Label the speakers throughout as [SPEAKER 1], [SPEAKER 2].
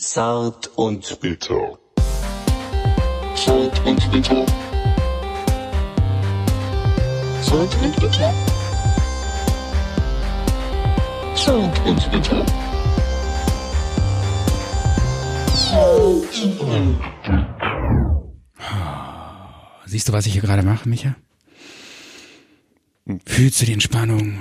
[SPEAKER 1] Zart und bitter.
[SPEAKER 2] Zart und bitter. Zart und bitter. Zart und bitter.
[SPEAKER 3] Siehst du, was ich hier gerade mache, Micha? Fühlst du die Entspannung?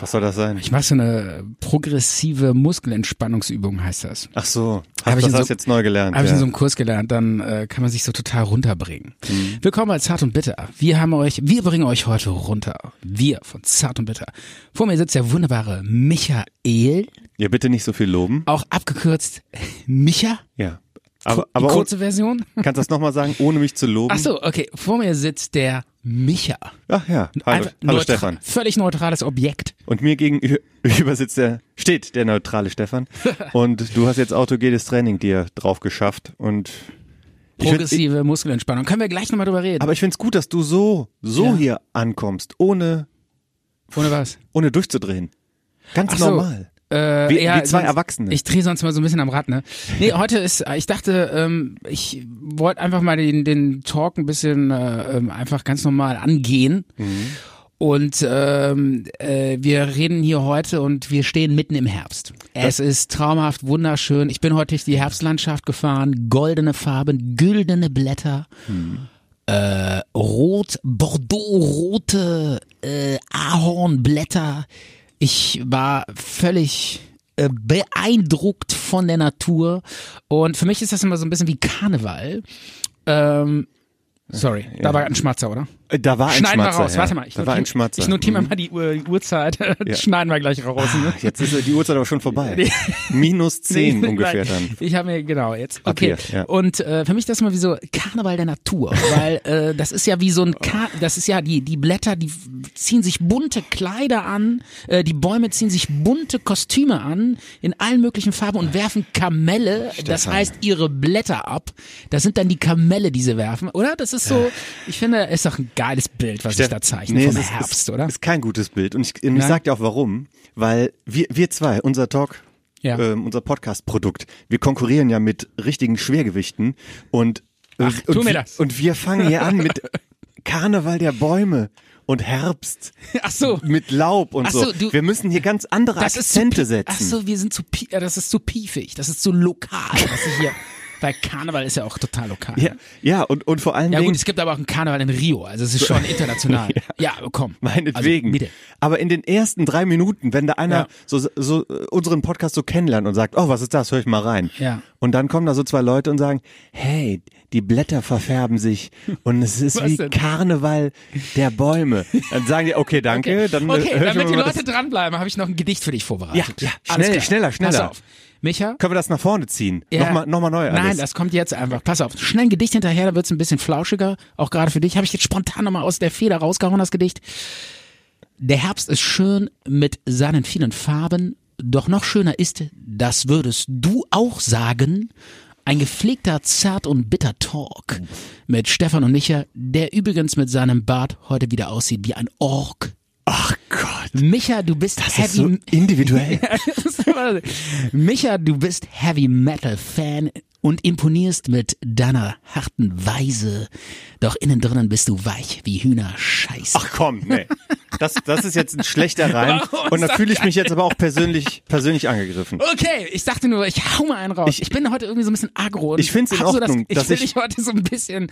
[SPEAKER 4] Was soll das sein?
[SPEAKER 3] Ich mache so eine progressive Muskelentspannungsübung, heißt das.
[SPEAKER 4] Ach so,
[SPEAKER 3] Hab
[SPEAKER 4] hab
[SPEAKER 3] ich in
[SPEAKER 4] das
[SPEAKER 3] so-
[SPEAKER 4] hast du jetzt neu gelernt.
[SPEAKER 3] Habe ich
[SPEAKER 4] ja.
[SPEAKER 3] in so einem Kurs gelernt, dann äh, kann man sich so total runterbringen.
[SPEAKER 4] Mhm.
[SPEAKER 3] Willkommen bei Zart und Bitter. Wir haben euch, wir bringen euch heute runter. Wir von Zart und Bitter. Vor mir sitzt der wunderbare Michael,
[SPEAKER 4] ja, bitte nicht so viel loben.
[SPEAKER 3] auch abgekürzt Micha.
[SPEAKER 4] Ja. Aber,
[SPEAKER 3] Die
[SPEAKER 4] aber
[SPEAKER 3] kurze Version.
[SPEAKER 4] oh, kannst du das nochmal sagen, ohne mich zu loben?
[SPEAKER 3] Ach so, okay. Vor mir sitzt der Micha.
[SPEAKER 4] Ach ja, hallo,
[SPEAKER 3] Einfach
[SPEAKER 4] hallo
[SPEAKER 3] neutra-
[SPEAKER 4] Stefan.
[SPEAKER 3] Völlig neutrales Objekt.
[SPEAKER 4] Und mir gegenüber sitzt der, steht der neutrale Stefan. Und du hast jetzt autogenes Training dir drauf geschafft. Und ich find- ich,
[SPEAKER 3] Progressive Muskelentspannung. Können wir gleich nochmal drüber reden.
[SPEAKER 4] aber ich finde es gut, dass du so, so
[SPEAKER 3] Ja.
[SPEAKER 4] hier ankommst, ohne,
[SPEAKER 3] Ohne was?
[SPEAKER 4] ohne durchzudrehen. Ganz
[SPEAKER 3] Ach so.
[SPEAKER 4] normal.
[SPEAKER 3] Äh,
[SPEAKER 4] Wie-
[SPEAKER 3] ja,
[SPEAKER 4] wie zwei
[SPEAKER 3] sonst-
[SPEAKER 4] Erwachsene.
[SPEAKER 3] Ich drehe sonst mal so ein bisschen am Rad, ne? Nee, heute ist, ich dachte, ähm, ich wollte einfach mal den, den Talk ein bisschen äh, ähm, einfach ganz normal angehen.
[SPEAKER 4] Mhm.
[SPEAKER 3] Und ähm, äh, wir reden hier heute und wir stehen mitten im Herbst. Es ist traumhaft, wunderschön. Ich bin heute durch die Herbstlandschaft gefahren. Goldene Farben, güldene Blätter. Äh, rot, Bordeaux-rote äh, Ahornblätter. Ich war völlig äh, beeindruckt von der Natur. Und für mich ist das immer so ein bisschen wie Karneval. Ähm, sorry, da war ein Schmatzer, oder?
[SPEAKER 4] Äh, Da war ein
[SPEAKER 3] Schneiden
[SPEAKER 4] Schmatzer.
[SPEAKER 3] wir raus,
[SPEAKER 4] ja.
[SPEAKER 3] warte mal. Ich
[SPEAKER 4] da war ein
[SPEAKER 3] notiere-
[SPEAKER 4] Schmatzer.
[SPEAKER 3] ich notiere mir
[SPEAKER 4] Mhm.
[SPEAKER 3] mal die, Uhr, die Uhrzeit. Schneiden wir gleich raus. Ne?
[SPEAKER 4] Jetzt ist äh, die Uhrzeit aber schon vorbei. Minus zehn
[SPEAKER 3] Nee,
[SPEAKER 4] ungefähr
[SPEAKER 3] nein.
[SPEAKER 4] dann.
[SPEAKER 3] Ich habe mir, genau, jetzt. Okay.
[SPEAKER 4] hier, ja.
[SPEAKER 3] Und äh, für mich ist das immer wie so Karneval der Natur, weil äh, das ist ja wie so ein,
[SPEAKER 4] Oh.
[SPEAKER 3] Kar das ist ja, die, die Blätter, die ziehen sich bunte Kleider an, äh, die Bäume ziehen sich bunte Kostüme an, in allen möglichen Farben und werfen Kamelle, das
[SPEAKER 4] Stefan.
[SPEAKER 3] heißt ihre Blätter ab. Das sind dann die Kamelle, die sie werfen, oder? Das ist so, ich finde, ist doch ein geiles Bild, was ich da zeichne vom
[SPEAKER 4] es ist-
[SPEAKER 3] Herbst,
[SPEAKER 4] ist,
[SPEAKER 3] oder?
[SPEAKER 4] Ist kein gutes Bild. Und ich, und ich
[SPEAKER 3] Nein.
[SPEAKER 4] sag dir auch warum. Weil wir, wir zwei, unser Talk,
[SPEAKER 3] Ja.
[SPEAKER 4] ähm, unser Podcast-Produkt, wir konkurrieren ja mit richtigen Schwergewichten und, äh,
[SPEAKER 3] Ach,
[SPEAKER 4] und,
[SPEAKER 3] tu mir
[SPEAKER 4] wir-
[SPEAKER 3] das.
[SPEAKER 4] und wir fangen hier an mit Karneval der Bäume und Herbst
[SPEAKER 3] Ach so.
[SPEAKER 4] mit Laub und
[SPEAKER 3] Ach
[SPEAKER 4] so.
[SPEAKER 3] so, du-
[SPEAKER 4] wir müssen hier ganz andere Akzente
[SPEAKER 3] ist zu, pi-
[SPEAKER 4] setzen.
[SPEAKER 3] Ach so, wir sind zu pi- äh, das ist zu piefig, das ist zu lokal, was ich hier weil Karneval ist ja auch total lokal.
[SPEAKER 4] Ja, ja und, und vor allen
[SPEAKER 3] Ja
[SPEAKER 4] Dingen.
[SPEAKER 3] gut, es gibt aber auch einen Karneval in Rio, also es ist schon international. ja, aber komm.
[SPEAKER 4] Meinetwegen.
[SPEAKER 3] Also, bitte.
[SPEAKER 4] Aber in den ersten drei Minuten, wenn da einer
[SPEAKER 3] Ja.
[SPEAKER 4] so, so äh, unseren Podcast so kennenlernt und sagt, oh, was ist das, hör ich mal rein.
[SPEAKER 3] Ja.
[SPEAKER 4] Und dann kommen da so zwei Leute und sagen, hey, die Blätter verfärben sich und es ist
[SPEAKER 3] Was
[SPEAKER 4] wie
[SPEAKER 3] denn?
[SPEAKER 4] Karneval der Bäume. Dann sagen die, okay, danke, dann äh,
[SPEAKER 3] okay,
[SPEAKER 4] hören wir
[SPEAKER 3] damit die
[SPEAKER 4] mal was-
[SPEAKER 3] Leute dranbleiben, habe ich noch ein Gedicht für dich vorbereitet.
[SPEAKER 4] Ja, ja,
[SPEAKER 3] Alles
[SPEAKER 4] schnell,
[SPEAKER 3] klar.
[SPEAKER 4] schneller, schneller.
[SPEAKER 3] Pass auf. Micha,
[SPEAKER 4] Können wir das nach vorne ziehen? Nochmal, nochmal neu alles.
[SPEAKER 3] Nein, das kommt jetzt einfach. Pass auf, schnell ein Gedicht hinterher, da wird's ein bisschen flauschiger. Auch gerade für dich habe ich jetzt spontan nochmal aus der Feder rausgehauen, das Gedicht. Der Herbst ist schön mit seinen vielen Farben, doch noch schöner ist, das würdest du auch sagen, ein gepflegter Zart- und Bitter-Talk mit Stefan und Micha, der übrigens mit seinem Bart heute wieder aussieht wie ein Ork.
[SPEAKER 4] Ach Gott,
[SPEAKER 3] Micha, du bist
[SPEAKER 4] das ist
[SPEAKER 3] Heavy
[SPEAKER 4] so individuell.
[SPEAKER 3] das ist immer- Micha, du bist Heavy Metal Fan und imponierst mit deiner harten Weise. Doch innen drinnen bist du weich wie Hühnerscheiße.
[SPEAKER 4] Ach komm, nee. Das, das ist jetzt ein schlechter Reim.
[SPEAKER 3] Warum
[SPEAKER 4] Und da
[SPEAKER 3] sag
[SPEAKER 4] fühle ich mich jetzt aber auch persönlich, persönlich angegriffen.
[SPEAKER 3] Okay, ich dachte nur, ich hau mal einen raus. Ich,
[SPEAKER 4] Ich-
[SPEAKER 3] bin heute irgendwie so ein bisschen aggro. und
[SPEAKER 4] Ich find's in
[SPEAKER 3] hab so
[SPEAKER 4] Ordnung,
[SPEAKER 3] das, ich
[SPEAKER 4] dass
[SPEAKER 3] will dich
[SPEAKER 4] ich-
[SPEAKER 3] heute so ein bisschen.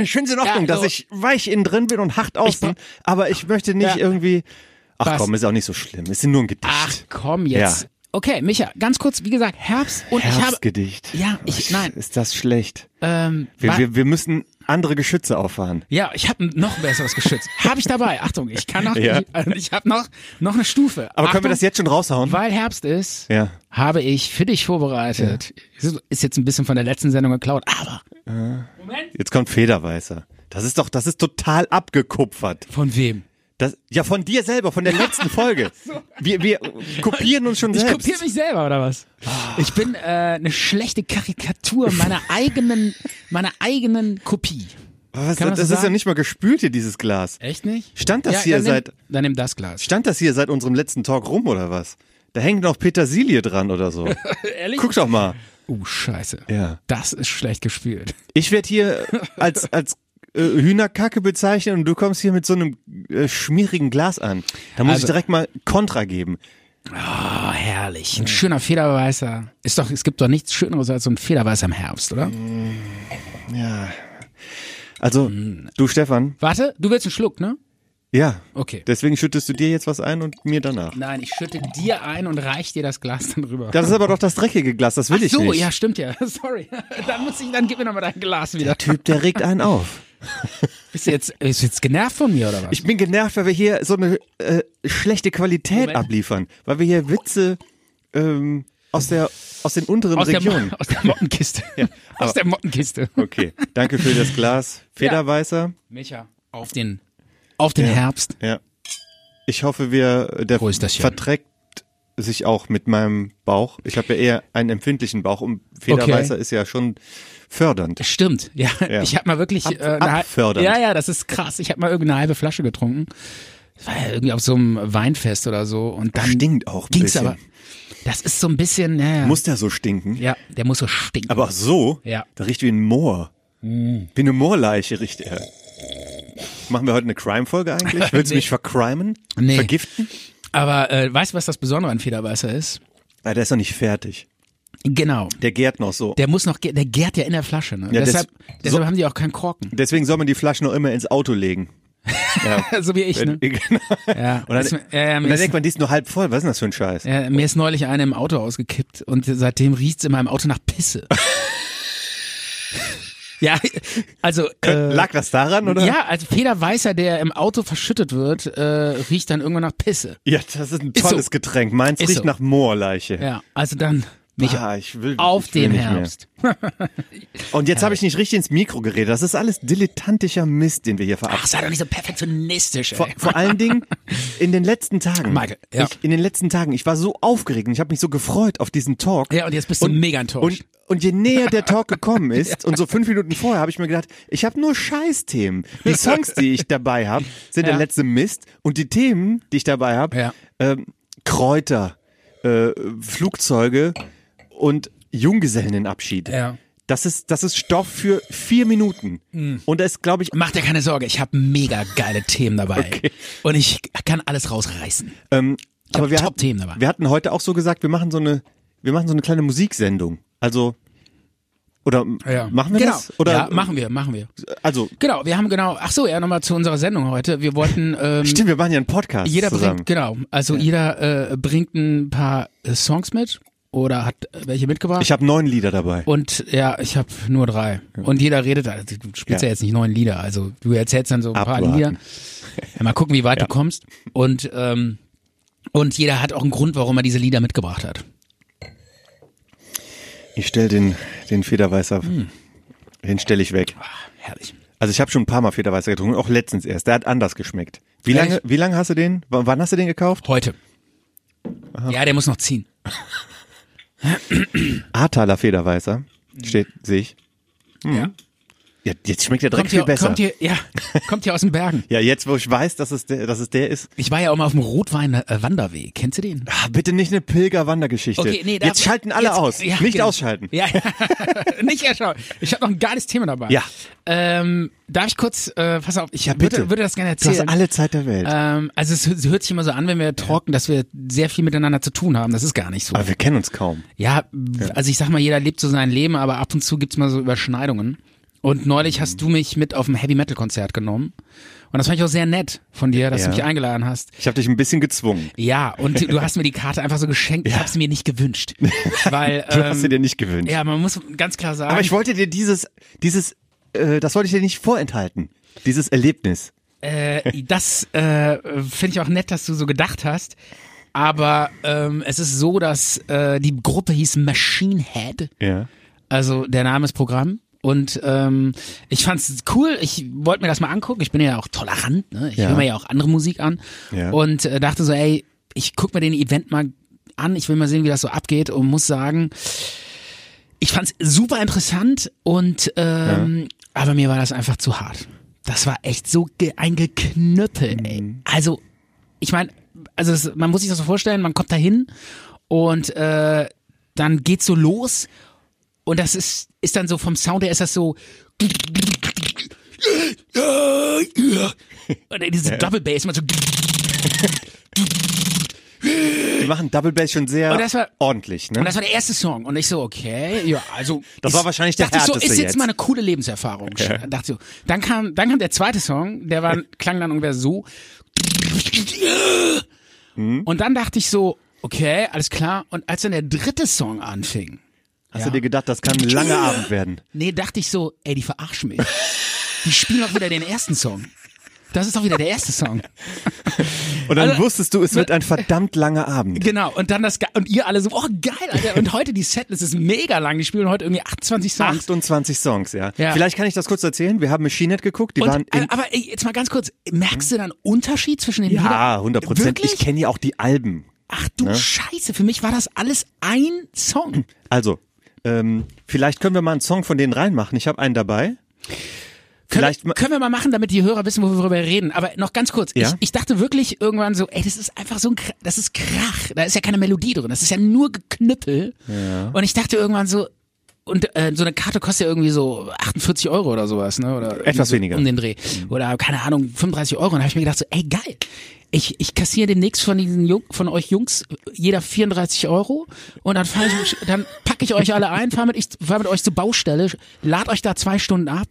[SPEAKER 4] Ich finde es in Ordnung,
[SPEAKER 3] Ja, so-
[SPEAKER 4] dass ich weich innen drin bin und hart außen,
[SPEAKER 3] Ich-
[SPEAKER 4] aber ich möchte nicht
[SPEAKER 3] Ja.
[SPEAKER 4] irgendwie. Ach
[SPEAKER 3] Was?
[SPEAKER 4] komm, ist auch nicht so schlimm. Es sind nur ein Gedicht.
[SPEAKER 3] Ach komm jetzt.
[SPEAKER 4] Ja.
[SPEAKER 3] Okay, Micha, ganz kurz, wie gesagt, Herbst und ich habe.
[SPEAKER 4] Herbstgedicht.
[SPEAKER 3] Ja, ich- nein.
[SPEAKER 4] Ist das schlecht?
[SPEAKER 3] Ähm,
[SPEAKER 4] Wir,
[SPEAKER 3] wa-
[SPEAKER 4] wir, wir müssen andere Geschütze auffahren.
[SPEAKER 3] Ja, ich habe noch besseres Geschütz. habe ich dabei. Achtung, ich kann noch.
[SPEAKER 4] Ja.
[SPEAKER 3] Ich, also ich habe noch noch eine Stufe.
[SPEAKER 4] Aber
[SPEAKER 3] Achtung,
[SPEAKER 4] können wir das jetzt schon raushauen?
[SPEAKER 3] Weil Herbst ist.
[SPEAKER 4] Ja.
[SPEAKER 3] habe ich für dich vorbereitet. Ist- Ist jetzt ein bisschen von der letzten Sendung geklaut, aber
[SPEAKER 4] Jetzt kommt Federweißer. Das ist doch, das ist total abgekupfert.
[SPEAKER 3] von wem?
[SPEAKER 4] Das, ja, von dir selber, von der letzten Folge. Wir, wir kopieren uns schon
[SPEAKER 3] Ich
[SPEAKER 4] selbst. Ah.
[SPEAKER 3] kopiere mich selber oder was? Ich bin äh, eine schlechte Karikatur meiner eigenen meiner eigenen Kopie.
[SPEAKER 4] Was,
[SPEAKER 3] Kann man
[SPEAKER 4] das
[SPEAKER 3] so
[SPEAKER 4] ist ja
[SPEAKER 3] sagen?
[SPEAKER 4] nicht mal gespült hier, dieses Glas.
[SPEAKER 3] Echt nicht?
[SPEAKER 4] Stand das hier
[SPEAKER 3] dann
[SPEAKER 4] seit-
[SPEAKER 3] Nimm, dann nimm das Glas.
[SPEAKER 4] Stand das hier seit unserem letzten Talk rum oder was? Da hängt noch Petersilie dran oder so.
[SPEAKER 3] Ehrlich?
[SPEAKER 4] Guck doch mal.
[SPEAKER 3] Oh, scheiße.
[SPEAKER 4] Ja.
[SPEAKER 3] Das ist schlecht gespielt.
[SPEAKER 4] Ich werde hier als, als äh, Hühnerkacke bezeichnet und du kommst hier mit so einem äh, schmierigen Glas an. Da muss
[SPEAKER 3] Also-
[SPEAKER 4] ich direkt mal Kontra geben.
[SPEAKER 3] Oh, herrlich. Ein schöner Federweißer. Ist doch, es gibt doch nichts Schöneres als so ein Federweißer im Herbst, oder?
[SPEAKER 4] Mhm. Ja. Also,
[SPEAKER 3] Hm.
[SPEAKER 4] du Stefan,
[SPEAKER 3] Warte, du willst einen Schluck, ne?
[SPEAKER 4] ja.
[SPEAKER 3] Okay.
[SPEAKER 4] Deswegen schüttest du dir jetzt was ein und mir danach.
[SPEAKER 3] Nein, ich schütte dir ein und reich dir das Glas dann rüber.
[SPEAKER 4] Das ist aber doch das dreckige Glas, das will
[SPEAKER 3] Ach
[SPEAKER 4] ich
[SPEAKER 3] so,
[SPEAKER 4] nicht.
[SPEAKER 3] ja, stimmt ja. Sorry. Dann muss ich, dann gib mir nochmal dein Glas wieder.
[SPEAKER 4] Der Typ, der regt einen auf.
[SPEAKER 3] Bist du jetzt, bist du jetzt genervt von mir oder was?
[SPEAKER 4] Ich bin genervt, weil wir hier so eine äh, schlechte Qualität
[SPEAKER 3] Moment.
[SPEAKER 4] abliefern. Weil wir hier Witze ähm, aus, der, aus den unteren
[SPEAKER 3] aus, der,
[SPEAKER 4] Regionen.
[SPEAKER 3] aus der Mottenkiste. aus
[SPEAKER 4] aber-
[SPEAKER 3] der Mottenkiste.
[SPEAKER 4] Okay, danke für das Glas. Federweißer.
[SPEAKER 3] Micha, auf den, auf den Herbst.
[SPEAKER 4] Ja. Ich hoffe, wir der
[SPEAKER 3] Wo ist das hier?
[SPEAKER 4] verträgt sich auch mit meinem Bauch. Ich habe ja eher einen empfindlichen Bauch und Federweißer ist ja schon fördernd.
[SPEAKER 3] Stimmt, ja.
[SPEAKER 4] Ja.
[SPEAKER 3] Ich habe mal wirklich
[SPEAKER 4] Ab-
[SPEAKER 3] äh, eine hal-
[SPEAKER 4] abfördernd.
[SPEAKER 3] Ja, ja, das ist krass. Ich habe mal irgendeine halbe Flasche getrunken. Das war ja irgendwie auf so einem Weinfest oder so und dann
[SPEAKER 4] Stinkt auch ein
[SPEAKER 3] ging's
[SPEAKER 4] bisschen.
[SPEAKER 3] aber. Das ist so ein bisschen, ja, ja.
[SPEAKER 4] Muss der so stinken?
[SPEAKER 3] ja, der muss so stinken.
[SPEAKER 4] Aber so,
[SPEAKER 3] Ja. Mm.
[SPEAKER 4] da riecht wie ein Moor. Wie eine Moorleiche riecht er. Machen wir heute eine Crime-Folge eigentlich? Willst du
[SPEAKER 3] Nee.
[SPEAKER 4] mich vercrimen?
[SPEAKER 3] Nee.
[SPEAKER 4] Vergiften?
[SPEAKER 3] Aber äh, weißt du, was das Besondere an Federweißer ist?
[SPEAKER 4] Ah, der ist noch nicht fertig.
[SPEAKER 3] Genau.
[SPEAKER 4] Der gärt noch so.
[SPEAKER 3] Der muss noch, ge- der gärt ja in der Flasche. Ne?
[SPEAKER 4] Ja, das-
[SPEAKER 3] deshalb deshalb
[SPEAKER 4] so-
[SPEAKER 3] haben die auch keinen Korken.
[SPEAKER 4] Deswegen soll man die Flaschen noch immer ins Auto legen. Ja.
[SPEAKER 3] so wie ich. Ne? Ja.
[SPEAKER 4] Und dann,
[SPEAKER 3] Ist mir- ja, ja,
[SPEAKER 4] und
[SPEAKER 3] mir
[SPEAKER 4] dann
[SPEAKER 3] ist-
[SPEAKER 4] denkt man, die ist nur halb voll. Was ist denn das für ein Scheiß?
[SPEAKER 3] Ja, mir ist neulich eine im Auto ausgekippt und seitdem riecht's in meinem Auto nach Pisse. ja, also äh,
[SPEAKER 4] Lag das daran, oder?
[SPEAKER 3] ja, also Federweißer, der im Auto verschüttet wird, äh, riecht dann irgendwann nach Pisse.
[SPEAKER 4] Ja, das ist ein
[SPEAKER 3] Ist
[SPEAKER 4] tolles
[SPEAKER 3] so.
[SPEAKER 4] Getränk. Meins
[SPEAKER 3] Ist
[SPEAKER 4] riecht
[SPEAKER 3] so.
[SPEAKER 4] nach Moorleiche.
[SPEAKER 3] Ja, also dann mich
[SPEAKER 4] Ah, ich will,
[SPEAKER 3] auf
[SPEAKER 4] ich will
[SPEAKER 3] den
[SPEAKER 4] nicht mehr.
[SPEAKER 3] Herbst.
[SPEAKER 4] Und jetzt habe ich nicht richtig ins Mikro geredet. Das ist alles dilettantischer Mist, den wir hier
[SPEAKER 3] Ach,
[SPEAKER 4] verabschieden.
[SPEAKER 3] sei doch nicht so perfektionistisch. Ey.
[SPEAKER 4] Vor, vor allen Dingen in den letzten Tagen.
[SPEAKER 3] Michael, ja.
[SPEAKER 4] ich, in den letzten Tagen. Ich war so aufgeregt und ich habe mich so gefreut auf diesen Talk.
[SPEAKER 3] Ja, und jetzt bist du mega enttäuscht.
[SPEAKER 4] Und, und je näher der Talk gekommen ist und so fünf Minuten vorher habe ich mir gedacht, ich habe nur Scheißthemen. Die Songs, die ich dabei habe, sind
[SPEAKER 3] Ja.
[SPEAKER 4] der letzte Mist und die Themen, die ich dabei habe,
[SPEAKER 3] Ja.
[SPEAKER 4] ähm, Kräuter, äh, Flugzeuge und Junggesellenabschied.
[SPEAKER 3] Ja.
[SPEAKER 4] Das ist, das ist Stoff für vier Minuten.
[SPEAKER 3] Hm.
[SPEAKER 4] Und da ist, glaube ich,
[SPEAKER 3] Mach dir keine Sorge, ich habe mega geile Themen dabei. Und ich kann alles rausreißen.
[SPEAKER 4] Ähm, aber wir,
[SPEAKER 3] top
[SPEAKER 4] hatten-
[SPEAKER 3] Themen dabei.
[SPEAKER 4] wir hatten heute auch so gesagt, wir machen so eine, wir machen so eine kleine Musiksendung. Also oder
[SPEAKER 3] Ja.
[SPEAKER 4] machen wir
[SPEAKER 3] genau.
[SPEAKER 4] das? Oder
[SPEAKER 3] ja, machen wir, machen wir.
[SPEAKER 4] also
[SPEAKER 3] Genau, wir haben genau, ach so, ja, nochmal zu unserer Sendung heute. Wir wollten, ähm,
[SPEAKER 4] stimmt, wir machen ja einen Podcast
[SPEAKER 3] jeder
[SPEAKER 4] zusammen.
[SPEAKER 3] bringt, genau, also jeder äh, bringt ein paar äh, Songs mit oder hat äh, welche mitgebracht.
[SPEAKER 4] ich habe neun Lieder dabei.
[SPEAKER 3] und ja, ich habe nur drei. Und jeder redet, also du spielst ja.
[SPEAKER 4] Ja.
[SPEAKER 3] jetzt nicht neun Lieder, also du erzählst dann so ein paar
[SPEAKER 4] Abwarten.
[SPEAKER 3] Lieder. Ja, mal gucken, wie weit
[SPEAKER 4] Ja.
[SPEAKER 3] du kommst. Und, ähm, und jeder hat auch einen Grund, warum er diese Lieder mitgebracht hat.
[SPEAKER 4] Ich stell den den Federweißer,
[SPEAKER 3] Hm.
[SPEAKER 4] den stelle ich weg.
[SPEAKER 3] Ah, Herrlich.
[SPEAKER 4] Also ich habe schon ein paar Mal Federweißer getrunken, auch letztens erst. Der hat anders geschmeckt. Wie
[SPEAKER 3] Ehrlich?
[SPEAKER 4] lange wie lange hast du den? W wann hast du den gekauft?
[SPEAKER 3] Heute. Ja, der muss noch ziehen.
[SPEAKER 4] Ahrtaler Federweißer
[SPEAKER 3] Hm.
[SPEAKER 4] steht sehe ich. Hm.
[SPEAKER 3] Ja.
[SPEAKER 4] Ja, jetzt schmeckt der direkt
[SPEAKER 3] Kommt
[SPEAKER 4] viel
[SPEAKER 3] hier,
[SPEAKER 4] besser.
[SPEAKER 3] kommt hier, ja, kommt hier aus den Bergen.
[SPEAKER 4] ja, jetzt wo ich weiß, dass es der dass es der ist.
[SPEAKER 3] Ich war ja auch mal auf dem Rotwein-Wanderweg. Kennst du den?
[SPEAKER 4] Ah, bitte nicht eine Pilgerwandergeschichte.
[SPEAKER 3] darf-
[SPEAKER 4] jetzt schalten alle
[SPEAKER 3] jetzt-
[SPEAKER 4] aus.
[SPEAKER 3] ja,
[SPEAKER 4] nicht
[SPEAKER 3] genau.
[SPEAKER 4] ausschalten.
[SPEAKER 3] Ja, nicht erschalten. Ich habe noch ein geiles Thema dabei.
[SPEAKER 4] Ja.
[SPEAKER 3] Ähm, darf ich kurz, äh, pass auf, ich
[SPEAKER 4] Ja, bitte.
[SPEAKER 3] Würde, würde das gerne
[SPEAKER 4] Du hast
[SPEAKER 3] erzählen.
[SPEAKER 4] alle Zeit der Welt.
[SPEAKER 3] ähm, also es, hö- es hört sich immer so an, wenn wir talken, dass wir sehr viel miteinander zu tun haben. Das ist gar nicht so.
[SPEAKER 4] Aber wir kennen uns kaum.
[SPEAKER 3] Ja, w- also ich sag mal, jeder lebt so sein Leben, aber ab und zu gibt's mal so Überschneidungen. Und neulich hast du mich mit auf ein Heavy Metal Konzert genommen. Und das fand ich auch sehr nett von dir, dass
[SPEAKER 4] Ja.
[SPEAKER 3] du mich eingeladen hast.
[SPEAKER 4] Ich habe dich ein bisschen gezwungen.
[SPEAKER 3] Ja, und du hast mir die Karte einfach so geschenkt. Ich habe sie mir nicht gewünscht, weil
[SPEAKER 4] Du hast sie dir
[SPEAKER 3] ähm,
[SPEAKER 4] nicht gewünscht.
[SPEAKER 3] ja, man muss ganz klar sagen.
[SPEAKER 4] Aber ich wollte dir dieses, dieses, äh, das wollte ich dir nicht vorenthalten. Dieses Erlebnis.
[SPEAKER 3] äh, das äh, finde ich auch nett, dass du so gedacht hast. Aber ähm, es ist so, dass äh, die Gruppe hieß Machine Head.
[SPEAKER 4] Ja.
[SPEAKER 3] Also der Name ist Programm. Und ähm, ich fand's cool, ich wollte mir das mal angucken. Ich bin ja auch tolerant, ne? Ich
[SPEAKER 4] Ja.
[SPEAKER 3] höre mir ja auch andere Musik an.
[SPEAKER 4] Ja.
[SPEAKER 3] Und äh, dachte so, ey, ich guck mir den Event mal an, ich will mal sehen, wie das so abgeht und muss sagen, ich fand's super interessant und ähm, aber mir war das einfach zu hart. Das war echt so ge- ein Geknüppel, ey. Also, ich meine, also es, man muss sich das so vorstellen, man kommt da hin und äh, dann geht's so los und das ist, ist dann so vom Sound her ist das so und dann diese Double Bass, man so
[SPEAKER 4] Die machen Double Bass schon sehr
[SPEAKER 3] Und das war-
[SPEAKER 4] ordentlich, ne?
[SPEAKER 3] Und das war der erste Song. Und ich so, okay, ja, also.
[SPEAKER 4] Das war wahrscheinlich der
[SPEAKER 3] dachte ich so,
[SPEAKER 4] härteste
[SPEAKER 3] ist jetzt,
[SPEAKER 4] jetzt.
[SPEAKER 3] mal eine coole Lebenserfahrung. Dachte so. Dann kam, dann kam der zweite Song, der war, klang dann ungefähr so.
[SPEAKER 4] Mhm.
[SPEAKER 3] Und dann dachte ich so, okay, alles klar. Und als dann der dritte Song anfing,
[SPEAKER 4] Hast du dir gedacht, das kann ein langer Abend werden?
[SPEAKER 3] nee, dachte ich so, ey, die verarschen mich. Die spielen doch wieder den ersten Song. Das ist doch wieder der erste Song.
[SPEAKER 4] Und dann
[SPEAKER 3] Also-
[SPEAKER 4] wusstest du, es wird ein verdammt langer Abend.
[SPEAKER 3] Genau, und dann das Ge- und ihr alle so, oh geil, Alter. Und heute die Setlist ist mega lang. Die spielen heute irgendwie 28 Songs.
[SPEAKER 4] 28 Songs, ja.
[SPEAKER 3] Ja.
[SPEAKER 4] Vielleicht kann ich das kurz erzählen. Wir haben Machine Head geguckt, die
[SPEAKER 3] Und,
[SPEAKER 4] waren in,
[SPEAKER 3] aber aber, ey, jetzt mal ganz kurz, merkst du dann Unterschied zwischen den
[SPEAKER 4] ja,
[SPEAKER 3] Liedern?
[SPEAKER 4] 100 Prozent.
[SPEAKER 3] Wirklich?
[SPEAKER 4] Ich ne? kenne ja auch die Alben.
[SPEAKER 3] Ach du Scheiße, für mich war das alles ein Song.
[SPEAKER 4] Also, ähm, vielleicht können wir mal einen Song von denen reinmachen. Ich habe einen dabei. Vielleicht
[SPEAKER 3] können,
[SPEAKER 4] ma-
[SPEAKER 3] wir- können wir mal machen, damit die Hörer wissen, worüber wir reden. Aber noch ganz kurz,
[SPEAKER 4] Ja?
[SPEAKER 3] ich, ich dachte wirklich irgendwann so, ey, das ist einfach so ein, Kr- das ist Krach, da ist ja keine Melodie drin, das ist ja nur Geknüppel. Und ich dachte irgendwann so, und äh, so eine Karte kostet ja irgendwie so 48 Euro oder sowas, ne? Oder irgendwie
[SPEAKER 4] Etwas
[SPEAKER 3] so
[SPEAKER 4] weniger.
[SPEAKER 3] Um den Dreh. Oder keine Ahnung, 35 Euro. Und da habe ich mir gedacht so, ey geil. Ich, ich kassiere demnächst von diesen Jung, von euch Jungs äh, jeder 34 Euro und dann fahr ich, dann packe ich euch alle ein, fahre mit, ich fahr mit euch zur Baustelle, lad euch da zwei Stunden ab,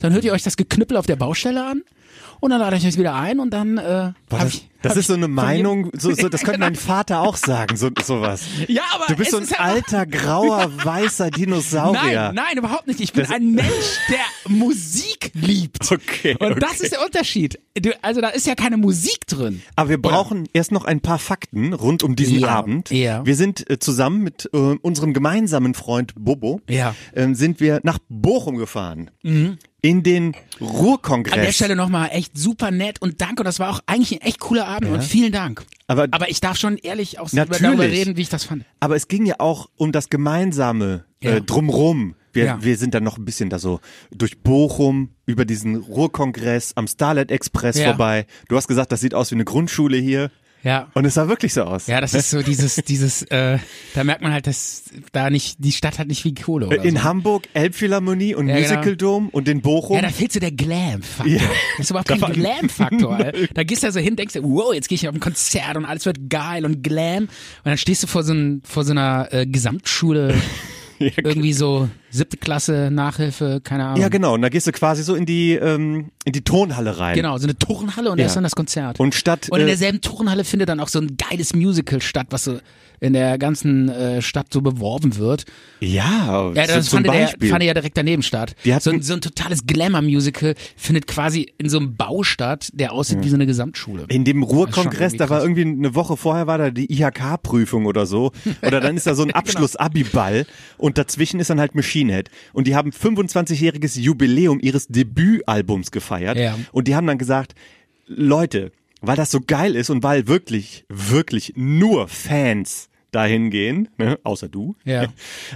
[SPEAKER 3] dann hört ihr euch das Geknüppel auf der Baustelle an und dann lade ich euch wieder ein und dann äh, hab
[SPEAKER 4] Boah, das,
[SPEAKER 3] ich,
[SPEAKER 4] das
[SPEAKER 3] hab
[SPEAKER 4] ist so
[SPEAKER 3] ich
[SPEAKER 4] eine
[SPEAKER 3] von jedem-
[SPEAKER 4] Meinung, so, so, das könnte mein Vater auch sagen, so, sowas.
[SPEAKER 3] Ja, aber
[SPEAKER 4] Du bist
[SPEAKER 3] es
[SPEAKER 4] so ein
[SPEAKER 3] ist ja-
[SPEAKER 4] alter, grauer, weißer Dinosaurier.
[SPEAKER 3] Nein, nein, überhaupt nicht. Ich bin
[SPEAKER 4] Das-
[SPEAKER 3] ein Mensch, der Musik liebt.
[SPEAKER 4] Okay,
[SPEAKER 3] Und
[SPEAKER 4] okay.
[SPEAKER 3] das ist der Unterschied. Du, also da ist ja keine Musik drin.
[SPEAKER 4] Aber wir brauchen erst noch ein paar Fakten rund um diesen
[SPEAKER 3] Ja,
[SPEAKER 4] Abend.
[SPEAKER 3] ja.
[SPEAKER 4] Wir sind äh, zusammen mit äh, unserem gemeinsamen Freund Bobo,
[SPEAKER 3] Ja. Mhm.
[SPEAKER 4] ähm, sind wir nach Bochum gefahren. In den Ruhrkongress.
[SPEAKER 3] An der Stelle nochmal echt super nett und danke. Und das war auch eigentlich ein echt cooler Abend und vielen Dank.
[SPEAKER 4] Aber-
[SPEAKER 3] Aber ich darf schon ehrlich auch
[SPEAKER 4] Natürlich.
[SPEAKER 3] darüber reden, wie ich das fand.
[SPEAKER 4] Aber es ging ja auch um das gemeinsame
[SPEAKER 3] Ja.
[SPEAKER 4] äh, Drumrum. Wir,
[SPEAKER 3] Ja.
[SPEAKER 4] wir sind dann noch ein bisschen da so durch Bochum, über diesen Ruhrkongress, am Starlight Express
[SPEAKER 3] Ja.
[SPEAKER 4] vorbei. Du hast gesagt, das sieht aus wie eine Grundschule hier.
[SPEAKER 3] Ja.
[SPEAKER 4] Und es sah wirklich so aus.
[SPEAKER 3] Ja, das ist so dieses, dieses, äh, da merkt man halt, dass da nicht, die Stadt hat nicht viel Kohle oder
[SPEAKER 4] Äh, In
[SPEAKER 3] so.
[SPEAKER 4] Hamburg Elbphilharmonie und
[SPEAKER 3] Ja, genau.
[SPEAKER 4] Musical Dome und in Bochum.
[SPEAKER 3] Ja, da fehlt so der Glam-Faktor.
[SPEAKER 4] Ja.
[SPEAKER 3] Das ist überhaupt
[SPEAKER 4] Da
[SPEAKER 3] kein
[SPEAKER 4] war-
[SPEAKER 3] Glam-Faktor. Alter. Da gehst du also hin, denkst dir, wow, jetzt gehe ich auf ein Konzert und alles wird geil und Glam. Und dann stehst du vor so, ein, vor so einer äh, Gesamtschule, irgendwie so siebte Klasse, Nachhilfe, keine Ahnung.
[SPEAKER 4] Ja, genau. Und da gehst du quasi so in die, ähm, in die Tonhalle rein.
[SPEAKER 3] Genau, so eine Turnhalle und da
[SPEAKER 4] Ja.
[SPEAKER 3] ist dann das Konzert.
[SPEAKER 4] Und statt,
[SPEAKER 3] und in
[SPEAKER 4] äh,
[SPEAKER 3] derselben Turnhalle findet dann auch so ein geiles Musical statt, was so in der ganzen äh, Stadt so beworben wird.
[SPEAKER 4] Ja,
[SPEAKER 3] Ja, das
[SPEAKER 4] so, zum
[SPEAKER 3] fand, der,
[SPEAKER 4] Beispiel.
[SPEAKER 3] fand ja direkt daneben statt.
[SPEAKER 4] Die hatten-
[SPEAKER 3] so, ein, so ein totales Glamour-Musical findet quasi in so einem Bau statt, der aussieht wie so eine Gesamtschule.
[SPEAKER 4] in dem
[SPEAKER 3] Das
[SPEAKER 4] Ruhrkongress,
[SPEAKER 3] ist schon irgendwie
[SPEAKER 4] da war
[SPEAKER 3] krass.
[SPEAKER 4] irgendwie eine Woche vorher war da die IHK-Prüfung oder so. Oder dann ist da so
[SPEAKER 3] genau.
[SPEAKER 4] ein Abschluss-Abi-Ball und dazwischen ist dann halt Machine Head. Und die haben 25-jähriges Jubiläum ihres Debütalbums gefeiert.
[SPEAKER 3] Ja.
[SPEAKER 4] Und die haben dann gesagt, Leute, weil das so geil ist und weil wirklich, wirklich nur Fans dahin gehen, ne, außer du,
[SPEAKER 3] Ja.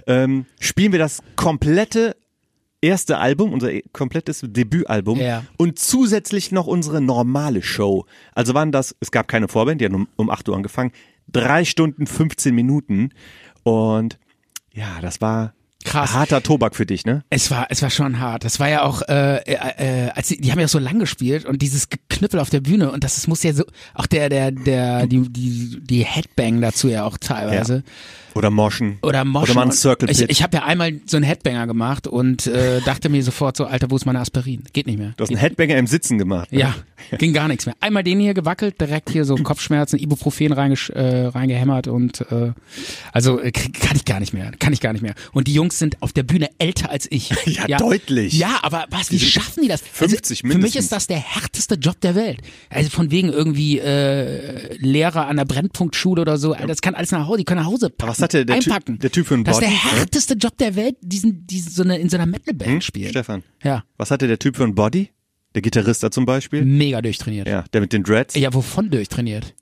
[SPEAKER 4] ähm, spielen wir das komplette erste Album, unser e- komplettes Debütalbum
[SPEAKER 3] Ja.
[SPEAKER 4] und zusätzlich noch unsere normale Show. Also waren das, es gab keine Vorband, die haben um, um 8 Uhr angefangen, drei Stunden 15 Minuten und ja, das war
[SPEAKER 3] Krass.
[SPEAKER 4] harter Tobak für dich, ne?
[SPEAKER 3] Es war, es war schon hart. Das war ja auch, äh, äh, äh, als die, die haben ja auch so lang gespielt und dieses Geknüppel auf der Bühne und das, das muss ja so, auch der, der, der, die, die, die Headbang dazu ja auch teilweise.
[SPEAKER 4] Oder Moschen.
[SPEAKER 3] Oder Moschen.
[SPEAKER 4] Oder mal ein
[SPEAKER 3] und-
[SPEAKER 4] Circle Pit.
[SPEAKER 3] Ich, ich habe ja einmal so einen Headbanger gemacht und äh, dachte mir sofort so, Alter, wo ist meine Aspirin? Geht nicht mehr.
[SPEAKER 4] du hast einen Headbanger im Sitzen gemacht. ne?
[SPEAKER 3] Ja, ging gar nichts mehr. Einmal den hier gewackelt, direkt hier so Kopfschmerzen, Ibuprofen reingesch äh, reingehämmert und äh, also äh, krieg- kann ich gar nicht mehr, kann ich gar nicht mehr. Und die Jungs sind auf der Bühne älter als ich.
[SPEAKER 4] Ja, deutlich.
[SPEAKER 3] Ja, aber was, wie schaffen die das?
[SPEAKER 4] 50
[SPEAKER 3] also, Für mich
[SPEAKER 4] mindestens.
[SPEAKER 3] ist das der härteste Job der Welt. Also von wegen irgendwie äh, Lehrer an der Brennpunktschule oder so, das kann alles nach Hause, die können nach Hause packen,
[SPEAKER 4] was hatte der Typ-
[SPEAKER 3] einpacken.
[SPEAKER 4] der Typ für einen
[SPEAKER 3] Das ist der
[SPEAKER 4] Body, ne?
[SPEAKER 3] härteste Job der Welt, diesen, diesen so eine, in so einer Metalband
[SPEAKER 4] Hm?
[SPEAKER 3] spielen.
[SPEAKER 4] Stefan,
[SPEAKER 3] Ja,
[SPEAKER 4] was hatte der Typ für ein Body? Der Gitarrist da zum Beispiel?
[SPEAKER 3] mega durchtrainiert.
[SPEAKER 4] Ja, der mit den Dreads?
[SPEAKER 3] Ja, wovon durchtrainiert?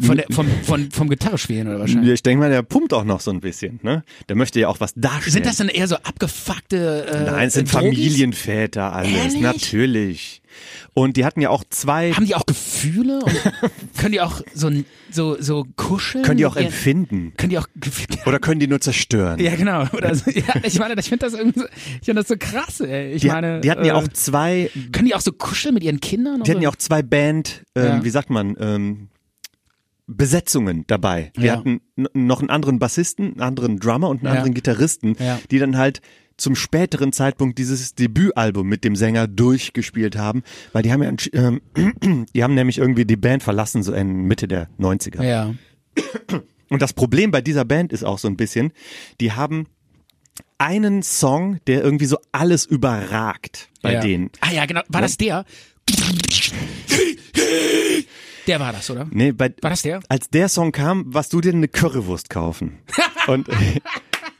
[SPEAKER 3] Von der, vom, von, vom Gitarre spielen oder wahrscheinlich.
[SPEAKER 4] Ja, ich denke mal, der pumpt auch noch so ein bisschen, ne? Der möchte ja auch was darstellen.
[SPEAKER 3] Sind das dann eher so abgefuckte äh,
[SPEAKER 4] Nein, es sind
[SPEAKER 3] Drogis?
[SPEAKER 4] Familienväter alles,
[SPEAKER 3] Ehrlich?
[SPEAKER 4] natürlich. Und die hatten ja auch zwei,
[SPEAKER 3] Haben die auch Gefühle? Und können die auch so, so, so kuscheln?
[SPEAKER 4] können die auch
[SPEAKER 3] mit ihren-
[SPEAKER 4] empfinden.
[SPEAKER 3] Können die auch Gefühle?
[SPEAKER 4] Oder können die nur zerstören?
[SPEAKER 3] Ja, genau. Oder so, ja, ich meine, ich finde das irgendwie so, ich finde das so krass, ey. Ich
[SPEAKER 4] die,
[SPEAKER 3] meine,
[SPEAKER 4] die hatten
[SPEAKER 3] äh,
[SPEAKER 4] ja auch zwei,
[SPEAKER 3] Können die auch so kuscheln mit ihren Kindern? und
[SPEAKER 4] die hatten
[SPEAKER 3] so?
[SPEAKER 4] ja auch zwei Band, ähm,
[SPEAKER 3] Ja.
[SPEAKER 4] wie sagt man, ähm, Besetzungen dabei. Die
[SPEAKER 3] Ja.
[SPEAKER 4] hatten n- noch einen anderen Bassisten, einen anderen Drummer und einen
[SPEAKER 3] Ja.
[SPEAKER 4] anderen Gitarristen,
[SPEAKER 3] Ja.
[SPEAKER 4] die dann halt zum späteren Zeitpunkt dieses Debütalbum mit dem Sänger durchgespielt haben, weil die haben ja, entsch- ähm, die haben nämlich irgendwie die Band verlassen, so in Mitte der 90er.
[SPEAKER 3] Ja.
[SPEAKER 4] Und das Problem bei dieser Band ist auch so ein bisschen, die haben einen Song, der irgendwie so alles überragt bei
[SPEAKER 3] ja.
[SPEAKER 4] denen.
[SPEAKER 3] Ah ja, genau. War das der? Der war das, oder?
[SPEAKER 4] Nee, bei,
[SPEAKER 3] War das der?
[SPEAKER 4] als der Song kam, warst du dir eine Currywurst kaufen. Und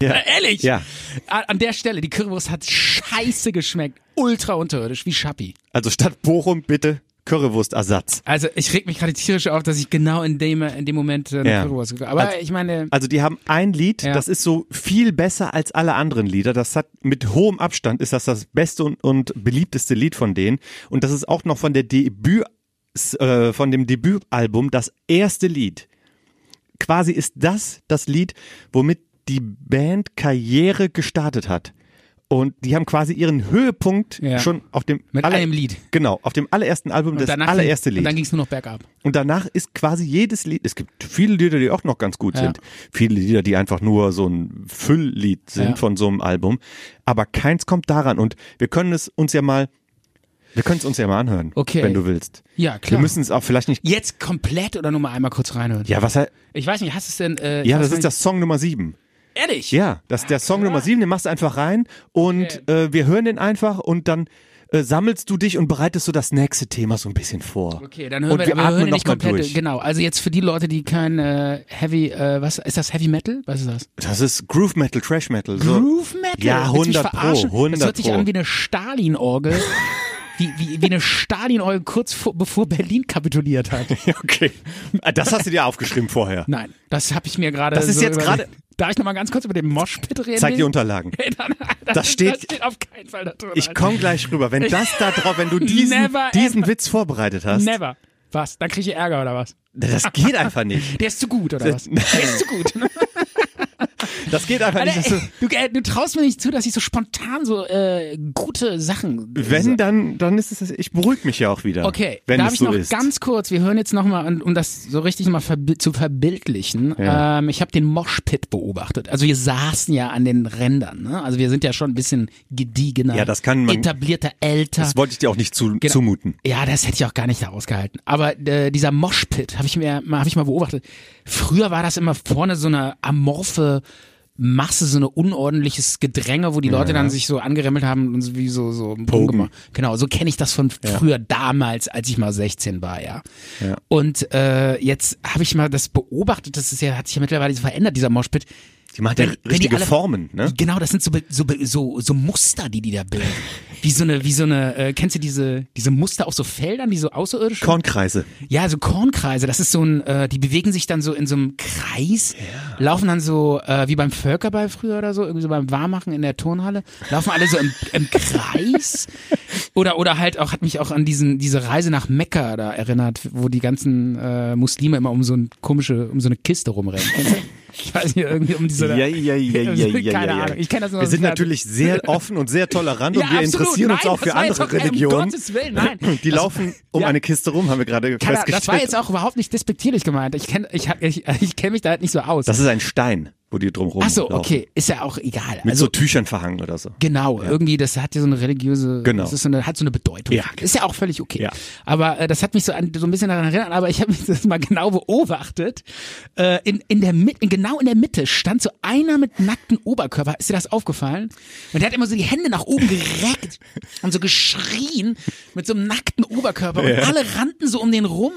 [SPEAKER 4] ja,
[SPEAKER 3] Äh, Ehrlich?
[SPEAKER 4] Ja,
[SPEAKER 3] A- An der Stelle, die Currywurst hat scheiße geschmeckt. Ultra unterirdisch, wie Schappi.
[SPEAKER 4] also statt Bochum bitte Currywurstersatz.
[SPEAKER 3] Also ich reg mich gerade tierisch auf, dass ich genau in dem, in dem Moment äh, eine
[SPEAKER 4] Ja.
[SPEAKER 3] Currywurst gekauft habe. Aber ich meine,
[SPEAKER 4] Also die haben ein Lied,
[SPEAKER 3] Ja.
[SPEAKER 4] das ist so viel besser als alle anderen Lieder. Das hat mit hohem Abstand ist das das beste und, und beliebteste Lied von denen. Und das ist auch noch von der Debüt s- äh, von dem Debütalbum das erste Lied. Quasi ist das das Lied, womit die Band Karriere gestartet hat. Und die haben quasi ihren Höhepunkt
[SPEAKER 3] Ja.
[SPEAKER 4] schon auf dem
[SPEAKER 3] Mit einem Lied.
[SPEAKER 4] Genau, auf dem allerersten Album, das
[SPEAKER 3] danach
[SPEAKER 4] allererste
[SPEAKER 3] ging,
[SPEAKER 4] Lied.
[SPEAKER 3] Und dann ging es nur noch bergab.
[SPEAKER 4] Und danach ist quasi jedes Lied, es gibt viele Lieder, die auch noch ganz gut
[SPEAKER 3] Ja.
[SPEAKER 4] sind. Viele Lieder, die einfach nur so ein Fülllied sind
[SPEAKER 3] Ja.
[SPEAKER 4] von so einem Album. Aber keins kommt daran. Und wir können es uns ja mal, wir können es uns ja mal anhören,
[SPEAKER 3] Okay.
[SPEAKER 4] wenn du willst.
[SPEAKER 3] Ja, klar.
[SPEAKER 4] Wir müssen es auch vielleicht nicht,
[SPEAKER 3] Jetzt komplett oder nur mal einmal kurz reinhören?
[SPEAKER 4] ja, was, he-
[SPEAKER 3] Ich weiß nicht, hast du es denn? Äh,
[SPEAKER 4] ja,
[SPEAKER 3] ich weiß
[SPEAKER 4] das
[SPEAKER 3] gar
[SPEAKER 4] ist das Song Nummer sieben.
[SPEAKER 3] nicht- Ehrlich?
[SPEAKER 4] Ja, das ist der Song Nummer sieben, den machst du einfach rein und äh, wir hören den einfach und dann äh, sammelst du dich und bereitest du das nächste Thema so ein bisschen vor.
[SPEAKER 3] Okay, dann hören
[SPEAKER 4] und
[SPEAKER 3] wir,
[SPEAKER 4] wir,
[SPEAKER 3] aber wir
[SPEAKER 4] atmen
[SPEAKER 3] hören den
[SPEAKER 4] noch
[SPEAKER 3] nicht
[SPEAKER 4] mal
[SPEAKER 3] komplett.
[SPEAKER 4] durch.
[SPEAKER 3] Genau, also jetzt für die Leute, die kein äh, Heavy, äh, was ist das Heavy Metal? Was ist das?
[SPEAKER 4] Das ist Groove Metal, Trash Metal. So.
[SPEAKER 3] Groove Metal.
[SPEAKER 4] Ja,
[SPEAKER 3] Willst du mich
[SPEAKER 4] 100 Pro,
[SPEAKER 3] verarschen? Das
[SPEAKER 4] 100
[SPEAKER 3] hört sich
[SPEAKER 4] Pro.
[SPEAKER 3] an wie eine Stalin-Orgel. Wie, wie, wie eine Stalin-Orgel kurz vor, bevor Berlin kapituliert hat.
[SPEAKER 4] Okay. Das hast du dir aufgeschrieben vorher.
[SPEAKER 3] Nein, das habe ich mir gerade.
[SPEAKER 4] Das ist
[SPEAKER 3] so
[SPEAKER 4] jetzt
[SPEAKER 3] überlegt.
[SPEAKER 4] gerade-
[SPEAKER 3] Darf ich noch mal ganz kurz über den Moshpit reden?
[SPEAKER 4] Zeig die Unterlagen.
[SPEAKER 3] das,
[SPEAKER 4] Das steht-
[SPEAKER 3] das steht auf keinen Fall da drin.
[SPEAKER 4] Ich komme gleich rüber. Wenn das da drauf, wenn du diesen,
[SPEAKER 3] Never
[SPEAKER 4] diesen Witz vorbereitet hast,
[SPEAKER 3] Never. Was? Dann kriege ich Ärger oder was?
[SPEAKER 4] das geht einfach nicht.
[SPEAKER 3] Der ist zu gut oder was?
[SPEAKER 4] Das-
[SPEAKER 3] Der ist zu gut.
[SPEAKER 4] Das geht einfach nicht.
[SPEAKER 3] Alter,
[SPEAKER 4] Dass du,
[SPEAKER 3] ey, du, äh, du traust mir nicht zu, dass ich so spontan so äh, gute Sachen.
[SPEAKER 4] wenn, dann, dann ist es, ich beruhige mich ja auch wieder.
[SPEAKER 3] Okay,
[SPEAKER 4] wenn
[SPEAKER 3] darf
[SPEAKER 4] es
[SPEAKER 3] ich
[SPEAKER 4] so
[SPEAKER 3] noch
[SPEAKER 4] ist.
[SPEAKER 3] ganz kurz, wir hören jetzt nochmal, um das so richtig mal verbi zu verbildlichen,
[SPEAKER 4] Ja.
[SPEAKER 3] ähm, ich habe den Moshpit beobachtet. Also wir saßen ja an den Rändern, ne? also wir sind ja schon ein bisschen gediegener,
[SPEAKER 4] Ja, das kann man-
[SPEAKER 3] etablierter, älter.
[SPEAKER 4] das wollte ich dir auch nicht zu,
[SPEAKER 3] Genau.
[SPEAKER 4] zumuten.
[SPEAKER 3] Ja, das hätte ich auch gar nicht ausgehalten. Aber äh, dieser Moshpit habe ich mir mal habe ich mal beobachtet. Früher war das immer vorne so eine amorphe Masse, so eine unordentliches Gedränge, wo die Leute dann sich so angeremmelt haben und so wie so so einen Punkt gemacht. Genau, so kenne ich das von früher damals, als ich mal 16 war, ja. Und äh, jetzt habe ich mal das beobachtet, das ist ja hat sich ja mittlerweile verändert dieser Moshpit.
[SPEAKER 4] Die macht ja
[SPEAKER 3] Wenn- wenn die
[SPEAKER 4] richtige
[SPEAKER 3] alle-
[SPEAKER 4] Formen, ne?
[SPEAKER 3] Genau, das sind so, be- so, be- so, so Muster, die die da bilden. Wie so eine, wie so eine, äh, kennst du diese, diese Muster auf so Feldern, die so außerirdisch
[SPEAKER 4] Kornkreise.
[SPEAKER 3] Ja, so Kornkreise, das ist so ein, äh, die bewegen sich dann so in so einem Kreis, laufen dann so, äh, wie beim Völkerball früher oder so, irgendwie so beim Warmmachen in der Turnhalle, laufen alle so im, im Kreis. Oder, oder halt auch, hat mich auch an diesen, diese Reise nach Mekka da erinnert, wo die ganzen äh, Muslime immer um so ein komische, um so eine Kiste rumrennen. Kennst du? Ich weiß nicht, irgendwie um diese.
[SPEAKER 4] Ja, ja, ja, ja, ja, ja,
[SPEAKER 3] Keine
[SPEAKER 4] ja.
[SPEAKER 3] Ahnung. Ich kenn das nur
[SPEAKER 4] wir
[SPEAKER 3] aus
[SPEAKER 4] sind
[SPEAKER 3] dem
[SPEAKER 4] natürlich sehr offen und sehr tolerant und wir interessieren uns
[SPEAKER 3] Nein,
[SPEAKER 4] auch für
[SPEAKER 3] das war jetzt
[SPEAKER 4] andere
[SPEAKER 3] auch- Um
[SPEAKER 4] Religionen.
[SPEAKER 3] Gottes Willen, nein.
[SPEAKER 4] Die
[SPEAKER 3] Das-
[SPEAKER 4] laufen um
[SPEAKER 3] Ja.
[SPEAKER 4] eine Kiste rum, haben wir gerade
[SPEAKER 3] Keine Ahnung,
[SPEAKER 4] festgestellt.
[SPEAKER 3] das war jetzt auch überhaupt nicht despektierlich gemeint. Ich kenne ich, ich, ich kenn mich da halt nicht so aus.
[SPEAKER 4] Das ist ein Stein, wo die drum rum
[SPEAKER 3] Ach so, okay, ist ja auch egal.
[SPEAKER 4] Mit
[SPEAKER 3] also
[SPEAKER 4] so Tüchern verhangen oder so.
[SPEAKER 3] genau, irgendwie das hat ja so eine religiöse,
[SPEAKER 4] Genau.
[SPEAKER 3] das ist so eine, hat so eine Bedeutung.
[SPEAKER 4] Ja, genau.
[SPEAKER 3] Ist ja auch völlig okay.
[SPEAKER 4] Ja.
[SPEAKER 3] Aber äh, das hat mich so an, so ein bisschen daran erinnert. Aber ich habe mich das mal genau beobachtet. Äh, in, in der Mitte, genau in der Mitte stand so einer mit nacktem Oberkörper. Ist dir das aufgefallen? Und der hat immer so die Hände nach oben gereckt und so geschrien mit so einem nackten Oberkörper. Und alle rannten so um den rum.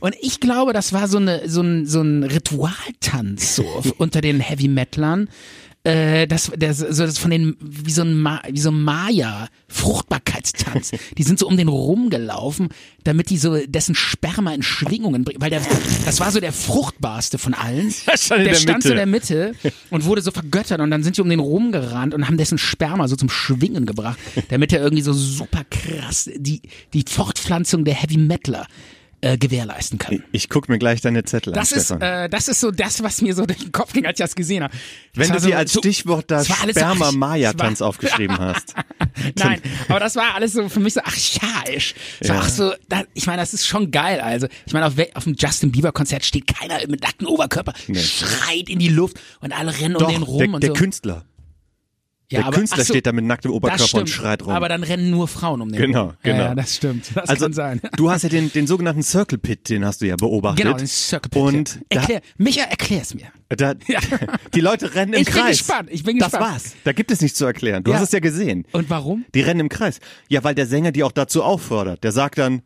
[SPEAKER 3] Und ich glaube, das war so eine so ein so ein Ritualtanz so auf- unter den Heavy Metlern. äh, das, der, so das von den, wie so ein, Ma, wie so ein Maya, Fruchtbarkeitstanz. die sind so um den rumgelaufen, damit die so dessen Sperma in Schwingungen bringen, weil der, das war so der fruchtbarste von allen.
[SPEAKER 4] Der stand in der
[SPEAKER 3] stand so
[SPEAKER 4] Mitte.
[SPEAKER 3] in der Mitte und wurde so vergöttert und dann sind die um den rumgerannt und haben dessen Sperma so zum Schwingen gebracht, damit er irgendwie so super krass die, die Fortpflanzung der Heavy Metaler äh, gewährleisten kann.
[SPEAKER 4] Ich guck mir gleich deine Zettel
[SPEAKER 3] Das
[SPEAKER 4] an,
[SPEAKER 3] ist,
[SPEAKER 4] Stefan.
[SPEAKER 3] äh, das ist so das, was mir so durch den Kopf ging, als ich das gesehen habe.
[SPEAKER 4] Wenn du
[SPEAKER 3] Das war
[SPEAKER 4] dir
[SPEAKER 3] so-
[SPEAKER 4] als
[SPEAKER 3] so-
[SPEAKER 4] Stichwort das
[SPEAKER 3] es war alles so- ach,
[SPEAKER 4] Sperma-Maya-Tanz
[SPEAKER 3] es war-
[SPEAKER 4] aufgeschrieben hast.
[SPEAKER 3] Nein, aber das war alles so für mich so archaisch. Es war
[SPEAKER 4] Ja.
[SPEAKER 3] auch so, da, ich meine, das ist schon geil. Also, ich meine, auf, wel- auf dem Justin Bieber Konzert steht keiner mit nacktem Oberkörper, schreit in die Luft und alle rennen
[SPEAKER 4] Doch,
[SPEAKER 3] um den rum
[SPEAKER 4] der,
[SPEAKER 3] und
[SPEAKER 4] der
[SPEAKER 3] so.
[SPEAKER 4] Künstler.
[SPEAKER 3] ja,
[SPEAKER 4] der Künstler
[SPEAKER 3] ach so,
[SPEAKER 4] steht da mit nacktem
[SPEAKER 3] das
[SPEAKER 4] Oberkörper und
[SPEAKER 3] stimmt.
[SPEAKER 4] schreit rum.
[SPEAKER 3] Aber dann rennen nur Frauen um den
[SPEAKER 4] Genau,
[SPEAKER 3] rum.
[SPEAKER 4] genau.
[SPEAKER 3] Ja, ja, das stimmt. Das
[SPEAKER 4] also,
[SPEAKER 3] kann sein.
[SPEAKER 4] du hast ja den, den sogenannten Circle Pit, den hast du ja beobachtet.
[SPEAKER 3] Genau, den Circle Pit.
[SPEAKER 4] Und
[SPEAKER 3] ja.
[SPEAKER 4] da,
[SPEAKER 3] erklär, Micha, erklär's mir.
[SPEAKER 4] da, die Leute rennen im
[SPEAKER 3] Ich bin
[SPEAKER 4] Kreis.
[SPEAKER 3] gespannt, ich bin
[SPEAKER 4] Das
[SPEAKER 3] gespannt.
[SPEAKER 4] war's. Da gibt es nichts zu erklären. Du
[SPEAKER 3] Ja.
[SPEAKER 4] hast es ja gesehen.
[SPEAKER 3] Und warum?
[SPEAKER 4] Die rennen im Kreis. Ja, weil der Sänger die auch dazu auffordert. Der sagt dann,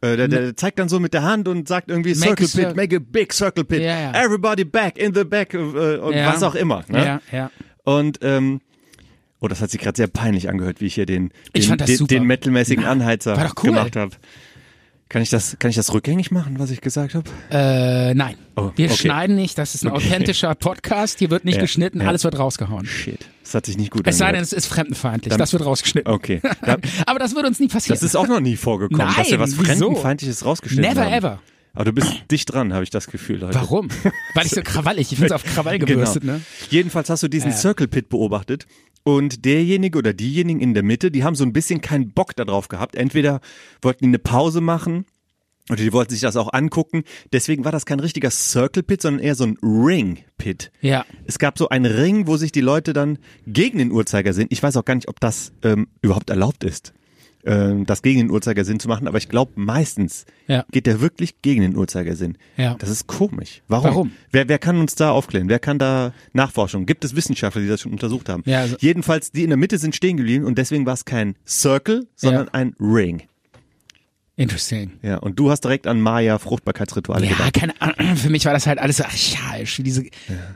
[SPEAKER 4] äh, der, der zeigt dann so mit der Hand und sagt irgendwie
[SPEAKER 3] Make a
[SPEAKER 4] Circle
[SPEAKER 3] cir-
[SPEAKER 4] Pit, make a big Circle Pit,
[SPEAKER 3] Ja, ja.
[SPEAKER 4] everybody back in the back äh, und
[SPEAKER 3] Ja.
[SPEAKER 4] was auch immer. Ne?
[SPEAKER 3] Ja, ja.
[SPEAKER 4] Und ähm, oh, das hat sich gerade sehr peinlich angehört, wie ich hier den
[SPEAKER 3] Ich
[SPEAKER 4] den,
[SPEAKER 3] fand das
[SPEAKER 4] den,
[SPEAKER 3] super.
[SPEAKER 4] den metalmäßigen Anheizer
[SPEAKER 3] war doch cool.
[SPEAKER 4] gemacht habe. Kann ich das kann ich das rückgängig machen, was ich gesagt habe?
[SPEAKER 3] Äh, nein.
[SPEAKER 4] Oh,
[SPEAKER 3] Wir
[SPEAKER 4] okay.
[SPEAKER 3] schneiden nicht, das ist ein authentischer Podcast, hier wird nicht
[SPEAKER 4] Ja,
[SPEAKER 3] geschnitten,
[SPEAKER 4] ja.
[SPEAKER 3] alles wird rausgehauen.
[SPEAKER 4] Shit, das hat sich nicht gut
[SPEAKER 3] Es sei denn,
[SPEAKER 4] angehört.
[SPEAKER 3] es ist fremdenfeindlich, das wird rausgeschnitten.
[SPEAKER 4] Okay, da,
[SPEAKER 3] Aber das würde uns nie passieren.
[SPEAKER 4] das ist auch noch nie vorgekommen, dass wir
[SPEAKER 3] Nein,
[SPEAKER 4] was
[SPEAKER 3] wieso?
[SPEAKER 4] fremdenfeindliches rausgeschnitten
[SPEAKER 3] Never
[SPEAKER 4] haben.
[SPEAKER 3] ever.
[SPEAKER 4] Aber du bist dicht dran, habe ich das Gefühl heute.
[SPEAKER 3] Warum? Weil ich so krawallig, ich bin so auf Krawall gebürstet,
[SPEAKER 4] genau.
[SPEAKER 3] ne?
[SPEAKER 4] Jedenfalls hast du diesen Circle Pit beobachtet und derjenige oder diejenigen in der Mitte, die haben so ein bisschen keinen Bock darauf gehabt. Entweder wollten die eine Pause machen oder die wollten sich das auch angucken. Deswegen war das kein richtiger Circle Pit, sondern eher so ein Ring Pit.
[SPEAKER 3] Ja.
[SPEAKER 4] Es gab so einen Ring, wo sich die Leute dann gegen den Uhrzeigersinn, ich weiß auch gar nicht, ob das ähm, überhaupt erlaubt ist, ähm, das gegen den Uhrzeigersinn zu machen, aber ich glaube meistens
[SPEAKER 3] Ja.
[SPEAKER 4] geht der wirklich gegen den Uhrzeigersinn.
[SPEAKER 3] Ja.
[SPEAKER 4] Das ist komisch. Warum?
[SPEAKER 3] Warum?
[SPEAKER 4] Wer, wer kann uns da aufklären? Wer kann da Nachforschung? Gibt es Wissenschaftler, die das schon untersucht haben?
[SPEAKER 3] Ja, also-
[SPEAKER 4] Jedenfalls, die in der Mitte sind stehen geblieben und deswegen war es kein Circle, sondern
[SPEAKER 3] Ja.
[SPEAKER 4] ein Ring.
[SPEAKER 3] Interesting.
[SPEAKER 4] Ja, und du hast direkt an Maya Fruchtbarkeitsrituale
[SPEAKER 3] Ja,
[SPEAKER 4] gedacht.
[SPEAKER 3] keine Ahnung. Für mich war das halt alles so archaisch. wie Diese,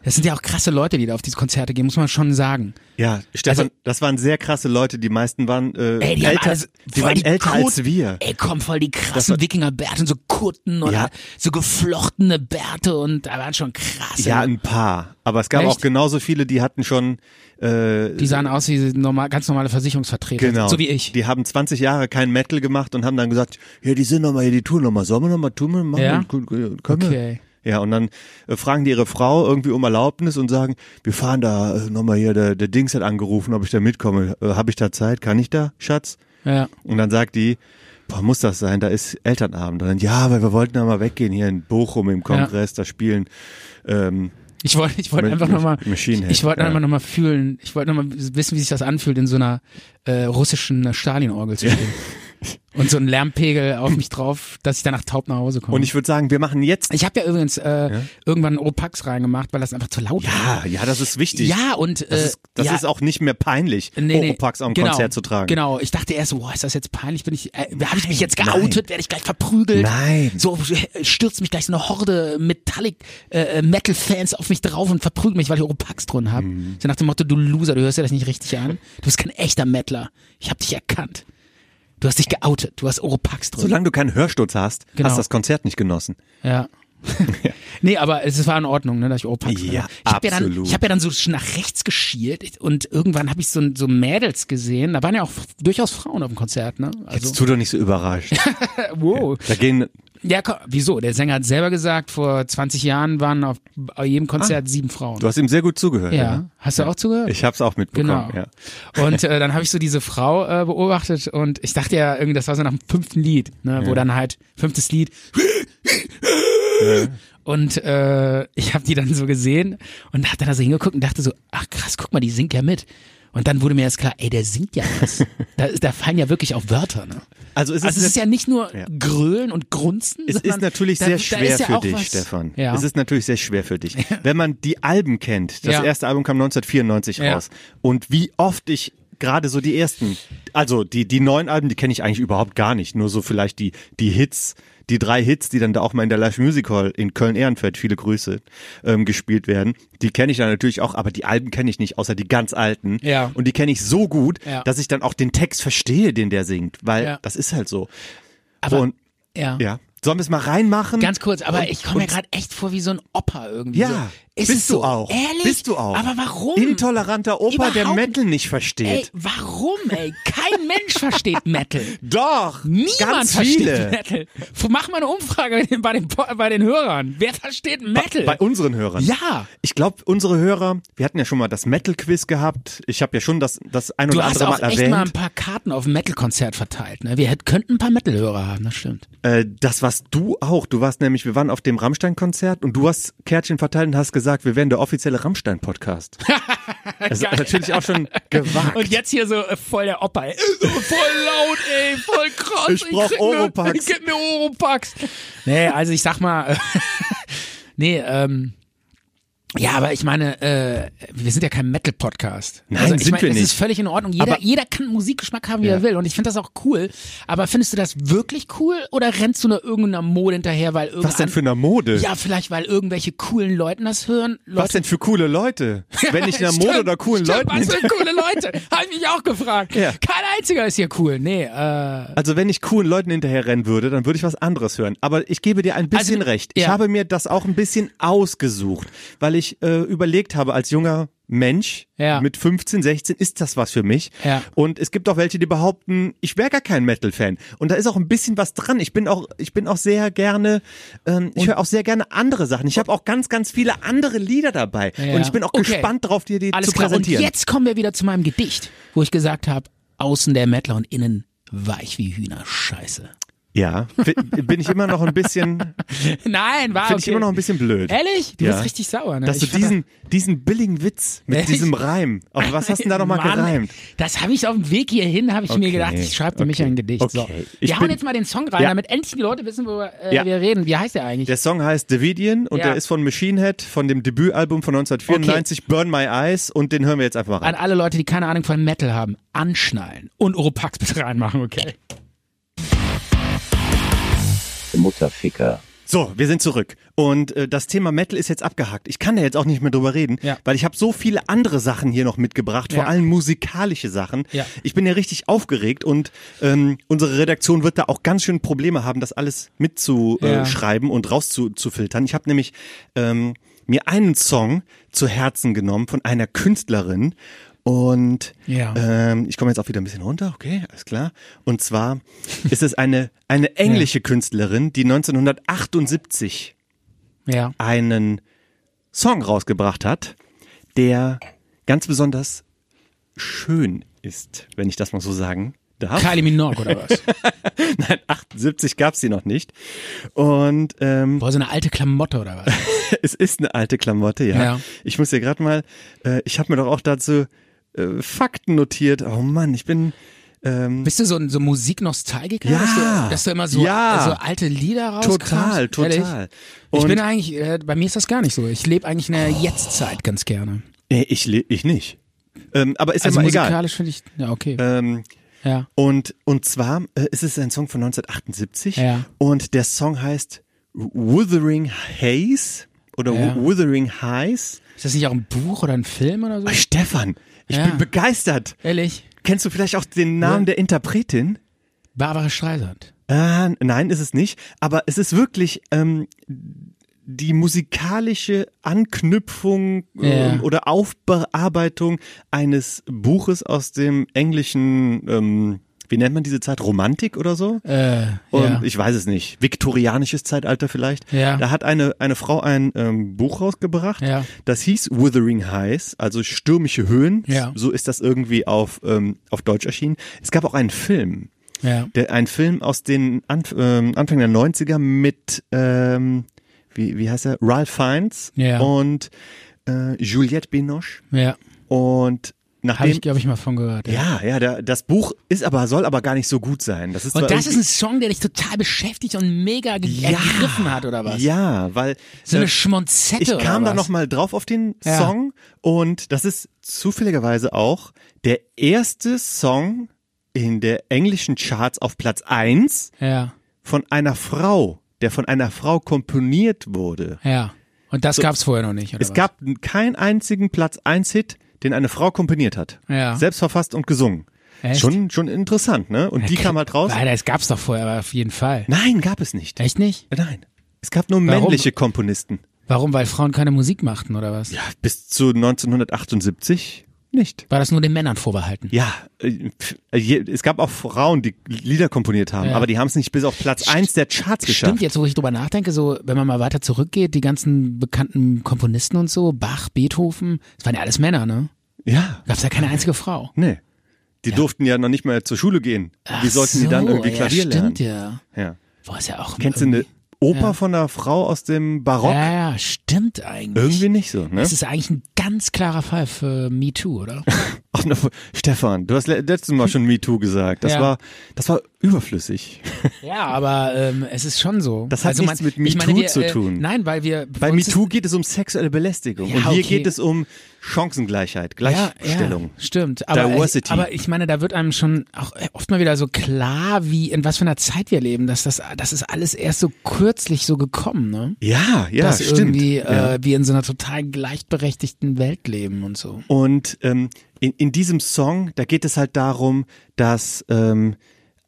[SPEAKER 3] Das sind ja auch krasse Leute, die da auf diese Konzerte gehen, muss man schon sagen.
[SPEAKER 4] Ja, Stefan,
[SPEAKER 3] Also-
[SPEAKER 4] das waren sehr krasse Leute. Die meisten waren äh,
[SPEAKER 3] Ey, die haben
[SPEAKER 4] älter,
[SPEAKER 3] alles,
[SPEAKER 4] die
[SPEAKER 3] voll
[SPEAKER 4] waren
[SPEAKER 3] die
[SPEAKER 4] älter
[SPEAKER 3] Kot-
[SPEAKER 4] als wir.
[SPEAKER 3] Ey, komm, voll die krassen Wikingerbärte und so Kurten oder
[SPEAKER 4] Ja.
[SPEAKER 3] so geflochtene Bärte und da waren schon krasse.
[SPEAKER 4] Ja, ein paar. Aber es gab
[SPEAKER 3] Echt?
[SPEAKER 4] auch genauso viele, die hatten schon äh,
[SPEAKER 3] die sahen aus wie normal, ganz normale Versicherungsvertreter,
[SPEAKER 4] genau,
[SPEAKER 3] so wie ich.
[SPEAKER 4] Die haben 20 Jahre kein Metal gemacht und haben dann gesagt, ja, die sind nochmal, die tun nochmal, sollen wir nochmal tun, wir, machen
[SPEAKER 3] Ja?
[SPEAKER 4] wir, Gut, gut, können
[SPEAKER 3] Okay.
[SPEAKER 4] wir. Ja, und dann äh, fragen die ihre Frau irgendwie um Erlaubnis und sagen, wir fahren da äh, nochmal hier, der, der Dings hat angerufen, ob ich da mitkomme. Äh, Habe ich da Zeit? Kann ich da, Schatz?
[SPEAKER 3] Ja.
[SPEAKER 4] Und dann sagt die, boah, muss das sein, da ist Elternabend. Und dann, ja, weil wir wollten da mal weggehen hier in Bochum im Kongress, da spielen. Ähm,
[SPEAKER 3] Ich wollte, ich wollte
[SPEAKER 4] Ma-
[SPEAKER 3] einfach
[SPEAKER 4] Ma-
[SPEAKER 3] nochmal, ich,
[SPEAKER 4] Machine Head,
[SPEAKER 3] ich wollte
[SPEAKER 4] ja.
[SPEAKER 3] einfach nochmal fühlen, ich wollte nochmal wissen, wie sich das anfühlt, in so einer äh, russischen Stalinorgel zu spielen. Und so ein Lärmpegel auf mich drauf, dass ich danach taub nach Hause komme.
[SPEAKER 4] und ich würde sagen, wir machen jetzt.
[SPEAKER 3] ich habe ja übrigens äh, irgendwann Opax reingemacht, weil das einfach zu laut war.
[SPEAKER 4] Ja, ja, das ist wichtig.
[SPEAKER 3] Ja, und äh,
[SPEAKER 4] Das, ist, das
[SPEAKER 3] ja,
[SPEAKER 4] ist auch nicht mehr peinlich,
[SPEAKER 3] Nee, nee.
[SPEAKER 4] Oropax am
[SPEAKER 3] genau,
[SPEAKER 4] Konzert zu tragen.
[SPEAKER 3] Genau, ich dachte erst, boah, ist das jetzt peinlich? Bin ich, äh, habe ich mich jetzt
[SPEAKER 4] nein.
[SPEAKER 3] geoutet? Werde ich gleich verprügelt?
[SPEAKER 4] Nein.
[SPEAKER 3] So äh, stürzt mich gleich so eine Horde Metallic äh, Metal Fans auf mich drauf und verprügelt mich, weil ich Oropax drin habe.
[SPEAKER 4] Mhm.
[SPEAKER 3] So nach dem Motto, du Loser, du hörst dir das nicht richtig an. Du bist kein echter Mettler. Ich habe dich erkannt. Du hast dich geoutet. Du hast Oropax drin.
[SPEAKER 4] Solange du keinen Hörsturz hast,
[SPEAKER 3] Genau.
[SPEAKER 4] hast du das Konzert nicht genossen.
[SPEAKER 3] Ja. nee, aber es war in Ordnung, ne, dass ich Oropax
[SPEAKER 4] Ja,
[SPEAKER 3] hatte. ich hab Ja dann,
[SPEAKER 4] absolut.
[SPEAKER 3] ich habe ja dann so nach rechts geschielt und irgendwann habe ich so, so Mädels gesehen. Da waren ja auch durchaus Frauen auf dem Konzert, ne? Also, Oh.
[SPEAKER 4] Jetzt tu doch nicht so überrascht.
[SPEAKER 3] wow.
[SPEAKER 4] Da gehen,
[SPEAKER 3] Ja, komm, wieso? Der Sänger hat selber gesagt, vor 20 Jahren waren auf bei jedem Konzert sieben Frauen.
[SPEAKER 4] Ah. du hast ihm sehr gut zugehört.
[SPEAKER 3] ja.
[SPEAKER 4] Ja.
[SPEAKER 3] Hast du auch zugehört?
[SPEAKER 4] Ich hab's auch mitbekommen.
[SPEAKER 3] Genau.
[SPEAKER 4] Ja.
[SPEAKER 3] Und äh, dann habe ich so diese Frau äh, beobachtet und ich dachte ja, irgendwie, das war so nach dem fünften Lied, ne, wo dann halt fünftes Lied. Und äh, ich habe die dann so gesehen und habe dann da so hingeguckt und dachte so, ach krass, guck mal, die singt ja mit. Und dann wurde mir erst klar, ey, der singt ja was. da, ist- da fallen ja wirklich auch Wörter. Ne?
[SPEAKER 4] Also es ist,
[SPEAKER 3] Also es ist ja nicht nur
[SPEAKER 4] Ja.
[SPEAKER 3] Grölen und Grunzen.
[SPEAKER 4] es ist
[SPEAKER 3] sondern
[SPEAKER 4] natürlich
[SPEAKER 3] da,
[SPEAKER 4] sehr
[SPEAKER 3] da
[SPEAKER 4] schwer
[SPEAKER 3] ist ja
[SPEAKER 4] für
[SPEAKER 3] auch
[SPEAKER 4] dich,
[SPEAKER 3] was,
[SPEAKER 4] Stefan.
[SPEAKER 3] Ja.
[SPEAKER 4] Es ist natürlich sehr schwer für dich. Wenn man die Alben kennt, das
[SPEAKER 3] Ja.
[SPEAKER 4] erste Album kam 1994
[SPEAKER 3] Ja.
[SPEAKER 4] raus. Und wie oft ich gerade so die ersten. Also die, die neuen Alben, die kenne ich eigentlich überhaupt gar nicht. Nur so vielleicht die, die Hits, die drei Hits, die dann da auch mal in der Live Music Hall in Köln-Ehrenfeld, viele Grüße, ähm, gespielt werden. Die kenne ich dann natürlich auch, aber die Alben kenne ich nicht, außer die ganz alten.
[SPEAKER 3] Ja.
[SPEAKER 4] Und die kenne ich so gut,
[SPEAKER 3] Ja.
[SPEAKER 4] dass ich dann auch den Text verstehe, den der singt. Weil
[SPEAKER 3] Ja.
[SPEAKER 4] das ist halt so.
[SPEAKER 3] Aber-
[SPEAKER 4] Und,
[SPEAKER 3] Ja.
[SPEAKER 4] ja. Sollen wir es mal reinmachen?
[SPEAKER 3] Ganz kurz, aber
[SPEAKER 4] Mhm. Und-
[SPEAKER 3] ich komme mir
[SPEAKER 4] und-
[SPEAKER 3] gerade echt vor wie so ein Opa irgendwie. so.
[SPEAKER 4] Ja,
[SPEAKER 3] ist es
[SPEAKER 4] bist
[SPEAKER 3] so?
[SPEAKER 4] du auch.
[SPEAKER 3] Ehrlich?
[SPEAKER 4] Bist du auch.
[SPEAKER 3] Aber warum?
[SPEAKER 4] Intoleranter Opa, der
[SPEAKER 3] Überhaupt-
[SPEAKER 4] Metal nicht
[SPEAKER 3] Ey,
[SPEAKER 4] versteht.
[SPEAKER 3] warum, ey? Kein Mensch versteht Metal.
[SPEAKER 4] Doch,
[SPEAKER 3] Niemand
[SPEAKER 4] ganz
[SPEAKER 3] versteht
[SPEAKER 4] viele.
[SPEAKER 3] Metal. Mach mal eine Umfrage bei den, bei den, Po- bei den Hörern. Wer versteht Metal?
[SPEAKER 4] Bei unseren Hörern.
[SPEAKER 3] ja.
[SPEAKER 4] Ich glaube, unsere Hörer, wir hatten ja schon mal das Metal-Quiz gehabt. Ich habe ja schon das, das ein
[SPEAKER 3] Du
[SPEAKER 4] oder
[SPEAKER 3] hast
[SPEAKER 4] andere
[SPEAKER 3] auch
[SPEAKER 4] Mal
[SPEAKER 3] echt mal ein
[SPEAKER 4] erwähnt.
[SPEAKER 3] paar Karten auf ein Metal-Konzert verteilt. Ne? Wir hätt- könnten ein paar Metal-Hörer haben, das stimmt.
[SPEAKER 4] Äh, das warst du auch. Du warst nämlich, wir waren auf dem Rammstein-Konzert und du hast Kärtchen verteilt und hast gesagt, wir wären der offizielle Rammstein-Podcast. das ist
[SPEAKER 3] Geil.
[SPEAKER 4] natürlich auch schon gewagt.
[SPEAKER 3] Und jetzt hier so äh, voll der Opa. Ey. Äh, Voll laut, ey, voll krass.
[SPEAKER 4] Ich brauch
[SPEAKER 3] krieg ne-
[SPEAKER 4] Oropax.
[SPEAKER 3] Ich geb mir Oropax. Nee, also ich sag mal, äh, nee, ähm, ja, aber ich meine, äh, wir sind ja kein Metal-Podcast.
[SPEAKER 4] Nein,
[SPEAKER 3] also ich
[SPEAKER 4] sind
[SPEAKER 3] meine,
[SPEAKER 4] wir
[SPEAKER 3] es ist
[SPEAKER 4] nicht.
[SPEAKER 3] völlig in Ordnung. Jeder,
[SPEAKER 4] Aber-
[SPEAKER 3] jeder kann Musikgeschmack haben, wie er
[SPEAKER 4] Ja.
[SPEAKER 3] will. Und ich finde das auch cool. Aber findest du das wirklich cool oder rennst du nur irgendeiner Mode hinterher, weil irgendein
[SPEAKER 4] Was denn für eine Mode?
[SPEAKER 3] ja, vielleicht, weil irgendwelche coolen Leuten das hören.
[SPEAKER 4] Was denn für coole Leute? Wenn ich einer Mode oder coolen
[SPEAKER 3] stimmt,
[SPEAKER 4] Leuten
[SPEAKER 3] Was für coole Leute? Habe ich mich auch gefragt.
[SPEAKER 4] Ja.
[SPEAKER 3] Kein einziger ist hier cool. Nee, äh,
[SPEAKER 4] Also wenn ich coolen Leuten hinterher rennen würde, dann würde ich was anderes hören. Aber ich gebe dir ein bisschen
[SPEAKER 3] Also,
[SPEAKER 4] recht. Ich
[SPEAKER 3] ja.
[SPEAKER 4] habe mir das auch ein bisschen ausgesucht, weil ich äh, überlegt habe, als junger Mensch
[SPEAKER 3] Ja.
[SPEAKER 4] mit 15, 16, ist das was für mich?
[SPEAKER 3] Ja.
[SPEAKER 4] Und es gibt auch welche, die behaupten, ich wäre gar kein Metal-Fan. Und da ist auch ein bisschen was dran. Ich bin auch, ich bin auch sehr gerne, ähm, ich höre auch sehr gerne andere Sachen. Ich habe auch ganz, ganz viele andere Lieder dabei.
[SPEAKER 3] Ja.
[SPEAKER 4] Und ich bin auch
[SPEAKER 3] Okay.
[SPEAKER 4] gespannt darauf, dir die
[SPEAKER 3] alles
[SPEAKER 4] zu
[SPEAKER 3] klar. Und
[SPEAKER 4] präsentieren.
[SPEAKER 3] jetzt kommen wir wieder zu meinem Gedicht, wo ich gesagt habe, außen der Mettler und innen weich wie Hühnerscheiße.
[SPEAKER 4] Ja, bin ich immer noch ein bisschen,
[SPEAKER 3] Nein, war
[SPEAKER 4] finde
[SPEAKER 3] Ah, okay.
[SPEAKER 4] ich immer noch ein bisschen blöd.
[SPEAKER 3] Ehrlich? Du
[SPEAKER 4] Ja.
[SPEAKER 3] bist richtig sauer. Ne?
[SPEAKER 4] Dass du
[SPEAKER 3] Ich fand das-
[SPEAKER 4] diesen, diesen billigen Witz mit
[SPEAKER 3] Echt?
[SPEAKER 4] diesem Reim. Auf was hast du denn da nochmal
[SPEAKER 3] Mann,
[SPEAKER 4] gereimt?
[SPEAKER 3] Das habe ich auf dem Weg hierhin, habe ich mir
[SPEAKER 4] Okay,
[SPEAKER 3] gedacht, ich schreibe
[SPEAKER 4] okay,
[SPEAKER 3] nämlich ein Gedicht. So.
[SPEAKER 4] okay. Ich
[SPEAKER 3] Wir hauen
[SPEAKER 4] bin-
[SPEAKER 3] jetzt mal den Song rein,
[SPEAKER 4] Ja.
[SPEAKER 3] damit endlich die Leute wissen, worüber äh,
[SPEAKER 4] Ja.
[SPEAKER 3] wir reden. Wie heißt der eigentlich?
[SPEAKER 4] Der Song heißt Davidian und
[SPEAKER 3] Ja.
[SPEAKER 4] der ist von Machine Head, von dem Debütalbum von 1994, Burn My Eyes und den hören wir jetzt einfach
[SPEAKER 3] an
[SPEAKER 4] rein.
[SPEAKER 3] alle Leute, die keine Ahnung von Metal haben, anschnallen und Oropax bitte reinmachen, okay?
[SPEAKER 5] Mutterficker.
[SPEAKER 4] So, wir sind zurück und äh, das Thema Metal ist jetzt abgehakt. Ich kann da jetzt auch nicht mehr drüber reden,
[SPEAKER 3] Ja.
[SPEAKER 4] weil ich habe so viele andere Sachen hier noch mitgebracht, vor
[SPEAKER 3] Ja.
[SPEAKER 4] allem musikalische Sachen.
[SPEAKER 3] Ja.
[SPEAKER 4] Ich bin ja richtig aufgeregt und ähm, unsere Redaktion wird da auch ganz schön Probleme haben, das alles
[SPEAKER 3] Ja.
[SPEAKER 4] mitzuschreiben. schreiben und rauszufiltern. Ich habe nämlich ähm, mir einen Song zu Herzen genommen von einer Künstlerin und
[SPEAKER 3] Ja.
[SPEAKER 4] ähm, ich komme jetzt auch wieder ein bisschen runter, okay, alles klar. Und zwar ist es eine, eine englische Künstlerin, die 1978
[SPEAKER 3] Ja.
[SPEAKER 4] einen Song rausgebracht hat, der ganz besonders schön ist, wenn ich das mal so sagen darf.
[SPEAKER 3] Kylie Minogue oder was?
[SPEAKER 4] Nein, 78 gab es sie noch nicht. Und ähm,
[SPEAKER 3] Boah, so eine alte Klamotte oder was?
[SPEAKER 4] es ist eine alte Klamotte, ja.
[SPEAKER 3] Ja.
[SPEAKER 4] Ich muss hier gerade mal, äh, ich habe mir doch auch dazu äh, Fakten notiert. Oh Mann, ich bin.
[SPEAKER 3] Bist du so ein so Musiknostalgiker?
[SPEAKER 4] Mhm. Ja.
[SPEAKER 3] Dass du, dass du immer so,
[SPEAKER 4] Ja.
[SPEAKER 3] so alte Lieder rauskramst?
[SPEAKER 4] Total, total.
[SPEAKER 3] Oh, Ehrlich? Ich bin
[SPEAKER 4] Und- Oh.
[SPEAKER 3] eigentlich, äh, bei mir ist das gar nicht so. Ich lebe eigentlich in der Jetztzeit ganz gerne.
[SPEAKER 4] Nee, Äh, ich, le- ich nicht. Ähm, aber ist
[SPEAKER 3] Also
[SPEAKER 4] ja mal egal.
[SPEAKER 3] musikalisch finde ich, ja okay.
[SPEAKER 4] Ähm,
[SPEAKER 3] ja.
[SPEAKER 4] und, und zwar äh, ist es ein Song von 1978
[SPEAKER 3] Ja.
[SPEAKER 4] und der Song heißt Wuthering Haze oder
[SPEAKER 3] Ja.
[SPEAKER 4] Wu- Wuthering Highs.
[SPEAKER 3] Ist das nicht auch ein Buch oder ein Film oder so?
[SPEAKER 4] Oh, Stefan, ich
[SPEAKER 3] Ja.
[SPEAKER 4] bin begeistert.
[SPEAKER 3] Ehrlich?
[SPEAKER 4] Kennst du vielleicht auch den Namen
[SPEAKER 3] Ja.
[SPEAKER 4] der Interpretin?
[SPEAKER 3] Barbara Streisand.
[SPEAKER 4] Ah, nein, ist es nicht. Aber es ist wirklich ähm, die musikalische Anknüpfung
[SPEAKER 3] Ja.
[SPEAKER 4] ähm, oder Aufbearbeitung eines Buches aus dem englischen, ähm, wie nennt man diese Zeit, Romantik oder so?
[SPEAKER 3] Äh,
[SPEAKER 4] Und
[SPEAKER 3] ja.
[SPEAKER 4] Ich weiß es nicht. Viktorianisches Zeitalter vielleicht.
[SPEAKER 3] Ja.
[SPEAKER 4] Da hat eine, eine Frau ein ähm, Buch rausgebracht.
[SPEAKER 3] Ja.
[SPEAKER 4] Das hieß Wuthering Highs, also stürmische Höhen.
[SPEAKER 3] Ja.
[SPEAKER 4] So ist das irgendwie auf, ähm, auf Deutsch erschienen. Es gab auch einen Film.
[SPEAKER 3] ja.
[SPEAKER 4] Der, ein Film aus den Anf ähm, Anfang der 90er mit, ähm, wie, wie heißt er, Ralph Fiennes
[SPEAKER 3] Ja.
[SPEAKER 4] und äh, Juliette Binoche.
[SPEAKER 3] Ja.
[SPEAKER 4] Und
[SPEAKER 3] Habe
[SPEAKER 4] nachdem
[SPEAKER 3] ich, glaube ich, mal von gehört.
[SPEAKER 4] ja, ja, da, das Buch ist aber soll aber gar nicht so gut sein. Das ist zwar
[SPEAKER 3] Und das ist
[SPEAKER 4] irgendwie-
[SPEAKER 3] ein Song, der dich total beschäftigt und mega ge- ergriffen hat, oder was?
[SPEAKER 4] Ja, weil
[SPEAKER 3] So
[SPEAKER 4] äh,
[SPEAKER 3] eine Schmonzette
[SPEAKER 4] ich kam
[SPEAKER 3] oder
[SPEAKER 4] da
[SPEAKER 3] was?
[SPEAKER 4] noch mal drauf auf den
[SPEAKER 3] Ja.
[SPEAKER 4] Song und das ist zufälligerweise auch der erste Song in der englischen Charts auf Platz 1
[SPEAKER 3] Ja,
[SPEAKER 4] von einer Frau, der von einer Frau komponiert wurde.
[SPEAKER 3] ja. Und das gab's vorher noch nicht, oder
[SPEAKER 4] Es
[SPEAKER 3] was?
[SPEAKER 4] gab keinen einzigen Platz 1 Hit, den eine Frau komponiert hat.
[SPEAKER 3] Ja.
[SPEAKER 4] Selbst verfasst und gesungen.
[SPEAKER 3] Echt?
[SPEAKER 4] Schon schon interessant, ne? Und die kam halt raus.
[SPEAKER 3] Leider, es gab's doch vorher, aber auf jeden Fall.
[SPEAKER 4] Nein, gab es nicht.
[SPEAKER 3] Echt nicht?
[SPEAKER 4] Nein. Es gab nur
[SPEAKER 3] Warum?
[SPEAKER 4] männliche Komponisten.
[SPEAKER 3] Warum? Weil Frauen keine Musik machten, oder was?
[SPEAKER 4] Ja, bis zu 1978 nicht.
[SPEAKER 3] War das nur den Männern vorbehalten?
[SPEAKER 4] Ja, äh, pf, äh, je- es gab auch Frauen, die Lieder komponiert haben,
[SPEAKER 3] Ja.
[SPEAKER 4] aber die haben es nicht bis auf Platz 1 der Charts geschafft.
[SPEAKER 3] Stimmt, jetzt wo ich drüber nachdenke, so wenn man mal weiter zurückgeht, die ganzen bekannten Komponisten und so, Bach, Beethoven, das waren ja alles Männer, ne?
[SPEAKER 4] Ja,
[SPEAKER 3] Gab's ja keine einzige Frau.
[SPEAKER 4] nee. Die durften ja noch nicht mal zur Schule gehen. Wie
[SPEAKER 3] Ach
[SPEAKER 4] sollten die
[SPEAKER 3] so,
[SPEAKER 4] dann irgendwie
[SPEAKER 3] ja,
[SPEAKER 4] Klavier lernen?
[SPEAKER 3] Stimmt ja.
[SPEAKER 4] Ja.
[SPEAKER 3] Boah, ist ja auch
[SPEAKER 4] Kennst du eine Oper von einer Frau aus dem Barock?
[SPEAKER 3] Ja, ja, stimmt eigentlich.
[SPEAKER 4] Irgendwie nicht so, ne?
[SPEAKER 3] Das ist eigentlich ein ganz klarer Fall für Me Too, oder?
[SPEAKER 4] Ach, na, Stefan, du hast le- letztes Mal schon MeToo gesagt. Das
[SPEAKER 3] Ja.
[SPEAKER 4] war, das war überflüssig.
[SPEAKER 3] ja, aber ähm, es ist schon so. Also
[SPEAKER 4] Das hat nichts mit Me
[SPEAKER 3] ich meine,
[SPEAKER 4] Too
[SPEAKER 3] wir,
[SPEAKER 4] zu tun.
[SPEAKER 3] Nein, weil wir
[SPEAKER 4] Bei
[SPEAKER 3] uns ist-
[SPEAKER 4] MeToo geht es um sexuelle Belästigung.
[SPEAKER 3] Ja,
[SPEAKER 4] und hier
[SPEAKER 3] okay.
[SPEAKER 4] geht es um Chancengleichheit,
[SPEAKER 3] ja,
[SPEAKER 4] Gleichstellung.
[SPEAKER 3] ja, stimmt. Aber,
[SPEAKER 4] Diversity.
[SPEAKER 3] aber ich meine, da wird einem schon auch äh, oft mal wieder so klar, wie in was für einer Zeit wir leben, dass das, das ist alles erst so kürzlich so gekommen, ne?
[SPEAKER 4] Ja, ja,
[SPEAKER 3] Dass
[SPEAKER 4] stimmt.
[SPEAKER 3] irgendwie
[SPEAKER 4] ja.
[SPEAKER 3] äh, wir in so einer total gleichberechtigten Welt leben und so.
[SPEAKER 4] Und ähm, in, in diesem Song, da geht es halt darum, dass ähm,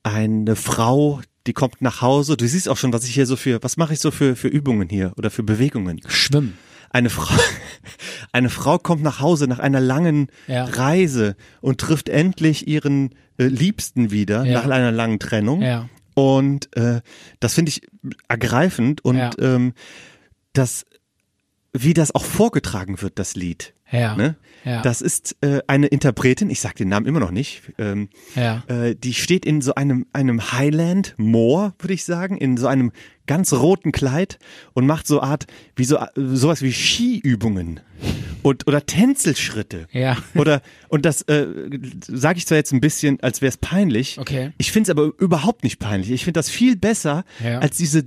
[SPEAKER 4] eine Frau, die kommt nach Hause, du siehst auch schon, was ich hier so für, was mache ich so für, für Übungen hier oder für Bewegungen.
[SPEAKER 3] Schwimmen.
[SPEAKER 4] Eine Frau, eine Frau kommt nach Hause nach einer langen
[SPEAKER 3] Ja.
[SPEAKER 4] Reise und trifft endlich ihren äh, Liebsten wieder
[SPEAKER 3] Ja.
[SPEAKER 4] nach einer langen Trennung.
[SPEAKER 3] Ja.
[SPEAKER 4] Und äh, das finde ich ergreifend und
[SPEAKER 3] Ja.
[SPEAKER 4] ähm, das, wie das auch vorgetragen wird, das Lied.
[SPEAKER 3] Ja.
[SPEAKER 4] Ne?
[SPEAKER 3] Ja.
[SPEAKER 4] Das ist äh, eine Interpretin, ich sag den Namen immer noch nicht, ähm,
[SPEAKER 3] Ja.
[SPEAKER 4] äh, die steht in so einem, einem Highland Moor, würde ich sagen, in so einem ganz roten Kleid und macht so Art, wie so, äh, sowas wie Skiübungen und, oder Tänzelschritte.
[SPEAKER 3] Ja.
[SPEAKER 4] Oder, und das äh, sage ich zwar jetzt ein bisschen, als wäre es peinlich.
[SPEAKER 3] Okay.
[SPEAKER 4] Ich finde es aber überhaupt nicht peinlich. Ich finde das viel besser
[SPEAKER 3] Ja.
[SPEAKER 4] als diese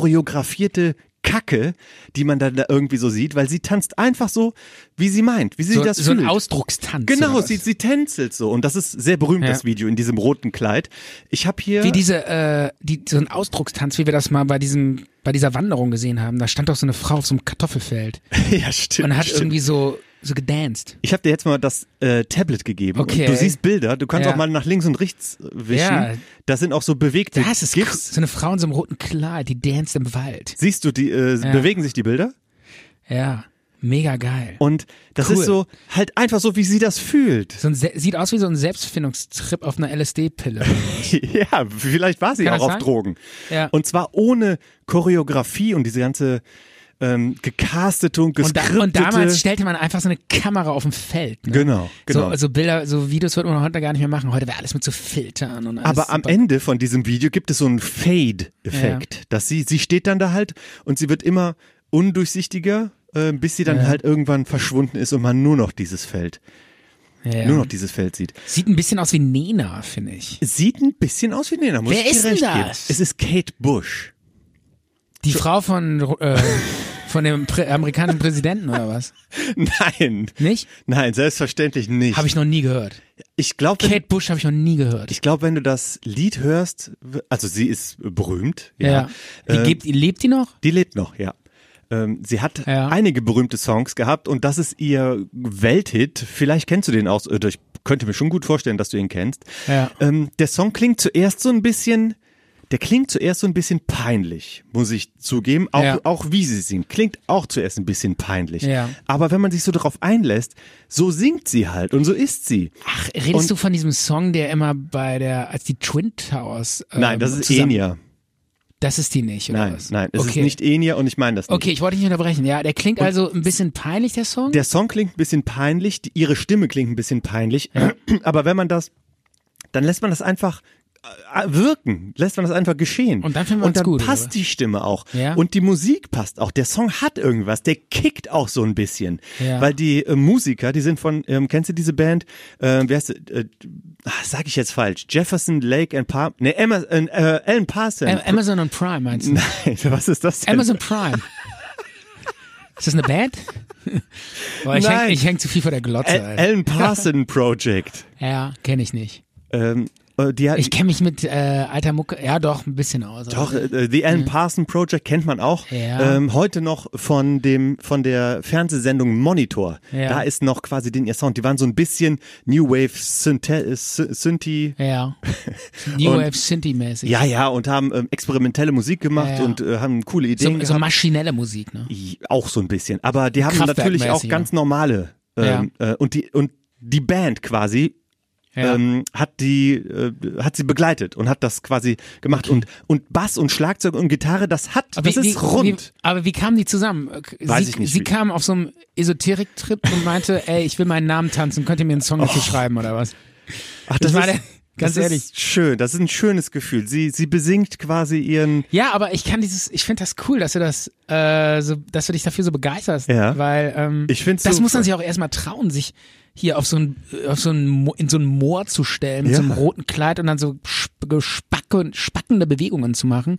[SPEAKER 4] durchchoreografierte Kacke, die man dann da irgendwie so sieht, weil sie tanzt einfach so, wie sie meint, wie sie
[SPEAKER 3] So,
[SPEAKER 4] das
[SPEAKER 3] so ein
[SPEAKER 4] fühlt.
[SPEAKER 3] Ausdruckstanz.
[SPEAKER 4] Genau,
[SPEAKER 3] oder was?
[SPEAKER 4] sie, sie tänzelt so. Und das ist sehr berühmt,
[SPEAKER 3] Ja.
[SPEAKER 4] das Video in diesem roten Kleid. Ich habe hier.
[SPEAKER 3] Wie diese, äh, die, so ein Ausdruckstanz, wie wir das mal bei diesem, bei dieser Wanderung gesehen haben. Da stand doch so eine Frau auf so einem Kartoffelfeld
[SPEAKER 4] ja, stimmt.
[SPEAKER 3] und hat
[SPEAKER 4] stimmt.
[SPEAKER 3] irgendwie so, so gedanced.
[SPEAKER 4] ich habe dir jetzt mal das äh, Tablet gegeben.
[SPEAKER 3] Okay.
[SPEAKER 4] Und du siehst Bilder, du kannst
[SPEAKER 3] Ja.
[SPEAKER 4] auch mal nach links und rechts äh, wischen.
[SPEAKER 3] Ja.
[SPEAKER 4] Das sind auch so bewegte
[SPEAKER 3] Das ist cool.
[SPEAKER 4] GIFs.
[SPEAKER 3] so eine Frau in so einem roten Kleid, die danced im Wald.
[SPEAKER 4] Siehst du, die äh,
[SPEAKER 3] Ja.
[SPEAKER 4] bewegen sich die Bilder?
[SPEAKER 3] Ja, mega geil.
[SPEAKER 4] Und das
[SPEAKER 3] Cool.
[SPEAKER 4] ist so halt einfach so, wie sie das fühlt.
[SPEAKER 3] So ein Se sieht aus wie so ein Selbstfindungstrip auf einer LSD-Pille.
[SPEAKER 4] ja, vielleicht war sie
[SPEAKER 3] Kann
[SPEAKER 4] auch
[SPEAKER 3] das
[SPEAKER 4] auf
[SPEAKER 3] sein?
[SPEAKER 4] Drogen.
[SPEAKER 3] Ja.
[SPEAKER 4] Und zwar ohne Choreografie und diese ganze ähm, gecastete und
[SPEAKER 3] Und, da,
[SPEAKER 4] geskriptete.
[SPEAKER 3] und damals stellte man einfach so eine Kamera auf dem Feld. Ne?
[SPEAKER 4] Genau, genau.
[SPEAKER 3] So, also Bilder, so Videos wird man heute gar nicht mehr machen. Heute wäre alles mit so Filtern und alles.
[SPEAKER 4] Aber am
[SPEAKER 3] super.
[SPEAKER 4] Ende von diesem Video gibt es so einen Fade-Effekt, dass sie, sie steht dann da halt und sie wird immer undurchsichtiger, äh, bis sie dann halt irgendwann verschwunden ist und man nur noch dieses Feld,
[SPEAKER 3] ja.
[SPEAKER 4] nur noch dieses Feld sieht.
[SPEAKER 3] Sieht ein bisschen aus wie Nena, finde ich.
[SPEAKER 4] Sieht ein bisschen aus wie Nena, muss
[SPEAKER 3] Wer
[SPEAKER 4] ich dir
[SPEAKER 3] ist denn
[SPEAKER 4] recht geben.
[SPEAKER 3] das?
[SPEAKER 4] Es ist Kate Bush.
[SPEAKER 3] Die Frau von, äh, von dem Prä amerikanischen Präsidenten oder was?
[SPEAKER 4] Nein.
[SPEAKER 3] Nicht?
[SPEAKER 4] Nein, selbstverständlich nicht.
[SPEAKER 3] Habe ich noch nie gehört.
[SPEAKER 4] ich glaube, wenn,
[SPEAKER 3] Kate Bush habe ich noch nie gehört.
[SPEAKER 4] ich glaub, wenn du das Lied hörst, w- also sie ist berühmt, ja.
[SPEAKER 3] Wie
[SPEAKER 4] Ähm,
[SPEAKER 3] gibt, lebt die noch?
[SPEAKER 4] Die lebt noch, ja. Ähm, Sie hat
[SPEAKER 3] Ja.
[SPEAKER 4] einige berühmte Songs gehabt und das ist ihr Welthit. Vielleicht kennst du den auch. oder Ich könnte mir schon gut vorstellen, dass du ihn kennst.
[SPEAKER 3] Ja.
[SPEAKER 4] Ähm, der Song klingt zuerst so ein bisschen, der klingt zuerst so ein bisschen peinlich, muss ich zugeben. Auch,
[SPEAKER 3] Ja.
[SPEAKER 4] auch wie sie singt, klingt auch zuerst ein bisschen peinlich.
[SPEAKER 3] Ja.
[SPEAKER 4] Aber wenn man sich so darauf einlässt, so singt sie halt und so ist sie.
[SPEAKER 3] Ach, redest
[SPEAKER 4] Und-
[SPEAKER 3] du von diesem Song, der immer bei der, als die Twin Towers. Ähm,
[SPEAKER 4] Nein, das ist
[SPEAKER 3] zusammen-
[SPEAKER 4] Enya.
[SPEAKER 3] Das ist die nicht, oder
[SPEAKER 4] Nein,
[SPEAKER 3] was?
[SPEAKER 4] nein, es
[SPEAKER 3] okay.
[SPEAKER 4] ist nicht Enya und ich meine das nicht.
[SPEAKER 3] Okay, ich wollte dich nicht unterbrechen. Ja, der klingt also ein bisschen peinlich, der Song.
[SPEAKER 4] Der Song klingt ein bisschen peinlich, die, ihre Stimme klingt ein bisschen peinlich, aber wenn man das, dann lässt man das einfach äh, wirken, lässt man das einfach geschehen.
[SPEAKER 3] Und dann finden wir
[SPEAKER 4] Und
[SPEAKER 3] uns
[SPEAKER 4] dann
[SPEAKER 3] gut,
[SPEAKER 4] passt
[SPEAKER 3] oder?
[SPEAKER 4] die Stimme auch.
[SPEAKER 3] Ja.
[SPEAKER 4] Und die Musik passt auch. Der Song hat irgendwas, der kickt auch so ein bisschen.
[SPEAKER 3] Ja.
[SPEAKER 4] Weil die äh, Musiker, die sind von, ähm, kennst du diese Band? Ähm, wer ist, äh, ah, sag ich jetzt falsch, Jefferson Lake and Palm, ne, Emerson, äh, Alan Parson.
[SPEAKER 3] Am- Amazon und Prime meinst du?
[SPEAKER 4] Nein, was ist das denn?
[SPEAKER 3] Amazon Prime. Ist das eine Band? Boah, ich
[SPEAKER 4] Nein.
[SPEAKER 3] häng, ich häng zu viel vor der Glotze.
[SPEAKER 4] Al-
[SPEAKER 3] Alter.
[SPEAKER 4] Alan Parson Project.
[SPEAKER 3] ja, kenne ich nicht.
[SPEAKER 4] Ähm, äh, die, hat-
[SPEAKER 3] Ich kenne mich mit äh, alter Mucke, ja doch, ein bisschen aus. aber-
[SPEAKER 4] Doch, äh, The Alan Parson Project kennt man auch.
[SPEAKER 3] Mhm. Ja.
[SPEAKER 4] Ähm, heute noch von dem von der Fernsehsendung Monitor.
[SPEAKER 3] Ja.
[SPEAKER 4] Da ist noch quasi den ihr Sound. Die waren so ein bisschen New Wave Synthe äh, Sy- Synthi.
[SPEAKER 3] Ja. New
[SPEAKER 4] Und-
[SPEAKER 3] Wave Synthi-mäßig.
[SPEAKER 4] Ja, ja, und haben ähm, experimentelle Musik gemacht
[SPEAKER 3] Ja, ja.
[SPEAKER 4] und äh, haben coole Ideen
[SPEAKER 3] so, so
[SPEAKER 4] gehabt.
[SPEAKER 3] maschinelle Musik, ne?
[SPEAKER 4] auch so ein bisschen. Aber die haben
[SPEAKER 3] Kraftwerk
[SPEAKER 4] natürlich auch
[SPEAKER 3] mäßig,
[SPEAKER 4] ganz normale ähm, äh, und die und die Band quasi
[SPEAKER 3] Ja.
[SPEAKER 4] ähm, hat die äh, hat sie begleitet und hat das quasi gemacht und und Bass und Schlagzeug und Gitarre das hat
[SPEAKER 3] Aber
[SPEAKER 4] das ist rund
[SPEAKER 3] Wie, aber wie kamen die zusammen?
[SPEAKER 4] Weiß
[SPEAKER 3] sie,
[SPEAKER 4] ich nicht,
[SPEAKER 3] Sie
[SPEAKER 4] wie.
[SPEAKER 3] kam auf so einem Esoterik-Trip und meinte, ey, ich will meinen Namen tanzen, könnt ihr mir einen
[SPEAKER 4] Oh.
[SPEAKER 3] Song dazu schreiben oder was?
[SPEAKER 4] Ach, das
[SPEAKER 3] Ich meine,
[SPEAKER 4] ist,
[SPEAKER 3] ganz
[SPEAKER 4] das
[SPEAKER 3] ehrlich.
[SPEAKER 4] Ist schön, das ist ein schönes Gefühl. Sie, sie besingt quasi ihren.
[SPEAKER 3] Ja, aber ich kann dieses, ich finde das cool, dass du das, äh, so, dass du dich dafür so begeisterst,
[SPEAKER 4] Ja.
[SPEAKER 3] weil ähm,
[SPEAKER 4] Ich find's
[SPEAKER 3] das
[SPEAKER 4] super.
[SPEAKER 3] muss man sich auch erstmal trauen, sich hier auf so ein, auf so ein, Mo- in so ein Moor zu stellen mit
[SPEAKER 4] Ja.
[SPEAKER 3] so einem roten Kleid und dann so sp- gespacken- spackende Bewegungen zu machen.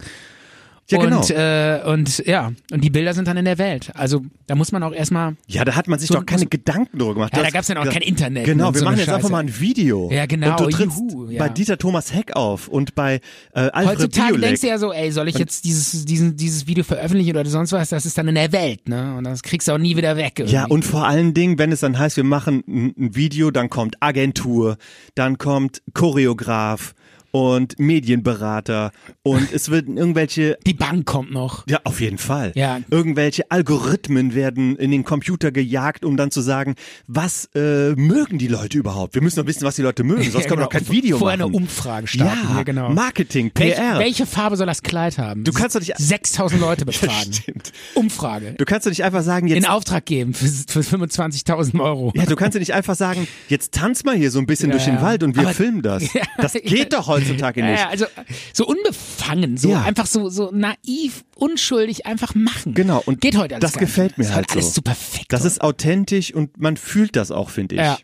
[SPEAKER 4] Ja,
[SPEAKER 3] und,
[SPEAKER 4] genau.
[SPEAKER 3] äh, und ja, und die Bilder sind dann in der Welt. Also da muss man auch erstmal
[SPEAKER 4] ja, da hat man sich
[SPEAKER 3] so-
[SPEAKER 4] doch keine Gedanken drüber gemacht.
[SPEAKER 3] Ja, da
[SPEAKER 4] Das-
[SPEAKER 3] gab's dann auch
[SPEAKER 4] das-
[SPEAKER 3] kein Internet
[SPEAKER 4] Genau,
[SPEAKER 3] und
[SPEAKER 4] wir
[SPEAKER 3] so
[SPEAKER 4] machen
[SPEAKER 3] eine
[SPEAKER 4] jetzt einfach
[SPEAKER 3] Scheiße.
[SPEAKER 4] mal ein Video.
[SPEAKER 3] Ja, genau,
[SPEAKER 4] Und du trittst
[SPEAKER 3] juhu, ja.
[SPEAKER 4] bei Dieter Thomas Heck auf und bei äh, Alfred
[SPEAKER 3] Heutzutage
[SPEAKER 4] Biolek.
[SPEAKER 3] denkst du ja so, ey, soll ich jetzt dieses, diesen, dieses Video veröffentlichen oder sonst was? Das ist dann in der Welt, ne? Und das kriegst du auch nie wieder weg. Irgendwie.
[SPEAKER 4] Ja, und vor allen Dingen, wenn es dann heißt, wir machen ein, ein Video, dann kommt Agentur, dann kommt Choreograf und Medienberater und es wird irgendwelche
[SPEAKER 3] die Bank kommt noch.
[SPEAKER 4] Ja, auf jeden Fall.
[SPEAKER 3] Ja.
[SPEAKER 4] Irgendwelche Algorithmen werden in den Computer gejagt, um dann zu sagen, was äh, mögen die Leute überhaupt? Wir müssen doch wissen, was die Leute mögen, sonst
[SPEAKER 3] Ja,
[SPEAKER 4] können wir doch
[SPEAKER 3] genau.
[SPEAKER 4] kein Video
[SPEAKER 3] Vorher
[SPEAKER 4] machen.
[SPEAKER 3] eine Umfrage starten.
[SPEAKER 4] Ja,
[SPEAKER 3] Ja, genau.
[SPEAKER 4] Marketing,
[SPEAKER 3] Welche,
[SPEAKER 4] PR.
[SPEAKER 3] welche Farbe soll das Kleid haben? Du
[SPEAKER 4] kannst doch nicht-
[SPEAKER 3] 6000 Leute befragen.
[SPEAKER 4] stimmt.
[SPEAKER 3] Umfrage.
[SPEAKER 4] Du kannst doch nicht einfach sagen, jetzt...
[SPEAKER 3] In Auftrag geben für, für 25.000 Euro.
[SPEAKER 4] ja, du kannst ja nicht einfach sagen, jetzt tanz mal hier so ein bisschen
[SPEAKER 3] Ja,
[SPEAKER 4] durch den
[SPEAKER 3] ja.
[SPEAKER 4] Wald und wir
[SPEAKER 3] Aber-
[SPEAKER 4] filmen das.
[SPEAKER 3] Ja.
[SPEAKER 4] Das geht doch heutzutage
[SPEAKER 3] Ja,
[SPEAKER 4] nicht.
[SPEAKER 3] ja, also so unbefangen, so
[SPEAKER 4] Ja.
[SPEAKER 3] einfach so so naiv, unschuldig einfach machen.
[SPEAKER 4] Genau, und
[SPEAKER 3] geht heute alles
[SPEAKER 4] das
[SPEAKER 3] gar nicht.
[SPEAKER 4] gefällt mir
[SPEAKER 3] ist
[SPEAKER 4] halt
[SPEAKER 3] heute alles
[SPEAKER 4] so.
[SPEAKER 3] zu perfekt.
[SPEAKER 4] Das ist authentisch und man fühlt das auch, finde ich.
[SPEAKER 3] Ja.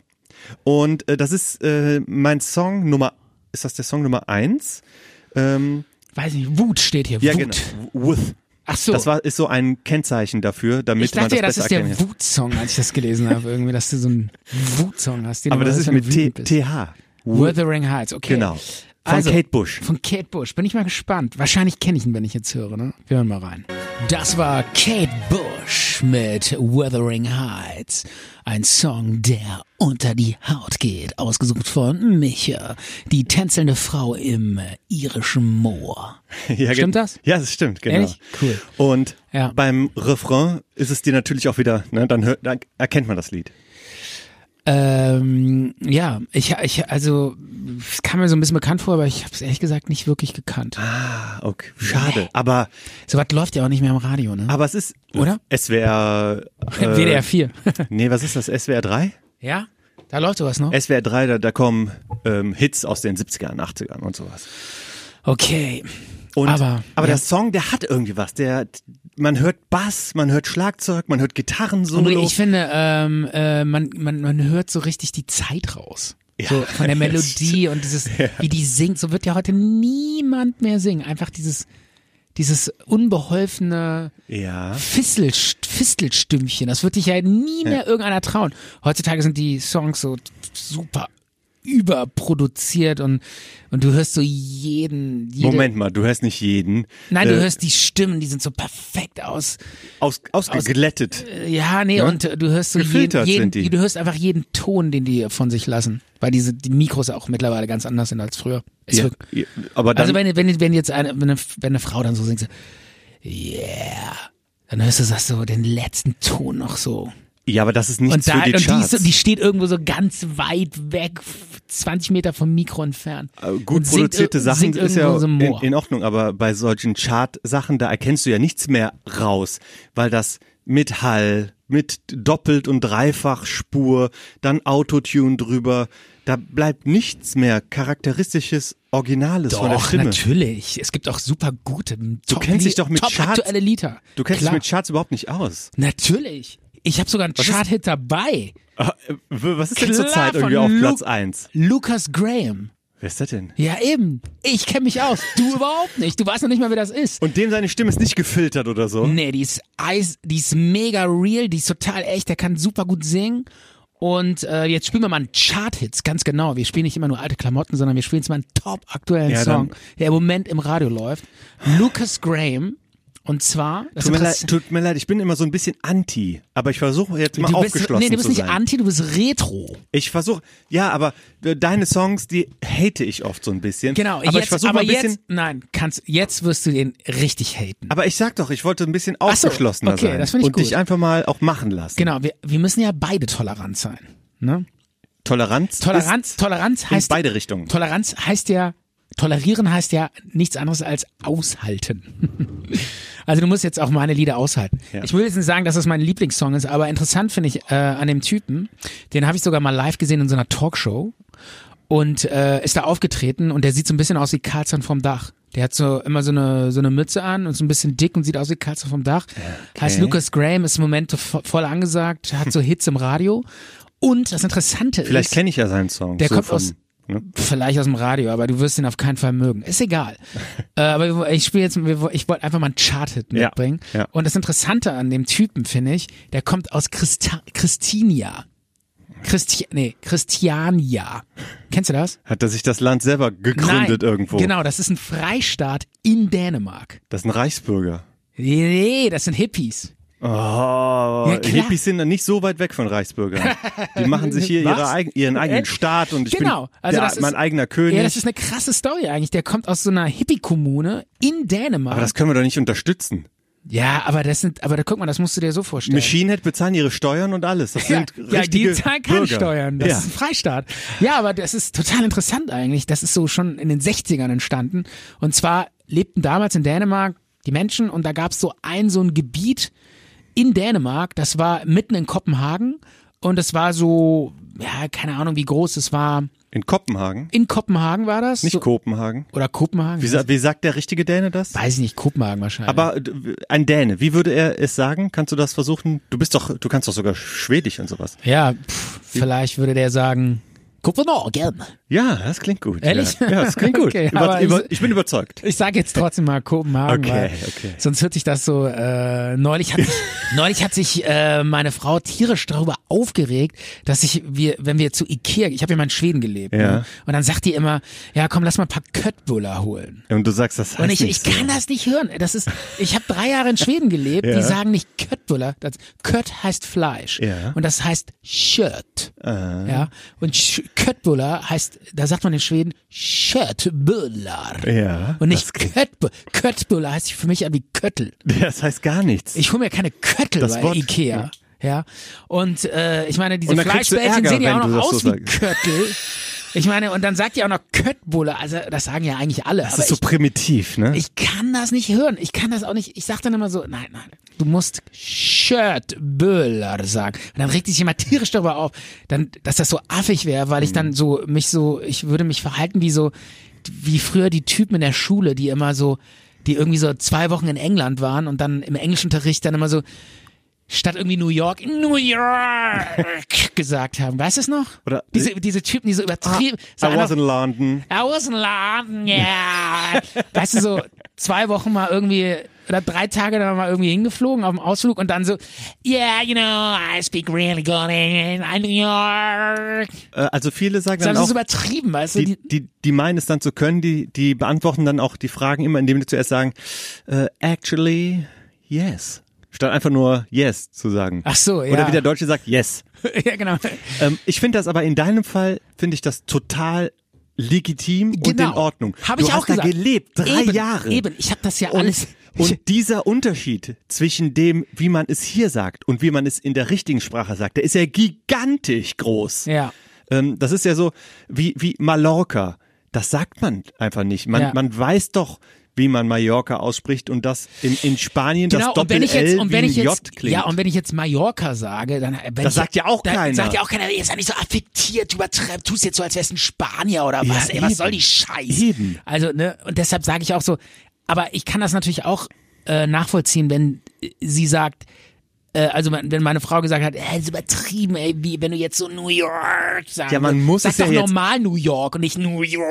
[SPEAKER 4] Und äh, das ist äh, mein Song Nummer... Ist das der Song Nummer eins? Ähm,
[SPEAKER 3] weiß nicht, Wut steht hier.
[SPEAKER 4] ja,
[SPEAKER 3] Wut.
[SPEAKER 4] genau. With.
[SPEAKER 3] Ach so.
[SPEAKER 4] Das war, ist so ein Kennzeichen dafür, damit
[SPEAKER 3] ich dachte
[SPEAKER 4] man
[SPEAKER 3] ja,
[SPEAKER 4] das
[SPEAKER 3] das
[SPEAKER 4] besser
[SPEAKER 3] ist der
[SPEAKER 4] erkennen kann.
[SPEAKER 3] Wut-Song, als ich das gelesen habe, irgendwie, dass du so einen Wut-Song hast. Den
[SPEAKER 4] Aber
[SPEAKER 3] du
[SPEAKER 4] das
[SPEAKER 3] hörst,
[SPEAKER 4] ist
[SPEAKER 3] wenn du
[SPEAKER 4] mit T
[SPEAKER 3] wütend bist.
[SPEAKER 4] TH.
[SPEAKER 3] Wuthering Heights, okay. Also,
[SPEAKER 4] Genau. Von Kate Bush.
[SPEAKER 3] Von Kate Bush. Bin ich mal gespannt. Wahrscheinlich kenne ich ihn, wenn ich jetzt höre, ne? Wir hören mal rein. Das war Kate Bush mit Wuthering Heights. Ein Song, der unter die Haut geht. Ausgesucht von Micha. Die tänzelnde Frau im äh, irischen Moor.
[SPEAKER 4] Ja,
[SPEAKER 3] Stimmt
[SPEAKER 4] ge-
[SPEAKER 3] das?
[SPEAKER 4] Ja, das stimmt, genau.
[SPEAKER 3] Ehrlich? Cool.
[SPEAKER 4] Und
[SPEAKER 3] Ja.
[SPEAKER 4] beim Refrain ist es dir natürlich auch wieder, ne, dann, hört, dann erkennt man das Lied.
[SPEAKER 3] Ähm, ja, ich, ich, also, es kam mir so ein bisschen bekannt vor, aber ich habe es ehrlich gesagt nicht wirklich gekannt.
[SPEAKER 4] Ah, okay. Schade. Aber,
[SPEAKER 3] Sowas läuft ja auch nicht mehr im Radio, ne?
[SPEAKER 4] aber es ist
[SPEAKER 3] Oder?
[SPEAKER 4] SWR. Äh,
[SPEAKER 3] WDR 4.
[SPEAKER 4] Nee, was ist das? SWR 3?
[SPEAKER 3] ja? Da läuft sowas noch?
[SPEAKER 4] SWR 3, da, da kommen ähm, Hits aus den 70ern, 80ern und sowas.
[SPEAKER 3] Okay.
[SPEAKER 4] Und,
[SPEAKER 3] Aber- ja.
[SPEAKER 4] der Song, der hat irgendwie was. Der, man hört Bass, man hört Schlagzeug, man hört Gitarren so.
[SPEAKER 3] André, ich finde, ähm, äh, man, man, man hört so richtig die Zeit raus. so von der Melodie und dieses, wie die singt, so wird ja heute niemand mehr singen. Einfach dieses, dieses unbeholfene
[SPEAKER 4] ja.
[SPEAKER 3] Fistel, Fistelstümmchen. Das wird dich ja nie mehr irgendeiner trauen. Heutzutage sind die Songs so super überproduziert und, und du hörst so jeden, jede,
[SPEAKER 4] Moment mal, du hörst nicht jeden.
[SPEAKER 3] Nein, du
[SPEAKER 4] Äh,
[SPEAKER 3] hörst die Stimmen, die sind so perfekt aus.
[SPEAKER 4] Aus, ausgeglättet.
[SPEAKER 3] Ja, nee, und äh, du hörst so jeden,
[SPEAKER 4] Ne? Gefiltert
[SPEAKER 3] jeden
[SPEAKER 4] sind die.
[SPEAKER 3] du hörst einfach jeden Ton, den die von sich lassen, weil diese die Mikros auch mittlerweile ganz anders sind als früher. Ist
[SPEAKER 4] ja,
[SPEAKER 3] wirklich-
[SPEAKER 4] ja, aber dann,
[SPEAKER 3] also wenn wenn wenn jetzt eine wenn eine, wenn eine Frau dann so singt, so, yeah, dann hörst du das so den letzten Ton noch so.
[SPEAKER 4] ja, aber das ist nichts
[SPEAKER 3] Und da
[SPEAKER 4] für die
[SPEAKER 3] und die, ist
[SPEAKER 4] Charts.
[SPEAKER 3] so, die steht irgendwo so ganz weit weg, 20 Meter vom Mikro entfernt.
[SPEAKER 4] Äh, Gut
[SPEAKER 3] und singt ir-
[SPEAKER 4] produzierte Sachen
[SPEAKER 3] singt
[SPEAKER 4] ist
[SPEAKER 3] irgendwo
[SPEAKER 4] ja
[SPEAKER 3] so im
[SPEAKER 4] in,
[SPEAKER 3] Moor.
[SPEAKER 4] in Ordnung, aber bei solchen Chart-Sachen, da erkennst du ja nichts mehr raus, weil das mit Hall, mit Doppelt- und Dreifachspur, dann Autotune drüber, Da bleibt nichts mehr charakteristisches Originales von der
[SPEAKER 3] Doch,
[SPEAKER 4] Stimme.
[SPEAKER 3] natürlich. Es gibt auch super gute, du
[SPEAKER 4] kennst dich doch mit
[SPEAKER 3] top
[SPEAKER 4] Charts-
[SPEAKER 3] aktuelle Lieder.
[SPEAKER 4] Du kennst
[SPEAKER 3] Klar.
[SPEAKER 4] dich mit Charts überhaupt nicht aus.
[SPEAKER 3] Natürlich. Ich habe sogar einen
[SPEAKER 4] ist-
[SPEAKER 3] Chart-Hit dabei.
[SPEAKER 4] Ah, äh, Was ist denn
[SPEAKER 3] Klar,
[SPEAKER 4] zurzeit irgendwie
[SPEAKER 3] von
[SPEAKER 4] auf
[SPEAKER 3] Lu-
[SPEAKER 4] Platz eins?
[SPEAKER 3] Lucas Graham.
[SPEAKER 4] Wer ist das denn?
[SPEAKER 3] Ja, eben. Ich kenne mich aus. Du überhaupt nicht. Du weißt noch nicht mal, wer das ist.
[SPEAKER 4] Und dem seine Stimme ist nicht gefiltert oder so.
[SPEAKER 3] Nee, die ist, eis, die ist mega real, die ist total echt, der kann super gut singen. Und äh, jetzt spielen wir mal einen Chart-Hits, ganz genau. Wir spielen nicht immer nur alte Klamotten, sondern wir spielen jetzt mal einen top aktuellen
[SPEAKER 4] Ja, dann-
[SPEAKER 3] Song, der im Moment im Radio läuft. Lucas Graham. Und zwar. Das
[SPEAKER 4] Tut mir, leid,
[SPEAKER 3] Interess-
[SPEAKER 4] tut mir leid, ich bin immer so ein bisschen anti, aber ich versuche jetzt mal
[SPEAKER 3] du bist,
[SPEAKER 4] aufgeschlossen
[SPEAKER 3] nee, du bist
[SPEAKER 4] zu
[SPEAKER 3] nicht
[SPEAKER 4] sein.
[SPEAKER 3] anti, du bist retro.
[SPEAKER 4] ich versuche, ja, aber äh, deine Songs, die hate ich oft so ein bisschen.
[SPEAKER 3] Genau,
[SPEAKER 4] aber
[SPEAKER 3] jetzt,
[SPEAKER 4] ich versuche
[SPEAKER 3] aber
[SPEAKER 4] mal ein bisschen,
[SPEAKER 3] jetzt, nein, kannst, jetzt wirst du den richtig haten.
[SPEAKER 4] aber ich sag doch, ich wollte ein bisschen
[SPEAKER 3] so,
[SPEAKER 4] aufgeschlossener
[SPEAKER 3] okay,
[SPEAKER 4] sein
[SPEAKER 3] das find ich
[SPEAKER 4] und
[SPEAKER 3] gut.
[SPEAKER 4] dich einfach mal auch machen lassen.
[SPEAKER 3] Genau, wir, wir müssen ja beide tolerant sein. Ne?
[SPEAKER 4] Toleranz,
[SPEAKER 3] Toleranz, Toleranz
[SPEAKER 4] ist in
[SPEAKER 3] heißt
[SPEAKER 4] beide Richtungen.
[SPEAKER 3] Toleranz heißt ja tolerieren heißt ja nichts anderes als aushalten. also du musst jetzt auch meine Lieder aushalten.
[SPEAKER 4] Ja.
[SPEAKER 3] Ich will jetzt nicht sagen, dass das mein Lieblingssong ist, aber interessant finde ich äh, an dem Typen, den habe ich sogar mal live gesehen in so einer Talkshow und äh, ist da aufgetreten und der sieht so ein bisschen aus wie Karlsson vom Dach. Der hat so immer so eine so eine Mütze an und so ein bisschen dick und sieht aus wie Karlsson vom Dach. Heißt Lucas Graham ist im Moment vo- voll angesagt, hat so Hits im Radio. Und das Interessante ist.
[SPEAKER 4] Vielleicht kenne ich ja seinen Song.
[SPEAKER 3] Der
[SPEAKER 4] so
[SPEAKER 3] kommt
[SPEAKER 4] vom,
[SPEAKER 3] aus-
[SPEAKER 4] Ne?
[SPEAKER 3] Vielleicht aus dem Radio, aber du wirst ihn auf keinen Fall mögen. Ist egal. äh, aber ich spiele jetzt, wir- ich wollte einfach mal einen Chart-Hit
[SPEAKER 4] Ja,
[SPEAKER 3] mitbringen.
[SPEAKER 4] ja.
[SPEAKER 3] Und das Interessante an dem Typen, finde ich, der kommt aus Christa Christinia. Christi nee, Christiania. Kennst du das?
[SPEAKER 4] Hat er sich das Land selber gegründet
[SPEAKER 3] Nein.
[SPEAKER 4] irgendwo?
[SPEAKER 3] Genau, das ist ein Freistaat in Dänemark.
[SPEAKER 4] Das ist ein Reichsbürger.
[SPEAKER 3] Nee, das sind Hippies.
[SPEAKER 4] Oh, ja,
[SPEAKER 3] klar.
[SPEAKER 4] Hippies sind dann nicht so weit weg von Reichsbürgern. Die machen sich hier
[SPEAKER 3] Was?
[SPEAKER 4] ihre, eigen- ihren eigenen
[SPEAKER 3] Echt?
[SPEAKER 4] Staat und ich
[SPEAKER 3] Genau.
[SPEAKER 4] bin
[SPEAKER 3] Also
[SPEAKER 4] der,
[SPEAKER 3] das ist-
[SPEAKER 4] mein eigener König.
[SPEAKER 3] Ja, das ist eine krasse Story eigentlich. Der kommt aus so einer Hippie-Kommune in Dänemark.
[SPEAKER 4] aber das können wir doch nicht unterstützen.
[SPEAKER 3] ja, aber das sind, aber da guck mal, das musst du dir so vorstellen.
[SPEAKER 4] Machine Head bezahlen ihre Steuern und alles. Das sind
[SPEAKER 3] ja,
[SPEAKER 4] richtige
[SPEAKER 3] die zahlen keine
[SPEAKER 4] Bürger.
[SPEAKER 3] Steuern. Das
[SPEAKER 4] ja.
[SPEAKER 3] ist ein Freistaat. Ja, aber das ist total interessant eigentlich. Das ist so schon in den 60ern entstanden. Und zwar lebten damals in Dänemark die Menschen und da gab es so ein, so ein Gebiet in Dänemark, das war mitten in Kopenhagen und es war so, ja, keine Ahnung, wie groß es war.
[SPEAKER 4] In Kopenhagen,
[SPEAKER 3] In Kopenhagen war das?
[SPEAKER 4] nicht
[SPEAKER 3] so,
[SPEAKER 4] Kopenhagen.
[SPEAKER 3] oder Kopenhagen?
[SPEAKER 4] Wie, sa- wie sagt der richtige Däne das?
[SPEAKER 3] Weiß ich nicht, Kopenhagen wahrscheinlich.
[SPEAKER 4] Aber äh, ein Däne, wie würde er es sagen? Kannst du das versuchen? Du bist doch, du kannst doch sogar Schwedisch und sowas.
[SPEAKER 3] ja, pff, vielleicht würde der sagen, Kopenhagen.
[SPEAKER 4] Ja, das klingt gut.
[SPEAKER 3] Ehrlich?
[SPEAKER 4] Ja, ja das klingt gut.
[SPEAKER 3] Okay,
[SPEAKER 4] über,
[SPEAKER 3] aber
[SPEAKER 4] über,
[SPEAKER 3] ich-
[SPEAKER 4] ich bin überzeugt.
[SPEAKER 3] Ich sage jetzt trotzdem mal Kopenhagen,
[SPEAKER 4] Okay,
[SPEAKER 3] weil
[SPEAKER 4] okay.
[SPEAKER 3] sonst hört sich das so. Äh, neulich hat sich, neulich hat sich äh, meine Frau tierisch darüber aufgeregt, dass ich wir, wenn wir zu Ikea, ich habe ja mal in Schweden gelebt,
[SPEAKER 4] Ja.
[SPEAKER 3] ne? und dann sagt die immer, ja komm, lass mal ein paar Köttbullar holen.
[SPEAKER 4] Und du sagst, das heißt
[SPEAKER 3] Und ich, ich
[SPEAKER 4] nichts.
[SPEAKER 3] kann das nicht hören. Das ist, ich habe drei Jahre in Schweden gelebt.
[SPEAKER 4] Ja.
[SPEAKER 3] Die sagen nicht Köttbullar, das Kött heißt Fleisch
[SPEAKER 4] Ja. Ah.
[SPEAKER 3] und das heißt Shirt. Ja und Sch- Köttbullar heißt, da sagt man in Schweden Shirtbullar.
[SPEAKER 4] Ja.
[SPEAKER 3] Und nicht Köttbö. Köttböller heißt für mich an wie Köttel.
[SPEAKER 4] Das heißt gar nichts.
[SPEAKER 3] Ich hole mir keine Köttel
[SPEAKER 4] Das
[SPEAKER 3] bei
[SPEAKER 4] Wort,
[SPEAKER 3] Ikea. Ja. Und äh, ich meine, diese
[SPEAKER 4] Und dann kriegst du
[SPEAKER 3] Fleischbällchen
[SPEAKER 4] Ärger,
[SPEAKER 3] sehen ja
[SPEAKER 4] wenn
[SPEAKER 3] auch
[SPEAKER 4] du
[SPEAKER 3] noch
[SPEAKER 4] das
[SPEAKER 3] aus
[SPEAKER 4] so
[SPEAKER 3] wie
[SPEAKER 4] sagst.
[SPEAKER 3] Köttel. Ich meine, und dann sagt ihr auch noch Köttbulle. Also das sagen ja eigentlich alle.
[SPEAKER 4] das
[SPEAKER 3] aber
[SPEAKER 4] ist so primitiv, ne?
[SPEAKER 3] ich, ich kann das nicht hören. Ich kann das auch nicht. Ich sag dann immer so, nein, nein, du musst Shirtböller sagen. Und dann regt sich jemand tierisch darüber auf, dann, dass das so affig wäre, weil
[SPEAKER 4] Mhm.
[SPEAKER 3] ich dann so mich so, ich würde mich verhalten wie so, wie früher die Typen in der Schule, die immer so, die irgendwie so zwei Wochen in England waren und dann im Englischunterricht dann immer so, statt irgendwie New York, New York gesagt haben. Weißt du es noch?
[SPEAKER 4] Oder- Ah,
[SPEAKER 3] diese, diese Typen, die so übertrieben. so
[SPEAKER 4] I
[SPEAKER 3] einer-
[SPEAKER 4] was in London.
[SPEAKER 3] I was in London, yeah. weißt du, so zwei Wochen mal irgendwie oder drei Tage dann mal irgendwie hingeflogen auf dem Ausflug und dann so, yeah, you know, I speak really good in New York.
[SPEAKER 4] Äh, Also viele sagen
[SPEAKER 3] Das
[SPEAKER 4] dann
[SPEAKER 3] ist
[SPEAKER 4] auch,
[SPEAKER 3] übertrieben, weißt du?
[SPEAKER 4] die,
[SPEAKER 3] Die,
[SPEAKER 4] die, die meinen es dann zu können, die, die beantworten dann auch die Fragen immer, indem die zuerst sagen, äh, actually, yes. Statt einfach nur yes zu sagen.
[SPEAKER 3] Ach so, ja.
[SPEAKER 4] Oder wie der Deutsche sagt, yes.
[SPEAKER 3] ja, genau.
[SPEAKER 4] Ähm, ich finde das aber in deinem Fall, finde ich das total legitim und in
[SPEAKER 3] Genau.
[SPEAKER 4] Ordnung.
[SPEAKER 3] Hab
[SPEAKER 4] du
[SPEAKER 3] ich
[SPEAKER 4] hast
[SPEAKER 3] auch
[SPEAKER 4] da
[SPEAKER 3] gesagt.
[SPEAKER 4] gelebt, drei
[SPEAKER 3] eben,
[SPEAKER 4] Jahre.
[SPEAKER 3] Eben, ich habe das ja
[SPEAKER 4] Und,
[SPEAKER 3] alles.
[SPEAKER 4] und dieser Unterschied zwischen dem, wie man es hier sagt und wie man es in der richtigen Sprache sagt, der ist ja gigantisch groß.
[SPEAKER 3] ja.
[SPEAKER 4] Ähm, das ist ja so wie, wie Mallorca. Das sagt man einfach nicht. Man,
[SPEAKER 3] Ja.
[SPEAKER 4] man weiß doch, wie man Mallorca ausspricht und das in, in Spanien das
[SPEAKER 3] Genau, und wenn ich jetzt,
[SPEAKER 4] Doppel-L
[SPEAKER 3] und
[SPEAKER 4] wie
[SPEAKER 3] wenn
[SPEAKER 4] ein
[SPEAKER 3] ich
[SPEAKER 4] J
[SPEAKER 3] jetzt,
[SPEAKER 4] klingt.
[SPEAKER 3] ja, und wenn ich jetzt Mallorca sage, dann, äh, wenn
[SPEAKER 4] Das
[SPEAKER 3] ich,
[SPEAKER 4] sagt ja auch
[SPEAKER 3] dann
[SPEAKER 4] keiner.
[SPEAKER 3] Sagt ja auch keiner, ihr seid nicht so affektiert, übertreibt, tust jetzt so, als wärst ein Spanier oder was,
[SPEAKER 4] Ja,
[SPEAKER 3] ey, was
[SPEAKER 4] eben.
[SPEAKER 3] soll die Scheiße?
[SPEAKER 4] Eben.
[SPEAKER 3] Also, ne, und deshalb sage ich auch so, aber ich kann das natürlich auch äh, nachvollziehen, wenn äh, sie sagt, äh, also wenn wenn meine Frau gesagt hat, äh, das ist übertrieben, ey, wie wenn du jetzt so New York sagst.
[SPEAKER 4] Ja, man muss
[SPEAKER 3] sag
[SPEAKER 4] es
[SPEAKER 3] doch
[SPEAKER 4] ja jetzt-
[SPEAKER 3] normal New York und nicht New York.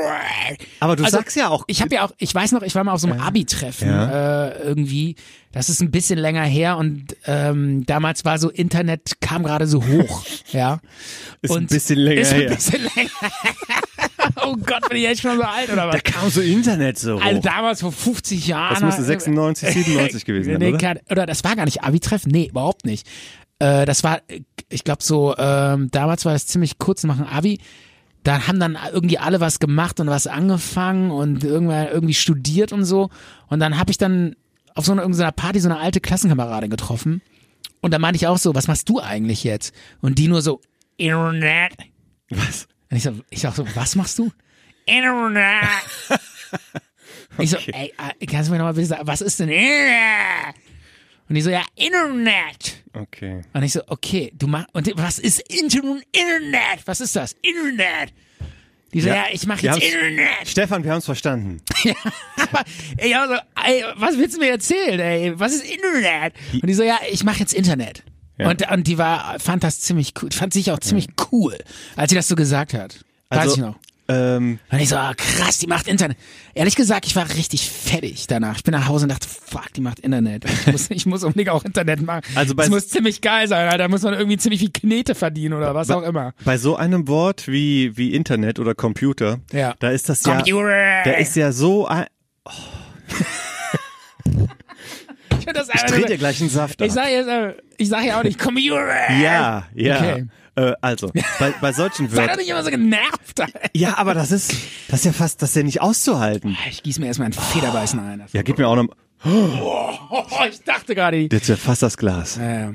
[SPEAKER 4] Aber du
[SPEAKER 3] Also,
[SPEAKER 4] sagst ja auch
[SPEAKER 3] Ich habe ja auch, ich weiß noch, ich war mal auf so einem Abi-Treffen äh, irgendwie. Das ist ein bisschen länger her und ähm, damals war so Internet kam gerade so hoch, ja.
[SPEAKER 4] Ist ein bisschen länger
[SPEAKER 3] ist ein
[SPEAKER 4] her.
[SPEAKER 3] Bisschen länger. oh Gott, bin ich echt schon so alt oder was?
[SPEAKER 4] da kam so Internet so hoch.
[SPEAKER 3] Also damals vor 50 Jahren.
[SPEAKER 4] Oh. das musste 96, 97 gewesen sein,
[SPEAKER 3] nee,
[SPEAKER 4] oder?
[SPEAKER 3] Klar, oder das war gar nicht Abi-Treffen, nee, überhaupt nicht. Äh, das war, äh, ich glaube so, ähm, damals war es ziemlich kurz nach dem Abi. Da haben dann irgendwie alle was gemacht und was angefangen und irgendwann irgendwie studiert und so. Und dann habe ich dann auf so einer, irgendeiner Party so eine alte Klassenkameradin getroffen. Und da meinte ich auch so, was machst du eigentlich jetzt? Und die nur so, Internet.
[SPEAKER 4] Was?
[SPEAKER 3] Und ich so, ich auch so, was machst du? Internet. Ich so, ey, äh, kannst du mir nochmal bitte sagen, was ist denn Internet? Und die so, ja, Internet.
[SPEAKER 4] Okay.
[SPEAKER 3] Und ich so, okay, du machst, und die- was ist Inter Internet? Was ist das? Internet. Die so, ja,
[SPEAKER 4] Ja,
[SPEAKER 3] ich mache
[SPEAKER 4] wir
[SPEAKER 3] jetzt
[SPEAKER 4] haben's-
[SPEAKER 3] Internet.
[SPEAKER 4] Stefan, wir haben es verstanden.
[SPEAKER 3] Aber, ey, also, ey, was willst du mir erzählen, ey? Was ist Internet? Und die so, ja, ich mache jetzt Internet.
[SPEAKER 4] Ja.
[SPEAKER 3] Und, und die war, fand das ziemlich cool, fand sich auch ziemlich cool, als sie das so gesagt hat. Weiß
[SPEAKER 4] Also,
[SPEAKER 3] ich noch.
[SPEAKER 4] Ähm,
[SPEAKER 3] Und ich so, ah, krass, die macht Internet. Ehrlich gesagt, ich war richtig fertig danach. Ich bin nach Hause und dachte, fuck, die macht Internet. Ich muss, ich muss unbedingt auch Internet machen.
[SPEAKER 4] Also bei-
[SPEAKER 3] das muss ziemlich geil sein, Alter. Da muss man irgendwie ziemlich viel Knete verdienen oder was auch immer.
[SPEAKER 4] Bei so einem Wort wie, wie Internet oder Computer,
[SPEAKER 3] Ja. Also,
[SPEAKER 4] da ist das ja, da ist ja so, ein,
[SPEAKER 3] ich find das
[SPEAKER 4] ich drehe dir gleich einen Saft
[SPEAKER 3] ich
[SPEAKER 4] ab.
[SPEAKER 3] sage jetzt, äh, ich sage ja auch nicht, Computer.
[SPEAKER 4] Ja, ja.
[SPEAKER 3] Okay.
[SPEAKER 4] Äh, also, bei, bei solchen
[SPEAKER 3] Sei doch
[SPEAKER 4] Wörtern.
[SPEAKER 3] nicht immer so genervt. Alter.
[SPEAKER 4] Ja, aber das ist, das ist ja fast, das ist ja nicht auszuhalten.
[SPEAKER 3] Ich gieß mir erstmal einen Federbeißen ein.
[SPEAKER 4] Ja, gib mir auch noch,
[SPEAKER 3] Oh, ich dachte gerade, die-
[SPEAKER 4] jetzt ja fast das Glas.
[SPEAKER 3] äh,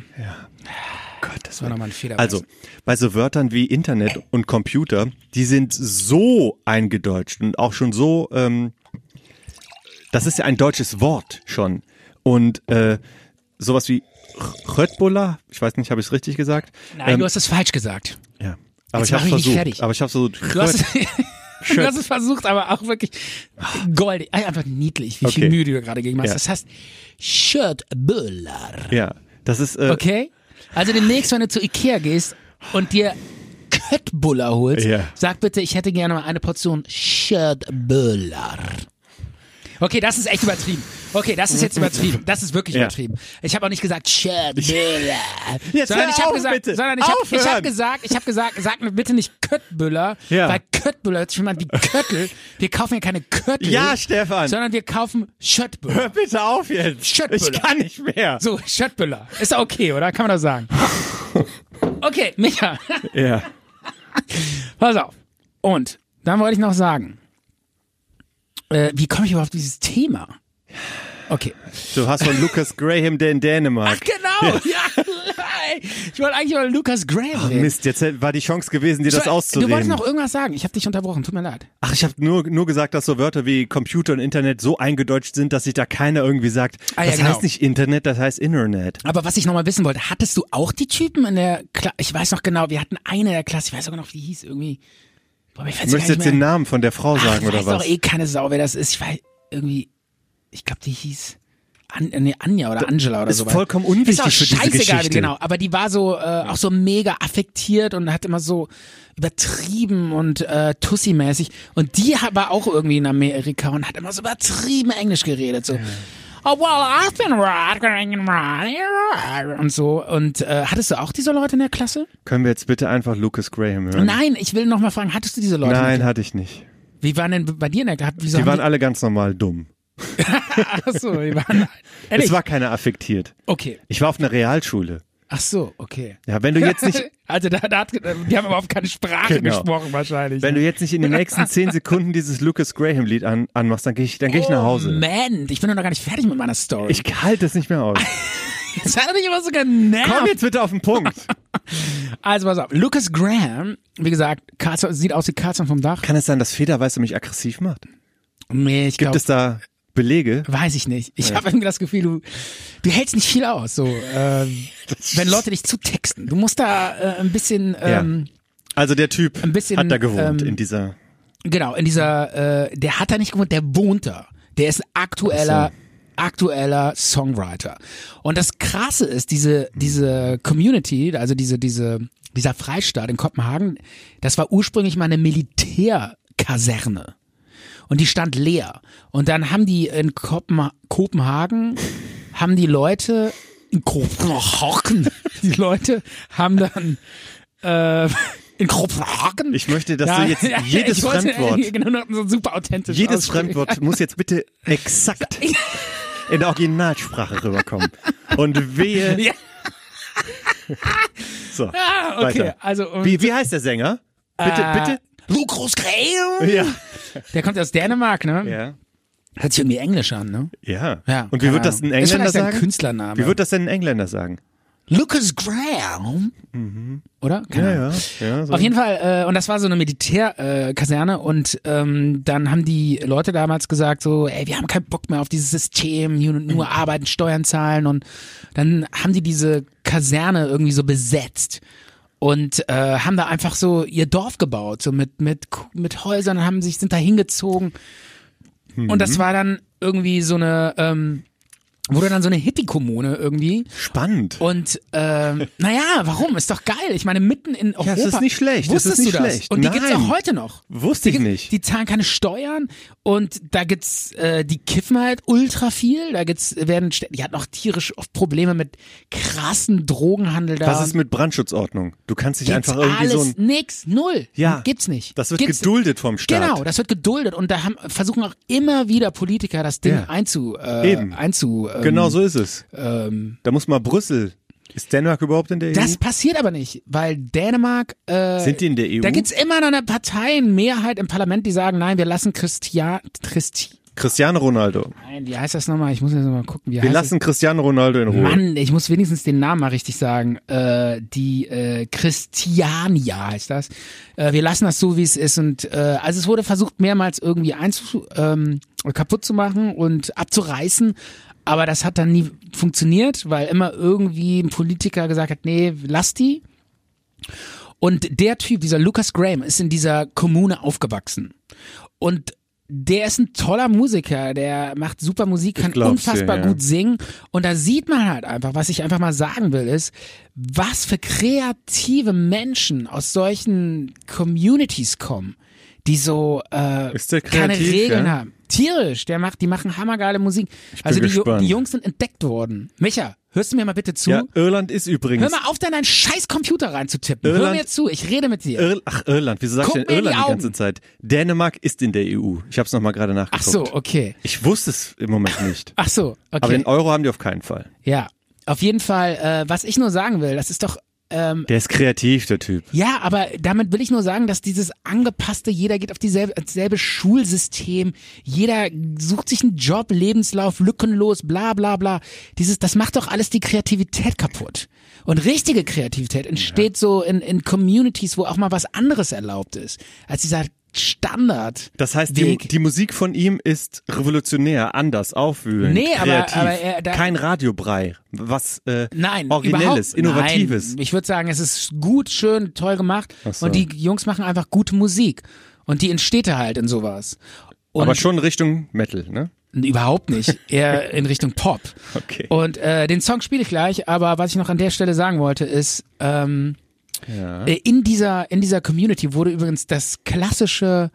[SPEAKER 4] Gott, das
[SPEAKER 3] war noch mal ein Federbeißen.
[SPEAKER 4] Also, bei so Wörtern wie Internet und Computer, die sind so eingedeutscht und auch schon so, ähm, das ist ja ein deutsches Wort schon. Und äh, sowas wie Röttbulla, ich weiß nicht, habe ich es richtig gesagt?
[SPEAKER 3] nein,
[SPEAKER 4] Ähm,
[SPEAKER 3] du hast es falsch gesagt.
[SPEAKER 4] ja. Aber
[SPEAKER 3] Jetzt
[SPEAKER 4] ich habe
[SPEAKER 3] mach mich nicht
[SPEAKER 4] versucht.
[SPEAKER 3] fertig.
[SPEAKER 4] Aber ich habe so.
[SPEAKER 3] Du hast, du hast es versucht, aber auch wirklich goldig. Einfach niedlich, wie viel
[SPEAKER 4] Okay.
[SPEAKER 3] Mühe du gerade gegen machst.
[SPEAKER 4] Ja.
[SPEAKER 3] Das heißt Shirtböller.
[SPEAKER 4] Ja, das ist. Äh,
[SPEAKER 3] Okay? Also demnächst, wenn du zu Ikea gehst und dir Köttbuller holst,
[SPEAKER 4] Ja.
[SPEAKER 3] sag bitte, ich hätte gerne mal eine Portion Shirtböller. Okay, das ist echt übertrieben. Okay, das ist jetzt übertrieben. Das ist wirklich
[SPEAKER 4] Ja.
[SPEAKER 3] übertrieben. Ich habe auch nicht gesagt Shirtböller.
[SPEAKER 4] Jetzt
[SPEAKER 3] sondern
[SPEAKER 4] hör
[SPEAKER 3] ich habe
[SPEAKER 4] auf,
[SPEAKER 3] gesagt,
[SPEAKER 4] bitte.
[SPEAKER 3] sondern ich habe ich
[SPEAKER 4] Aufhören.
[SPEAKER 3] hab gesagt, ich habe gesagt, sag mir bitte nicht Köttbüller,
[SPEAKER 4] Ja.
[SPEAKER 3] weil Köttbüller hört sich immer an wie Köttel. Wir kaufen ja keine Köttel.
[SPEAKER 4] Ja, Stefan.
[SPEAKER 3] Sondern wir kaufen Schöttbüller.
[SPEAKER 4] Hör bitte auf jetzt.
[SPEAKER 3] Schöttbüller.
[SPEAKER 4] Ich kann nicht mehr.
[SPEAKER 3] So, Schöttbüller. Ist doch okay, oder? Kann man doch sagen. Okay, Micha,
[SPEAKER 4] Ja.
[SPEAKER 3] pass auf. Und dann wollte ich noch sagen, äh, wie komme ich überhaupt auf dieses Thema? Okay.
[SPEAKER 4] Du hast von Lucas Graham, der in Dänemark.
[SPEAKER 3] Ach, genau. Ja. ey. Ich wollte eigentlich über Lucas Graham reden.
[SPEAKER 4] Mist, jetzt hätte- war die Chance gewesen, dir das
[SPEAKER 3] So, Du wolltest
[SPEAKER 4] auszureden.
[SPEAKER 3] noch irgendwas sagen. Ich habe dich unterbrochen. Tut mir leid.
[SPEAKER 4] Ach, ich habe nur, nur gesagt, dass so Wörter wie Computer und Internet so eingedeutscht sind, dass sich da keiner irgendwie sagt,
[SPEAKER 3] Ah, ja,
[SPEAKER 4] das
[SPEAKER 3] genau.
[SPEAKER 4] heißt nicht Internet, das heißt Internet.
[SPEAKER 3] Aber was ich nochmal wissen wollte, hattest du auch die Typen in der Klasse? Ich weiß noch genau, wir hatten eine der Klasse, ich weiß sogar noch, wie die hieß irgendwie. Boah, ich
[SPEAKER 4] Du möchtest jetzt den Namen von der Frau sagen
[SPEAKER 3] Ach,
[SPEAKER 4] oder
[SPEAKER 3] weiß
[SPEAKER 4] was?
[SPEAKER 3] doch eh keine Sau, wer das ist. Ich weiß irgendwie, ich glaube, die hieß An nee, Anja oder Angela oder
[SPEAKER 4] ist
[SPEAKER 3] sowas.
[SPEAKER 4] vollkommen unwichtig
[SPEAKER 3] ist auch
[SPEAKER 4] für diese
[SPEAKER 3] scheißegal, wie die-
[SPEAKER 4] Geschichte.
[SPEAKER 3] Genau, aber die war so äh, auch so mega affektiert und hat immer so übertrieben und äh, tussi-mäßig. Und die ha- war auch irgendwie in Amerika und hat immer so übertrieben Englisch geredet. So. Oh, well, I've been right, going right, und so. Und äh, hattest du auch diese Leute in der Klasse?
[SPEAKER 4] Können wir jetzt bitte einfach Lucas Graham hören?
[SPEAKER 3] Nein, ich will noch mal fragen, hattest du diese Leute? in der
[SPEAKER 4] Nein,
[SPEAKER 3] Klasse?
[SPEAKER 4] hatte ich nicht.
[SPEAKER 3] Wie waren denn bei dir in der Klasse? Wieso
[SPEAKER 4] Die
[SPEAKER 3] haben
[SPEAKER 4] waren alle ganz normal dumm.
[SPEAKER 3] Ach so, die waren halt ehrlich.
[SPEAKER 4] Es war keiner affektiert.
[SPEAKER 3] okay.
[SPEAKER 4] Ich war auf einer Realschule.
[SPEAKER 3] Ach so, okay.
[SPEAKER 4] Ja, wenn du jetzt nicht,
[SPEAKER 3] Also da, da hat, die haben überhaupt keine Sprache
[SPEAKER 4] Genau.
[SPEAKER 3] gesprochen wahrscheinlich. ne?
[SPEAKER 4] wenn du jetzt nicht in den nächsten zehn Sekunden dieses Lucas Graham Lied an, anmachst, dann gehe ich, dann gehe ich
[SPEAKER 3] Oh,
[SPEAKER 4] nach Hause.
[SPEAKER 3] Moment, ich bin doch noch gar nicht fertig mit meiner Story.
[SPEAKER 4] Ich halte es nicht mehr aus.
[SPEAKER 3] Sei doch nicht immer so genervt.
[SPEAKER 4] Komm jetzt bitte auf den Punkt.
[SPEAKER 3] Also pass auf, Lucas Graham, wie gesagt, Karlsson, sieht aus wie Karlsson vom Dach.
[SPEAKER 4] Kann es sein, dass Federweiße mich aggressiv macht?
[SPEAKER 3] Nee, ich
[SPEAKER 4] Gibt
[SPEAKER 3] glaube,
[SPEAKER 4] es da Belege?
[SPEAKER 3] Weiß ich nicht. Ich habe irgendwie das Gefühl, du, du hältst nicht viel aus, so ähm, wenn Leute dich zutexten. Du musst da äh, ein bisschen ähm,
[SPEAKER 4] Also der Typ
[SPEAKER 3] Ein bisschen,
[SPEAKER 4] hat da gewohnt
[SPEAKER 3] ähm,
[SPEAKER 4] in dieser.
[SPEAKER 3] genau in dieser. Äh, der hat da nicht gewohnt, der wohnt da. Der ist ein aktueller aktueller Songwriter. Und das Krasse ist diese diese Community, also diese diese dieser Freistaat in Kopenhagen. Das war ursprünglich mal eine Militärkaserne. und die stand leer. Und dann haben die in Kopenha Kopenhagen, haben die Leute, in Kopenhagen, die Leute haben dann, äh, in Kopenhagen.
[SPEAKER 4] Ich möchte, dass du jetzt jedes
[SPEAKER 3] ich wollte,
[SPEAKER 4] Fremdwort-
[SPEAKER 3] Genau, nur so super authentisch.
[SPEAKER 4] Jedes
[SPEAKER 3] aussprechen.
[SPEAKER 4] Fremdwort muss jetzt bitte exakt in der Originalsprache rüberkommen. Und wehe.
[SPEAKER 3] Ja.
[SPEAKER 4] So,
[SPEAKER 3] Ah, okay,
[SPEAKER 4] weiter.
[SPEAKER 3] also, und-
[SPEAKER 4] wie, wie heißt der Sänger? Bitte,
[SPEAKER 3] Äh, Lucros Graham.
[SPEAKER 4] bitte? Ja.
[SPEAKER 3] Der kommt aus Dänemark, ne?
[SPEAKER 4] Ja.
[SPEAKER 3] Hört sich irgendwie Englisch an, ne?
[SPEAKER 4] Ja.
[SPEAKER 3] Ja,
[SPEAKER 4] Und wie
[SPEAKER 3] keine
[SPEAKER 4] wird das ein
[SPEAKER 3] Ahnung. Ist
[SPEAKER 4] Engländer
[SPEAKER 3] vielleicht ein
[SPEAKER 4] sagen?
[SPEAKER 3] Künstlername.
[SPEAKER 4] Wie wird das denn ein Engländer sagen?
[SPEAKER 3] Lucas Graham. Oder? Keine Ahnung.
[SPEAKER 4] Mhm. Ja, ja. so.
[SPEAKER 3] Auf jeden Fall, äh, und das war so eine Militärkaserne äh, Kaserne und ähm, dann haben die Leute damals gesagt so, ey, wir haben keinen Bock mehr auf dieses System, nur, nur arbeiten, Steuern zahlen und dann haben die diese Kaserne irgendwie so besetzt und äh, haben da einfach so ihr Dorf gebaut, so mit mit Ku- mit Häusern, haben sich sind da hingezogen und das war dann irgendwie so eine ähm, wurde dann so eine Hippie-Kommune irgendwie
[SPEAKER 4] Spannend.
[SPEAKER 3] und ähm, naja, warum? Ist doch geil. Ich meine, mitten in Europa.
[SPEAKER 4] es ist nicht schlecht, es
[SPEAKER 3] Wusstest
[SPEAKER 4] ist nicht
[SPEAKER 3] du das?
[SPEAKER 4] schlecht.
[SPEAKER 3] Und die gibt's
[SPEAKER 4] Nein.
[SPEAKER 3] auch heute noch. die
[SPEAKER 4] Wusste ich
[SPEAKER 3] gibt-
[SPEAKER 4] nicht.
[SPEAKER 3] Die zahlen keine Steuern und da gibt's äh, die kiffen halt ultra viel. Da gibt's werden stä- die hat noch tierisch oft Probleme mit krassen Drogenhandel da.
[SPEAKER 4] Was ist mit Brandschutzordnung? Du kannst dich
[SPEAKER 3] ähm, gibt's
[SPEAKER 4] einfach irgendwie
[SPEAKER 3] alles
[SPEAKER 4] so ein.
[SPEAKER 3] nix null.
[SPEAKER 4] Ja.
[SPEAKER 3] gibt's nicht.
[SPEAKER 4] Das wird
[SPEAKER 3] gibt's
[SPEAKER 4] geduldet vom Staat.
[SPEAKER 3] Genau, das wird geduldet und da haben, versuchen auch immer wieder Politiker das Ding
[SPEAKER 4] Ja.
[SPEAKER 3] einzu, äh,
[SPEAKER 4] Eben.
[SPEAKER 3] einzu ähm,
[SPEAKER 4] Genau so ist es. da muss mal Brüssel. Ist Dänemark überhaupt in der EU?
[SPEAKER 3] Das passiert aber nicht, weil Dänemark. Äh,
[SPEAKER 4] Sind die in der E EU?
[SPEAKER 3] Da gibt's immer noch eine Parteienmehrheit im Parlament, die sagen, nein, wir lassen Christian. Christi,
[SPEAKER 4] Cristiano Ronaldo.
[SPEAKER 3] nein, wie heißt das nochmal? Ich muss jetzt nochmal gucken. Wie
[SPEAKER 4] Wir
[SPEAKER 3] heißt
[SPEAKER 4] lassen Cristiano Ronaldo in
[SPEAKER 3] das?
[SPEAKER 4] Ruhe.
[SPEAKER 3] Mann, ich muss wenigstens den Namen mal richtig sagen. Äh, die äh, Christiania heißt das. Äh, wir lassen das so, wie es ist. Und äh, also es wurde versucht, mehrmals irgendwie einzu ähm, kaputt zu machen und abzureißen. Aber das hat dann nie funktioniert, weil immer irgendwie ein Politiker gesagt hat, nee, lass die. Und der Typ, dieser Lucas Graham, ist in dieser Kommune aufgewachsen. Und der ist ein toller Musiker, der macht super Musik, kann
[SPEAKER 4] glaub's dir,
[SPEAKER 3] unfassbar
[SPEAKER 4] ja.
[SPEAKER 3] gut singen. Und da sieht man halt einfach, was ich einfach mal sagen will, ist, was für kreative Menschen aus solchen Communities kommen, die so äh,
[SPEAKER 4] Ist der
[SPEAKER 3] keine
[SPEAKER 4] kreativ,
[SPEAKER 3] Regeln
[SPEAKER 4] ja?
[SPEAKER 3] haben. Tierisch, der macht, die machen hammergeile Musik.
[SPEAKER 4] bin
[SPEAKER 3] also die, Ju-
[SPEAKER 4] gespannt.
[SPEAKER 3] die Jungs sind entdeckt worden. Micha, hörst du mir mal bitte zu?
[SPEAKER 4] Ja, Irland ist
[SPEAKER 3] Hör
[SPEAKER 4] übrigens.
[SPEAKER 3] mal auf, da in deinen scheiß Computer reinzutippen. Hör
[SPEAKER 4] Irland-
[SPEAKER 3] mir zu, ich rede mit dir.
[SPEAKER 4] Irl Ach, Irland. Wieso sagst
[SPEAKER 3] Guck
[SPEAKER 4] du
[SPEAKER 3] mir
[SPEAKER 4] denn
[SPEAKER 3] in die
[SPEAKER 4] Irland die,
[SPEAKER 3] Augen.
[SPEAKER 4] ganze Zeit? Dänemark ist in der EU. Ich habe es nochmal gerade
[SPEAKER 3] Ach
[SPEAKER 4] nachgeguckt.
[SPEAKER 3] so, okay.
[SPEAKER 4] Ich wusste es im Moment nicht.
[SPEAKER 3] Ach so,
[SPEAKER 4] Aber
[SPEAKER 3] okay.
[SPEAKER 4] den Euro haben die auf keinen Fall.
[SPEAKER 3] Ja, auf jeden Fall, äh, was ich nur sagen will, das ist doch, ähm,
[SPEAKER 4] Der ist kreativ, der Typ.
[SPEAKER 3] ja, aber damit will ich nur sagen, dass dieses angepasste, jeder geht auf dieselbe, dasselbe Schulsystem, jeder sucht sich einen Job, Lebenslauf, lückenlos, bla bla bla. Dieses, das macht doch alles die Kreativität kaputt. Und richtige Kreativität entsteht so in, in Communities, wo auch mal was anderes erlaubt ist, als dieser Standard.
[SPEAKER 4] Das heißt, die,
[SPEAKER 3] Weg.
[SPEAKER 4] die Musik von ihm ist revolutionär, anders, aufwühlend,
[SPEAKER 3] Nee, aber-
[SPEAKER 4] kreativ.
[SPEAKER 3] aber er- da-
[SPEAKER 4] Kein Radiobrei, was äh,
[SPEAKER 3] Nein,
[SPEAKER 4] Originelles,
[SPEAKER 3] überhaupt,
[SPEAKER 4] Innovatives.
[SPEAKER 3] Nein. Ich würde sagen, es ist gut, schön, toll gemacht.
[SPEAKER 4] so.
[SPEAKER 3] Und die Jungs machen einfach gute Musik. Und die entsteht da halt in sowas. Und
[SPEAKER 4] aber schon Richtung Metal, ne?
[SPEAKER 3] überhaupt nicht. Eher in Richtung Pop.
[SPEAKER 4] Okay.
[SPEAKER 3] Und äh, den Song spiele ich gleich, aber was ich noch an der Stelle sagen wollte, ist, ähm, äh, in, dieser, in dieser Community wurde übrigens das klassische,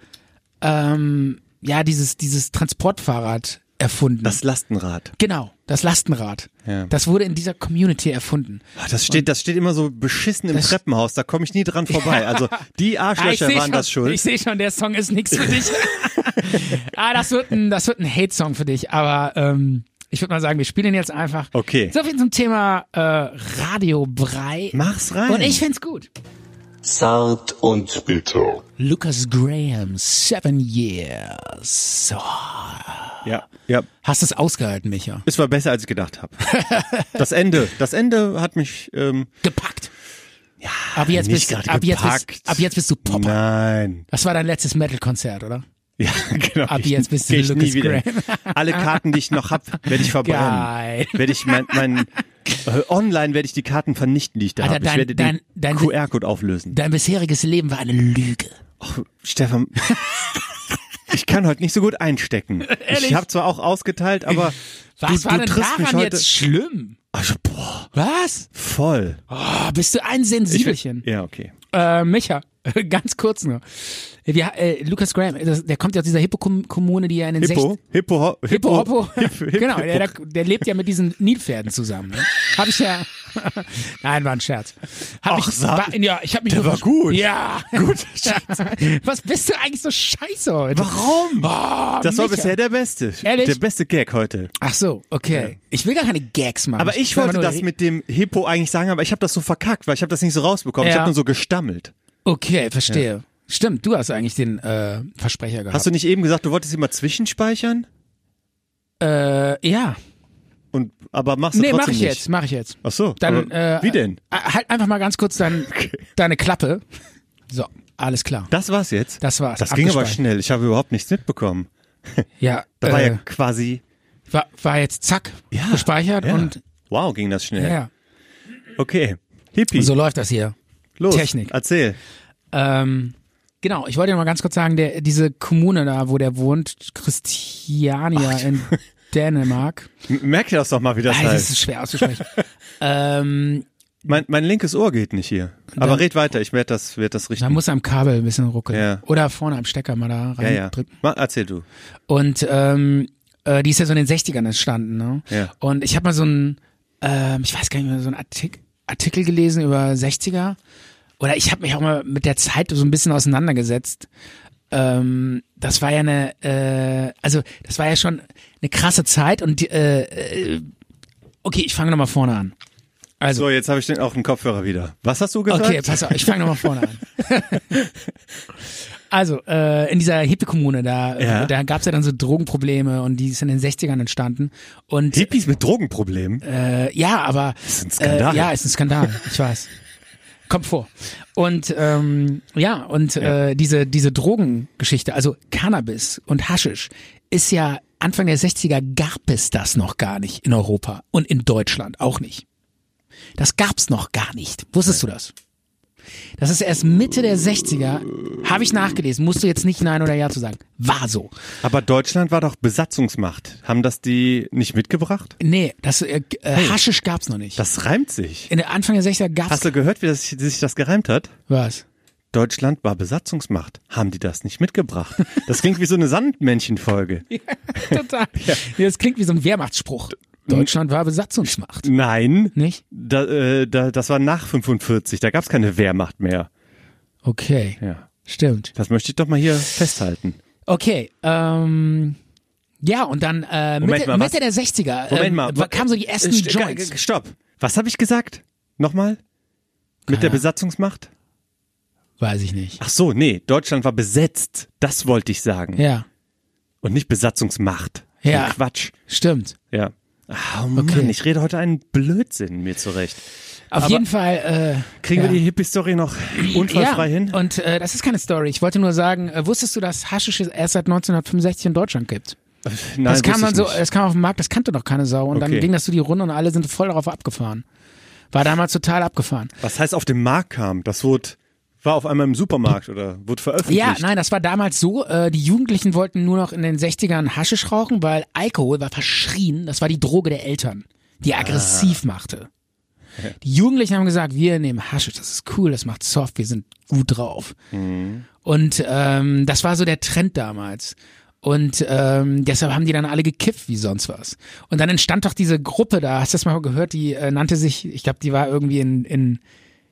[SPEAKER 3] ähm, ja, dieses, dieses Transportfahrrad erfunden.
[SPEAKER 4] Das Lastenrad.
[SPEAKER 3] genau, das Lastenrad.
[SPEAKER 4] Ja.
[SPEAKER 3] Das wurde in dieser Community erfunden.
[SPEAKER 4] Ah, Das steht, das steht immer so beschissen im
[SPEAKER 3] Das-
[SPEAKER 4] Treppenhaus, da komme ich nie dran vorbei. Also die
[SPEAKER 3] Ah, ich
[SPEAKER 4] Arschlöcher
[SPEAKER 3] seh
[SPEAKER 4] waren
[SPEAKER 3] schon,
[SPEAKER 4] das schuld.
[SPEAKER 3] Ich sehe schon, der Song ist nichts für dich. ah, das wird ein, das wird ein Hate-Song für dich. Aber ähm, ich würde mal sagen, wir spielen ihn jetzt einfach.
[SPEAKER 4] Okay.
[SPEAKER 3] So viel zum Thema äh, Radiobrei.
[SPEAKER 4] Mach's rein.
[SPEAKER 3] Und ich find's gut.
[SPEAKER 1] Zart und bitter.
[SPEAKER 3] Lucas Graham, Seven Years. So.
[SPEAKER 4] ja, ja.
[SPEAKER 3] Hast es ausgehalten, Micha?
[SPEAKER 4] Es war besser, als ich gedacht habe. Das Ende, das Ende hat mich ähm,
[SPEAKER 3] Gepackt. Ja, ab jetzt
[SPEAKER 4] nicht
[SPEAKER 3] bist,
[SPEAKER 4] gerade
[SPEAKER 3] ab jetzt
[SPEAKER 4] gepackt.
[SPEAKER 3] bist, ab jetzt bist du Popper.
[SPEAKER 4] Nein.
[SPEAKER 3] Das war dein letztes Metal-Konzert, oder?
[SPEAKER 4] Ja, genau.
[SPEAKER 3] Ab
[SPEAKER 4] Geh ich-
[SPEAKER 3] jetzt bist du
[SPEAKER 4] geh ich
[SPEAKER 3] Lucas
[SPEAKER 4] nie wieder.
[SPEAKER 3] Graham.
[SPEAKER 4] Alle Karten, die ich noch hab, werde ich verbrennen.
[SPEAKER 3] Geil.
[SPEAKER 4] Werde ich mein, mein äh, online werde ich die Karten vernichten, die ich da
[SPEAKER 3] Alter,
[SPEAKER 4] habe. Ich
[SPEAKER 3] dein-
[SPEAKER 4] werde den
[SPEAKER 3] dein- dein-
[SPEAKER 4] QR-Code auflösen.
[SPEAKER 3] Dein bisheriges Leben war eine Lüge.
[SPEAKER 4] Stefan, ich kann heute nicht so gut einstecken. Ich habe zwar auch ausgeteilt, aber
[SPEAKER 3] Was
[SPEAKER 4] du,
[SPEAKER 3] war
[SPEAKER 4] du
[SPEAKER 3] denn
[SPEAKER 4] triffst mich
[SPEAKER 3] daran
[SPEAKER 4] heute
[SPEAKER 3] jetzt schlimm?
[SPEAKER 4] Ach, boah,
[SPEAKER 3] Was?
[SPEAKER 4] voll.
[SPEAKER 3] Oh, bist du ein Sensibelchen?
[SPEAKER 4] Ja, okay.
[SPEAKER 3] Äh, Micha, ganz kurz nur. Wir, äh, Lucas Graham, das, der kommt ja aus dieser Hippo-Kommune, die ja in den
[SPEAKER 4] Hippo,
[SPEAKER 3] 60
[SPEAKER 4] Hippo, ho-
[SPEAKER 3] Hippo, Hoppo.
[SPEAKER 4] Hip- Hip-
[SPEAKER 3] genau,
[SPEAKER 4] Hippo.
[SPEAKER 3] der, der lebt ja mit diesen Nilpferden zusammen. Ne? Hab ich ja. Nein, war ein Scherz. Hab
[SPEAKER 4] Ach,
[SPEAKER 3] ich,
[SPEAKER 4] sag-
[SPEAKER 3] war, ja, ich hab mich
[SPEAKER 4] der
[SPEAKER 3] nur-
[SPEAKER 4] war gut.
[SPEAKER 3] Ja. Gut. Was bist du eigentlich so scheiße heute?
[SPEAKER 4] Warum?
[SPEAKER 3] Oh,
[SPEAKER 4] Das war
[SPEAKER 3] Micha.
[SPEAKER 4] bisher der beste.
[SPEAKER 3] Ehrlich?
[SPEAKER 4] Der beste Gag heute.
[SPEAKER 3] Ach so, okay. Ich will gar keine Gags machen.
[SPEAKER 4] Aber ich
[SPEAKER 3] will
[SPEAKER 4] wollte
[SPEAKER 3] nur
[SPEAKER 4] das
[SPEAKER 3] re-
[SPEAKER 4] mit dem Hippo eigentlich sagen, aber ich habe das so verkackt, weil ich habe das nicht so rausbekommen. Ich
[SPEAKER 3] Ja.
[SPEAKER 4] habe nur so gestammelt.
[SPEAKER 3] Okay, verstehe. Stimmt, du hast eigentlich den äh, Versprecher gehabt.
[SPEAKER 4] Hast du nicht eben gesagt, du wolltest immer zwischenspeichern?
[SPEAKER 3] äh, ja.
[SPEAKER 4] Und aber machst du
[SPEAKER 3] Nee, mach
[SPEAKER 4] trotzdem
[SPEAKER 3] ich
[SPEAKER 4] nicht.
[SPEAKER 3] jetzt, mach ich jetzt.
[SPEAKER 4] Ach so.
[SPEAKER 3] Dann,
[SPEAKER 4] aber
[SPEAKER 3] äh,
[SPEAKER 4] wie denn?
[SPEAKER 3] äh, Halt einfach mal ganz kurz dein, deine Klappe. So, alles klar.
[SPEAKER 4] Das war's jetzt.
[SPEAKER 3] Das war's.
[SPEAKER 4] Das ging aber
[SPEAKER 3] Abgespeichert.
[SPEAKER 4] schnell. Ich habe überhaupt nichts mitbekommen.
[SPEAKER 3] Ja,
[SPEAKER 4] Da
[SPEAKER 3] äh,
[SPEAKER 4] war ja quasi.
[SPEAKER 3] war, war jetzt zack
[SPEAKER 4] Ja,
[SPEAKER 3] gespeichert
[SPEAKER 4] ja.
[SPEAKER 3] und
[SPEAKER 4] Wow, ging das
[SPEAKER 3] ja,
[SPEAKER 4] schnell.
[SPEAKER 3] ja.
[SPEAKER 4] Okay. Hippie.
[SPEAKER 3] so läuft das hier.
[SPEAKER 4] Los.
[SPEAKER 3] Technik.
[SPEAKER 4] Erzähl.
[SPEAKER 3] Ähm, genau, ich wollte noch mal ganz kurz sagen, der, diese Kommune da, wo der wohnt, Christiania in Dänemark.
[SPEAKER 4] M- Merk dir das doch mal, wie das
[SPEAKER 3] Alter, das
[SPEAKER 4] heißt.
[SPEAKER 3] ist schwer auszusprechen. ähm,
[SPEAKER 4] Mein, mein linkes Ohr geht nicht hier. Aber red weiter. Ich werde das, werd das
[SPEAKER 3] man
[SPEAKER 4] richten.
[SPEAKER 3] muss am Kabel ein bisschen ruckeln.
[SPEAKER 4] Ja.
[SPEAKER 3] Oder vorne am Stecker mal da
[SPEAKER 4] Ja, ja.
[SPEAKER 3] reindrücken.
[SPEAKER 4] Ma- Erzähl du.
[SPEAKER 3] Und ähm, äh, die ist ja so in den 60ern entstanden, ne?
[SPEAKER 4] Ja.
[SPEAKER 3] Und ich habe mal so ein, ähm, ich weiß gar nicht mehr, so ein Artik Artikel gelesen über 60er. Oder ich habe mich auch mal mit der Zeit so ein bisschen auseinandergesetzt. Ähm, das war ja eine, äh, also das war ja schon eine krasse Zeit und die, äh, äh, okay, ich fange nochmal vorne an. Also,
[SPEAKER 4] So, jetzt habe ich den auch den Kopfhörer wieder. Was hast du gesagt?
[SPEAKER 3] Okay, pass auf, ich fange nochmal vorne an. Also, äh, in dieser Hippie-Kommune, da,
[SPEAKER 4] Ja.
[SPEAKER 3] da gab's ja dann so Drogenprobleme und die sind in den 60ern entstanden. Und
[SPEAKER 4] Hippies mit Drogenproblemen?
[SPEAKER 3] äh, ja, aber
[SPEAKER 4] ist ein Skandal.
[SPEAKER 3] Äh, ja, ist ein Skandal, ich weiß. Kommt vor. Und ähm, ja, und Äh, diese, diese Drogengeschichte, also Cannabis und Haschisch, ist ja Anfang der 60er gab es das noch gar nicht in Europa und in Deutschland auch nicht. Das gab's noch gar nicht. Wusstest du das? Das ist erst Mitte der 60er, habe ich nachgelesen, musst du jetzt nicht Nein oder Ja zu sagen. War so.
[SPEAKER 4] Aber Deutschland war doch Besatzungsmacht. Haben das die nicht mitgebracht?
[SPEAKER 3] Nee, das äh, äh, Haschisch gab's noch nicht.
[SPEAKER 4] Das reimt sich.
[SPEAKER 3] in der Anfang der 60er gab's
[SPEAKER 4] Hast du gehört, wie das, sich das gereimt hat?
[SPEAKER 3] was.
[SPEAKER 4] Deutschland war Besatzungsmacht. Haben die das nicht mitgebracht? Das klingt wie so eine Sandmännchenfolge.
[SPEAKER 3] Total. Ja. Das klingt wie so ein Wehrmachtsspruch. Deutschland war Besatzungsmacht.
[SPEAKER 4] Nein,
[SPEAKER 3] Nicht?
[SPEAKER 4] da, äh, da, das war nach 45. Da gab es keine Wehrmacht mehr.
[SPEAKER 3] Okay.
[SPEAKER 4] Ja.
[SPEAKER 3] Stimmt.
[SPEAKER 4] Das möchte ich doch mal hier festhalten.
[SPEAKER 3] Okay. Ähm, ja, und dann äh,
[SPEAKER 4] Moment
[SPEAKER 3] Mitte,
[SPEAKER 4] mal, was-
[SPEAKER 3] Mitte der 60er
[SPEAKER 4] Moment
[SPEAKER 3] ähm,
[SPEAKER 4] mal.
[SPEAKER 3] wa- kamen so die ersten
[SPEAKER 4] St-
[SPEAKER 3] Joints.
[SPEAKER 4] ga- Stopp. Was habe ich gesagt? Nochmal? Mit der Besatzungsmacht?
[SPEAKER 3] Weiß ich nicht.
[SPEAKER 4] Ach so, nee, Deutschland war besetzt. Das wollte ich sagen.
[SPEAKER 3] Ja,
[SPEAKER 4] Und nicht Besatzungsmacht.
[SPEAKER 3] Ja.
[SPEAKER 4] Quatsch.
[SPEAKER 3] stimmt.
[SPEAKER 4] Ja. Ah, Oh Mann, ich rede heute einen Blödsinn mir zurecht.
[SPEAKER 3] Auf jeden Fall. Äh,
[SPEAKER 4] Kriegen
[SPEAKER 3] ja.
[SPEAKER 4] wir die Hippie-Story noch
[SPEAKER 3] ja,
[SPEAKER 4] unfallfrei hin?
[SPEAKER 3] und äh, das ist keine Story. Ich wollte nur sagen, äh, wusstest du, dass Haschisch es erst seit 1965 in Deutschland gibt?
[SPEAKER 4] Nein,
[SPEAKER 3] das kam
[SPEAKER 4] wusste
[SPEAKER 3] dann
[SPEAKER 4] ich
[SPEAKER 3] so,
[SPEAKER 4] nicht.
[SPEAKER 3] das kam auf den Markt, das kannte doch keine Sau. Und
[SPEAKER 4] Okay.
[SPEAKER 3] dann ging das so die Runde und alle sind voll darauf abgefahren. War damals total abgefahren.
[SPEAKER 4] Was heißt auf den Markt kam? Das wurde, war auf einmal im Supermarkt oder wurde veröffentlicht?
[SPEAKER 3] Ja, nein, das war damals so. Äh, die Jugendlichen wollten nur noch in den 60ern Haschisch rauchen, weil Alkohol war verschrien. Das war die Droge der Eltern, die aggressiv machte. Die Jugendlichen haben gesagt, wir nehmen Haschisch, das ist cool, das macht soft, wir sind gut drauf. Und ähm, das war so der Trend damals. Und ähm, deshalb haben die dann alle gekifft wie sonst was. Und dann entstand doch diese Gruppe da, hast du das mal gehört, die äh, nannte sich, ich glaube, die war irgendwie in, in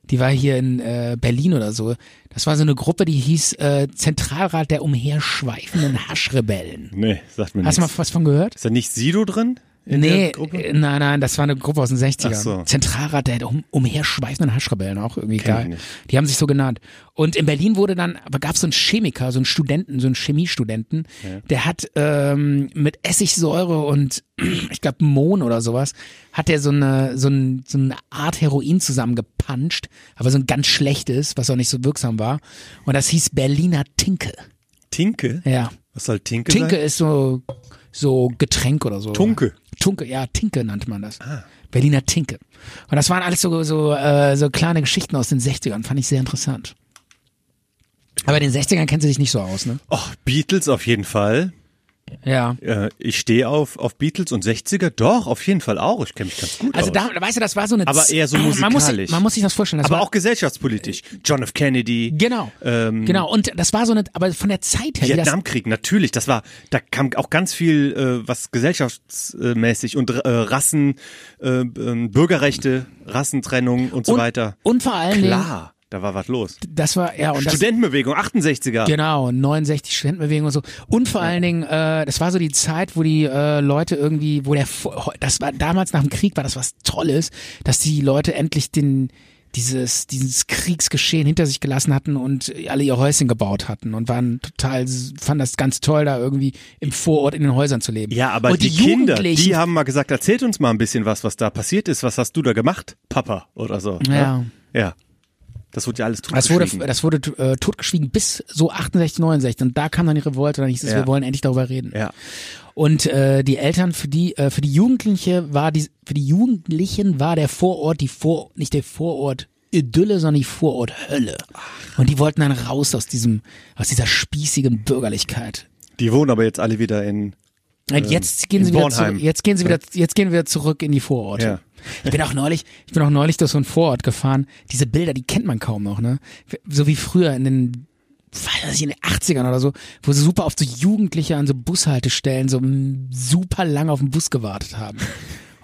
[SPEAKER 3] die war hier in äh, Berlin oder so. Das war so eine Gruppe, die hieß äh, Zentralrat der umherschweifenden Haschrebellen.
[SPEAKER 4] Nee, sagt mir
[SPEAKER 3] Hast du mal
[SPEAKER 4] nichts.
[SPEAKER 3] was von gehört?
[SPEAKER 4] Ist da nicht Sido drin? In
[SPEAKER 3] nee,
[SPEAKER 4] der Gruppe?
[SPEAKER 3] äh, nein, nein, das war eine Gruppe aus den 60ern.
[SPEAKER 4] Ach so.
[SPEAKER 3] Zentralrat der um, umherschweifenden Haschrebellen, auch irgendwie
[SPEAKER 4] Kenn ich
[SPEAKER 3] geil.
[SPEAKER 4] nicht.
[SPEAKER 3] Die haben sich so genannt. Und in Berlin wurde dann, aber gab es so einen Chemiker, so einen Studenten, so einen Chemiestudenten, der hat ähm, mit Essigsäure und ich glaube Mohn oder sowas, hat der so eine, so, ein, so eine Art Heroin zusammengepanscht, aber so ein ganz schlechtes, was auch nicht so wirksam war. Und das hieß Berliner Tinke.
[SPEAKER 4] Tinke?
[SPEAKER 3] Ja.
[SPEAKER 4] Was soll Tinke,
[SPEAKER 3] Tinke
[SPEAKER 4] sein?
[SPEAKER 3] ist so, so Getränk oder so.
[SPEAKER 4] Tunke. Ah.
[SPEAKER 3] Tunke, ja, Tinke nannte man das. Berliner Tinke. Und das waren alles so, so, äh, so kleine Geschichten aus den 60ern, fand ich sehr interessant. Aber in den 60ern kennt sie sich nicht so aus, ne?
[SPEAKER 4] Oh, Beatles auf jeden Fall.
[SPEAKER 3] Ja.
[SPEAKER 4] Äh, ich stehe auf, auf Beatles und 60er. Doch, auf jeden Fall auch. Ich kenne mich ganz gut
[SPEAKER 3] Also
[SPEAKER 4] aus.
[SPEAKER 3] da, weißt du, das war so eine...
[SPEAKER 4] Aber
[SPEAKER 3] Z-
[SPEAKER 4] eher so
[SPEAKER 3] Man muss, sich-
[SPEAKER 4] musikalisch.
[SPEAKER 3] man muss sich das vorstellen. Das
[SPEAKER 4] aber
[SPEAKER 3] war,
[SPEAKER 4] auch gesellschaftspolitisch. John F. Kennedy.
[SPEAKER 3] Genau,
[SPEAKER 4] Ähm,
[SPEAKER 3] genau. Und das war so eine, aber von der Zeit her, wie das,
[SPEAKER 4] Vietnamkrieg, natürlich. Das war, da kam auch ganz viel, äh, was gesellschaftsmäßig und äh, Rassen, äh, ähm, Bürgerrechte, Rassentrennung und so
[SPEAKER 3] und,
[SPEAKER 4] weiter.
[SPEAKER 3] Und vor allen Dingen,
[SPEAKER 4] Klar, da war was los.
[SPEAKER 3] das war, ja, und das,
[SPEAKER 4] Studentenbewegung, 68er.
[SPEAKER 3] Genau, 69 Studentenbewegung und so. Und vor allen Dingen, äh, das war so die Zeit, wo die äh, Leute irgendwie, wo der, Vo- das war damals nach dem Krieg, war das was Tolles, dass die Leute endlich den dieses dieses Kriegsgeschehen hinter sich gelassen hatten und alle ihr Häuschen gebaut hatten und waren total fanden das ganz toll da irgendwie im Vorort in den Häusern zu leben.
[SPEAKER 4] Ja, aber
[SPEAKER 3] und
[SPEAKER 4] die, Kinder,
[SPEAKER 3] Oh, Jugendlichen-
[SPEAKER 4] die haben mal gesagt, erzählt uns mal ein bisschen was, was da passiert ist. Was hast du da gemacht, Papa? Oder so. ne?
[SPEAKER 3] Ja.
[SPEAKER 4] Ja. ja. Das wurde ja alles
[SPEAKER 3] Das wurde,
[SPEAKER 4] totgeschwiegen.
[SPEAKER 3] das wurde äh, totgeschwiegen bis so 68, 69 und da kam dann die Revolte und dann hieß es,
[SPEAKER 4] Ja.
[SPEAKER 3] wir wollen endlich darüber reden.
[SPEAKER 4] Ja.
[SPEAKER 3] Und äh, die Eltern für die äh, für die Jugendliche war die für die Jugendlichen war der Vorort die vor nicht der Vorort Idylle, sondern die Vorort Hölle. Und die wollten dann raus aus diesem aus dieser spießigen Bürgerlichkeit.
[SPEAKER 4] Die wohnen aber jetzt alle wieder in
[SPEAKER 3] Und Äh, jetzt gehen
[SPEAKER 4] Ähm, in
[SPEAKER 3] sie wieder
[SPEAKER 4] Bornheim.
[SPEAKER 3] zurück, jetzt gehen sie wieder jetzt gehen wir zurück in die Vororte.
[SPEAKER 4] Ja.
[SPEAKER 3] Ich bin auch neulich, ich bin auch neulich durch so einen Vorort gefahren. Diese Bilder, die kennt man kaum noch, ne? So wie früher in den was weiß ich, in den 80ern oder so, wo so super oft so Jugendliche an so Bushaltestellen so m- super lang auf den Bus gewartet haben.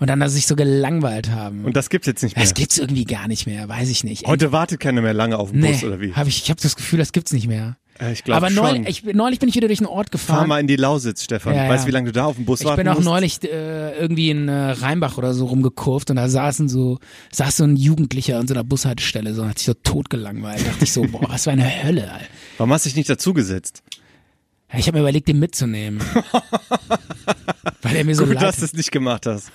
[SPEAKER 3] Und dann da sich so gelangweilt haben.
[SPEAKER 4] Und das gibt's jetzt nicht mehr.
[SPEAKER 3] das gibt's irgendwie gar nicht mehr, weiß ich nicht.
[SPEAKER 4] Heute wartet keiner mehr lange auf den
[SPEAKER 3] nee,
[SPEAKER 4] Bus oder wie?
[SPEAKER 3] Hab ich ich habe das Gefühl, das gibt's nicht mehr.
[SPEAKER 4] Äh, ich glaub
[SPEAKER 3] Aber
[SPEAKER 4] schon.
[SPEAKER 3] neulich, ich, bin- neulich bin ich wieder durch einen Ort
[SPEAKER 4] Fahr
[SPEAKER 3] gefahren.
[SPEAKER 4] mal in die Lausitz, Stefan.
[SPEAKER 3] Ja, ja.
[SPEAKER 4] weißt du, wie lange du da auf dem Bus
[SPEAKER 3] Ich
[SPEAKER 4] warten
[SPEAKER 3] bin auch
[SPEAKER 4] musst?
[SPEAKER 3] neulich äh, irgendwie in äh, Rheinbach oder so rumgekurvt und da saßen so, saß so ein Jugendlicher an so einer Bushaltestelle so und hat sich so tot gelangweilt. dachte ich so, boah, was für eine Hölle. Alter.
[SPEAKER 4] Warum hast du dich nicht dazugesetzt?
[SPEAKER 3] Ja, Ich habe mir überlegt, den mitzunehmen. Weil er mir so
[SPEAKER 4] Gut,
[SPEAKER 3] leid.
[SPEAKER 4] dass du es nicht gemacht hast.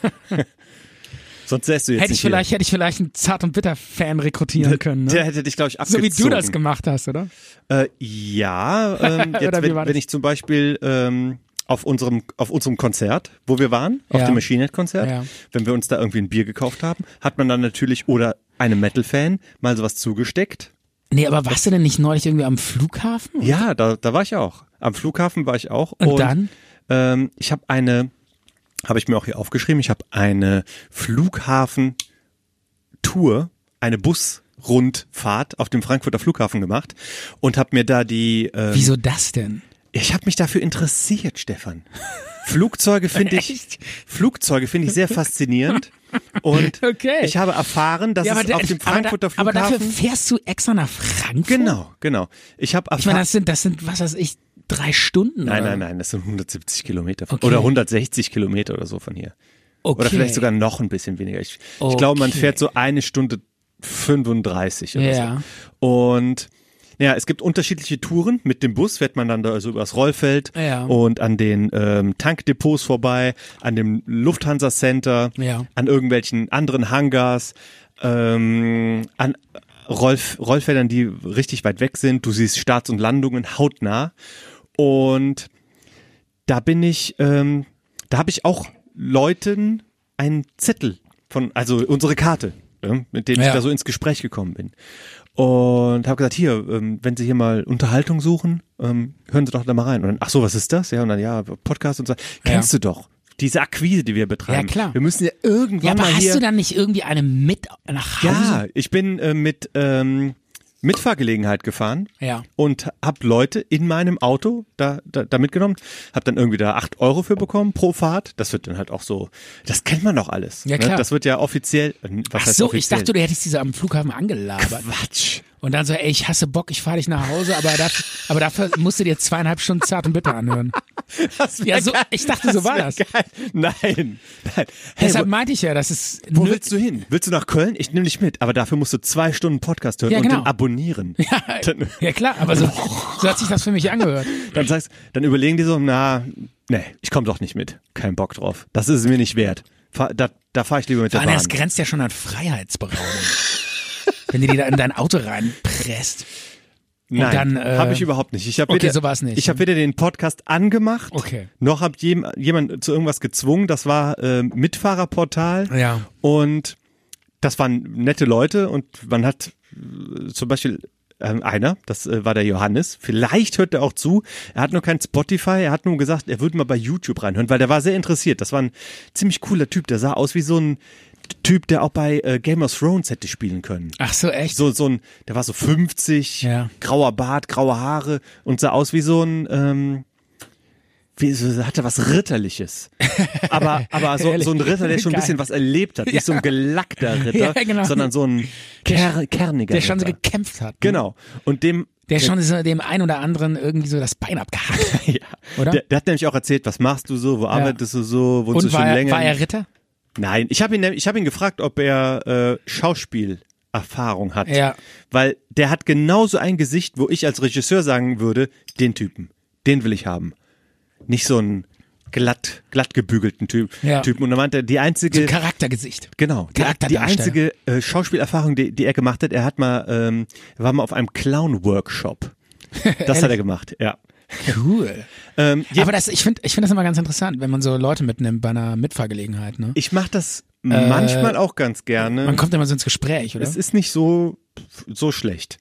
[SPEAKER 4] Sonst säst du jetzt
[SPEAKER 3] Hätte
[SPEAKER 4] nicht
[SPEAKER 3] ich, vielleicht, hätte ich vielleicht einen Zart- und Bitter-Fan rekrutieren
[SPEAKER 4] hier.
[SPEAKER 3] können.
[SPEAKER 4] Der
[SPEAKER 3] Ne?
[SPEAKER 4] hätte dich, glaube ich,
[SPEAKER 3] So
[SPEAKER 4] abgezogen.
[SPEAKER 3] wie du das gemacht hast, oder?
[SPEAKER 4] Äh, ja, ähm,
[SPEAKER 3] Oder
[SPEAKER 4] jetzt,
[SPEAKER 3] wie
[SPEAKER 4] wenn,
[SPEAKER 3] war das?
[SPEAKER 4] wenn ich zum Beispiel ähm, auf unserem auf unserem Konzert, wo wir waren, auf
[SPEAKER 3] Ja.
[SPEAKER 4] dem Machine Head Konzert,
[SPEAKER 3] Ja.
[SPEAKER 4] wenn wir uns da irgendwie ein Bier gekauft haben, hat man dann natürlich oder einem Metal-Fan mal sowas zugesteckt.
[SPEAKER 3] Nee, aber warst du denn nicht neulich irgendwie am Flughafen?
[SPEAKER 4] Ja, da, da war ich auch. Am Flughafen war ich auch.
[SPEAKER 3] Und dann?
[SPEAKER 4] Ähm, ich habe eine, habe ich mir auch hier aufgeschrieben, ich habe eine Flughafen-Tour, eine Busrundfahrt auf dem Frankfurter Flughafen gemacht und habe mir da die. ähm,
[SPEAKER 3] Wieso das denn?
[SPEAKER 4] ich habe mich dafür interessiert, Stefan. Flugzeuge finde ich, Flugzeuge finde ich sehr faszinierend. Und
[SPEAKER 3] Okay.
[SPEAKER 4] ich habe erfahren, dass es
[SPEAKER 3] da-
[SPEAKER 4] auf dem Frankfurter
[SPEAKER 3] aber, da,
[SPEAKER 4] Flughafen.
[SPEAKER 3] aber dafür fährst du extra nach Frankfurt?
[SPEAKER 4] genau, genau. Ich habe erfahren.
[SPEAKER 3] Ich meine, das sind, das sind, was weiß ich, drei Stunden.
[SPEAKER 4] nein,
[SPEAKER 3] oder?
[SPEAKER 4] nein, nein, das sind 170 Kilometer von,
[SPEAKER 3] Okay.
[SPEAKER 4] oder 160 Kilometer oder so von hier.
[SPEAKER 3] Okay.
[SPEAKER 4] Oder vielleicht sogar noch ein bisschen weniger. Ich,
[SPEAKER 3] Okay.
[SPEAKER 4] ich glaube, man fährt so eine Stunde 35 oder
[SPEAKER 3] Ja.
[SPEAKER 4] so. Und ja, es gibt unterschiedliche Touren. Mit dem Bus fährt man dann da so übers Rollfeld
[SPEAKER 3] Ja.
[SPEAKER 4] und an den ähm, Tankdepots vorbei, an dem Lufthansa Center,
[SPEAKER 3] Ja.
[SPEAKER 4] an irgendwelchen anderen Hangars, ähm, an Rollf Rollfeldern, die richtig weit weg sind. Du siehst Starts und Landungen hautnah. Und da bin ich, ähm, da habe ich auch Leuten einen Zettel von, also unsere Karte, ja, mit dem
[SPEAKER 3] Ja.
[SPEAKER 4] ich da so ins Gespräch gekommen bin. Und habe gesagt, hier, ähm, wenn Sie hier mal Unterhaltung suchen, ähm, hören Sie doch da mal rein. Und dann, ach so, was ist das? Ja, und dann, ja, Podcast und so. Kennst du doch. Diese Akquise, die wir betreiben.
[SPEAKER 3] Ja, klar.
[SPEAKER 4] Wir müssen ja irgendwann
[SPEAKER 3] Ja, aber
[SPEAKER 4] mal hier.
[SPEAKER 3] hast du dann nicht irgendwie eine mit nach Hause?
[SPEAKER 4] ja, ich bin äh, mit ähm, Mitfahrgelegenheit gefahren
[SPEAKER 3] Ja.
[SPEAKER 4] und hab Leute in meinem Auto da, da, da mitgenommen, hab dann irgendwie da acht Euro für bekommen pro Fahrt. Das wird dann halt auch so, das kennt man doch alles.
[SPEAKER 3] Ja, klar.
[SPEAKER 4] Ne? Das wird ja offiziell, äh, was
[SPEAKER 3] Ach
[SPEAKER 4] heißt
[SPEAKER 3] so, ich
[SPEAKER 4] offiziell?
[SPEAKER 3] dachte, du hättest diese am Flughafen angelabert.
[SPEAKER 4] Quatsch.
[SPEAKER 3] Und dann so, ey, ich hasse Bock, ich fahre dich nach Hause, aber dafür, aber dafür musst du dir zweieinhalb Stunden zart und bitter anhören.
[SPEAKER 4] Das wär
[SPEAKER 3] Ja, so,
[SPEAKER 4] geil.
[SPEAKER 3] ich dachte, so war
[SPEAKER 4] wär
[SPEAKER 3] das.
[SPEAKER 4] Geil. Nein, nein. Hey,
[SPEAKER 3] Deshalb
[SPEAKER 4] wo,
[SPEAKER 3] meinte ich ja, das ist
[SPEAKER 4] wo
[SPEAKER 3] nö-
[SPEAKER 4] willst du hin? Willst du nach Köln? Ich nehme dich mit, aber dafür musst du zwei Stunden Podcast hören
[SPEAKER 3] Ja, genau.
[SPEAKER 4] und den abonnieren. Dann,
[SPEAKER 3] Ja klar, aber so, so hat sich das für mich angehört.
[SPEAKER 4] dann sagst, dann überlegen die so, na, nee, ich komme doch nicht mit. Kein Bock drauf. Das ist es mir nicht wert. Fahr, da da fahre ich lieber mit der
[SPEAKER 3] Vor allem,
[SPEAKER 4] Bahn.
[SPEAKER 3] das grenzt ja schon an Freiheitsberaubung. Wenn du die da in dein Auto reinpresst.
[SPEAKER 4] Nein,
[SPEAKER 3] dann, äh,
[SPEAKER 4] habe ich überhaupt nicht. Ich habe
[SPEAKER 3] okay,
[SPEAKER 4] weder,
[SPEAKER 3] so war's nicht.
[SPEAKER 4] Ich habe weder den Podcast angemacht,
[SPEAKER 3] Okay.
[SPEAKER 4] noch habe jem, jemand zu irgendwas gezwungen. Das war ähm, Mitfahrerportal
[SPEAKER 3] Ja.
[SPEAKER 4] und das waren nette Leute und man hat äh, zum Beispiel ähm, einer, das äh, war der Johannes, vielleicht hört er auch zu, er hat nur kein Spotify, er hat nur gesagt, er würde mal bei YouTube reinhören, weil der war sehr interessiert. Das war ein ziemlich cooler Typ, der sah aus wie so ein Typ, der auch bei äh, Game of Thrones hätte spielen können.
[SPEAKER 3] Ach so, echt?
[SPEAKER 4] So, so ein, der war so 50,
[SPEAKER 3] Ja.
[SPEAKER 4] grauer Bart, graue Haare und sah aus wie so ein, ähm, wie, so, hatte was Ritterliches. Aber, aber so, so ein Ritter, der schon ein
[SPEAKER 3] Geil.
[SPEAKER 4] bisschen was erlebt hat. Nicht so ein gelackter Ritter,
[SPEAKER 3] Ja, genau.
[SPEAKER 4] sondern so ein ker kerniger
[SPEAKER 3] der schon so
[SPEAKER 4] Ritter.
[SPEAKER 3] gekämpft hat. ne?
[SPEAKER 4] Genau. Und dem,
[SPEAKER 3] Der schon so dem einen oder anderen irgendwie so das Bein abgehackt hat.
[SPEAKER 4] ja,
[SPEAKER 3] Oder?
[SPEAKER 4] Der, der hat nämlich auch erzählt, was machst du so, wo arbeitest du so, wohnst
[SPEAKER 3] Und
[SPEAKER 4] du schon
[SPEAKER 3] war er,
[SPEAKER 4] länger?
[SPEAKER 3] war er Ritter?
[SPEAKER 4] Nein, ich habe ihn, ich hab ihn gefragt, ob er äh, Schauspielerfahrung hat.
[SPEAKER 3] Ja.
[SPEAKER 4] Weil der hat genauso ein Gesicht, wo ich als Regisseur sagen würde, den Typen, den will ich haben. Nicht so einen glatt, glatt gebügelten Typ,
[SPEAKER 3] Ja.
[SPEAKER 4] Typen. Und dann meinte er, die
[SPEAKER 3] So ein
[SPEAKER 4] einzige...
[SPEAKER 3] Charaktergesicht.
[SPEAKER 4] Genau, die, die
[SPEAKER 3] Charakterdarsteller.
[SPEAKER 4] einzige äh, Schauspielerfahrung, die, die er gemacht hat, er hat mal, ähm, er war mal auf einem Clown-Workshop. Das hat er gemacht, ja.
[SPEAKER 3] Cool.
[SPEAKER 4] Ähm, je-
[SPEAKER 3] Aber das, ich finde ich find das immer ganz interessant, wenn man so Leute mitnimmt bei einer Mitfahrgelegenheit. Ne?
[SPEAKER 4] ich mache das manchmal auch ganz gerne.
[SPEAKER 3] Man kommt immer so ins Gespräch, oder?
[SPEAKER 4] Es ist nicht so, so schlecht.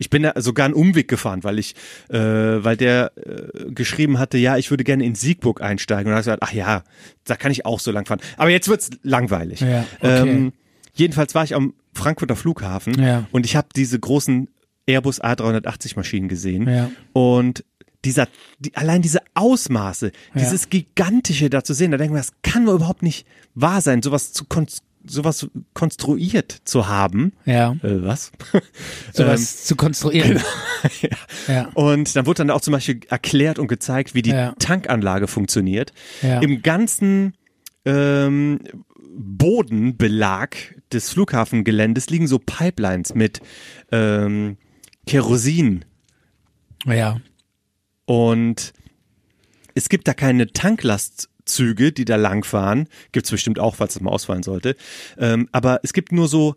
[SPEAKER 4] Ich bin da sogar einen Umweg gefahren, weil ich, äh, weil der äh, geschrieben hatte, ja, ich würde gerne in Siegburg einsteigen. Und da hab ich gesagt, ach ja, da kann ich auch so lang fahren. Aber jetzt wird's langweilig.
[SPEAKER 3] Ja, okay.
[SPEAKER 4] ähm, jedenfalls war ich am Frankfurter Flughafen
[SPEAKER 3] Ja.
[SPEAKER 4] und ich habe diese großen Airbus A380 Maschinen gesehen.
[SPEAKER 3] Ja.
[SPEAKER 4] Und dieser, die, allein diese Ausmaße, dieses Gigantische da zu sehen, da denken wir, das kann doch überhaupt nicht wahr sein, sowas zu kon sowas konstruiert zu haben.
[SPEAKER 3] ja,
[SPEAKER 4] Äh, was?
[SPEAKER 3] sowas zu
[SPEAKER 4] genau.
[SPEAKER 3] konstruieren. Ja.
[SPEAKER 4] Und dann wurde dann auch zum Beispiel erklärt und gezeigt, wie die
[SPEAKER 3] Ja.
[SPEAKER 4] Tankanlage funktioniert.
[SPEAKER 3] Ja.
[SPEAKER 4] Im ganzen ähm, Bodenbelag des Flughafengeländes liegen so Pipelines mit ähm, Kerosin.
[SPEAKER 3] Ja. ja.
[SPEAKER 4] Und es gibt da keine Tanklastzüge, die da langfahren. Gibt's bestimmt auch, falls es mal ausfallen sollte. Ähm, aber es gibt nur so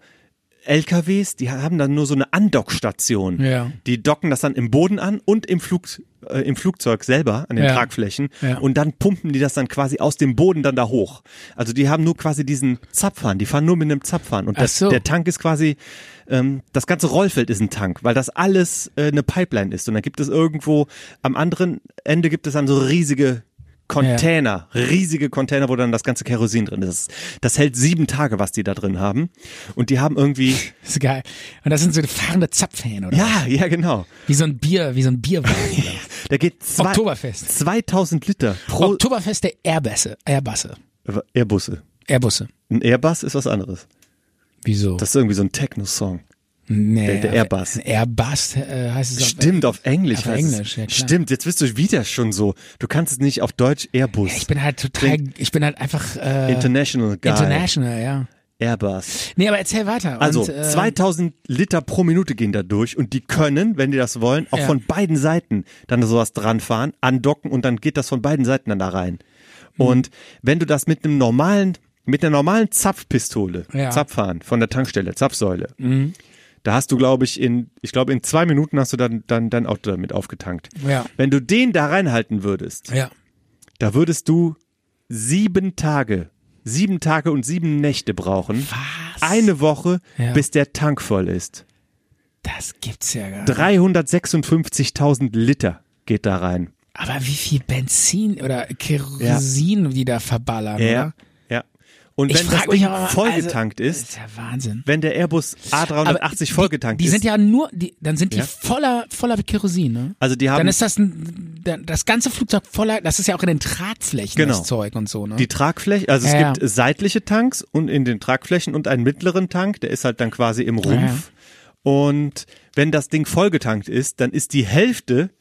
[SPEAKER 4] LKWs, die haben dann nur so eine Andockstation.
[SPEAKER 3] Ja.
[SPEAKER 4] Die docken das dann im Boden an und im, Flug, äh, im Flugzeug selber an den
[SPEAKER 3] Ja.
[SPEAKER 4] Tragflächen.
[SPEAKER 3] Ja.
[SPEAKER 4] Und dann pumpen die das dann quasi aus dem Boden dann da hoch. Also die haben nur quasi diesen Zapfhahn. Die fahren nur mit einem Zapfhahn. Und
[SPEAKER 3] Ach
[SPEAKER 4] das,
[SPEAKER 3] so.
[SPEAKER 4] der Tank ist quasi ähm, das ganze Rollfeld ist ein Tank, weil das alles äh, eine Pipeline ist. Und dann gibt es irgendwo am anderen Ende gibt es dann so riesige Container, riesige Container, wo dann das ganze Kerosin drin ist. Das, das hält sieben Tage, was die da drin haben. Und die haben irgendwie,
[SPEAKER 3] Das ist geil. Und das sind so fahrende Zapfhähne, oder?
[SPEAKER 4] ja, ja, genau.
[SPEAKER 3] Wie so ein Bier, wie so ein Bierwagen. oder?
[SPEAKER 4] Da geht zwei,
[SPEAKER 3] Oktoberfest.
[SPEAKER 4] 2000 Liter pro
[SPEAKER 3] Oktoberfest der Airbusse. Airbusse.
[SPEAKER 4] Airbusse.
[SPEAKER 3] Airbusse.
[SPEAKER 4] Ein Airbus ist was anderes.
[SPEAKER 3] Wieso?
[SPEAKER 4] Das ist irgendwie so ein Techno-Song.
[SPEAKER 3] nee,
[SPEAKER 4] der- der
[SPEAKER 3] aber
[SPEAKER 4] Airbus.
[SPEAKER 3] ein Airbus äh, heißt es auf-
[SPEAKER 4] Stimmt, auf Englisch.
[SPEAKER 3] auf
[SPEAKER 4] heißt es.
[SPEAKER 3] Englisch, ja, klar.
[SPEAKER 4] Stimmt, jetzt bist du wieder schon so. Du kannst es nicht auf Deutsch Airbus.
[SPEAKER 3] Ich bin halt total,
[SPEAKER 4] Klingt-
[SPEAKER 3] ich bin halt einfach äh,
[SPEAKER 4] International Guy.
[SPEAKER 3] international, ja.
[SPEAKER 4] Airbus.
[SPEAKER 3] Nee, aber erzähl weiter.
[SPEAKER 4] Also
[SPEAKER 3] Und, äh,
[SPEAKER 4] 2000 Liter pro Minute gehen da durch und die können, wenn die das wollen, auch
[SPEAKER 3] Ja.
[SPEAKER 4] von beiden Seiten dann sowas dranfahren, andocken und dann geht das von beiden Seiten dann da rein.
[SPEAKER 3] Mhm.
[SPEAKER 4] Und wenn du das mit einem normalen, mit einer normalen Zapfpistole,
[SPEAKER 3] Ja. Mhm.
[SPEAKER 4] Zapfhahn von der Tankstelle, Zapfsäule, da hast du, glaube ich, in, ich glaube, in zwei Minuten hast du dann, dann dein Auto damit aufgetankt.
[SPEAKER 3] Ja.
[SPEAKER 4] Wenn du den da reinhalten würdest,
[SPEAKER 3] ja.
[SPEAKER 4] da würdest du sieben Tage, sieben Tage und sieben Nächte brauchen.
[SPEAKER 3] Was?
[SPEAKER 4] Eine Woche,
[SPEAKER 3] Ja.
[SPEAKER 4] bis der Tank voll ist.
[SPEAKER 3] Das gibt's ja gar nicht.
[SPEAKER 4] 356.000 Liter geht da rein.
[SPEAKER 3] Aber wie viel Benzin oder Kerosin die da verballern, oder?
[SPEAKER 4] ja. Und
[SPEAKER 3] Ich
[SPEAKER 4] wenn das
[SPEAKER 3] frag mich
[SPEAKER 4] Ding
[SPEAKER 3] aber mal,
[SPEAKER 4] vollgetankt
[SPEAKER 3] also,
[SPEAKER 4] ist,
[SPEAKER 3] ist ja Wahnsinn.
[SPEAKER 4] wenn der Airbus A380
[SPEAKER 3] die-
[SPEAKER 4] vollgetankt
[SPEAKER 3] die, die
[SPEAKER 4] ist,
[SPEAKER 3] sind ja nur, die, dann sind die
[SPEAKER 4] Ja.
[SPEAKER 3] voller, voller Kerosin, ne?
[SPEAKER 4] also die haben
[SPEAKER 3] dann ist das ein, dann- das ganze Flugzeug voller, das ist ja auch in den Tragflächen
[SPEAKER 4] Genau.
[SPEAKER 3] das Zeug und so, ne?
[SPEAKER 4] die Tragfläche, also es
[SPEAKER 3] Ja, ja.
[SPEAKER 4] gibt seitliche Tanks und in den Tragflächen und einen mittleren Tank, der ist halt dann quasi im Rumpf. Und wenn das Ding vollgetankt ist, dann ist die Hälfte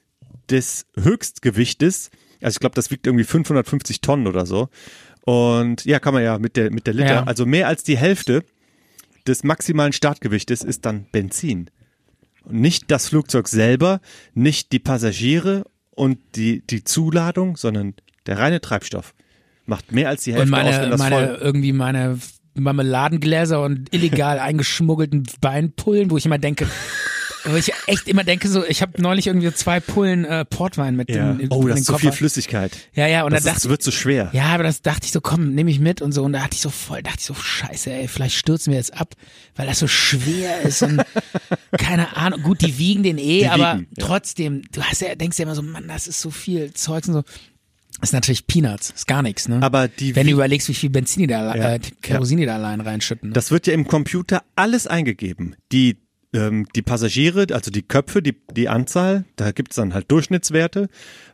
[SPEAKER 4] des Höchstgewichtes, also ich glaube, das wiegt irgendwie 550 Tonnen oder so. Und ja, kann man ja mit der, mit der Liter,
[SPEAKER 3] Ja.
[SPEAKER 4] also mehr als die Hälfte des maximalen Startgewichtes ist dann Benzin. Und nicht das Flugzeug selber, nicht die Passagiere und die, die Zuladung, sondern der reine Treibstoff macht mehr als die Hälfte
[SPEAKER 3] und
[SPEAKER 4] aus, wenn
[SPEAKER 3] meine,
[SPEAKER 4] das
[SPEAKER 3] meine,
[SPEAKER 4] voll.
[SPEAKER 3] irgendwie meine Marmeladengläser und illegal eingeschmuggelten Weinpullen, wo ich immer denke, Wo ich echt immer denke, so, ich habe neulich irgendwie zwei Pullen äh, Portwein mit
[SPEAKER 4] Ja.
[SPEAKER 3] in, in,
[SPEAKER 4] Oh,
[SPEAKER 3] in
[SPEAKER 4] das
[SPEAKER 3] den
[SPEAKER 4] ist zu
[SPEAKER 3] Koffer.
[SPEAKER 4] viel Flüssigkeit.
[SPEAKER 3] Ja, ja, und
[SPEAKER 4] Das
[SPEAKER 3] da
[SPEAKER 4] ist,
[SPEAKER 3] dachte
[SPEAKER 4] wird zu schwer.
[SPEAKER 3] ja, aber das dachte ich so, komm, nehme ich mit und so. Und da hatte ich so voll, dachte ich so, scheiße, ey, vielleicht stürzen wir jetzt ab, weil das so schwer ist und keine Ahnung. Gut, die wiegen den eh,
[SPEAKER 4] Die
[SPEAKER 3] aber
[SPEAKER 4] wiegen, ja.
[SPEAKER 3] trotzdem, du hast ja, denkst ja immer so, Mann, das ist so viel Zeugs und so. Das ist natürlich Peanuts, ist gar nichts, ne?
[SPEAKER 4] Aber die
[SPEAKER 3] Wenn du
[SPEAKER 4] wie-
[SPEAKER 3] überlegst, wie viel Benzin die da,
[SPEAKER 4] Ja.
[SPEAKER 3] äh, Kerosin die da allein reinschütten. Ne?
[SPEAKER 4] Das wird ja im Computer alles eingegeben. Die, ähm, die Passagiere, also die Köpfe, die, die Anzahl, da gibt's dann halt Durchschnittswerte.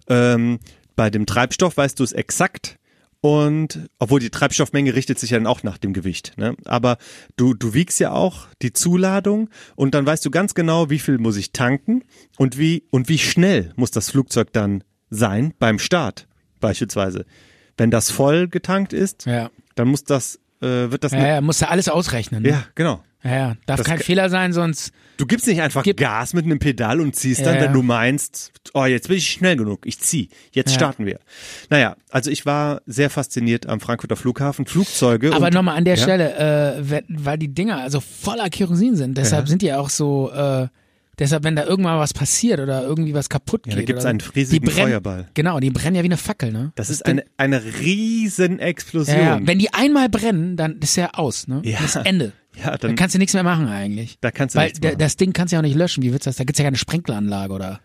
[SPEAKER 4] Ähm, bei dem Treibstoff weißt du es exakt. Und obwohl die Treibstoffmenge richtet sich ja dann auch nach dem Gewicht. Ne? Aber du, du wiegst ja auch die Zuladung und dann weißt du ganz genau, wie viel muss ich tanken und wie, und wie schnell muss das Flugzeug dann sein beim Start beispielsweise. Wenn das voll getankt ist,
[SPEAKER 3] Ja.
[SPEAKER 4] dann muss das, äh, wird das
[SPEAKER 3] ja, ja, musst du alles ausrechnen. Ne?
[SPEAKER 4] ja, genau.
[SPEAKER 3] Ja, ja, darf
[SPEAKER 4] Das
[SPEAKER 3] kein
[SPEAKER 4] ka-
[SPEAKER 3] Fehler sein, sonst
[SPEAKER 4] Du gibst nicht einfach
[SPEAKER 3] Gib-
[SPEAKER 4] Gas mit einem Pedal und ziehst dann,
[SPEAKER 3] Ja, ja.
[SPEAKER 4] wenn du meinst, oh, jetzt bin ich schnell genug, ich zieh, jetzt starten wir. Naja, also ich war sehr fasziniert am Frankfurter Flughafen, Flugzeuge.
[SPEAKER 3] Aber
[SPEAKER 4] und-
[SPEAKER 3] nochmal an der
[SPEAKER 4] Ja?
[SPEAKER 3] Stelle, äh, we- weil die Dinger also voller Kerosin sind, deshalb sind die auch so, äh, deshalb wenn da irgendwann was passiert oder irgendwie was kaputt geht.
[SPEAKER 4] da gibt's
[SPEAKER 3] oder
[SPEAKER 4] einen
[SPEAKER 3] so,
[SPEAKER 4] riesigen
[SPEAKER 3] die brennen,
[SPEAKER 4] Feuerball.
[SPEAKER 3] Genau, die brennen ja wie eine Fackel, ne?
[SPEAKER 4] Das ist
[SPEAKER 3] Ding-
[SPEAKER 4] eine, eine Riesenexplosion.
[SPEAKER 3] ja, ja. Wenn die einmal brennen, dann ist ja aus, ne?
[SPEAKER 4] Ja.
[SPEAKER 3] Das ist Ende.
[SPEAKER 4] Ja, dann,
[SPEAKER 3] Dann, kannst du nichts mehr machen eigentlich.
[SPEAKER 4] Da kannst du
[SPEAKER 3] Weil
[SPEAKER 4] nichts
[SPEAKER 3] der-
[SPEAKER 4] machen.
[SPEAKER 3] das Ding kannst du ja auch nicht löschen. Wie willst du das? Da gibt's ja keine Sprenkleranlage oder.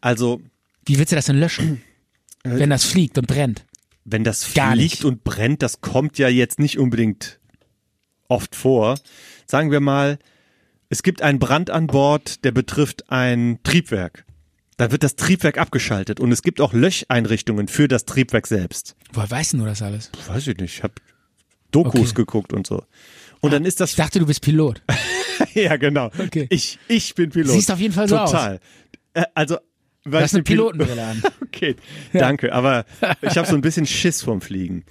[SPEAKER 4] also,
[SPEAKER 3] Wie willst du das denn löschen?
[SPEAKER 4] Äh,
[SPEAKER 3] wenn das fliegt und brennt.
[SPEAKER 4] wenn das fliegt
[SPEAKER 3] Gar nicht.
[SPEAKER 4] und brennt, das kommt ja jetzt nicht unbedingt oft vor. Sagen wir mal, es gibt einen Brand an Bord, der betrifft ein Triebwerk. Da wird das Triebwerk abgeschaltet und es gibt auch Löscheinrichtungen für das Triebwerk selbst.
[SPEAKER 3] Woher weißt denn du das alles?
[SPEAKER 4] Weiß ich nicht, ich habe Dokus
[SPEAKER 3] Okay. Ah,
[SPEAKER 4] geguckt und so. Und dann ist
[SPEAKER 3] Ich
[SPEAKER 4] das
[SPEAKER 3] dachte, du bist Pilot.
[SPEAKER 4] ja genau.
[SPEAKER 3] Okay.
[SPEAKER 4] Ich ich bin Pilot.
[SPEAKER 3] Siehst auf jeden Fall so aus.
[SPEAKER 4] Total. Äh, also
[SPEAKER 3] Du
[SPEAKER 4] weil
[SPEAKER 3] hast
[SPEAKER 4] ich
[SPEAKER 3] eine
[SPEAKER 4] Pil-
[SPEAKER 3] Pilotenbrille an.
[SPEAKER 4] Okay, danke. Aber ich habe so ein bisschen Schiss vom Fliegen.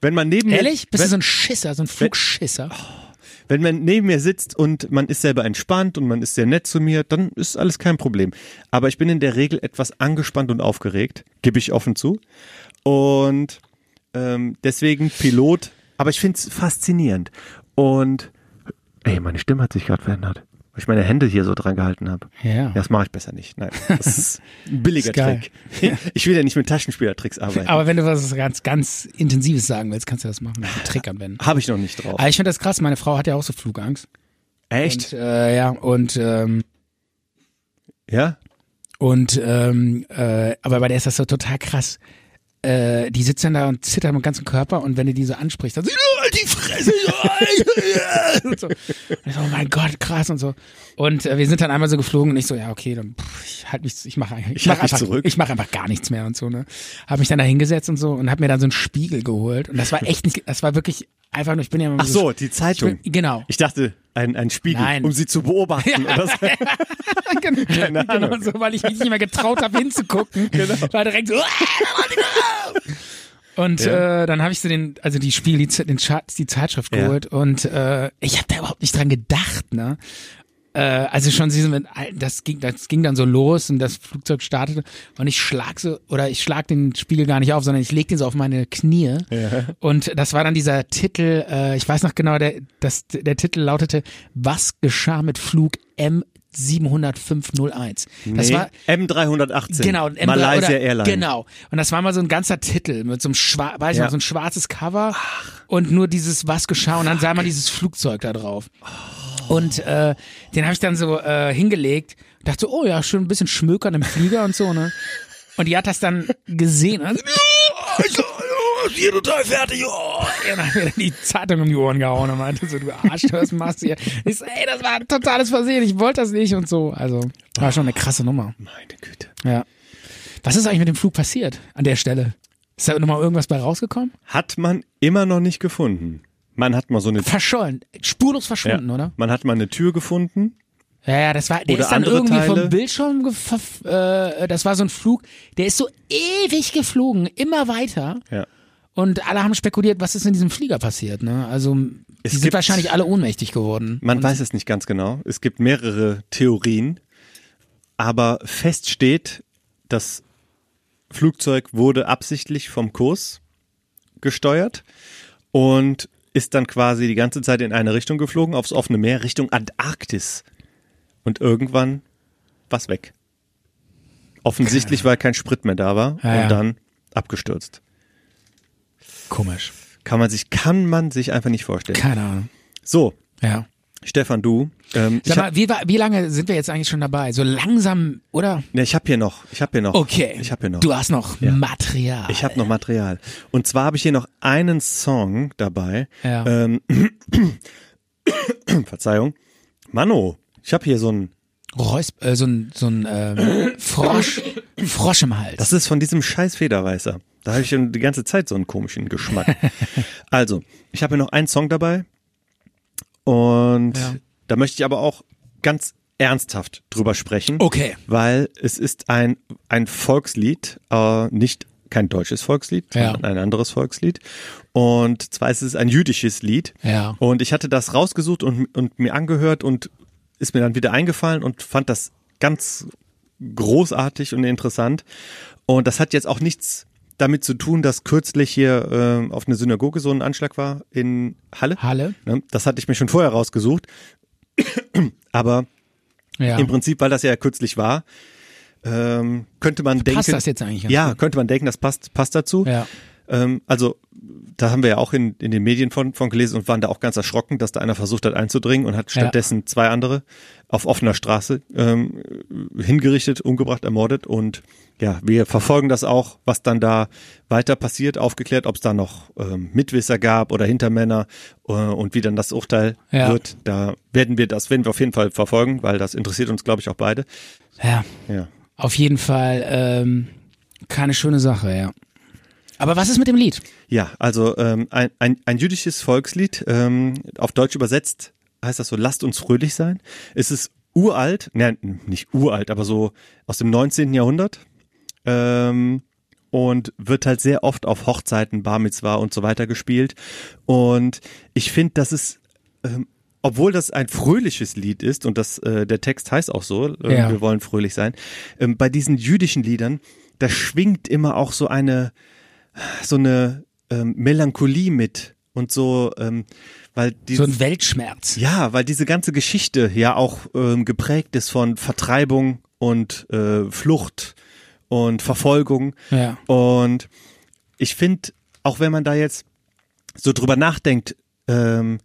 [SPEAKER 4] Wenn man neben mir-
[SPEAKER 3] Ehrlich? Bist
[SPEAKER 4] wenn,
[SPEAKER 3] du so ein Schisser, so ein Flugschisser?
[SPEAKER 4] Wenn man neben mir sitzt und man ist selber entspannt und man ist sehr nett zu mir, dann ist alles kein Problem. Aber ich bin in der Regel etwas angespannt und aufgeregt, gebe ich offen zu. Und ähm, deswegen Pilot. Aber ich finde es faszinierend. Und ey, meine Stimme hat sich gerade verändert. Weil ich meine Hände hier so dran gehalten habe.
[SPEAKER 3] Ja.
[SPEAKER 4] Das mache ich besser nicht. Nein. Das ist ein billiger
[SPEAKER 3] Ist geil.
[SPEAKER 4] Trick. Ich will ja nicht mit Taschenspielertricks arbeiten.
[SPEAKER 3] Aber wenn du was ganz, ganz Intensives sagen willst, kannst du das machen. Einen Trick anwenden.
[SPEAKER 4] habe ich noch nicht drauf.
[SPEAKER 3] Aber ich finde das krass, meine Frau hat ja auch so Flugangst.
[SPEAKER 4] Echt?
[SPEAKER 3] Und, äh, ja, und, ähm,
[SPEAKER 4] ja?
[SPEAKER 3] und ähm, äh, aber bei der ist das so total krass. Äh, die sitzt dann da und zittert am ganzen Körper und wenn du die so ansprichst, dann so, "Oh, halt die Fresse, oh, und so. Und ich so, oh mein Gott, krass und so. Und äh, wir sind dann einmal so geflogen und ich so, ja, okay, dann pff, ich halt mich, ich mache ich
[SPEAKER 4] Ich
[SPEAKER 3] mach
[SPEAKER 4] halt mich
[SPEAKER 3] einfach,
[SPEAKER 4] zurück.
[SPEAKER 3] Ich mache einfach gar nichts mehr und so, ne? Hab mich dann da hingesetzt und so und hab mir dann so einen Spiegel geholt. Und das war echt nicht, das war wirklich einfach nur, ich bin ja immer
[SPEAKER 4] Ach so, die Zeitung.
[SPEAKER 3] Ich bin- genau.
[SPEAKER 4] Ich dachte, ein, ein Spiegel,
[SPEAKER 3] Nein.
[SPEAKER 4] um sie zu beobachten. Oder so.
[SPEAKER 3] genau,
[SPEAKER 4] Keine Ahnung.
[SPEAKER 3] genau so, weil ich mich nicht mehr getraut habe hinzugucken. Genau. War direkt so. "Ah, da war die drauf!" Und
[SPEAKER 4] Ja.
[SPEAKER 3] äh, dann habe ich so den, also die Spiel, die, Z- den Chart, die Zeitschrift
[SPEAKER 4] Ja.
[SPEAKER 3] geholt und äh, ich habe da überhaupt nicht dran gedacht, ne? Äh, also schon diesen, wenn- das ging, das ging dann so los und das Flugzeug startete und ich schlag so oder ich schlag den Spiegel gar nicht auf, sondern ich leg den so auf meine Knie und das war dann dieser Titel. Äh, ich weiß noch genau, der, das, der Titel lautete "Was geschah mit Flug M 70501". Das
[SPEAKER 4] Nee,
[SPEAKER 3] war
[SPEAKER 4] M318.
[SPEAKER 3] Genau, und M3
[SPEAKER 4] Malaysia
[SPEAKER 3] oder,
[SPEAKER 4] Airlines.
[SPEAKER 3] Genau. Und das war mal so ein ganzer Titel mit so einem schwar weiß ich
[SPEAKER 4] Ja.
[SPEAKER 3] noch, so ein schwarzes Cover und nur dieses Was geschah und dann sah man dieses Flugzeug da drauf. Und äh, den habe ich dann so äh, hingelegt und dachte, so, oh ja, schön ein bisschen schmökern im Flieger und so, ne? Und die hat das dann gesehen. Also, ja, ich, ja, hier total fertig. Oh. Und dann hat mir dann die Zeitung um die Ohren gehauen und meinte so, du Arsch, was machst du hier? Ich so, ey, das war ein totales Versehen, ich wollte das nicht und so. Also, war schon eine krasse Nummer.
[SPEAKER 4] Meine Güte.
[SPEAKER 3] Ja. Was ist eigentlich mit dem Flug passiert an der Stelle? Ist da nochmal irgendwas bei rausgekommen?
[SPEAKER 4] Hat man immer noch nicht gefunden. Man hat mal so eine
[SPEAKER 3] Verschollen. Spurlos
[SPEAKER 4] ja,
[SPEAKER 3] verschwunden, oder?
[SPEAKER 4] Man hat mal eine Tür gefunden.
[SPEAKER 3] Ja, ja, das war, der
[SPEAKER 4] Oder
[SPEAKER 3] ist dann
[SPEAKER 4] andere
[SPEAKER 3] irgendwie
[SPEAKER 4] Teile?
[SPEAKER 3] vom Bildschirm, ge- verf- äh, das war so ein Flug, der ist so ewig geflogen, immer weiter.
[SPEAKER 4] Ja.
[SPEAKER 3] Und alle haben spekuliert, was ist in diesem Flieger passiert, ne? Also,
[SPEAKER 4] Es
[SPEAKER 3] die sind
[SPEAKER 4] gibt-
[SPEAKER 3] wahrscheinlich alle ohnmächtig geworden.
[SPEAKER 4] Man weiß es nicht ganz genau. Es gibt mehrere Theorien, aber fest steht, das Flugzeug wurde absichtlich vom Kurs gesteuert und ist dann quasi die ganze Zeit in eine Richtung geflogen, aufs offene Meer, Richtung Antarktis. Und irgendwann war's weg. Offensichtlich, weil kein Sprit mehr da war
[SPEAKER 3] Ja,
[SPEAKER 4] und
[SPEAKER 3] ja.
[SPEAKER 4] dann abgestürzt.
[SPEAKER 3] Komisch.
[SPEAKER 4] Kann man sich, kann man sich einfach nicht vorstellen.
[SPEAKER 3] Keine Ahnung.
[SPEAKER 4] So,
[SPEAKER 3] Ja.
[SPEAKER 4] Stefan, du. Ähm, ich
[SPEAKER 3] Sag
[SPEAKER 4] habe
[SPEAKER 3] mal, wie, wa- wie lange sind wir jetzt eigentlich schon dabei? So langsam, oder?
[SPEAKER 4] ne, ich hab hier noch, ich habe hier noch.
[SPEAKER 3] Okay.
[SPEAKER 4] Ich habe hier noch.
[SPEAKER 3] Du hast noch Material.
[SPEAKER 4] Ich habe noch Material. Und zwar habe ich hier noch einen Song dabei.
[SPEAKER 3] Ja.
[SPEAKER 4] Ähm, Verzeihung. Mano, ich habe hier so ein.
[SPEAKER 3] Räusp äh, so ein, so ein ähm, Frosch, Frosch im Hals.
[SPEAKER 4] Das ist von diesem scheiß Federweißer. Da habe ich schon die ganze Zeit so einen komischen Geschmack. also, ich habe hier noch einen Song dabei. Und
[SPEAKER 3] Ja.
[SPEAKER 4] da möchte ich aber auch ganz ernsthaft drüber sprechen.
[SPEAKER 3] Okay.
[SPEAKER 4] Weil es ist ein, ein Volkslied, äh, nicht kein deutsches Volkslied,
[SPEAKER 3] Ja.
[SPEAKER 4] sondern ein anderes Volkslied. Und zwar ist es ein jüdisches Lied.
[SPEAKER 3] Ja.
[SPEAKER 4] Und ich hatte das rausgesucht und, und mir angehört und ist mir dann wieder eingefallen und fand das ganz großartig und interessant. Und das hat jetzt auch nichts damit zu tun, dass kürzlich hier ähm, auf eine Synagoge so ein Anschlag war in Halle.
[SPEAKER 3] Halle.
[SPEAKER 4] Ne? Das hatte ich mir schon vorher rausgesucht. Aber
[SPEAKER 3] ja.
[SPEAKER 4] im Prinzip, weil das ja kürzlich war, ähm, könnte man denken.
[SPEAKER 3] das jetzt eigentlich ganz
[SPEAKER 4] Ja, könnte man denken, das passt, passt dazu.
[SPEAKER 3] Ja.
[SPEAKER 4] Ähm, also, da haben wir ja auch in, in den Medien von, von gelesen und waren da auch ganz erschrocken, dass da einer versucht hat einzudringen und hat
[SPEAKER 3] Ja.
[SPEAKER 4] stattdessen zwei andere auf offener Straße ähm, hingerichtet, umgebracht, ermordet. Und ja, wir verfolgen das auch, was dann da weiter passiert, aufgeklärt, ob es da noch ähm, Mitwisser gab oder Hintermänner äh, und wie dann das Urteil
[SPEAKER 3] Ja.
[SPEAKER 4] wird. Da werden wir das werden wir auf jeden Fall verfolgen, weil das interessiert uns, glaube ich, auch beide.
[SPEAKER 3] ja.
[SPEAKER 4] Ja.
[SPEAKER 3] Auf jeden Fall ähm, keine schöne Sache, ja. Aber was ist mit dem Lied?
[SPEAKER 4] Ja, also ähm, ein, ein, ein jüdisches Volkslied, ähm, auf Deutsch übersetzt heißt das so, lasst uns fröhlich sein. Es ist uralt, nein, nicht uralt, aber so aus dem 19. Jahrhundert ähm, und wird halt sehr oft auf Hochzeiten, Bar Mitzvah und so weiter gespielt. Und ich finde, das ist, ähm, obwohl das ein fröhliches Lied ist und das, äh, der Text heißt auch so, äh,
[SPEAKER 3] Ja.
[SPEAKER 4] wir wollen fröhlich sein, ähm, bei diesen jüdischen Liedern, da schwingt immer auch so eine, so eine ähm, Melancholie mit und so, ähm, weil die
[SPEAKER 3] So ein Weltschmerz.
[SPEAKER 4] ja, weil diese ganze Geschichte ja auch ähm, geprägt ist von Vertreibung und äh, Flucht und Verfolgung.
[SPEAKER 3] Ja.
[SPEAKER 4] Und ich finde, auch wenn man da jetzt so drüber nachdenkt, ähm,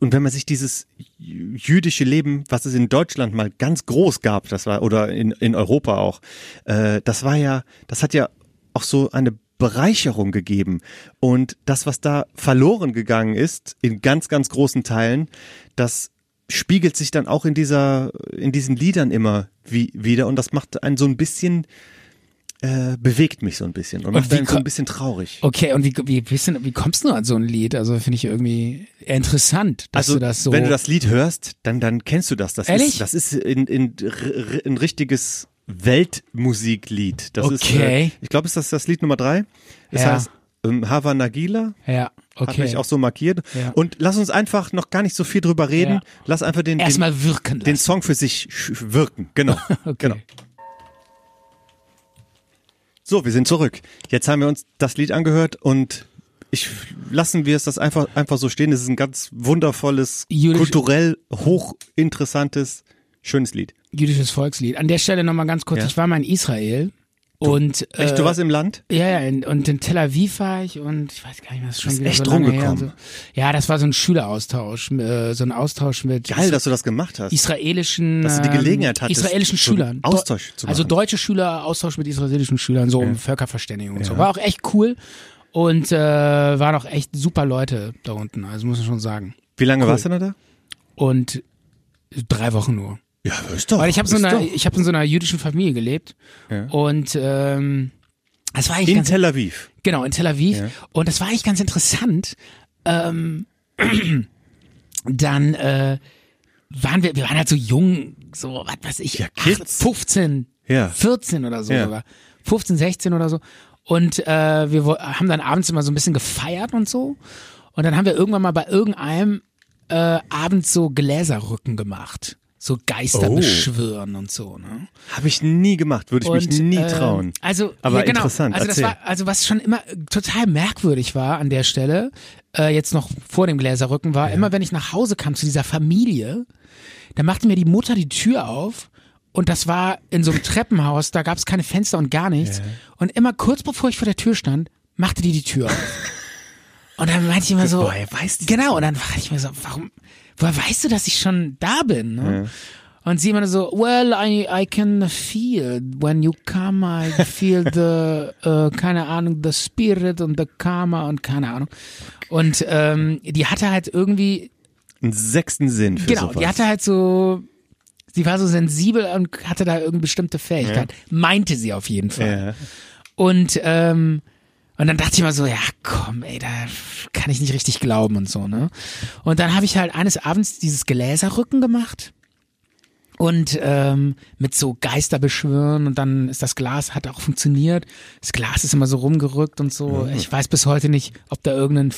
[SPEAKER 4] und wenn man sich dieses jü- jüdische Leben, was es in Deutschland mal ganz groß gab, das war, oder in, in Europa auch, äh, das war ja, das hat ja auch so eine Bereicherung gegeben. Und das, was da verloren gegangen ist, in ganz, ganz großen Teilen, das spiegelt sich dann auch in dieser, in diesen Liedern immer wie, wieder und das macht einen so ein bisschen, äh, bewegt mich so ein bisschen und macht
[SPEAKER 3] wie
[SPEAKER 4] einen so
[SPEAKER 3] ko-
[SPEAKER 4] ein bisschen traurig.
[SPEAKER 3] Okay, und wie, wie, bist du, wie kommst du an so ein Lied? Also finde ich irgendwie interessant, dass
[SPEAKER 4] also,
[SPEAKER 3] du das so.
[SPEAKER 4] wenn du das Lied hörst, dann, dann kennst du das. Das
[SPEAKER 3] Ehrlich?
[SPEAKER 4] ist, das ist in, in, r- r- ein richtiges Weltmusiklied. Das ist,
[SPEAKER 3] Okay.
[SPEAKER 4] äh, ich glaube, ist das das Lied Nummer drei. Es
[SPEAKER 3] Ja.
[SPEAKER 4] heißt ähm, Hava Nagila.
[SPEAKER 3] ja,
[SPEAKER 4] Hat
[SPEAKER 3] okay.
[SPEAKER 4] mich auch so markiert.
[SPEAKER 3] Ja.
[SPEAKER 4] Und lass uns einfach noch gar nicht so viel drüber reden.
[SPEAKER 3] Ja.
[SPEAKER 4] Lass einfach den, den,
[SPEAKER 3] Erstmal wirken
[SPEAKER 4] den
[SPEAKER 3] lassen.
[SPEAKER 4] Song für sich sch- wirken. Genau.
[SPEAKER 3] Okay.
[SPEAKER 4] genau. So, wir sind zurück. Jetzt haben wir uns das Lied angehört und ich lassen wir es das einfach, einfach so stehen. Es ist ein ganz wundervolles,
[SPEAKER 3] Jüdisch-
[SPEAKER 4] kulturell hochinteressantes, schönes Lied.
[SPEAKER 3] Jüdisches Volkslied. An der Stelle nochmal ganz kurz,
[SPEAKER 4] Ja.
[SPEAKER 3] ich war mal in Israel und äh,
[SPEAKER 4] Echt, du warst im Land?
[SPEAKER 3] Ja, ja, in, und in Tel Aviv war ich und ich weiß gar nicht, was schon
[SPEAKER 4] Bist
[SPEAKER 3] wieder
[SPEAKER 4] echt
[SPEAKER 3] so lange her und
[SPEAKER 4] rumgekommen.
[SPEAKER 3] So. Ja, das war so ein Schüleraustausch, äh, so ein Austausch mit
[SPEAKER 4] Geil, dass du das gemacht hast.
[SPEAKER 3] israelischen
[SPEAKER 4] Dass du die
[SPEAKER 3] ähm,
[SPEAKER 4] Gelegenheit hattest,
[SPEAKER 3] israelischen
[SPEAKER 4] so einen
[SPEAKER 3] Schülern Deu-
[SPEAKER 4] Austausch zu machen.
[SPEAKER 3] also deutsche Schüler Austausch mit israelischen Schülern so um Völkerverständigung und so war auch echt cool und äh, waren auch echt super Leute da unten also muss man schon sagen
[SPEAKER 4] Wie lange warst du denn da?
[SPEAKER 3] und drei Wochen nur
[SPEAKER 4] Ja, ist doch.
[SPEAKER 3] weil ich habe so
[SPEAKER 4] ist
[SPEAKER 3] einer
[SPEAKER 4] doch.
[SPEAKER 3] ich habe in so einer jüdischen Familie gelebt und ähm, das war eigentlich
[SPEAKER 4] In
[SPEAKER 3] ganz
[SPEAKER 4] Tel Aviv.
[SPEAKER 3] Genau, in Tel Aviv. Und das war eigentlich ganz interessant. Ähm, dann äh, waren wir, wir waren halt so jung, so, was weiß ich,
[SPEAKER 4] Ja,
[SPEAKER 3] acht-
[SPEAKER 4] Kids.
[SPEAKER 3] 15,
[SPEAKER 4] Ja.
[SPEAKER 3] 14 oder so
[SPEAKER 4] Ja.
[SPEAKER 3] sogar. 15, 16 oder so. Und äh, wir wo- haben dann abends immer so ein bisschen gefeiert und so. Und dann haben wir irgendwann mal bei irgendeinem äh, abends so Gläserrücken gemacht. So Geister
[SPEAKER 4] Oh.
[SPEAKER 3] beschwören und so, ne?
[SPEAKER 4] Habe ich nie gemacht, würde ich mich
[SPEAKER 3] Und,
[SPEAKER 4] nie
[SPEAKER 3] ähm,
[SPEAKER 4] trauen.
[SPEAKER 3] Also,
[SPEAKER 4] aber
[SPEAKER 3] ja, genau.
[SPEAKER 4] interessant.
[SPEAKER 3] Also, das
[SPEAKER 4] Erzähl.
[SPEAKER 3] war, also was schon immer äh, total merkwürdig war an der Stelle, äh, jetzt noch vor dem Gläserrücken war, immer wenn ich nach Hause kam zu dieser Familie, da machte mir die Mutter die Tür auf und das war in so einem Treppenhaus, da gab es keine Fenster und gar nichts. Und immer kurz bevor ich vor der Tür stand, machte die die Tür auf. Und dann meinte ich immer so,
[SPEAKER 4] Woher weiß die das?
[SPEAKER 3] genau, und dann war ich mir so, warum, woher weißt du, dass ich schon da bin? Ne? Und sie immer nur so, well, I, I can feel, when you come, I feel the, äh, keine Ahnung, the spirit und the karma und keine Ahnung. Und ähm, die hatte halt irgendwie,
[SPEAKER 4] Einen sechsten Sinn für
[SPEAKER 3] genau,
[SPEAKER 4] sowas.
[SPEAKER 3] die hatte halt so, sie war so sensibel und hatte da irgendwie bestimmte Fähigkeit. Meinte sie auf jeden Fall.
[SPEAKER 4] ja.
[SPEAKER 3] Und, ähm, und dann dachte ich mal so, ja komm, ey, da kann ich nicht richtig glauben und so, ne? Und dann habe ich halt eines Abends dieses Gläserrücken gemacht und ähm, mit so Geister beschwören und dann ist das Glas, hat auch funktioniert. Das Glas ist immer so rumgerückt und so.
[SPEAKER 4] Mhm.
[SPEAKER 3] Ich weiß bis heute nicht, ob da irgendein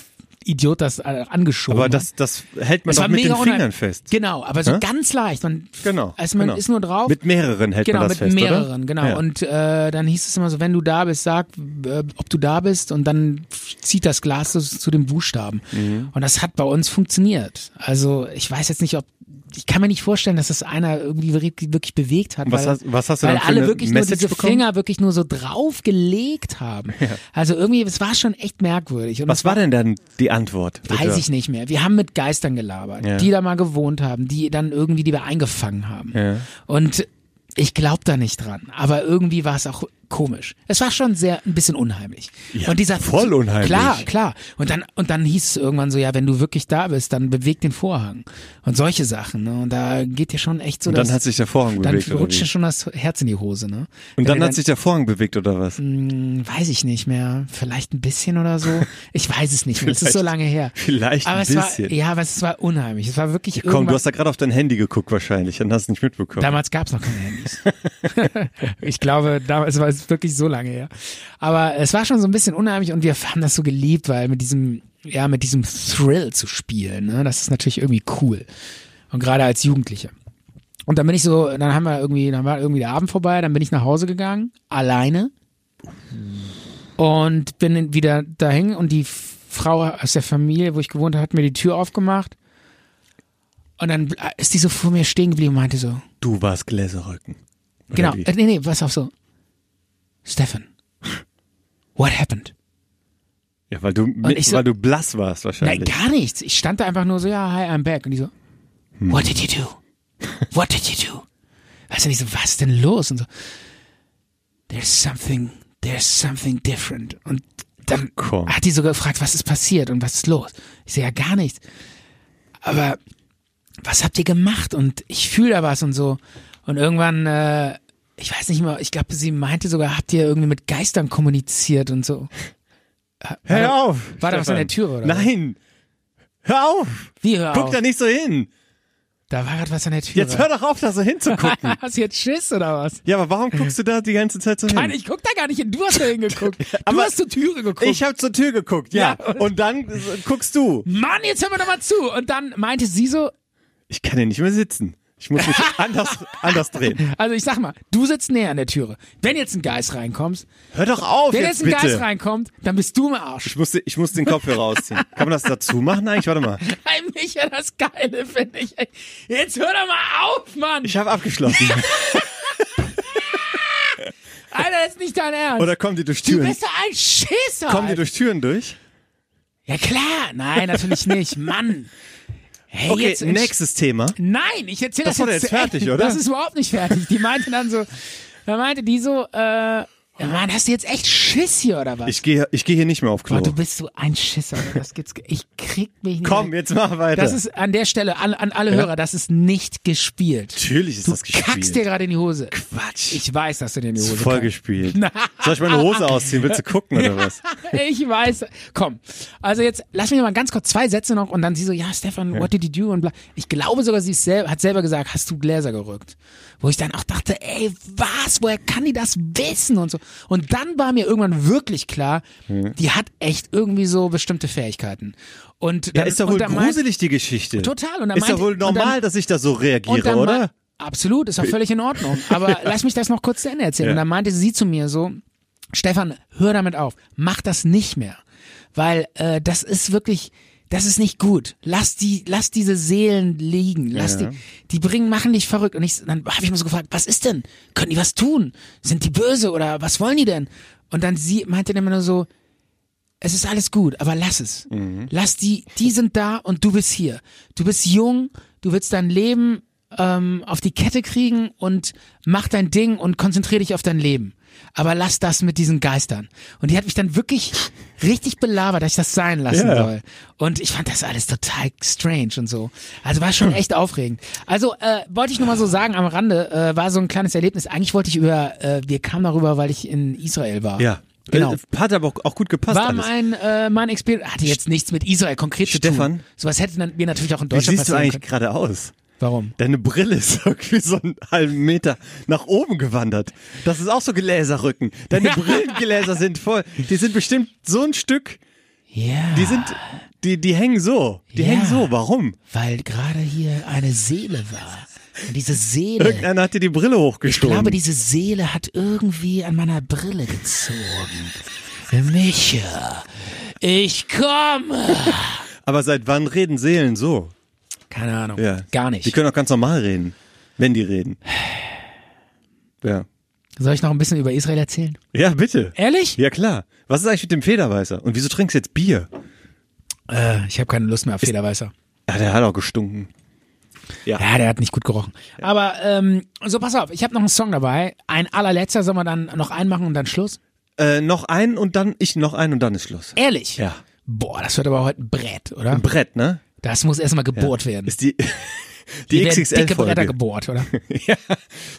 [SPEAKER 3] Idiot das äh, angeschoben
[SPEAKER 4] Aber
[SPEAKER 3] hat.
[SPEAKER 4] das, das hält man
[SPEAKER 3] Es
[SPEAKER 4] doch
[SPEAKER 3] war
[SPEAKER 4] mit den
[SPEAKER 3] mega unheim-
[SPEAKER 4] Fingern fest.
[SPEAKER 3] Genau, aber so
[SPEAKER 4] Hä?
[SPEAKER 3] ganz leicht. Man,
[SPEAKER 4] Genau.
[SPEAKER 3] Also man
[SPEAKER 4] genau.
[SPEAKER 3] ist nur drauf.
[SPEAKER 4] Mit mehreren hält
[SPEAKER 3] genau,
[SPEAKER 4] man
[SPEAKER 3] mit
[SPEAKER 4] das fest,
[SPEAKER 3] mehreren,
[SPEAKER 4] oder?
[SPEAKER 3] genau.
[SPEAKER 4] Ja.
[SPEAKER 3] Und äh, dann hieß es immer so, wenn du da bist, sag, äh, ob du da bist und dann zieht das Glas so zu dem Buchstaben.
[SPEAKER 4] Mhm.
[SPEAKER 3] Und das hat bei uns funktioniert. Also ich weiß jetzt nicht, ob ich kann mir nicht vorstellen, dass das einer irgendwie wirklich wirklich bewegt hat.
[SPEAKER 4] Was
[SPEAKER 3] weil,
[SPEAKER 4] hast- was hast du
[SPEAKER 3] weil
[SPEAKER 4] dann für
[SPEAKER 3] alle
[SPEAKER 4] eine
[SPEAKER 3] wirklich nur
[SPEAKER 4] Message
[SPEAKER 3] diese
[SPEAKER 4] bekommen?
[SPEAKER 3] Finger wirklich nur so drauf gelegt haben. Also irgendwie, es war schon echt merkwürdig. Und
[SPEAKER 4] Was
[SPEAKER 3] es
[SPEAKER 4] war denn dann die Antwort?
[SPEAKER 3] Weiß
[SPEAKER 4] bitte?
[SPEAKER 3] ich nicht mehr. Wir haben mit Geistern gelabert,
[SPEAKER 4] Ja.
[SPEAKER 3] die da mal gewohnt haben, die dann irgendwie, die wir eingefangen haben.
[SPEAKER 4] Ja.
[SPEAKER 3] Und ich glaube da nicht dran, aber irgendwie war es auch komisch. Es war schon sehr ein bisschen unheimlich.
[SPEAKER 4] Ja,
[SPEAKER 3] und dieser
[SPEAKER 4] voll unheimlich.
[SPEAKER 3] Klar, klar. Und dann und dann hieß es irgendwann so, ja, wenn du wirklich da bist, dann beweg den Vorhang und solche Sachen. Ne? Und da geht dir schon echt so.
[SPEAKER 4] Und dann
[SPEAKER 3] das,
[SPEAKER 4] hat sich der Vorhang
[SPEAKER 3] dann
[SPEAKER 4] bewegt, oder
[SPEAKER 3] rutscht
[SPEAKER 4] wie?
[SPEAKER 3] dir schon das Herz in die Hose. Ne?
[SPEAKER 4] Und
[SPEAKER 3] Wenn
[SPEAKER 4] dann
[SPEAKER 3] dir
[SPEAKER 4] hat sich der Vorhang bewegt, oder was?
[SPEAKER 3] Hm, weiß ich nicht mehr, vielleicht ein bisschen oder so. Ich weiß es nicht mehr, es ist so
[SPEAKER 4] Vielleicht-
[SPEAKER 3] lange her.
[SPEAKER 4] vielleicht
[SPEAKER 3] aber
[SPEAKER 4] ein
[SPEAKER 3] es War,
[SPEAKER 4] bisschen.
[SPEAKER 3] ja, aber es war unheimlich. Es war wirklich
[SPEAKER 4] Komm, du
[SPEAKER 3] irgendwas-
[SPEAKER 4] hast da gerade auf dein Handy geguckt wahrscheinlich und hast nicht mitbekommen.
[SPEAKER 3] Damals gab es noch keine Handys. ich glaube, damals war es wirklich so lange her. Aber es war schon so ein bisschen unheimlich und wir haben das so geliebt, weil mit diesem, ja, mit diesem Thrill zu spielen, ne, das ist natürlich irgendwie cool. Und gerade als Jugendliche. Und dann bin ich so, dann haben wir irgendwie, dann war irgendwie der Abend vorbei, dann bin ich nach Hause gegangen, alleine. Und bin dann wieder dahin und die Frau aus der Familie, wo ich gewohnt habe, hat mir die Tür aufgemacht. Und dann ist die so vor mir stehen geblieben und meinte so,
[SPEAKER 4] du warst Gläserrücken. Oder
[SPEAKER 3] Genau.
[SPEAKER 4] wie?
[SPEAKER 3] Äh, Nee, nee, pass auf so. Stefan, what happened?
[SPEAKER 4] Ja, weil du, mit,
[SPEAKER 3] ich so-
[SPEAKER 4] weil du blass warst
[SPEAKER 3] Nein,
[SPEAKER 4] wahrscheinlich.
[SPEAKER 3] gar nichts. Ich stand da einfach nur so, ja, hi, I'm back. Und die so,
[SPEAKER 4] Hm.
[SPEAKER 3] what did you do? What did you do? Weißt du, und ich so, was denn los? Und so, there's something, there's something different. Und dann
[SPEAKER 4] Ach, komm.
[SPEAKER 3] hat die sogar gefragt, was ist passiert und was ist los? Ich so, ja, gar nichts. Aber was habt ihr gemacht? Und ich fühle da was und so. Und irgendwann, äh, ich weiß nicht mehr, ich glaube, sie meinte sogar, habt ihr irgendwie mit Geistern kommuniziert und so.
[SPEAKER 4] Hör auf!
[SPEAKER 3] War da was an der
[SPEAKER 4] Stefan.
[SPEAKER 3] Tür, oder?
[SPEAKER 4] Nein! Hör auf!
[SPEAKER 3] Wie, hör
[SPEAKER 4] Guck
[SPEAKER 3] auf.
[SPEAKER 4] da nicht so hin!
[SPEAKER 3] Da war gerade was an der Tür.
[SPEAKER 4] Jetzt hör doch auf, da so hinzugucken!
[SPEAKER 3] Hast du jetzt Schiss oder was?
[SPEAKER 4] ja, aber warum guckst du da die ganze Zeit so
[SPEAKER 3] Nein,
[SPEAKER 4] hin?
[SPEAKER 3] ich guck da gar nicht hin. Du hast da hingeguckt. du
[SPEAKER 4] aber-
[SPEAKER 3] hast zur Türe geguckt.
[SPEAKER 4] Ich habe zur Tür geguckt, ja.
[SPEAKER 3] Ja, und-
[SPEAKER 4] und, dann äh, guckst du.
[SPEAKER 3] Mann, jetzt hör mir doch mal zu. Und dann meinte sie so,
[SPEAKER 4] Ich kann hier nicht mehr sitzen. Ich muss mich anders, anders drehen.
[SPEAKER 3] also ich sag mal, du sitzt näher an der Türe. Wenn jetzt ein Geist reinkommt,
[SPEAKER 4] Hör doch auf
[SPEAKER 3] wenn
[SPEAKER 4] jetzt
[SPEAKER 3] jetzt ein Geist
[SPEAKER 4] bitte.
[SPEAKER 3] reinkommt, dann bist du im Arsch.
[SPEAKER 4] Ich muss, ich muss den Kopfhörer rausziehen. Kann man das dazu machen eigentlich? Warte mal.
[SPEAKER 3] Bei mich ja das Geile, finde ich. ey. Jetzt hör doch mal auf, Mann.
[SPEAKER 4] Ich habe abgeschlossen.
[SPEAKER 3] Alter, das ist nicht dein Ernst.
[SPEAKER 4] Oder kommen die durch
[SPEAKER 3] du
[SPEAKER 4] Türen?
[SPEAKER 3] bist doch ein Schisser.
[SPEAKER 4] Kommen die
[SPEAKER 3] Alter.
[SPEAKER 4] durch Türen durch?
[SPEAKER 3] Ja klar. Nein, natürlich nicht. Mann. Hey,
[SPEAKER 4] Okay,
[SPEAKER 3] jetzt
[SPEAKER 4] nächstes Thema.
[SPEAKER 3] Nein, ich erzähle das,
[SPEAKER 4] Das war
[SPEAKER 3] jetzt
[SPEAKER 4] jetzt
[SPEAKER 3] zu Ende.
[SPEAKER 4] fertig, oder?
[SPEAKER 3] Das ist überhaupt nicht fertig. Die meinte dann so, da meinte die so, äh, ja, Mann, hast du jetzt echt Schiss hier oder was?
[SPEAKER 4] Ich gehe ich geh hier nicht mehr auf Klo.
[SPEAKER 3] Boah, du bist so ein Schisser. Alter. Das gibt's, ge- ich krieg mich nicht.
[SPEAKER 4] Komm,
[SPEAKER 3] mehr.
[SPEAKER 4] jetzt mach weiter.
[SPEAKER 3] Das ist an der Stelle an, an alle Hörer, das ist nicht gespielt.
[SPEAKER 4] Natürlich ist
[SPEAKER 3] Du
[SPEAKER 4] das gespielt.
[SPEAKER 3] kackst dir gerade in die Hose.
[SPEAKER 4] Quatsch.
[SPEAKER 3] Ich weiß, dass du dir in die Hose
[SPEAKER 4] Voll
[SPEAKER 3] kackst.
[SPEAKER 4] gespielt. Soll ich meine Hose ausziehen? Willst du gucken oder was?
[SPEAKER 3] Ich weiß. Komm. Also jetzt lass mich mal ganz kurz zwei Sätze noch und dann sie so, ja, Stefan, what did you do? Und bla. Ich glaube sogar, sie ist sel hat selber gesagt, hast du Gläser gerückt. wo ich dann auch dachte, ey, was, woher kann die das wissen und so. Und dann war mir irgendwann wirklich klar, die hat echt irgendwie so bestimmte Fähigkeiten. Und
[SPEAKER 4] Ja,
[SPEAKER 3] dann-
[SPEAKER 4] ist doch
[SPEAKER 3] und
[SPEAKER 4] wohl
[SPEAKER 3] dann meint-
[SPEAKER 4] gruselig, die Geschichte.
[SPEAKER 3] Total, und dann
[SPEAKER 4] ist doch
[SPEAKER 3] meinte-
[SPEAKER 4] wohl
[SPEAKER 3] und dann-
[SPEAKER 4] normal, dass ich da so
[SPEAKER 3] und
[SPEAKER 4] reagiere,
[SPEAKER 3] dann
[SPEAKER 4] oder?
[SPEAKER 3] mei- Absolut, ist auch völlig in Ordnung. Aber lass mich das noch kurz zu Ende erzählen.
[SPEAKER 4] Ja.
[SPEAKER 3] Und dann meinte sie zu mir so, Stefan, hör damit auf, mach das nicht mehr. Weil äh, das ist wirklich, das ist nicht gut. Lass die, lass diese Seelen liegen. Lass
[SPEAKER 4] Ja.
[SPEAKER 3] die, die bringen, machen dich verrückt. Und ich, dann habe ich mir so gefragt, was ist denn? Können die was tun? Sind die böse oder was wollen die denn? Und dann sie meinte dann immer nur so, es ist alles gut, aber lass es.
[SPEAKER 4] Mhm.
[SPEAKER 3] Lass die, die sind da und du bist hier. Du bist jung, du willst dein Leben ähm, auf die Kette kriegen und mach dein Ding und konzentrier dich auf dein Leben. Aber lass das mit diesen Geistern. Und die hat mich dann wirklich richtig belabert, dass ich das sein lassen
[SPEAKER 4] Ja.
[SPEAKER 3] soll. Und ich fand das alles total strange und so. Also war schon echt aufregend. Also äh, wollte ich nur mal so sagen am Rande, äh, war so ein kleines Erlebnis. Eigentlich wollte ich über, äh, wir kamen darüber, weil ich in Israel war.
[SPEAKER 4] Ja.
[SPEAKER 3] Genau.
[SPEAKER 4] Äh, Hat aber auch gut gepasst
[SPEAKER 3] War
[SPEAKER 4] alles.
[SPEAKER 3] mein, äh, mein Experience, hatte jetzt nichts mit Israel konkret zu
[SPEAKER 4] Stefan?
[SPEAKER 3] tun. Sowas hätte dann- mir natürlich auch in
[SPEAKER 4] Wie
[SPEAKER 3] Deutschland
[SPEAKER 4] siehst du
[SPEAKER 3] passieren
[SPEAKER 4] eigentlich
[SPEAKER 3] können.
[SPEAKER 4] gerade aus?
[SPEAKER 3] Warum?
[SPEAKER 4] Deine Brille ist irgendwie so einen halben Meter nach oben gewandert. Das ist auch so Gläserrücken. Deine Brillengläser sind voll. Die sind bestimmt so ein Stück.
[SPEAKER 3] Ja,
[SPEAKER 4] Die sind, die, die hängen so. Die
[SPEAKER 3] Ja.
[SPEAKER 4] hängen so. Warum?
[SPEAKER 3] weil gerade hier eine Seele war. Und diese Seele,
[SPEAKER 4] Irgendeiner hat dir die Brille
[SPEAKER 3] ich glaube,
[SPEAKER 4] hochgestoßen.
[SPEAKER 3] diese Seele hat irgendwie an meiner Brille gezogen. Micha, ich komme.
[SPEAKER 4] Aber seit wann reden Seelen so?
[SPEAKER 3] Keine Ahnung,
[SPEAKER 4] Ja.
[SPEAKER 3] gar
[SPEAKER 4] Die
[SPEAKER 3] nicht.
[SPEAKER 4] können auch ganz normal reden, wenn die reden. Ja.
[SPEAKER 3] Soll ich noch ein bisschen über Israel erzählen?
[SPEAKER 4] Ja, bitte.
[SPEAKER 3] Ehrlich?
[SPEAKER 4] Ja, klar. Was ist eigentlich mit dem Federweißer? Und wieso trinkst du jetzt Bier?
[SPEAKER 3] Äh, ich habe keine Lust mehr auf Federweißer.
[SPEAKER 4] Ja, der hat auch gestunken.
[SPEAKER 3] Ja, der hat nicht gut gerochen. Aber ähm, so, pass auf, ich habe noch einen Song dabei. Ein allerletzter, sollen wir dann noch einen machen und dann Schluss?
[SPEAKER 4] Äh, noch einen und dann, ich noch einen und dann ist Schluss.
[SPEAKER 3] Ehrlich?
[SPEAKER 4] Ja.
[SPEAKER 3] Boah, das wird aber heute ein Brett, oder?
[SPEAKER 4] Ein Brett, ne?
[SPEAKER 3] Das muss erstmal gebohrt werden.
[SPEAKER 4] Ist die,
[SPEAKER 3] Hier
[SPEAKER 4] die
[SPEAKER 3] werden dicke Bretter
[SPEAKER 4] XXL-Folge.
[SPEAKER 3] gebohrt, oder?
[SPEAKER 4] Ja.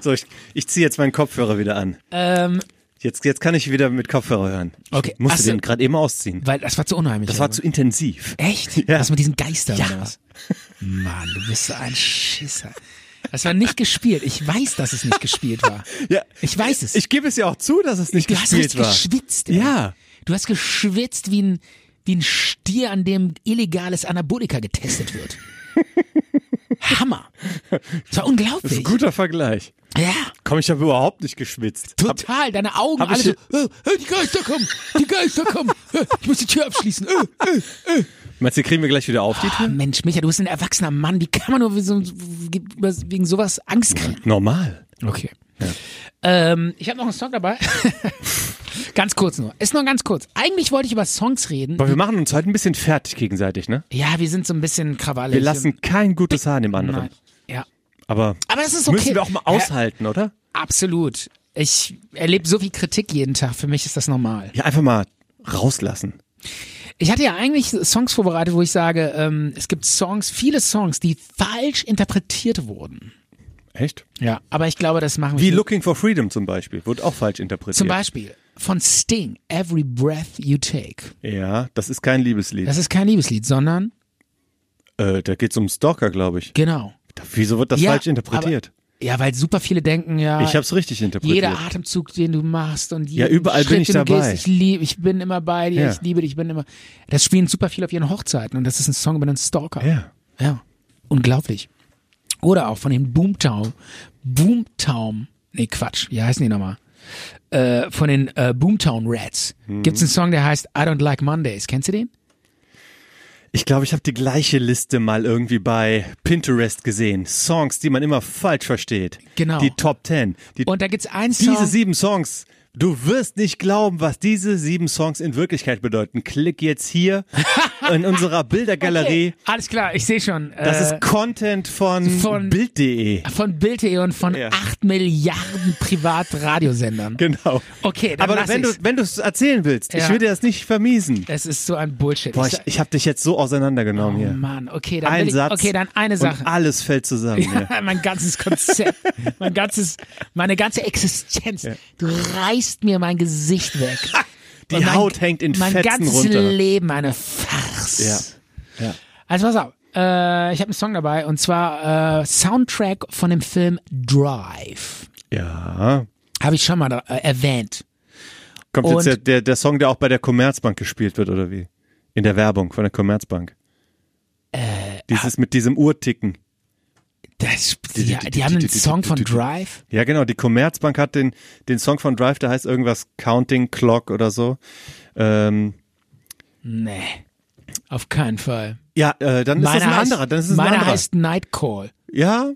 [SPEAKER 4] So, ich, ich ziehe jetzt meinen Kopfhörer wieder an.
[SPEAKER 3] ähm,
[SPEAKER 4] Jetzt, jetzt kann ich wieder mit Kopfhörer hören.
[SPEAKER 3] Okay.
[SPEAKER 4] Ich musste
[SPEAKER 3] Hast du- Äh,
[SPEAKER 4] den gerade eben ausziehen.
[SPEAKER 3] weil das war zu unheimlich.
[SPEAKER 4] Das war
[SPEAKER 3] aber.
[SPEAKER 4] zu intensiv.
[SPEAKER 3] Echt?
[SPEAKER 4] Ja.
[SPEAKER 3] Das mit diesen Geistern oder was? Mann, du bist so ein Schisser. Das war nicht gespielt. Ich weiß, dass es nicht gespielt war.
[SPEAKER 4] Ja.
[SPEAKER 3] Ich weiß es.
[SPEAKER 4] Ich gebe es ja auch zu, dass es nicht
[SPEAKER 3] du hast
[SPEAKER 4] gespielt
[SPEAKER 3] richtig
[SPEAKER 4] war.
[SPEAKER 3] geschwitzt. Ey.
[SPEAKER 4] Ja.
[SPEAKER 3] Du hast geschwitzt wie ein, wie ein Stier, an dem illegales Anabolika getestet wird. Hammer. Das war
[SPEAKER 4] Das ist
[SPEAKER 3] unglaublich.
[SPEAKER 4] ein guter Vergleich.
[SPEAKER 3] Ja.
[SPEAKER 4] Komm, ich habe überhaupt nicht geschwitzt.
[SPEAKER 3] Total, deine Augen
[SPEAKER 4] hab
[SPEAKER 3] alle
[SPEAKER 4] ich
[SPEAKER 3] so, äh, äh, die Geister kommen, die Geister kommen, äh, ich muss die Tür abschließen. Äh, äh.
[SPEAKER 4] Meinst du, die kriegen wir gleich wieder auf die
[SPEAKER 3] Ah,
[SPEAKER 4] Tür?
[SPEAKER 3] Mensch, Micha, du bist ein erwachsener Mann, wie kann man nur wie so, wie- über- wegen sowas Angst kriegen?
[SPEAKER 4] Normal.
[SPEAKER 3] Okay. Ähm, ich habe noch einen Song dabei. ganz kurz nur, ist nur ganz kurz. Eigentlich wollte ich über Songs reden.
[SPEAKER 4] Aber wir machen uns heute ein bisschen fertig gegenseitig, ne?
[SPEAKER 3] Ja, wir sind so ein bisschen Krawalle.
[SPEAKER 4] Wir lassen kein gutes Haar dem anderen.
[SPEAKER 3] Nein. Ja,
[SPEAKER 4] Aber,
[SPEAKER 3] Aber das ist okay.
[SPEAKER 4] müssen wir auch mal
[SPEAKER 3] Ja.
[SPEAKER 4] aushalten, oder?
[SPEAKER 3] absolut. Ich erlebe so viel Kritik jeden Tag. Für mich ist das normal.
[SPEAKER 4] Ja, einfach mal rauslassen.
[SPEAKER 3] Ich hatte ja eigentlich Songs vorbereitet, wo ich sage, ähm, es gibt Songs, viele Songs, die falsch interpretiert wurden.
[SPEAKER 4] Echt?
[SPEAKER 3] Ja. Aber ich glaube, das machen wir.
[SPEAKER 4] Wie
[SPEAKER 3] nicht.
[SPEAKER 4] Looking for Freedom zum Beispiel. Wurde auch falsch interpretiert.
[SPEAKER 3] Zum Beispiel von Sting, Every Breath You Take.
[SPEAKER 4] Ja, das ist kein Liebeslied.
[SPEAKER 3] Das ist kein Liebeslied, sondern
[SPEAKER 4] äh, da geht's um Stalker, glaube ich.
[SPEAKER 3] genau.
[SPEAKER 4] Da, wieso wird das
[SPEAKER 3] Ja,
[SPEAKER 4] falsch interpretiert?
[SPEAKER 3] Aber, ja, weil super viele denken, ja.
[SPEAKER 4] ich hab's richtig interpretiert.
[SPEAKER 3] jeder Atemzug, den du machst und jeden
[SPEAKER 4] überall bin
[SPEAKER 3] Schritt,
[SPEAKER 4] ich
[SPEAKER 3] den du
[SPEAKER 4] dabei.
[SPEAKER 3] Gehst, ich lieb, ich bin immer bei dir,
[SPEAKER 4] Ja.
[SPEAKER 3] ich liebe dich, ich bin immer. Das spielen super viele auf ihren Hochzeiten und das ist ein Song über einen Stalker.
[SPEAKER 4] Ja.
[SPEAKER 3] Ja, unglaublich. Oder auch von den Boomtown. Boomtown. Nee, Quatsch. Wie heißen die nochmal? Äh, von den äh, Boomtown Rats.
[SPEAKER 4] Mhm.
[SPEAKER 3] Gibt's einen Song, der heißt I Don't Like Mondays. Kennst du den?
[SPEAKER 4] Ich glaube, ich habe die gleiche Liste mal irgendwie bei Pinterest gesehen. Songs, die man immer falsch versteht.
[SPEAKER 3] Genau.
[SPEAKER 4] Die Top Ten. Die,
[SPEAKER 3] Und da gibt's einen Song.
[SPEAKER 4] diese sieben Songs. Du wirst nicht glauben, was diese sieben Songs in Wirklichkeit bedeuten. Klick jetzt hier in unserer Bildergalerie.
[SPEAKER 3] Okay, alles klar, ich sehe schon.
[SPEAKER 4] Das
[SPEAKER 3] äh,
[SPEAKER 4] ist Content von,
[SPEAKER 3] von-
[SPEAKER 4] Bild.de.
[SPEAKER 3] von Bild.de und von
[SPEAKER 4] Ja.
[SPEAKER 3] acht Milliarden Privatradiosendern.
[SPEAKER 4] Genau.
[SPEAKER 3] Okay, dann
[SPEAKER 4] Aber
[SPEAKER 3] lass
[SPEAKER 4] wenn du
[SPEAKER 3] ich's.
[SPEAKER 4] wenn du es erzählen willst,
[SPEAKER 3] Ja.
[SPEAKER 4] ich würde das nicht vermiesen.
[SPEAKER 3] Das ist so ein Bullshit.
[SPEAKER 4] Boah,
[SPEAKER 3] Ich
[SPEAKER 4] ich,
[SPEAKER 3] sa-
[SPEAKER 4] ich habe dich jetzt so auseinandergenommen
[SPEAKER 3] oh
[SPEAKER 4] hier.
[SPEAKER 3] Mann, okay, dann will
[SPEAKER 4] Ein
[SPEAKER 3] ich,
[SPEAKER 4] Satz.
[SPEAKER 3] okay, dann eine Sache.
[SPEAKER 4] Und alles fällt zusammen. Ja.
[SPEAKER 3] Ja, mein ganzes Konzept, mein ganzes, meine ganze Existenz. Du reißt mir mein Gesicht weg.
[SPEAKER 4] Die
[SPEAKER 3] Und mein,
[SPEAKER 4] Haut hängt in
[SPEAKER 3] Mein
[SPEAKER 4] Fetzen
[SPEAKER 3] ganzes
[SPEAKER 4] runter.
[SPEAKER 3] Leben eine Farce.
[SPEAKER 4] Ja. Ja.
[SPEAKER 3] Also pass auf, Äh, ich habe einen Song dabei und zwar äh, Soundtrack von dem Film Drive.
[SPEAKER 4] Ja.
[SPEAKER 3] Habe ich schon mal da, äh, erwähnt.
[SPEAKER 4] Kommt
[SPEAKER 3] Und-
[SPEAKER 4] jetzt der, der, der Song, der auch bei der Commerzbank gespielt wird, oder wie? In der Werbung von der Commerzbank.
[SPEAKER 3] Äh,
[SPEAKER 4] Dieses mit diesem Uhrticken.
[SPEAKER 3] Das, die, die haben einen Song von Drive.
[SPEAKER 4] Ja, genau. Die Commerzbank hat den, den Song von Drive, der heißt irgendwas Counting Clock oder so. Ähm,
[SPEAKER 3] Nee. Auf keinen Fall.
[SPEAKER 4] ja, äh, dann ist das ein
[SPEAKER 3] heißt,
[SPEAKER 4] anderer. Dann ist es ein
[SPEAKER 3] meiner
[SPEAKER 4] anderer.
[SPEAKER 3] heißt Night Call.
[SPEAKER 4] ja,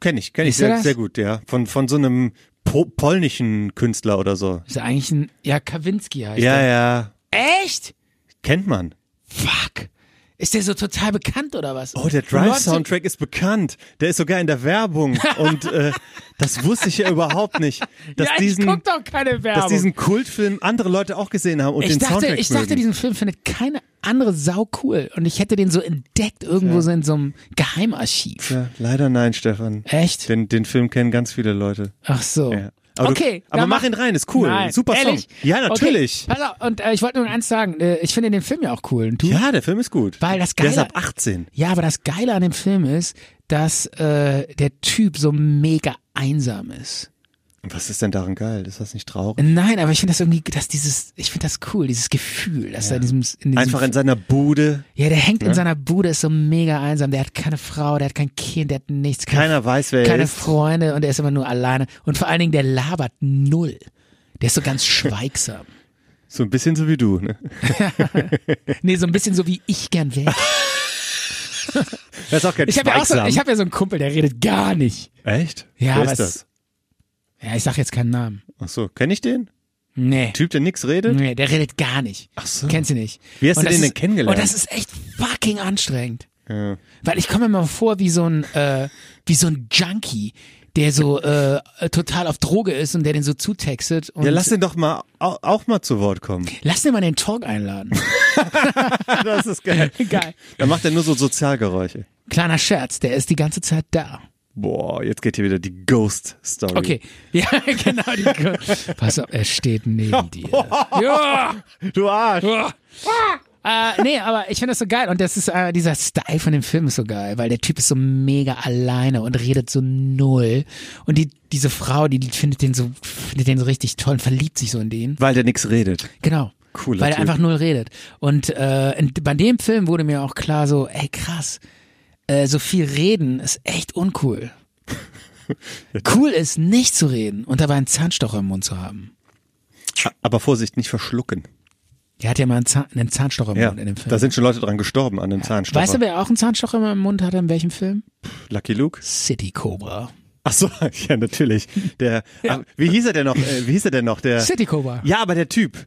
[SPEAKER 4] kenne ich, kenne ich
[SPEAKER 3] Ist er
[SPEAKER 4] sehr,
[SPEAKER 3] das?
[SPEAKER 4] sehr gut, ja. Von, von so einem po polnischen Künstler oder so.
[SPEAKER 3] Ist ja eigentlich ein, ja, Kawinski heißt
[SPEAKER 4] Ja,
[SPEAKER 3] er.
[SPEAKER 4] ja.
[SPEAKER 3] Echt?
[SPEAKER 4] Kennt man.
[SPEAKER 3] Fuck. Ist der so total bekannt oder was?
[SPEAKER 4] Oh, der
[SPEAKER 3] Leute-
[SPEAKER 4] Drive-Soundtrack ist bekannt. Der ist sogar in der Werbung. Und äh, das wusste ich ja überhaupt nicht, dass,
[SPEAKER 3] Ja, ich
[SPEAKER 4] diesen,
[SPEAKER 3] guck doch keine Werbung.
[SPEAKER 4] dass diesen Kultfilm andere Leute auch gesehen haben und
[SPEAKER 3] ich
[SPEAKER 4] den
[SPEAKER 3] dachte,
[SPEAKER 4] Soundtrack
[SPEAKER 3] ich dachte,
[SPEAKER 4] mögen.
[SPEAKER 3] diesen Film findet keine andere Sau cool. Und ich hätte den so entdeckt irgendwo so in so einem Geheimarchiv.
[SPEAKER 4] ja, leider nein, Stefan.
[SPEAKER 3] Echt?
[SPEAKER 4] Den, den Film kennen ganz viele Leute.
[SPEAKER 3] Ach so.
[SPEAKER 4] Ja. Aber du-
[SPEAKER 3] okay.
[SPEAKER 4] aber
[SPEAKER 3] dann
[SPEAKER 4] mach ihn rein, ist cool.
[SPEAKER 3] Nein.
[SPEAKER 4] Super Song.
[SPEAKER 3] Ehrlich?
[SPEAKER 4] Ja, natürlich.
[SPEAKER 3] Okay. Pass auf, und äh, ich wollte nur eins sagen. Äh, ich finde den Film ja auch cool. Und du?
[SPEAKER 4] Ja, der Film ist gut.
[SPEAKER 3] Hm? Weil das
[SPEAKER 4] der ist
[SPEAKER 3] Geile-
[SPEAKER 4] ab 18.
[SPEAKER 3] Ja, aber das Geile an dem Film ist, dass äh, der Typ so mega einsam ist.
[SPEAKER 4] Und was ist denn daran geil? Ist das nicht traurig?
[SPEAKER 3] Nein, aber ich finde das irgendwie, dass dieses, ich finde das cool, dieses Gefühl, dass er in diesem, in diesem
[SPEAKER 4] Einfach in seiner Bude.
[SPEAKER 3] Ja, der hängt in seiner Bude, ist so mega einsam. Der hat keine Frau, der hat kein Kind, der hat nichts. keine-
[SPEAKER 4] Keiner weiß, wer er
[SPEAKER 3] Keine
[SPEAKER 4] ist.
[SPEAKER 3] Freunde und er ist immer nur alleine. Und vor allen Dingen, der labert null. Der ist so ganz schweigsam.
[SPEAKER 4] So ein bisschen so wie du. Ne?
[SPEAKER 3] Nee, so ein bisschen so wie ich gern wäre.
[SPEAKER 4] Das ist auch kein
[SPEAKER 3] Ich habe ja, auch so,
[SPEAKER 4] Schweigsam.
[SPEAKER 3] ich hab ja so einen Kumpel, der redet gar nicht.
[SPEAKER 4] Echt?
[SPEAKER 3] Ja,
[SPEAKER 4] wer
[SPEAKER 3] aber
[SPEAKER 4] ist
[SPEAKER 3] es-
[SPEAKER 4] das?
[SPEAKER 3] Ja, ich sag jetzt keinen Namen.
[SPEAKER 4] Ach so, kenne ich den?
[SPEAKER 3] Nee.
[SPEAKER 4] Typ, der nix redet?
[SPEAKER 3] Nee, der redet gar nicht.
[SPEAKER 4] Ach so.
[SPEAKER 3] Kennst du nicht.
[SPEAKER 4] Wie hast du
[SPEAKER 3] Und das
[SPEAKER 4] den
[SPEAKER 3] ist,
[SPEAKER 4] denn kennengelernt?
[SPEAKER 3] Und das ist echt fucking anstrengend.
[SPEAKER 4] Ja.
[SPEAKER 3] Weil ich komme mir mal vor wie so ein, äh, wie so ein Junkie, der so äh, total auf Droge ist und der den so zutextet. Und
[SPEAKER 4] Ja, lass ihn doch mal au- auch mal zu Wort kommen.
[SPEAKER 3] Lass den mal in den Talk einladen.
[SPEAKER 4] Das ist geil.
[SPEAKER 3] Geil.
[SPEAKER 4] Dann macht er nur so Sozialgeräusche.
[SPEAKER 3] Kleiner Scherz, der ist die ganze Zeit da.
[SPEAKER 4] Boah, jetzt geht hier wieder die Ghost Story.
[SPEAKER 3] Okay, ja, genau. Die Pass auf, er steht neben dir. Ja.
[SPEAKER 4] Du Arsch.
[SPEAKER 3] Äh, nee, aber ich finde das so geil und das ist äh, dieser Style von dem Film ist so geil, weil der Typ ist so mega alleine und redet so null und die diese Frau, die findet den so findet den so richtig toll und verliebt sich so in den.
[SPEAKER 4] Weil der nix redet.
[SPEAKER 3] Genau.
[SPEAKER 4] Cooler
[SPEAKER 3] Weil er
[SPEAKER 4] Typ.
[SPEAKER 3] einfach null redet. Und äh, in- bei dem Film wurde mir auch klar so, ey krass, äh, so viel reden ist echt uncool. cool ist, nicht zu reden und dabei einen Zahnstocher im Mund zu haben.
[SPEAKER 4] Aber Vorsicht, nicht verschlucken.
[SPEAKER 3] Der hat ja mal einen, Zahn, einen Zahnstocher im
[SPEAKER 4] Ja,
[SPEAKER 3] Mund in dem Film.
[SPEAKER 4] da sind schon Leute dran gestorben an dem Zahnstocher.
[SPEAKER 3] weißt du, wer auch einen Zahnstocher immer im Mund hatte, in welchem Film?
[SPEAKER 4] Lucky Luke?
[SPEAKER 3] City Cobra.
[SPEAKER 4] Ach so, ja, natürlich. Der, ah, wie hieß er denn noch? Äh, wie hieß er denn noch? Der,
[SPEAKER 3] City Cobra.
[SPEAKER 4] Ja, aber der Typ.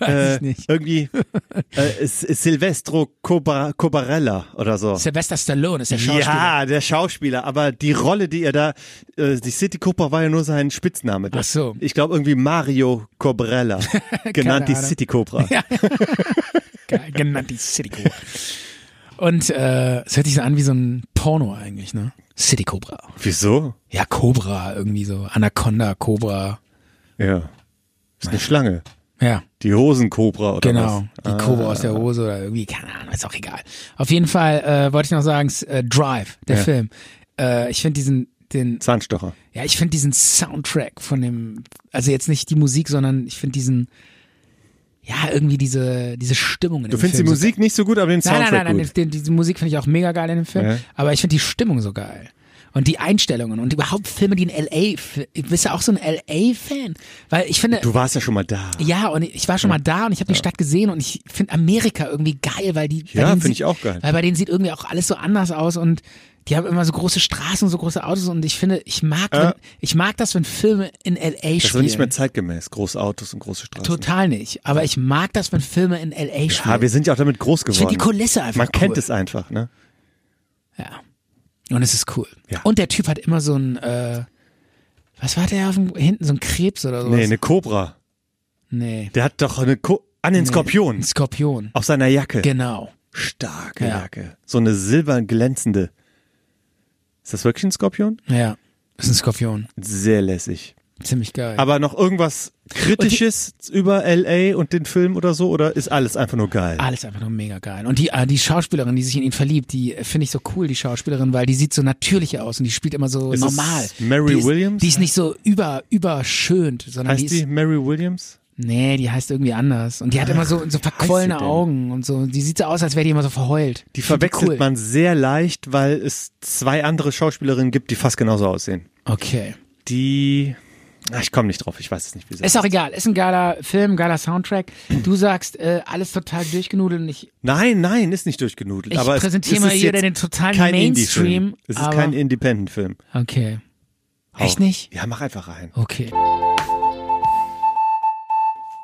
[SPEAKER 4] Weiß äh,
[SPEAKER 3] ich nicht.
[SPEAKER 4] Irgendwie äh, S- Silvestro Cobra- Cobarella oder so.
[SPEAKER 3] Sylvester Stallone ist der Schauspieler.
[SPEAKER 4] Ja, der Schauspieler. Aber die Rolle, die er da, äh, die City Cobra war ja nur sein Spitzname.
[SPEAKER 3] Ach so.
[SPEAKER 4] Ich glaube irgendwie Mario Cobrella, genannt die
[SPEAKER 3] Ahnung.
[SPEAKER 4] City Cobra.
[SPEAKER 3] Geil, Genannt die City Cobra. Und äh, es hört sich so an wie so ein Porno eigentlich, ne? City Cobra.
[SPEAKER 4] Wieso?
[SPEAKER 3] Ja, Cobra, irgendwie so. Anaconda, Cobra.
[SPEAKER 4] Ja, ist eine Schlange.
[SPEAKER 3] Ja,
[SPEAKER 4] Die Hosenkobra oder
[SPEAKER 3] genau.
[SPEAKER 4] was?
[SPEAKER 3] Die Cobra aus
[SPEAKER 4] Ah.
[SPEAKER 3] der Hose oder irgendwie, keine Ahnung, ist auch egal. Auf jeden Fall äh, wollte ich noch sagen, s- äh, Drive, der
[SPEAKER 4] Ja.
[SPEAKER 3] Film. Äh, ich finde diesen, den,
[SPEAKER 4] Zahnstocher.
[SPEAKER 3] ja, ich finde diesen Soundtrack von dem, also jetzt nicht die Musik, sondern ich finde diesen, ja, irgendwie diese, diese Stimmung in
[SPEAKER 4] Du
[SPEAKER 3] dem
[SPEAKER 4] findest die
[SPEAKER 3] Film so
[SPEAKER 4] Musik nicht so gut, aber den
[SPEAKER 3] Nein,
[SPEAKER 4] Soundtrack
[SPEAKER 3] nein, nein, nein.
[SPEAKER 4] gut.
[SPEAKER 3] Den, diese Musik finde ich auch mega geil in dem Film.
[SPEAKER 4] Ja.
[SPEAKER 3] Aber ich finde die Stimmung so geil. Und die Einstellungen und überhaupt Filme, die in L.A. f- Du bist ja auch so ein L.A.-Fan. Weil ich finde.
[SPEAKER 4] Du warst ja schon mal da.
[SPEAKER 3] ja, und ich war schon mal da und ich habe die Stadt gesehen und ich finde Amerika irgendwie geil, weil die. bei
[SPEAKER 4] Ja,
[SPEAKER 3] denen
[SPEAKER 4] finde
[SPEAKER 3] sieht-
[SPEAKER 4] ich auch geil.
[SPEAKER 3] Weil bei denen sieht irgendwie auch alles so anders aus und die haben immer so große Straßen und so große Autos und ich finde, ich mag, wenn, ich mag das, wenn Filme in L.A.
[SPEAKER 4] Das war
[SPEAKER 3] spielen.
[SPEAKER 4] nicht mehr zeitgemäß. Große Autos und große Straßen.
[SPEAKER 3] Total nicht. Aber ich mag das, wenn Filme in L.A. spielen.
[SPEAKER 4] Ja, wir sind ja auch damit groß geworden.
[SPEAKER 3] find die Kulisse einfach
[SPEAKER 4] Man kennt
[SPEAKER 3] cool.
[SPEAKER 4] es einfach, ne?
[SPEAKER 3] Ja. Und es ist cool.
[SPEAKER 4] Ja.
[SPEAKER 3] Und der Typ hat immer so ein, äh, was war der auf dem, hinten, so ein Krebs oder sowas?
[SPEAKER 4] Nee, ne- eine Cobra.
[SPEAKER 3] nee.
[SPEAKER 4] Der hat doch eine Ko an den
[SPEAKER 3] Ein
[SPEAKER 4] Skorpion
[SPEAKER 3] Skorpion.
[SPEAKER 4] auf seiner Jacke.
[SPEAKER 3] Genau.
[SPEAKER 4] Starke
[SPEAKER 3] Ja.
[SPEAKER 4] Jacke. So eine silbern glänzende. Ist das wirklich ein Skorpion?
[SPEAKER 3] Ja. Ist ein Skorpion.
[SPEAKER 4] Sehr lässig.
[SPEAKER 3] Ziemlich geil.
[SPEAKER 4] Aber noch irgendwas Kritisches über L.A. und den Film oder so? Oder ist alles einfach nur geil?
[SPEAKER 3] Alles einfach nur mega geil. Und die, ah, die Schauspielerin, die sich in ihn verliebt, die äh, finde ich so cool, die Schauspielerin, weil die sieht so natürlich aus und die spielt immer so
[SPEAKER 4] Ist es
[SPEAKER 3] normal.
[SPEAKER 4] Mary
[SPEAKER 3] die ist,
[SPEAKER 4] Williams?
[SPEAKER 3] Die ist nicht so über, überschönt, sondern
[SPEAKER 4] heißt
[SPEAKER 3] die
[SPEAKER 4] die
[SPEAKER 3] ist,
[SPEAKER 4] Mary Williams?
[SPEAKER 3] nee, die heißt irgendwie anders. Und die hat immer so, so verquollene
[SPEAKER 4] denn?
[SPEAKER 3] Augen und so. Die sieht so aus, als wäre die immer so verheult.
[SPEAKER 4] Die
[SPEAKER 3] Ich find
[SPEAKER 4] verwechselt
[SPEAKER 3] cool.
[SPEAKER 4] man sehr leicht, weil es zwei andere Schauspielerinnen gibt, die fast genauso aussehen.
[SPEAKER 3] Okay.
[SPEAKER 4] Die. Ach, ich komme nicht drauf, ich weiß es nicht, wie sie
[SPEAKER 3] Ist auch egal. Ist ein geiler Film, geiler Soundtrack. Du sagst, äh, alles total durchgenudelt und ich,
[SPEAKER 4] Nein, nein, ist nicht durchgenudelt.
[SPEAKER 3] Ich
[SPEAKER 4] aber es-
[SPEAKER 3] präsentiere
[SPEAKER 4] es
[SPEAKER 3] mal
[SPEAKER 4] ist
[SPEAKER 3] hier
[SPEAKER 4] jetzt
[SPEAKER 3] den totalen
[SPEAKER 4] kein
[SPEAKER 3] Mainstream,
[SPEAKER 4] Indie-Film. Es ist
[SPEAKER 3] aber-
[SPEAKER 4] kein Independent-Film.
[SPEAKER 3] okay.
[SPEAKER 4] Hau.
[SPEAKER 3] Echt nicht?
[SPEAKER 4] Ja, mach einfach rein.
[SPEAKER 3] Okay.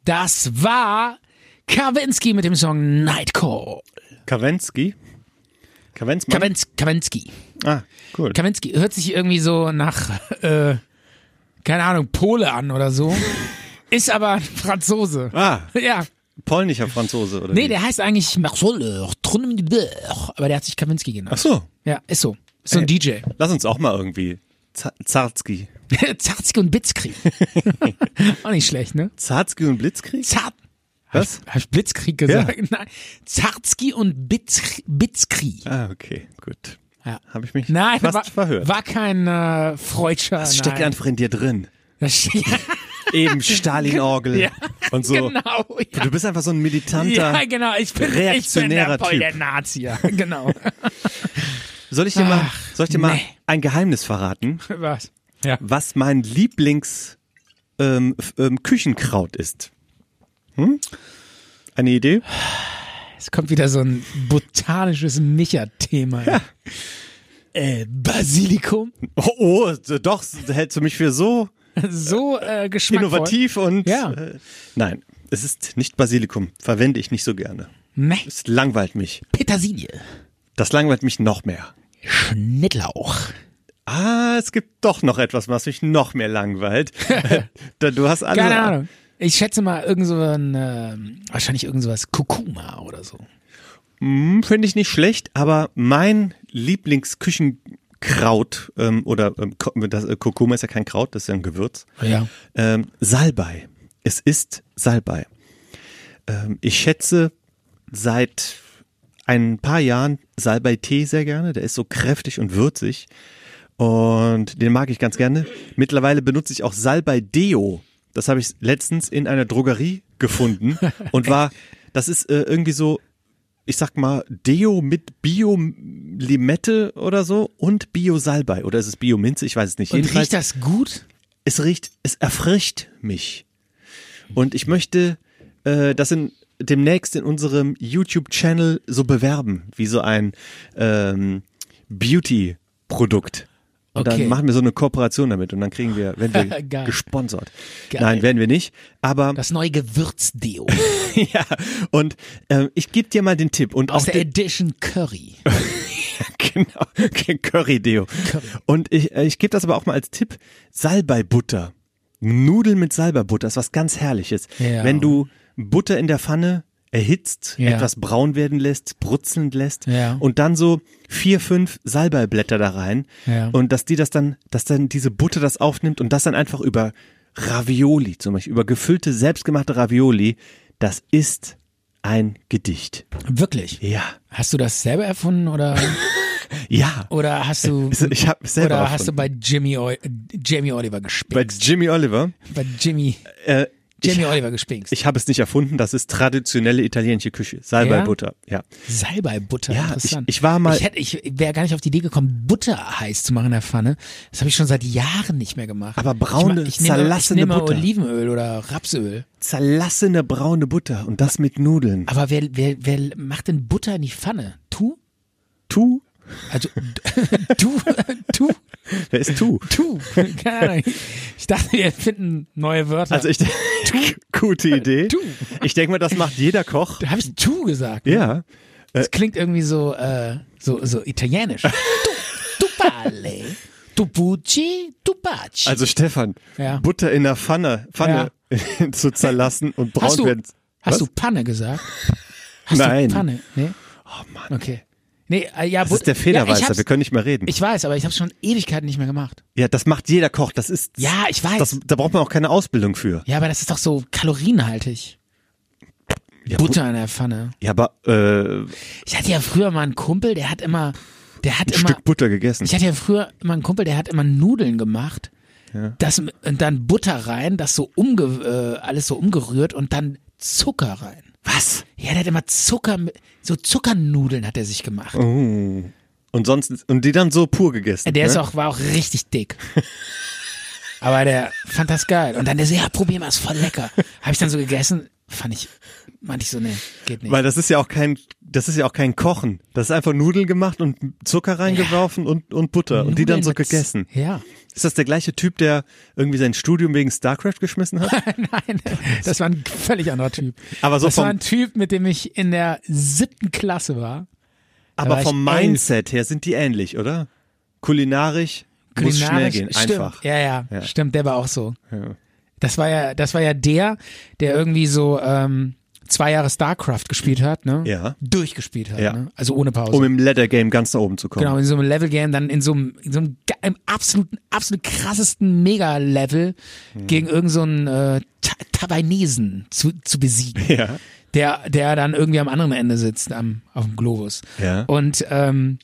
[SPEAKER 3] Das war Kawinski mit dem Song Nightcall.
[SPEAKER 4] Kawenski? Kawensmann?
[SPEAKER 3] Kawins Kawinski.
[SPEAKER 4] ah, cool.
[SPEAKER 3] Kawinski hört sich irgendwie so nach, äh, keine Ahnung, Pole an oder so. Ist aber ein Franzose.
[SPEAKER 4] ah,
[SPEAKER 3] Ja.
[SPEAKER 4] polnischer Franzose, oder?
[SPEAKER 3] Nee,
[SPEAKER 4] wie?
[SPEAKER 3] der heißt eigentlich Marcel Trunembeur, aber der hat sich Kawinski
[SPEAKER 4] Ach
[SPEAKER 3] genannt.
[SPEAKER 4] so,
[SPEAKER 3] Ja, ist so. Ist so ein DJ.
[SPEAKER 4] lass uns auch mal irgendwie. Z Zartski.
[SPEAKER 3] Zartzki und Blitzkrieg. Auch nicht schlecht, ne?
[SPEAKER 4] Zartski und Blitzkrieg?
[SPEAKER 3] Zart.
[SPEAKER 4] Was?
[SPEAKER 3] Hab ich Blitzkrieg gesagt? Nein. Zartzki und Bitz Bitzkrieg.
[SPEAKER 4] Ah, okay, gut.
[SPEAKER 3] Ja.
[SPEAKER 4] Habe ich mich
[SPEAKER 3] Nein,
[SPEAKER 4] fast
[SPEAKER 3] war,
[SPEAKER 4] verhört.
[SPEAKER 3] war kein äh, Freudscher.
[SPEAKER 4] das steckt
[SPEAKER 3] nein.
[SPEAKER 4] einfach in dir drin.
[SPEAKER 3] Das steckt
[SPEAKER 4] Eben Stalin-Orgel
[SPEAKER 3] Ja,
[SPEAKER 4] und so.
[SPEAKER 3] Genau. Ja.
[SPEAKER 4] Du bist einfach so ein militanter.
[SPEAKER 3] Ja, genau. Ich bin, ich bin der,
[SPEAKER 4] reaktionärer
[SPEAKER 3] voll
[SPEAKER 4] Typ.
[SPEAKER 3] der Nazi. Ja, genau.
[SPEAKER 4] Soll ich dir mal,
[SPEAKER 3] Ach,
[SPEAKER 4] soll ich dir mal
[SPEAKER 3] nee.
[SPEAKER 4] ein Geheimnis verraten,
[SPEAKER 3] Was? Ja.
[SPEAKER 4] was mein Lieblings ähm, f- ähm, Küchenkraut ist? Hm? Eine Idee?
[SPEAKER 3] Es kommt wieder so ein botanisches Micha-Thema. Äh, Basilikum.
[SPEAKER 4] Oh, oh d- doch, s- hältst du mich für so
[SPEAKER 3] So äh, geschmackvoll.
[SPEAKER 4] innovativ und
[SPEAKER 3] Ja.
[SPEAKER 4] äh, nein, es ist nicht Basilikum, verwende ich nicht so gerne.
[SPEAKER 3] Nee.
[SPEAKER 4] Es langweilt mich.
[SPEAKER 3] Petersilie.
[SPEAKER 4] Das langweilt mich noch mehr.
[SPEAKER 3] Schnittlauch.
[SPEAKER 4] Ah, es gibt doch noch etwas, was mich noch mehr langweilt. Da- du hast alle
[SPEAKER 3] Keine Ahnung. Also, äh, Ich schätze mal irgend so ein, ähm, wahrscheinlich irgend sowas Kurkuma oder so.
[SPEAKER 4] Hm, Finde ich nicht schlecht, aber mein Lieblingsküchenkraut ähm, oder ähm, Ko- das, äh, Kurkuma ist ja kein Kraut, das ist ja ein Gewürz.
[SPEAKER 3] Ja.
[SPEAKER 4] Ähm, Salbei. Es ist Salbei. Ähm, ich schätze seit ein paar Jahren Salbei-Tee sehr gerne. Der ist so kräftig und würzig. Und den mag ich ganz gerne. Mittlerweile benutze ich auch Salbei-Deo. Das habe ich letztens in einer Drogerie gefunden und war, das ist äh, irgendwie so, ich sag mal, Deo mit Bio-Limette oder so und Bio-Salbei. Oder ist es Bio-Minze? Ich weiß es nicht.
[SPEAKER 3] Und
[SPEAKER 4] Jedenfalls-
[SPEAKER 3] riecht das gut?
[SPEAKER 4] es riecht, es erfrischt mich. Und ich möchte äh, das in, demnächst in unserem YouTube-Channel so bewerben, wie so ein ähm, Beauty-Produkt. Und
[SPEAKER 3] Okay.
[SPEAKER 4] dann machen wir so eine Kooperation damit und dann kriegen wir, wenn wir
[SPEAKER 3] Geil.
[SPEAKER 4] gesponsert.
[SPEAKER 3] Geil.
[SPEAKER 4] Nein, werden wir nicht. Aber
[SPEAKER 3] Das neue Gewürzdeo
[SPEAKER 4] ja, und ähm, ich gebe dir mal den Tipp und
[SPEAKER 3] aus
[SPEAKER 4] auch
[SPEAKER 3] der
[SPEAKER 4] den-
[SPEAKER 3] Edition Curry.
[SPEAKER 4] genau, Curry Deo. Und ich, äh, ich gebe das aber auch mal als Tipp: Salbeibutter. Nudeln mit Salbeibutter ist was ganz Herrliches.
[SPEAKER 3] Ja.
[SPEAKER 4] Wenn du Butter in der Pfanne erhitzt,
[SPEAKER 3] Ja.
[SPEAKER 4] etwas braun werden lässt, brutzeln lässt
[SPEAKER 3] Ja.
[SPEAKER 4] und dann so vier, fünf Salbeiblätter da rein
[SPEAKER 3] Ja.
[SPEAKER 4] und dass die das dann, dass dann diese Butter das aufnimmt und das dann einfach über Ravioli zum Beispiel, über gefüllte, selbstgemachte Ravioli, das ist ein Gedicht.
[SPEAKER 3] Wirklich?
[SPEAKER 4] Ja,
[SPEAKER 3] Hast du das selber erfunden oder
[SPEAKER 4] ja.
[SPEAKER 3] oder hast du
[SPEAKER 4] Ich habe selber
[SPEAKER 3] oder hast du
[SPEAKER 4] erfunden.
[SPEAKER 3] bei Jimmy Oi- äh, Jamie Oliver
[SPEAKER 4] bei
[SPEAKER 3] gespinkst?
[SPEAKER 4] Jimmy Oliver.
[SPEAKER 3] Bei, Jimmy
[SPEAKER 4] Äh, ich
[SPEAKER 3] Jamie Oliver gespinkst.
[SPEAKER 4] ich habe es nicht erfunden, das ist traditionelle italienische Küche. Salbeibutter, ja.
[SPEAKER 3] Salbeibutter,
[SPEAKER 4] Ja,
[SPEAKER 3] interessant.
[SPEAKER 4] ich- ich war mal-
[SPEAKER 3] Ich, hätte- ich wäre gar nicht auf die Idee gekommen, Butter heiß zu machen in der Pfanne. Das habe ich schon seit Jahren nicht mehr gemacht.
[SPEAKER 4] Aber braune,
[SPEAKER 3] ich, ma- ich nehme, ich
[SPEAKER 4] zerlassene
[SPEAKER 3] nehme
[SPEAKER 4] Butter.
[SPEAKER 3] Olivenöl oder Rapsöl.
[SPEAKER 4] Zerlassene braune Butter und das mit Nudeln.
[SPEAKER 3] Aber wer, wer, wer macht denn Butter in die Pfanne? Tu?
[SPEAKER 4] Tu?
[SPEAKER 3] Also, tu, tu,
[SPEAKER 4] Wer ist Tu?
[SPEAKER 3] tu. Keine Ahnung. Ich dachte, wir finden neue Wörter.
[SPEAKER 4] Also ich, gute Idee.
[SPEAKER 3] Tu.
[SPEAKER 4] Ich denke mal, das macht jeder Koch.
[SPEAKER 3] da habe ich tu gesagt.
[SPEAKER 4] Ja.
[SPEAKER 3] Das klingt irgendwie so, äh, so, so italienisch. Tu, tu palle, tu pucci, tu baci.
[SPEAKER 4] Also Stefan,
[SPEAKER 3] Ja.
[SPEAKER 4] Butter in der Pfanne, Pfanne zu zerlassen und braun
[SPEAKER 3] hast du,
[SPEAKER 4] werden.
[SPEAKER 3] hast
[SPEAKER 4] Was?
[SPEAKER 3] du Panne gesagt? Hast
[SPEAKER 4] Nein.
[SPEAKER 3] Du Panne? Nee?
[SPEAKER 4] Oh Mann.
[SPEAKER 3] Okay. Nee, äh, ja,
[SPEAKER 4] Das
[SPEAKER 3] bu-
[SPEAKER 4] ist der
[SPEAKER 3] Ja, ich,
[SPEAKER 4] Federweißer,
[SPEAKER 3] hab's-
[SPEAKER 4] wir können nicht mehr reden.
[SPEAKER 3] ich weiß, aber ich habe schon Ewigkeiten nicht mehr gemacht.
[SPEAKER 4] ja, das macht jeder Koch, das ist
[SPEAKER 3] Ja, ich weiß.
[SPEAKER 4] das, da braucht man auch keine Ausbildung für.
[SPEAKER 3] ja, aber das ist doch so kalorienhaltig.
[SPEAKER 4] Ja,
[SPEAKER 3] Butter in der Pfanne.
[SPEAKER 4] Ja, aber äh, ein
[SPEAKER 3] Ich hatte ja früher mal einen Kumpel, der hat immer, der hat immer,
[SPEAKER 4] Stück Butter gegessen.
[SPEAKER 3] ich hatte ja früher immer einen Kumpel, der hat immer Nudeln gemacht. Das, und dann Butter rein, das so umge, äh, alles so umgerührt und dann Zucker rein. Was? Ja, der hat immer Zucker, mit- so Zuckernudeln hat er sich gemacht.
[SPEAKER 4] Oh, Und sonst und die dann so pur gegessen.
[SPEAKER 3] Der
[SPEAKER 4] ne?
[SPEAKER 3] ist auch, war auch richtig dick. Aber der fand das geil. Und dann der so, ja, probier mal, ist voll lecker. Habe ich dann so gegessen, fand ich, meinte ich so, nee, geht nicht.
[SPEAKER 4] Weil das ist ja auch kein, das ist ja auch kein Kochen. Das ist einfach Nudeln gemacht und Zucker reingeworfen und, und Butter und die dann
[SPEAKER 3] Nudeln
[SPEAKER 4] so
[SPEAKER 3] mit-
[SPEAKER 4] gegessen.
[SPEAKER 3] Ja.
[SPEAKER 4] Ist das der gleiche Typ, der irgendwie sein Studium wegen StarCraft geschmissen hat?
[SPEAKER 3] Nein, das war ein völlig anderer Typ.
[SPEAKER 4] Aber so
[SPEAKER 3] das war
[SPEAKER 4] vom-
[SPEAKER 3] ein Typ, mit dem ich in der siebten Klasse war. war
[SPEAKER 4] Aber
[SPEAKER 3] ich
[SPEAKER 4] vom
[SPEAKER 3] elf.
[SPEAKER 4] Mindset her sind die ähnlich, oder? Kulinarisch, muss schnell
[SPEAKER 3] Kulinarisch-
[SPEAKER 4] gehen,
[SPEAKER 3] stimmt.
[SPEAKER 4] einfach.
[SPEAKER 3] Ja, ja,
[SPEAKER 4] Ja.
[SPEAKER 3] stimmt, der war auch so. Das war ja, das war ja der, der irgendwie so ähm, zwei Jahre StarCraft gespielt hat, ne?
[SPEAKER 4] Ja.
[SPEAKER 3] Durchgespielt hat,
[SPEAKER 4] Ja.
[SPEAKER 3] ne? Also ohne Pause.
[SPEAKER 4] Um im Leather Game ganz nach oben zu kommen.
[SPEAKER 3] Genau, in so einem Level-Game, dann in so einem, in so einem, ge- im absoluten, absolut krassesten Mega-Level
[SPEAKER 4] Mhm.
[SPEAKER 3] gegen irgendeinen so einen, äh, Ta Tabainesen zu, zu besiegen.
[SPEAKER 4] Ja.
[SPEAKER 3] Der, der dann irgendwie am anderen Ende sitzt, am, auf dem Globus.
[SPEAKER 4] Ja.
[SPEAKER 3] Und ähm,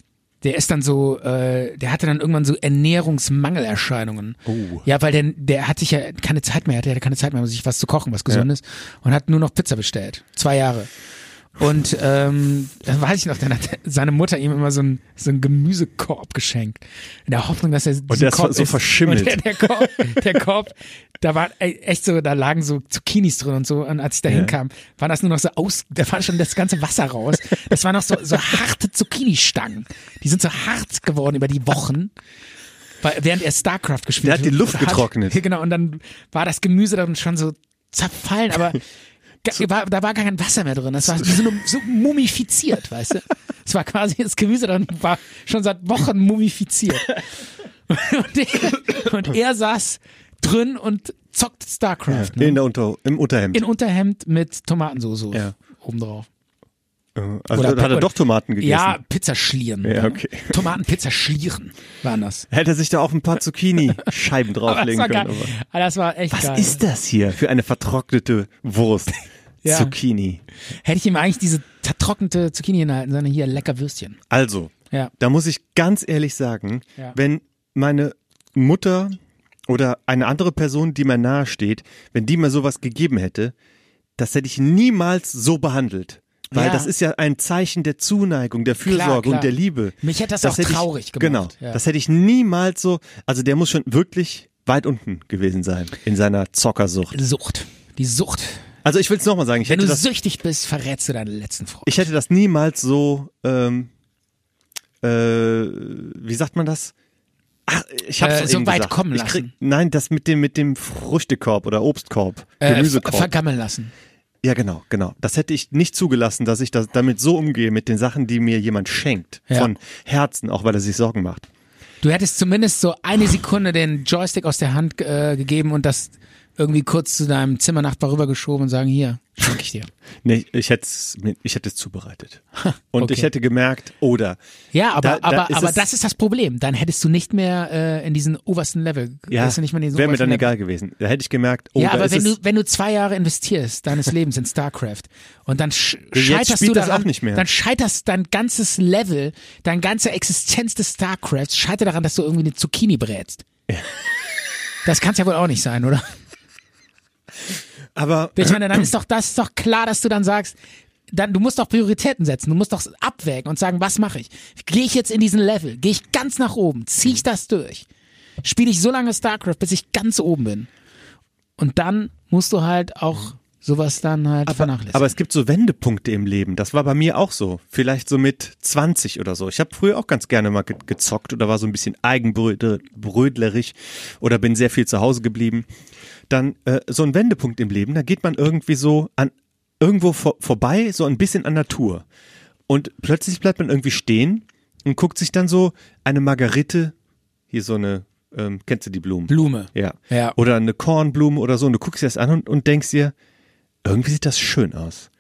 [SPEAKER 3] der ist dann so, äh, der hatte dann irgendwann so Ernährungsmangelerscheinungen.
[SPEAKER 4] Oh.
[SPEAKER 3] Ja, weil der, der hatte sich ja keine Zeit mehr, hatte ja keine Zeit mehr, um sich was zu kochen, was Gesundes. Und hat nur noch Pizza bestellt. Zwei Jahre. Und ähm, dann weiß ich noch, dann hat seine Mutter ihm immer so einen so einen Gemüsekorb geschenkt. In der Hoffnung, dass er diesen
[SPEAKER 4] der ist
[SPEAKER 3] Korb
[SPEAKER 4] so
[SPEAKER 3] isst.
[SPEAKER 4] verschimmelt.
[SPEAKER 3] Und der, der Korb, der Korb, da war e- echt so, da lagen so Zucchinis drin und so. Und als ich da hinkam, waren das nur noch so aus, da war schon das ganze Wasser raus. Das waren noch so, so harte Zucchini-Stangen. Die sind so hart geworden über die Wochen. Weil, während er StarCraft gespielt
[SPEAKER 4] Der hat die Luft getrocknet.
[SPEAKER 3] Genau, und dann war das Gemüse dann schon so zerfallen, aber ga- war, da war gar kein Wasser mehr drin. Das war so, so mumifiziert, weißt du? Es war quasi das Gemüse dann war schon seit Wochen mumifiziert. Und er, und er saß drin und zockt StarCraft. Ne?
[SPEAKER 4] In der Unter, Im Unterhemd.
[SPEAKER 3] In Unterhemd mit Tomatensauce
[SPEAKER 4] Ja.
[SPEAKER 3] obendrauf.
[SPEAKER 4] Äh, also
[SPEAKER 3] Oder-
[SPEAKER 4] hat er doch Tomaten gegessen.
[SPEAKER 3] Ja, Pizzaschlieren.
[SPEAKER 4] Ja,
[SPEAKER 3] ne?
[SPEAKER 4] okay.
[SPEAKER 3] Tomatenpizzaschlieren waren das.
[SPEAKER 4] Hätte sich da auch ein paar Zucchini-Scheiben
[SPEAKER 3] Aber das
[SPEAKER 4] drauflegen
[SPEAKER 3] war
[SPEAKER 4] können.
[SPEAKER 3] geil.
[SPEAKER 4] Aber.
[SPEAKER 3] Aber das war echt
[SPEAKER 4] Was
[SPEAKER 3] geil.
[SPEAKER 4] ist das hier für eine vertrocknete Wurst?
[SPEAKER 3] Ja.
[SPEAKER 4] Zucchini.
[SPEAKER 3] Hätte ich ihm eigentlich diese zertrocknete Zucchini hinhalten, sondern hier lecker Würstchen.
[SPEAKER 4] Also,
[SPEAKER 3] Ja.
[SPEAKER 4] da muss ich ganz ehrlich sagen,
[SPEAKER 3] Ja.
[SPEAKER 4] wenn meine Mutter oder eine andere Person, die mir nahe steht, wenn die mir sowas gegeben hätte, das hätte ich niemals so behandelt. Weil
[SPEAKER 3] Ja.
[SPEAKER 4] das ist ja ein Zeichen der Zuneigung, der Fürsorge
[SPEAKER 3] klar.
[SPEAKER 4] und der Liebe.
[SPEAKER 3] Mich hätte das auch
[SPEAKER 4] hätte
[SPEAKER 3] traurig
[SPEAKER 4] ich,
[SPEAKER 3] gemacht.
[SPEAKER 4] Genau.
[SPEAKER 3] Ja.
[SPEAKER 4] Das hätte ich niemals so, also der muss schon wirklich weit unten gewesen sein in seiner Zockersucht.
[SPEAKER 3] Sucht. Die Sucht.
[SPEAKER 4] Also ich will es nochmal sagen, ich
[SPEAKER 3] Wenn
[SPEAKER 4] hätte
[SPEAKER 3] du
[SPEAKER 4] das
[SPEAKER 3] süchtig bist, verrätst du deinen letzten Freund.
[SPEAKER 4] ich hätte das niemals so, ähm, äh, wie sagt man das? Ach, ich hab's
[SPEAKER 3] Äh,
[SPEAKER 4] doch
[SPEAKER 3] so
[SPEAKER 4] eben
[SPEAKER 3] weit
[SPEAKER 4] gesagt.
[SPEAKER 3] kommen
[SPEAKER 4] ich krieg,
[SPEAKER 3] lassen.
[SPEAKER 4] Nein, das mit dem, mit dem Früchtekorb oder Obstkorb,
[SPEAKER 3] Äh, ver-
[SPEAKER 4] Gemüsekorb.
[SPEAKER 3] vergammeln lassen.
[SPEAKER 4] ja, genau, genau. Das hätte ich nicht zugelassen, dass ich das damit so umgehe mit den Sachen, die mir jemand schenkt.
[SPEAKER 3] Ja.
[SPEAKER 4] Von Herzen, auch weil er sich Sorgen macht.
[SPEAKER 3] Du hättest zumindest so eine Sekunde den Joystick aus der Hand äh, gegeben und das irgendwie kurz zu deinem Zimmernachbar rübergeschoben und sagen, hier, schenke ich dir.
[SPEAKER 4] Nee, ich hätte es, ich hätte es zubereitet. Und
[SPEAKER 3] okay.
[SPEAKER 4] ich hätte gemerkt, oder.
[SPEAKER 3] Ja, aber,
[SPEAKER 4] Da- da
[SPEAKER 3] aber,
[SPEAKER 4] ist
[SPEAKER 3] aber
[SPEAKER 4] es-
[SPEAKER 3] das ist das Problem. Dann hättest du nicht mehr äh, in diesen obersten Level.
[SPEAKER 4] Ja,
[SPEAKER 3] wärst du nicht mehr in diesen
[SPEAKER 4] wäre mir
[SPEAKER 3] obersten
[SPEAKER 4] dann
[SPEAKER 3] Level.
[SPEAKER 4] egal gewesen. Da hätte ich gemerkt, oh,
[SPEAKER 3] ja,
[SPEAKER 4] da
[SPEAKER 3] aber
[SPEAKER 4] ist
[SPEAKER 3] wenn
[SPEAKER 4] es,
[SPEAKER 3] du, wenn du zwei Jahre investierst deines Lebens in StarCraft und dann sch
[SPEAKER 4] Jetzt
[SPEAKER 3] scheiterst du
[SPEAKER 4] spielt das
[SPEAKER 3] daran,
[SPEAKER 4] auch nicht mehr.
[SPEAKER 3] dann scheiterst dein ganzes Level, dein ganze Existenz des StarCrafts scheitert daran, dass du irgendwie eine Zucchini brätst. Das kann's ja wohl auch nicht sein, oder?
[SPEAKER 4] aber
[SPEAKER 3] Ich meine, dann ist doch das ist doch klar, dass du dann sagst, dann du musst doch Prioritäten setzen, du musst doch abwägen und sagen, was mache ich? Gehe ich jetzt in diesen Level? Gehe ich ganz nach oben? Ziehe ich das durch? Spiele ich so lange StarCraft, bis ich ganz oben bin? Und dann musst du halt auch sowas dann halt vernachlässigen.
[SPEAKER 4] Aber es gibt so Wendepunkte im Leben. Das war bei mir auch so. Vielleicht so mit 20 oder so. Ich habe früher auch ganz gerne mal ge gezockt oder war so ein bisschen eigenbrödlerig oder bin sehr viel zu Hause geblieben. Dann äh, so ein Wendepunkt im Leben, da geht man irgendwie so an irgendwo vor, vorbei, so ein bisschen an Natur. Und plötzlich bleibt man irgendwie stehen und guckt sich dann so eine Margarite, hier so eine, ähm, kennst du die Blumen?
[SPEAKER 3] Blume.
[SPEAKER 4] Ja.
[SPEAKER 3] Ja.
[SPEAKER 4] Oder eine Kornblume oder so. Und du guckst dir das an und, und
[SPEAKER 3] Mhm.
[SPEAKER 4] denkst dir, irgendwie sieht das schön aus.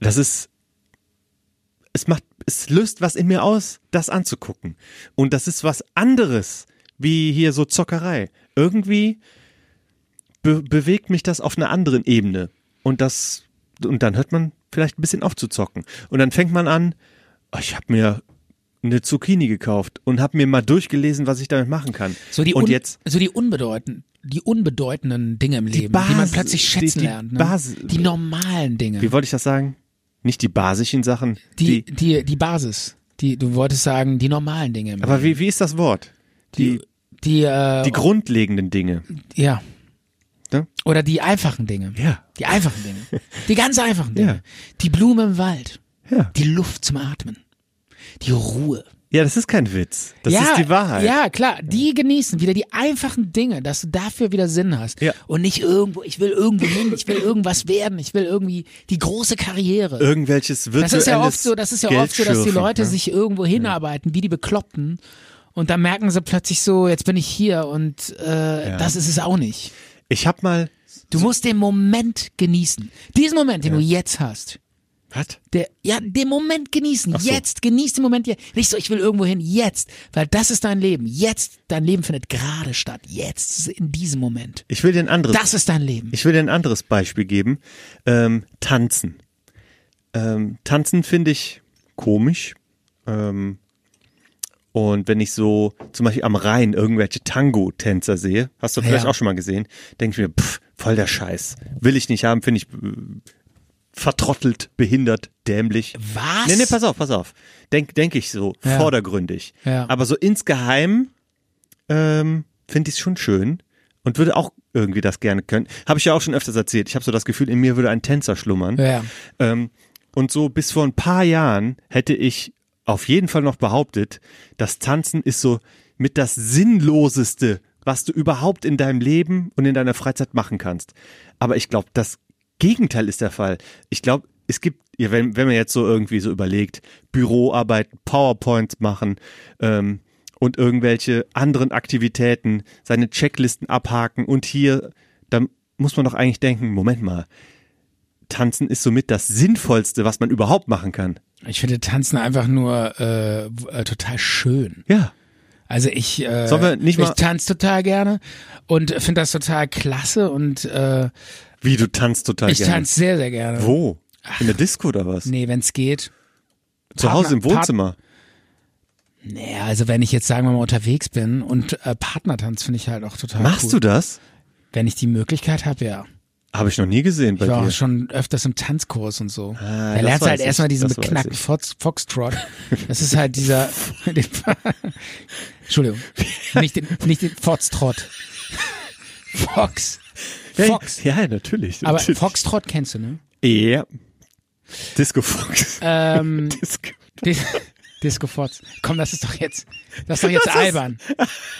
[SPEAKER 4] Das ist es macht, es löst was in mir aus, das anzugucken. Und das ist was anderes, wie hier so Zockerei. Irgendwie be bewegt mich das auf einer anderen Ebene. Und das, und dann hört man vielleicht ein bisschen auf zu zocken. Und dann fängt man an, oh, ich habe mir eine Zucchini gekauft und habe mir mal durchgelesen, was ich damit machen kann.
[SPEAKER 3] So die,
[SPEAKER 4] und
[SPEAKER 3] un-
[SPEAKER 4] jetzt
[SPEAKER 3] so die unbedeutenden, die unbedeutenden Dinge im Leben, die man
[SPEAKER 4] Basis-
[SPEAKER 3] plötzlich schätzen
[SPEAKER 4] die- die
[SPEAKER 3] lernt. Ne?
[SPEAKER 4] Basis-
[SPEAKER 3] die normalen Dinge.
[SPEAKER 4] Wie wollte ich das sagen? Nicht die basischen Sachen.
[SPEAKER 3] Mhm. die,
[SPEAKER 4] Die.
[SPEAKER 3] die, die, Basis. Die, du wolltest sagen, die normalen Dinge im
[SPEAKER 4] aber wie, wie ist das Wort? Die,
[SPEAKER 3] Leben. Die, äh,
[SPEAKER 4] die grundlegenden Dinge.
[SPEAKER 3] ja.
[SPEAKER 4] Ne?
[SPEAKER 3] Oder die einfachen Dinge.
[SPEAKER 4] Ja.
[SPEAKER 3] Die einfachen Dinge. Die ganz einfachen Dinge.
[SPEAKER 4] Ja.
[SPEAKER 3] Die Blume im Wald.
[SPEAKER 4] Ja.
[SPEAKER 3] Die Luft zum Atmen. Die Ruhe.
[SPEAKER 4] Ja, das ist kein Witz. Das
[SPEAKER 3] ja,
[SPEAKER 4] ist die Wahrheit.
[SPEAKER 3] Ja, klar. Die genießen wieder die einfachen Dinge, dass du dafür wieder Sinn hast.
[SPEAKER 4] Ja.
[SPEAKER 3] Und nicht irgendwo, ich will irgendwo hin, ich will irgendwas werden, ich will irgendwie die große Karriere.
[SPEAKER 4] Irgendwelches virtuelles
[SPEAKER 3] Das ist ja oft so, das ist ja oft so, dass die
[SPEAKER 4] Geldschürfen,
[SPEAKER 3] Leute
[SPEAKER 4] ne?
[SPEAKER 3] sich irgendwo hinarbeiten, wie die Bekloppten. Und dann merken sie plötzlich so, jetzt bin ich hier und äh, das ist es auch nicht.
[SPEAKER 4] Ich hab mal.
[SPEAKER 3] Du musst den Moment genießen. Diesen Moment, den du jetzt hast.
[SPEAKER 4] Was?
[SPEAKER 3] Der, ja, den Moment genießen.
[SPEAKER 4] so.
[SPEAKER 3] Jetzt, genieß den Moment jetzt. Nicht so, ich will irgendwo hin. Jetzt. Weil das ist dein Leben. Jetzt. Dein Leben findet gerade statt. Jetzt. In diesem Moment.
[SPEAKER 4] Ich will dir ein anderes.
[SPEAKER 3] Das ist dein Leben.
[SPEAKER 4] Ich will dir ein anderes Beispiel geben. Ähm, tanzen. Ähm, tanzen finde ich komisch. Ähm, und wenn ich so zum Beispiel am Rhein irgendwelche Tango-Tänzer sehe, hast du vielleicht
[SPEAKER 3] Ja.
[SPEAKER 4] auch schon mal gesehen, denke ich mir, pff, voll der Scheiß. Will ich nicht haben, finde ich äh, vertrottelt, behindert, dämlich.
[SPEAKER 3] Was?
[SPEAKER 4] Nee, nee, pass auf, pass auf. Denk, denk ich so,
[SPEAKER 3] Ja.
[SPEAKER 4] vordergründig.
[SPEAKER 3] Ja.
[SPEAKER 4] Aber so insgeheim ähm, finde ich es schon schön und würde auch irgendwie das gerne können. Habe ich ja auch schon öfters erzählt. Ich habe so das Gefühl, in mir würde ein Tänzer schlummern.
[SPEAKER 3] Ja.
[SPEAKER 4] Ähm, und so bis vor ein paar Jahren hätte ich auf jeden Fall noch behauptet, das Tanzen ist so mit das Sinnloseste, was du überhaupt in deinem Leben und in deiner Freizeit machen kannst. Aber ich glaube, das Gegenteil ist der Fall. Ich glaube, es gibt, ja, wenn, wenn man jetzt so irgendwie so überlegt, Büroarbeit, PowerPoints machen ähm, und irgendwelche anderen Aktivitäten, seine Checklisten abhaken und hier, dann muss man doch eigentlich denken, Moment mal, Tanzen ist somit das Sinnvollste, was man überhaupt machen kann.
[SPEAKER 3] Ich finde Tanzen einfach nur äh, w- äh, total schön.
[SPEAKER 4] Ja.
[SPEAKER 3] Also ich, äh,
[SPEAKER 4] Sollen wir nicht
[SPEAKER 3] ich
[SPEAKER 4] mal-
[SPEAKER 3] tanze total gerne und finde das total klasse und äh,
[SPEAKER 4] Wie, du tanzt total
[SPEAKER 3] ich
[SPEAKER 4] gerne.
[SPEAKER 3] tanze sehr, sehr gerne.
[SPEAKER 4] Wo? In der Disco oder was?
[SPEAKER 3] Nee, wenn es geht.
[SPEAKER 4] Zu Hause im
[SPEAKER 3] Partner-
[SPEAKER 4] Wohnzimmer.
[SPEAKER 3] Nee, also wenn ich jetzt, sagen wir mal, unterwegs bin und äh, Partnertanz finde ich halt auch total
[SPEAKER 4] Machst
[SPEAKER 3] cool.
[SPEAKER 4] du das?
[SPEAKER 3] Wenn ich die Möglichkeit habe, ja.
[SPEAKER 4] Habe ich noch nie gesehen bei
[SPEAKER 3] Ich war
[SPEAKER 4] dir.
[SPEAKER 3] auch schon öfters im Tanzkurs und so. da
[SPEAKER 4] Ah,
[SPEAKER 3] lernst du
[SPEAKER 4] das weiß
[SPEAKER 3] halt
[SPEAKER 4] ich,
[SPEAKER 3] erstmal diesen
[SPEAKER 4] das weiß
[SPEAKER 3] beknackten
[SPEAKER 4] ich.
[SPEAKER 3] Fox, Foxtrot. Das ist halt dieser. den, Entschuldigung. Nicht den, nicht den Foxtrot. Fox. Fox.
[SPEAKER 4] Ja, ja, natürlich.
[SPEAKER 3] Aber
[SPEAKER 4] natürlich.
[SPEAKER 3] Foxtrot kennst du, ne?
[SPEAKER 4] Ja. Disco Fox.
[SPEAKER 3] Ähm,
[SPEAKER 4] Disco.
[SPEAKER 3] Dis Disco Fox. Komm, das ist doch jetzt. Das ist doch jetzt
[SPEAKER 4] Das ist-
[SPEAKER 3] albern.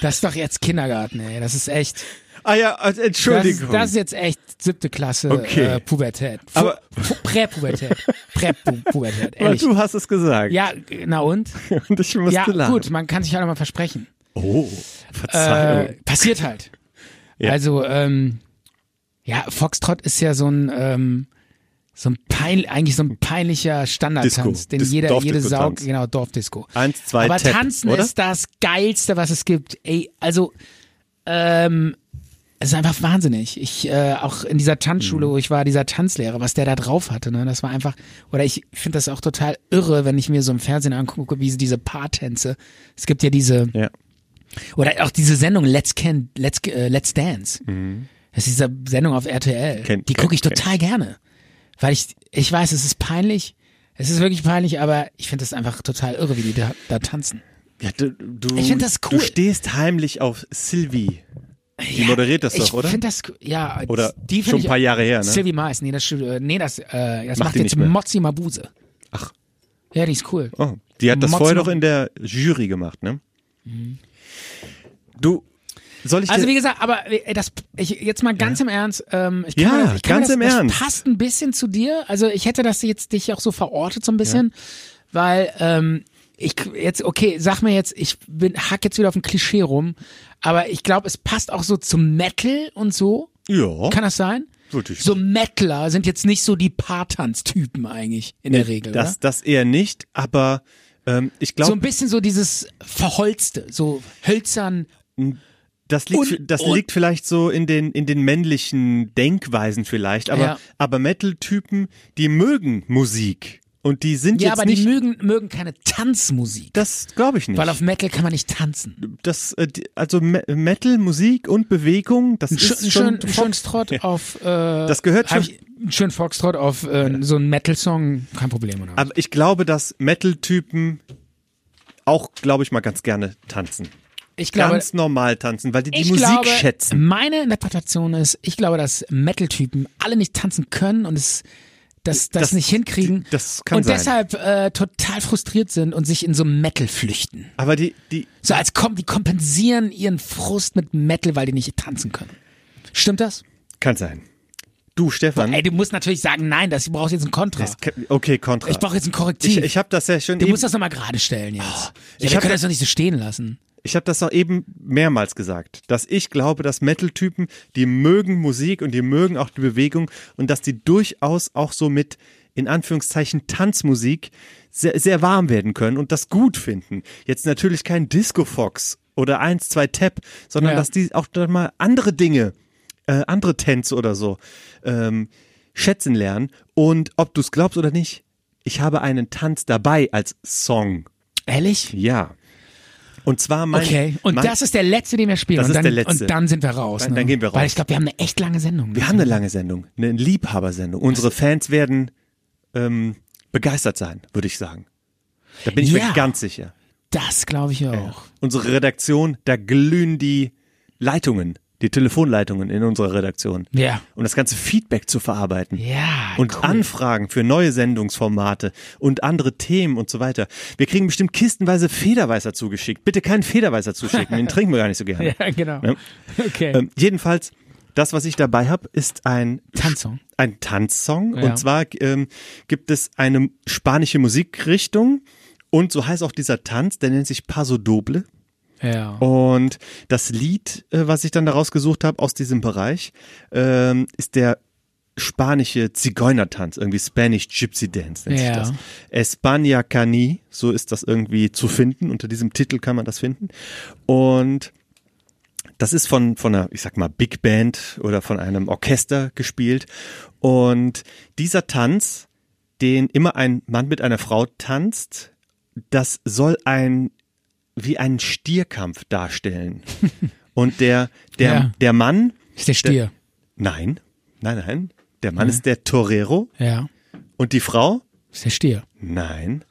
[SPEAKER 3] Das ist doch jetzt Kindergarten, ey. Das ist echt.
[SPEAKER 4] Ah ja, also
[SPEAKER 3] Das
[SPEAKER 4] Entschuldigung.
[SPEAKER 3] ist, das ist jetzt echt siebte Klasse
[SPEAKER 4] Okay.
[SPEAKER 3] äh, Pubertät. Fu-
[SPEAKER 4] Aber-
[SPEAKER 3] Fu- Präpubertät. Präpubertät,
[SPEAKER 4] Aber
[SPEAKER 3] ehrlich.
[SPEAKER 4] du hast es gesagt.
[SPEAKER 3] Ja, na und?
[SPEAKER 4] Und ich musste
[SPEAKER 3] Ja,
[SPEAKER 4] lachen.
[SPEAKER 3] gut, man kann sich halt auch mal versprechen.
[SPEAKER 4] Oh,
[SPEAKER 3] Äh,
[SPEAKER 4] Verzeihung.
[SPEAKER 3] passiert halt. Also, ähm, ja, Foxtrot ist ja so ein, ähm, so ein pein, eigentlich so ein peinlicher Standardtanz,
[SPEAKER 4] Disco.
[SPEAKER 3] den
[SPEAKER 4] Dis-
[SPEAKER 3] jeder, jede Sau,
[SPEAKER 4] Dorfdisco-Tanz.
[SPEAKER 3] genau, Dorfdisco.
[SPEAKER 4] Eins, zwei,
[SPEAKER 3] Aber
[SPEAKER 4] Tap,
[SPEAKER 3] Tanzen
[SPEAKER 4] oder?
[SPEAKER 3] ist das Geilste, was es gibt. Ey, also, ähm, es ist einfach wahnsinnig. Ich, äh, auch in dieser Tanzschule,
[SPEAKER 4] Mhm.
[SPEAKER 3] wo ich war, dieser Tanzlehrer, was der da drauf hatte, ne, das war einfach, oder ich finde das auch total irre, wenn ich mir so im Fernsehen angucke, wie sie diese Paartänze, es gibt ja diese,
[SPEAKER 4] ja.
[SPEAKER 3] oder auch diese Sendung Let's Can, Let's, äh, Let's Dance. Das ist diese Sendung auf RTL.
[SPEAKER 4] Mhm. Kenn-
[SPEAKER 3] die gucke ich
[SPEAKER 4] kenn-
[SPEAKER 3] total gerne. Weil ich, ich weiß, es ist peinlich. Es ist wirklich peinlich, aber ich finde das einfach total irre, wie die da, da tanzen.
[SPEAKER 4] ja du, du,
[SPEAKER 3] Ich find das
[SPEAKER 4] Du
[SPEAKER 3] cool.
[SPEAKER 4] stehst heimlich auf Sylvie. Die moderiert das
[SPEAKER 3] ich
[SPEAKER 4] doch, oder?
[SPEAKER 3] finde das, cool. ja.
[SPEAKER 4] Oder
[SPEAKER 3] die
[SPEAKER 4] schon ein paar Jahre her, ne?
[SPEAKER 3] Sylvie Mais, nee, das, äh, nee, das, äh, das
[SPEAKER 4] Macht
[SPEAKER 3] macht
[SPEAKER 4] die
[SPEAKER 3] jetzt
[SPEAKER 4] nicht mehr.
[SPEAKER 3] Mozzi Mabuse.
[SPEAKER 4] Ach.
[SPEAKER 3] Ja, die ist cool.
[SPEAKER 4] Oh, die hat das
[SPEAKER 3] Motzen-
[SPEAKER 4] vorher doch in der Jury gemacht, ne? Du, soll ich
[SPEAKER 3] Also
[SPEAKER 4] dir,
[SPEAKER 3] wie gesagt, aber ey, das ich, jetzt mal ganz im Ernst. Ähm, ich kann
[SPEAKER 4] Ja,
[SPEAKER 3] mir das, ich kann
[SPEAKER 4] ganz
[SPEAKER 3] mir
[SPEAKER 4] im
[SPEAKER 3] das,
[SPEAKER 4] Ernst.
[SPEAKER 3] Das passt ein bisschen zu dir. Also ich hätte das jetzt dich auch so verortet so ein bisschen, weil ähm, ich jetzt okay, sag mir jetzt, ich bin hack jetzt wieder auf ein Klischee rum, aber ich glaube, es passt auch so zum Metal und so.
[SPEAKER 4] ja,
[SPEAKER 3] Kann das sein?
[SPEAKER 4] Würde ich-
[SPEAKER 3] So Mettler sind jetzt nicht so die Paartanz-Typen eigentlich in der Regel,
[SPEAKER 4] Das,
[SPEAKER 3] oder?
[SPEAKER 4] das eher nicht, aber ähm, ich glaube,
[SPEAKER 3] So ein bisschen so dieses Verholzte, so hölzern.
[SPEAKER 4] Das liegt,
[SPEAKER 3] Und-
[SPEAKER 4] vi- das
[SPEAKER 3] und-
[SPEAKER 4] liegt vielleicht so in den, in den männlichen Denkweisen vielleicht, aber,
[SPEAKER 3] Ja.
[SPEAKER 4] aber Metal-Typen, die mögen Musik und die sind
[SPEAKER 3] Ja,
[SPEAKER 4] jetzt
[SPEAKER 3] aber
[SPEAKER 4] nicht,
[SPEAKER 3] die mögen, mögen keine Tanzmusik.
[SPEAKER 4] das glaube ich nicht.
[SPEAKER 3] Weil auf Metal kann man nicht tanzen.
[SPEAKER 4] das, äh, die- also Me- Metal, Musik und Bewegung, das ist
[SPEAKER 3] Schön,
[SPEAKER 4] schon
[SPEAKER 3] schön, schön Strott auf. Äh, das
[SPEAKER 4] gehört schon-
[SPEAKER 3] Schön Foxtrot auf äh, so einen Metal-Song, kein Problem, oder?
[SPEAKER 4] Aber ich glaube, dass Metal-Typen auch, glaube ich mal, ganz gerne tanzen.
[SPEAKER 3] Ich
[SPEAKER 4] ganz normal tanzen, weil die die
[SPEAKER 3] ich
[SPEAKER 4] Musik
[SPEAKER 3] glaube,
[SPEAKER 4] schätzen.
[SPEAKER 3] Meine Interpretation ist, ich glaube, dass Metal-Typen alle nicht tanzen können und es das, das,
[SPEAKER 4] Das-
[SPEAKER 3] nicht hinkriegen
[SPEAKER 4] das kann
[SPEAKER 3] und
[SPEAKER 4] sein.
[SPEAKER 3] deshalb äh, total frustriert sind und sich in so Metal flüchten.
[SPEAKER 4] Aber die, die,
[SPEAKER 3] So als kommen, die kompensieren ihren Frust mit Metal, weil die nicht tanzen können. Stimmt das?
[SPEAKER 4] kann sein. Du, Stefan.
[SPEAKER 3] Ey, du musst natürlich sagen, nein, das du brauchst jetzt einen Kontra.
[SPEAKER 4] das kann- okay, Kontra.
[SPEAKER 3] Ich brauche jetzt ein
[SPEAKER 4] ich,
[SPEAKER 3] Korrektiv.
[SPEAKER 4] ich habe das ja schon
[SPEAKER 3] du
[SPEAKER 4] eben Ah.
[SPEAKER 3] musst das nochmal gerade stellen jetzt. ja, wir
[SPEAKER 4] ich hab-
[SPEAKER 3] können das doch nicht so stehen lassen.
[SPEAKER 4] Ich habe das auch eben mehrmals gesagt, dass ich glaube, dass Metal-Typen, die mögen Musik und die mögen auch die Bewegung und dass die durchaus auch so mit, in Anführungszeichen, Tanzmusik sehr, sehr warm werden können und das gut finden. Jetzt natürlich kein Disco-Fox oder eins, zwei Tap, sondern
[SPEAKER 3] Ja.
[SPEAKER 4] dass die auch dann mal andere Dinge, äh, andere Tänze oder so ähm, schätzen lernen. Und ob du es glaubst oder nicht, ich habe einen Tanz dabei als Song.
[SPEAKER 3] Ehrlich?
[SPEAKER 4] Ja. Und zwar mein.
[SPEAKER 3] Okay, und
[SPEAKER 4] mein,
[SPEAKER 3] das ist der letzte, den wir spielen.
[SPEAKER 4] Das
[SPEAKER 3] und
[SPEAKER 4] ist
[SPEAKER 3] dann,
[SPEAKER 4] der letzte.
[SPEAKER 3] Und dann sind wir raus.
[SPEAKER 4] Dann-
[SPEAKER 3] ne?
[SPEAKER 4] dann gehen wir raus.
[SPEAKER 3] Weil ich glaube, wir haben eine echt lange Sendung.
[SPEAKER 4] Wir haben eine lange Sendung, eine Liebhabersendung. Unsere Fans werden ähm, begeistert sein, würde ich sagen. Da bin ich mir
[SPEAKER 3] Ja.
[SPEAKER 4] ganz sicher.
[SPEAKER 3] Das glaube ich auch.
[SPEAKER 4] Unsere Redaktion, da glühen die Leitungen, die Telefonleitungen in unserer Redaktion.
[SPEAKER 3] Ja.
[SPEAKER 4] Um das ganze Feedback zu verarbeiten.
[SPEAKER 3] Ja,
[SPEAKER 4] Und
[SPEAKER 3] cool.
[SPEAKER 4] Anfragen für neue Sendungsformate und andere Themen und so weiter. Wir kriegen bestimmt kistenweise Federweißer zugeschickt. Bitte keinen Federweißer zuschicken, den trinken wir gar nicht so gerne.
[SPEAKER 3] Ja, genau.
[SPEAKER 4] Ne?
[SPEAKER 3] Okay.
[SPEAKER 4] Ähm, jedenfalls, das, was ich dabei habe, ist ein
[SPEAKER 3] Tanzsong.
[SPEAKER 4] Ein Tanzsong.
[SPEAKER 3] Ja.
[SPEAKER 4] Und zwar ähm, gibt es eine spanische Musikrichtung und so heißt auch dieser Tanz, der nennt sich Paso Doble.
[SPEAKER 3] ja.
[SPEAKER 4] oh. Und das Lied, äh, was ich dann daraus gesucht habe aus diesem Bereich, ähm, ist der spanische Zigeunertanz, irgendwie Spanish Gypsy Dance nennt
[SPEAKER 3] Ja.
[SPEAKER 4] sich das. España Cani, so ist das irgendwie zu finden. Unter diesem Titel kann man das finden. Und das ist von, von einer, ich sag mal, Big Band oder von einem Orchester gespielt. Und dieser Tanz, den immer ein Mann mit einer Frau tanzt, das soll ein, wie einen Stierkampf darstellen. Und der, der,
[SPEAKER 3] Ja.
[SPEAKER 4] der Mann,
[SPEAKER 3] Ist der Stier.
[SPEAKER 4] nein, nein, nein, der Mann ist der Torero
[SPEAKER 3] ja.
[SPEAKER 4] und die Frau,
[SPEAKER 3] Ist der Stier.
[SPEAKER 4] nein,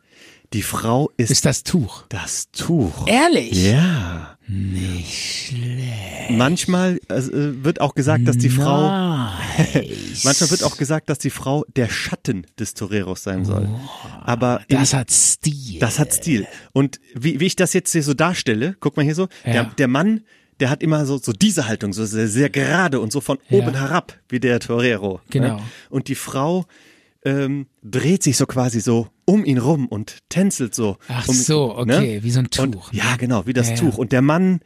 [SPEAKER 4] die Frau ist,
[SPEAKER 3] Ist das Tuch.
[SPEAKER 4] das Tuch.
[SPEAKER 3] Ehrlich?
[SPEAKER 4] Ja. Nicht schlecht. Manchmal äh, wird auch gesagt, dass die Frau,
[SPEAKER 3] Nice.
[SPEAKER 4] manchmal wird auch gesagt, dass die Frau der Schatten des Toreros sein soll. Aber in,
[SPEAKER 3] Das hat Stil.
[SPEAKER 4] das hat Stil. Und wie, wie ich das jetzt hier so darstelle, guck mal hier so, der,
[SPEAKER 3] Ja.
[SPEAKER 4] der Mann, der hat immer so, so diese Haltung, so sehr, sehr gerade und so von
[SPEAKER 3] Ja.
[SPEAKER 4] oben herab, wie der Torero.
[SPEAKER 3] Genau.
[SPEAKER 4] Ne? Und die Frau ähm, dreht sich so quasi so um ihn rum und tänzelt so.
[SPEAKER 3] Ach
[SPEAKER 4] um,
[SPEAKER 3] so, okay, wie so ein Tuch. ne?
[SPEAKER 4] Und, ja, genau, wie das
[SPEAKER 3] Ja, ja.
[SPEAKER 4] Tuch. Und der Mann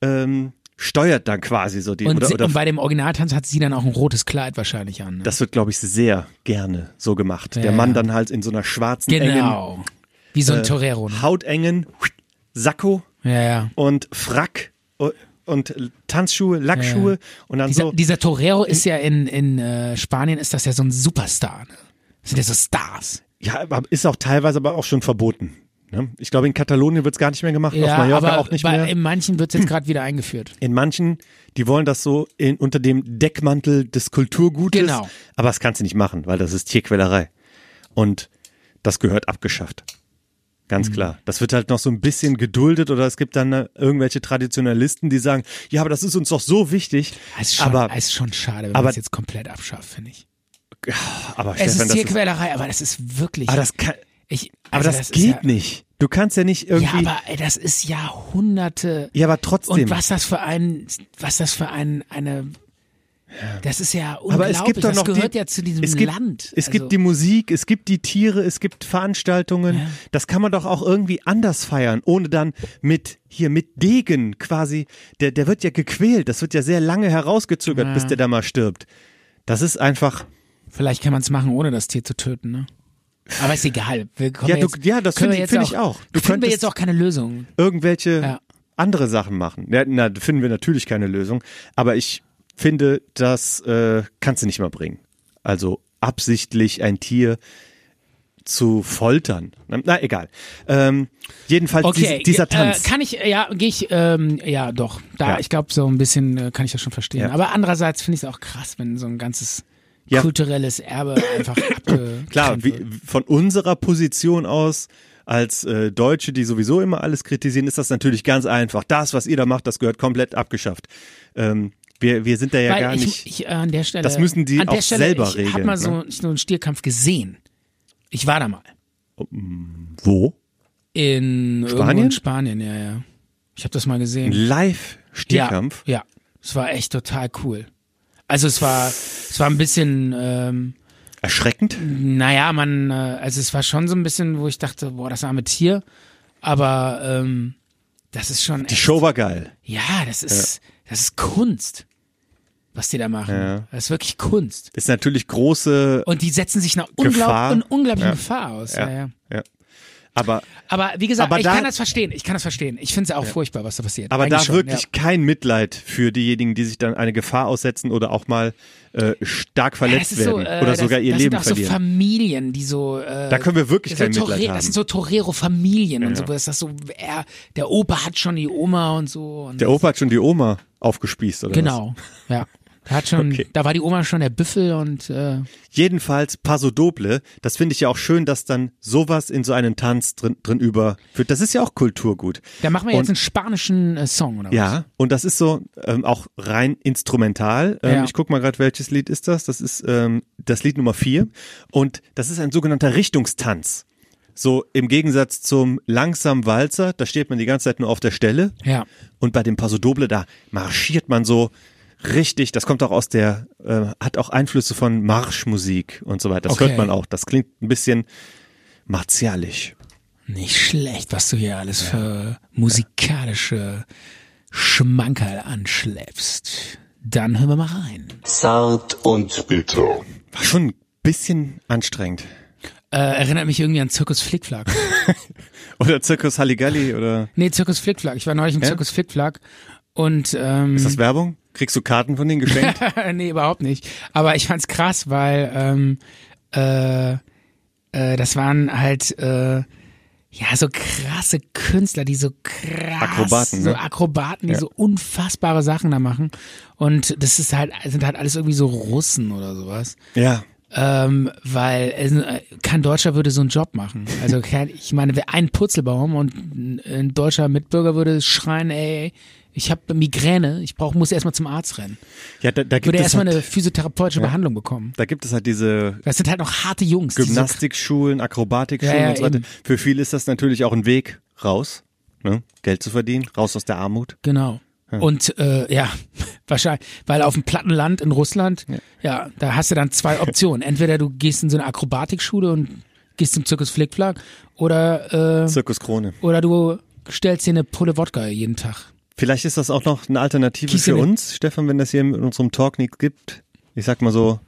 [SPEAKER 4] ähm, steuert dann quasi so die.
[SPEAKER 3] und,
[SPEAKER 4] oder,
[SPEAKER 3] sie,
[SPEAKER 4] oder
[SPEAKER 3] und bei dem Originaltanz hat sie dann auch ein rotes Kleid wahrscheinlich an. Ne?
[SPEAKER 4] das wird, glaube ich, sehr gerne so gemacht.
[SPEAKER 3] Ja.
[SPEAKER 4] Der Mann dann halt in so einer schwarzen, engen,
[SPEAKER 3] genau. Wie
[SPEAKER 4] Äh,
[SPEAKER 3] so ein Torero. Ne?
[SPEAKER 4] hautengen Sakko
[SPEAKER 3] Ja, ja.
[SPEAKER 4] und Frack u- und Tanzschuhe, Lackschuhe und dann
[SPEAKER 3] Dieser,
[SPEAKER 4] so. Hm?
[SPEAKER 3] dieser Torero ist ja in, in äh, Spanien, ist das ja so ein Superstar. Ne? Das sind ja so Stars.
[SPEAKER 4] Ja, aber ist auch teilweise aber auch schon verboten. Ne? Ich glaube, in Katalonien wird es gar nicht mehr gemacht, auf
[SPEAKER 3] Ja,
[SPEAKER 4] Mallorca
[SPEAKER 3] aber
[SPEAKER 4] auch nicht
[SPEAKER 3] bei,
[SPEAKER 4] mehr. Hm.
[SPEAKER 3] in manchen wird es jetzt gerade wieder eingeführt.
[SPEAKER 4] in manchen, die wollen das so in, unter dem Deckmantel des Kulturgutes.
[SPEAKER 3] Genau.
[SPEAKER 4] Aber das kannst du nicht machen, weil das ist Tierquälerei. Und das gehört abgeschafft.
[SPEAKER 3] Mhm.
[SPEAKER 4] Ganz klar. Das wird halt noch so ein bisschen geduldet oder es gibt dann äh, irgendwelche Traditionalisten, die sagen, ja, aber das ist uns doch so wichtig.
[SPEAKER 3] Ist schon,
[SPEAKER 4] aber,
[SPEAKER 3] ist schon schade, wenn
[SPEAKER 4] Ah, aber-
[SPEAKER 3] man es jetzt komplett abschafft, finde ich.
[SPEAKER 4] aber
[SPEAKER 3] Es
[SPEAKER 4] Stefan,
[SPEAKER 3] ist
[SPEAKER 4] das ist,
[SPEAKER 3] Tierquälerei, aber das ist wirklich.
[SPEAKER 4] aber das kann,
[SPEAKER 3] ich,
[SPEAKER 4] aber
[SPEAKER 3] also
[SPEAKER 4] das,
[SPEAKER 3] ist
[SPEAKER 4] geht
[SPEAKER 3] ja,
[SPEAKER 4] nicht. Du kannst ja nicht
[SPEAKER 3] Ja,
[SPEAKER 4] irgendwie,
[SPEAKER 3] aber ey, das ist Jahrhunderte.
[SPEAKER 4] Ja, aber trotzdem.
[SPEAKER 3] Und was das für ein, was das für ein, eine. Das ist ja unglaublich.
[SPEAKER 4] Aber es gibt doch
[SPEAKER 3] das
[SPEAKER 4] noch
[SPEAKER 3] gehört
[SPEAKER 4] die,
[SPEAKER 3] ja zu diesem
[SPEAKER 4] es gibt,
[SPEAKER 3] Land.
[SPEAKER 4] Es gibt
[SPEAKER 3] also,
[SPEAKER 4] die Musik, es gibt die Tiere, es gibt Veranstaltungen. Das kann man doch auch irgendwie anders feiern, ohne dann mit hier mit Degen quasi. Der, der wird ja gequält. Das wird ja sehr lange herausgezögert, bis der da mal stirbt. Das ist einfach.
[SPEAKER 3] Vielleicht kann man es machen, ohne das Tier zu töten, ne? Aber ist egal. Wir kommen
[SPEAKER 4] Ja,
[SPEAKER 3] jetzt,
[SPEAKER 4] du- ja, das
[SPEAKER 3] können wir
[SPEAKER 4] find ich-
[SPEAKER 3] jetzt
[SPEAKER 4] find ich auch. Du
[SPEAKER 3] finden wir
[SPEAKER 4] könntest-
[SPEAKER 3] jetzt auch keine Lösung.
[SPEAKER 4] irgendwelche
[SPEAKER 3] Ja.
[SPEAKER 4] andere Sachen machen. Ja, na, da finden wir natürlich keine Lösung, aber ich finde, das äh, kannst du nicht mal bringen. Also absichtlich ein Tier zu foltern. Na, na egal. Ähm, jedenfalls
[SPEAKER 3] Okay,
[SPEAKER 4] dies, dieser Tanz.
[SPEAKER 3] Äh, kann ich, ja, gehe ich, ähm, ja, doch. Da,
[SPEAKER 4] Ja.
[SPEAKER 3] ich glaube, so ein bisschen äh, kann ich das schon verstehen.
[SPEAKER 4] Ja.
[SPEAKER 3] Aber andererseits finde ich es auch krass, wenn so ein ganzes
[SPEAKER 4] Ja.
[SPEAKER 3] kulturelles Erbe einfach abge
[SPEAKER 4] Klar, wie, von unserer Position aus als äh, Deutsche, die sowieso immer alles kritisieren, ist das natürlich ganz einfach. Das, was ihr da macht, das gehört komplett abgeschafft. Ähm, wir, wir sind da ja
[SPEAKER 3] Weil
[SPEAKER 4] gar
[SPEAKER 3] ich,
[SPEAKER 4] nicht.
[SPEAKER 3] Ich, äh, an der Stelle,
[SPEAKER 4] Das müssen die
[SPEAKER 3] an der
[SPEAKER 4] auch
[SPEAKER 3] Stelle,
[SPEAKER 4] selber
[SPEAKER 3] ich Ich
[SPEAKER 4] regeln,
[SPEAKER 3] habe mal so,
[SPEAKER 4] ne?
[SPEAKER 3] so einen Stierkampf gesehen. Ich war da mal.
[SPEAKER 4] wo?
[SPEAKER 3] In irgendwo
[SPEAKER 4] Spanien?
[SPEAKER 3] In Spanien, ja, ja. Ich habe das mal
[SPEAKER 4] Ein
[SPEAKER 3] gesehen.
[SPEAKER 4] Live-Stierkampf?
[SPEAKER 3] Ja, ja. Es war echt total cool. Also es war, es war ein bisschen, ähm,
[SPEAKER 4] Erschreckend?
[SPEAKER 3] naja, man, äh, also es war schon so ein bisschen, wo ich dachte, boah, das arme Tier. Aber ähm, das ist schon,
[SPEAKER 4] Die Show war geil.
[SPEAKER 3] ja, das ist, das ist Kunst, was die da machen. Das ist wirklich Kunst.
[SPEAKER 4] Ist natürlich große,
[SPEAKER 3] Und die setzen sich einer unglaub
[SPEAKER 4] Gefahr.
[SPEAKER 3] und unglaublichen
[SPEAKER 4] Ja.
[SPEAKER 3] Gefahr aus.
[SPEAKER 4] Ja.
[SPEAKER 3] Ja. Ja,
[SPEAKER 4] aber,
[SPEAKER 3] Aber wie gesagt,
[SPEAKER 4] Aber
[SPEAKER 3] ich
[SPEAKER 4] da-
[SPEAKER 3] kann das verstehen. Ich kann das verstehen. Ich finde es auch furchtbar, was da passiert.
[SPEAKER 4] aber da
[SPEAKER 3] Eigentlich schon,
[SPEAKER 4] wirklich
[SPEAKER 3] Ja.
[SPEAKER 4] kein Mitleid für diejenigen, die sich dann eine Gefahr aussetzen oder auch mal äh, stark
[SPEAKER 3] Ja,
[SPEAKER 4] verletzt
[SPEAKER 3] das ist
[SPEAKER 4] werden
[SPEAKER 3] so, äh,
[SPEAKER 4] oder
[SPEAKER 3] das,
[SPEAKER 4] sogar ihr
[SPEAKER 3] das
[SPEAKER 4] Leben
[SPEAKER 3] sind auch so
[SPEAKER 4] verlieren.
[SPEAKER 3] Familien, die so. Äh,
[SPEAKER 4] Da können wir wirklich
[SPEAKER 3] so
[SPEAKER 4] kein Mitleid
[SPEAKER 3] Torre-
[SPEAKER 4] haben.
[SPEAKER 3] Das sind so Torero-Familien und so. wo Das ist so, er, der Opa hat schon die Oma und so. Und
[SPEAKER 4] Der Opa hat schon die Oma aufgespießt, oder
[SPEAKER 3] Genau, ja. Da Hat schon,
[SPEAKER 4] Okay.
[SPEAKER 3] Da war die Oma schon der Büffel und äh,
[SPEAKER 4] was? Jedenfalls Paso Doble, das finde ich ja auch schön, dass dann sowas in so einen Tanz drin, drin überführt. Das ist ja auch Kulturgut.
[SPEAKER 3] da machen wir
[SPEAKER 4] Und-
[SPEAKER 3] jetzt einen spanischen äh, Song oder was?
[SPEAKER 4] Ja, und das ist so ähm, auch rein instrumental. Ähm,
[SPEAKER 3] Ja.
[SPEAKER 4] Ich guck mal gerade, welches Lied ist das? Das ist ähm, das Lied Nummer vier. Und das ist ein sogenannter Richtungstanz. So im Gegensatz zum langsamen Walzer, da steht man die ganze Zeit nur auf der Stelle.
[SPEAKER 3] Ja.
[SPEAKER 4] Und bei dem Paso Doble, da marschiert man so richtig. Das kommt auch aus der, äh, hat auch Einflüsse von Marschmusik und so weiter. Das
[SPEAKER 3] Okay.
[SPEAKER 4] hört man auch. Das klingt ein bisschen martialisch.
[SPEAKER 3] Nicht schlecht, was du hier alles für musikalische Schmankerl anschleppst. Dann hören wir mal rein.
[SPEAKER 1] Zart und bitter.
[SPEAKER 4] War schon ein bisschen anstrengend.
[SPEAKER 3] Äh, erinnert mich irgendwie an Zirkus Flickflack.
[SPEAKER 4] Oder Zirkus Halligalli oder.
[SPEAKER 3] nee, Zirkus Flickflack. Ich war neulich im
[SPEAKER 4] Ja?
[SPEAKER 3] Zirkus Flickflack und ähm,
[SPEAKER 4] Ist das Werbung? Kriegst du Karten von denen geschenkt?
[SPEAKER 3] nee, überhaupt nicht. Aber ich fand's krass, weil ähm, äh, äh, das waren halt äh, ja so krasse Künstler, die so krass
[SPEAKER 4] Akrobaten,
[SPEAKER 3] so
[SPEAKER 4] ne?
[SPEAKER 3] Akrobaten, die
[SPEAKER 4] Ja.
[SPEAKER 3] so unfassbare Sachen da machen. Und das ist halt sind halt alles irgendwie so Russen oder sowas.
[SPEAKER 4] ja.
[SPEAKER 3] Ähm, weil äh, kein Deutscher würde so einen Job machen. Also kein, ich meine, wer- ein Purzelbaum und ein- ein deutscher Mitbürger würde schreien, ey, ich habe Migräne, ich brauch, muss erstmal zum Arzt rennen
[SPEAKER 4] Ja, da, da gibt
[SPEAKER 3] würde
[SPEAKER 4] es
[SPEAKER 3] erstmal
[SPEAKER 4] halt,
[SPEAKER 3] eine physiotherapeutische Behandlung bekommen.
[SPEAKER 4] da gibt es halt diese
[SPEAKER 3] Das sind halt noch harte Jungs. die so-
[SPEAKER 4] Gymnastikschulen, Akrobatikschulen
[SPEAKER 3] Ja, ja,
[SPEAKER 4] und so weiter.
[SPEAKER 3] eben.
[SPEAKER 4] Für viele ist das natürlich auch ein Weg raus, ne? Geld zu verdienen, raus aus der Armut.
[SPEAKER 3] genau. Und äh, ja, wahrscheinlich, weil auf dem Plattenland in Russland, ja. da hast du dann zwei Optionen. Entweder du gehst in so eine Akrobatikschule und gehst zum Zirkus Flickflack oder, äh,
[SPEAKER 4] Zirkus Krone.
[SPEAKER 3] oder du stellst dir eine Pulle Wodka jeden Tag.
[SPEAKER 4] Vielleicht ist das auch noch eine Alternative
[SPEAKER 3] Kiesel.
[SPEAKER 4] für uns, Stefan, wenn das hier in unserem Talk nichts gibt. Ich sag mal so,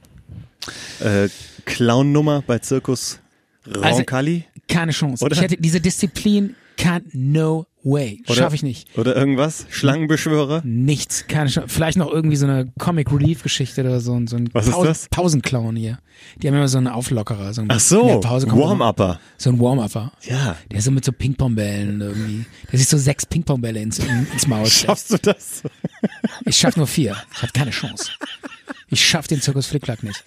[SPEAKER 4] äh, Clown-Nummer bei Zirkus
[SPEAKER 3] Also,
[SPEAKER 4] Roncalli
[SPEAKER 3] Keine Chance.
[SPEAKER 4] Oder-
[SPEAKER 3] Ich hätte diese Disziplin, kann no way.
[SPEAKER 4] oder,
[SPEAKER 3] Schaffe ich nicht. Hm.
[SPEAKER 4] Oder irgendwas? Schlangenbeschwörer?
[SPEAKER 3] Nichts, keine Chance. Vielleicht noch irgendwie so eine Comic Relief Geschichte oder so, ein- so ein
[SPEAKER 4] Was ist das?
[SPEAKER 3] Pausenclown hier. Die haben immer so einen Auflockerer, so ein
[SPEAKER 4] Ach
[SPEAKER 3] in der
[SPEAKER 4] so,
[SPEAKER 3] Pause kommt
[SPEAKER 4] Warm-Upper.
[SPEAKER 3] So ein Warm-Upper.
[SPEAKER 4] Ja.
[SPEAKER 3] Der so mit so Ping-Pong-Bällen irgendwie. Der sich so sechs Ping-Pong-Bälle ins, in, ins Maul stellt.
[SPEAKER 4] Schaffst du das?
[SPEAKER 3] Ich schaff nur vier. Ich hab keine Chance. Ich schaff den Zirkus Flickflack nicht.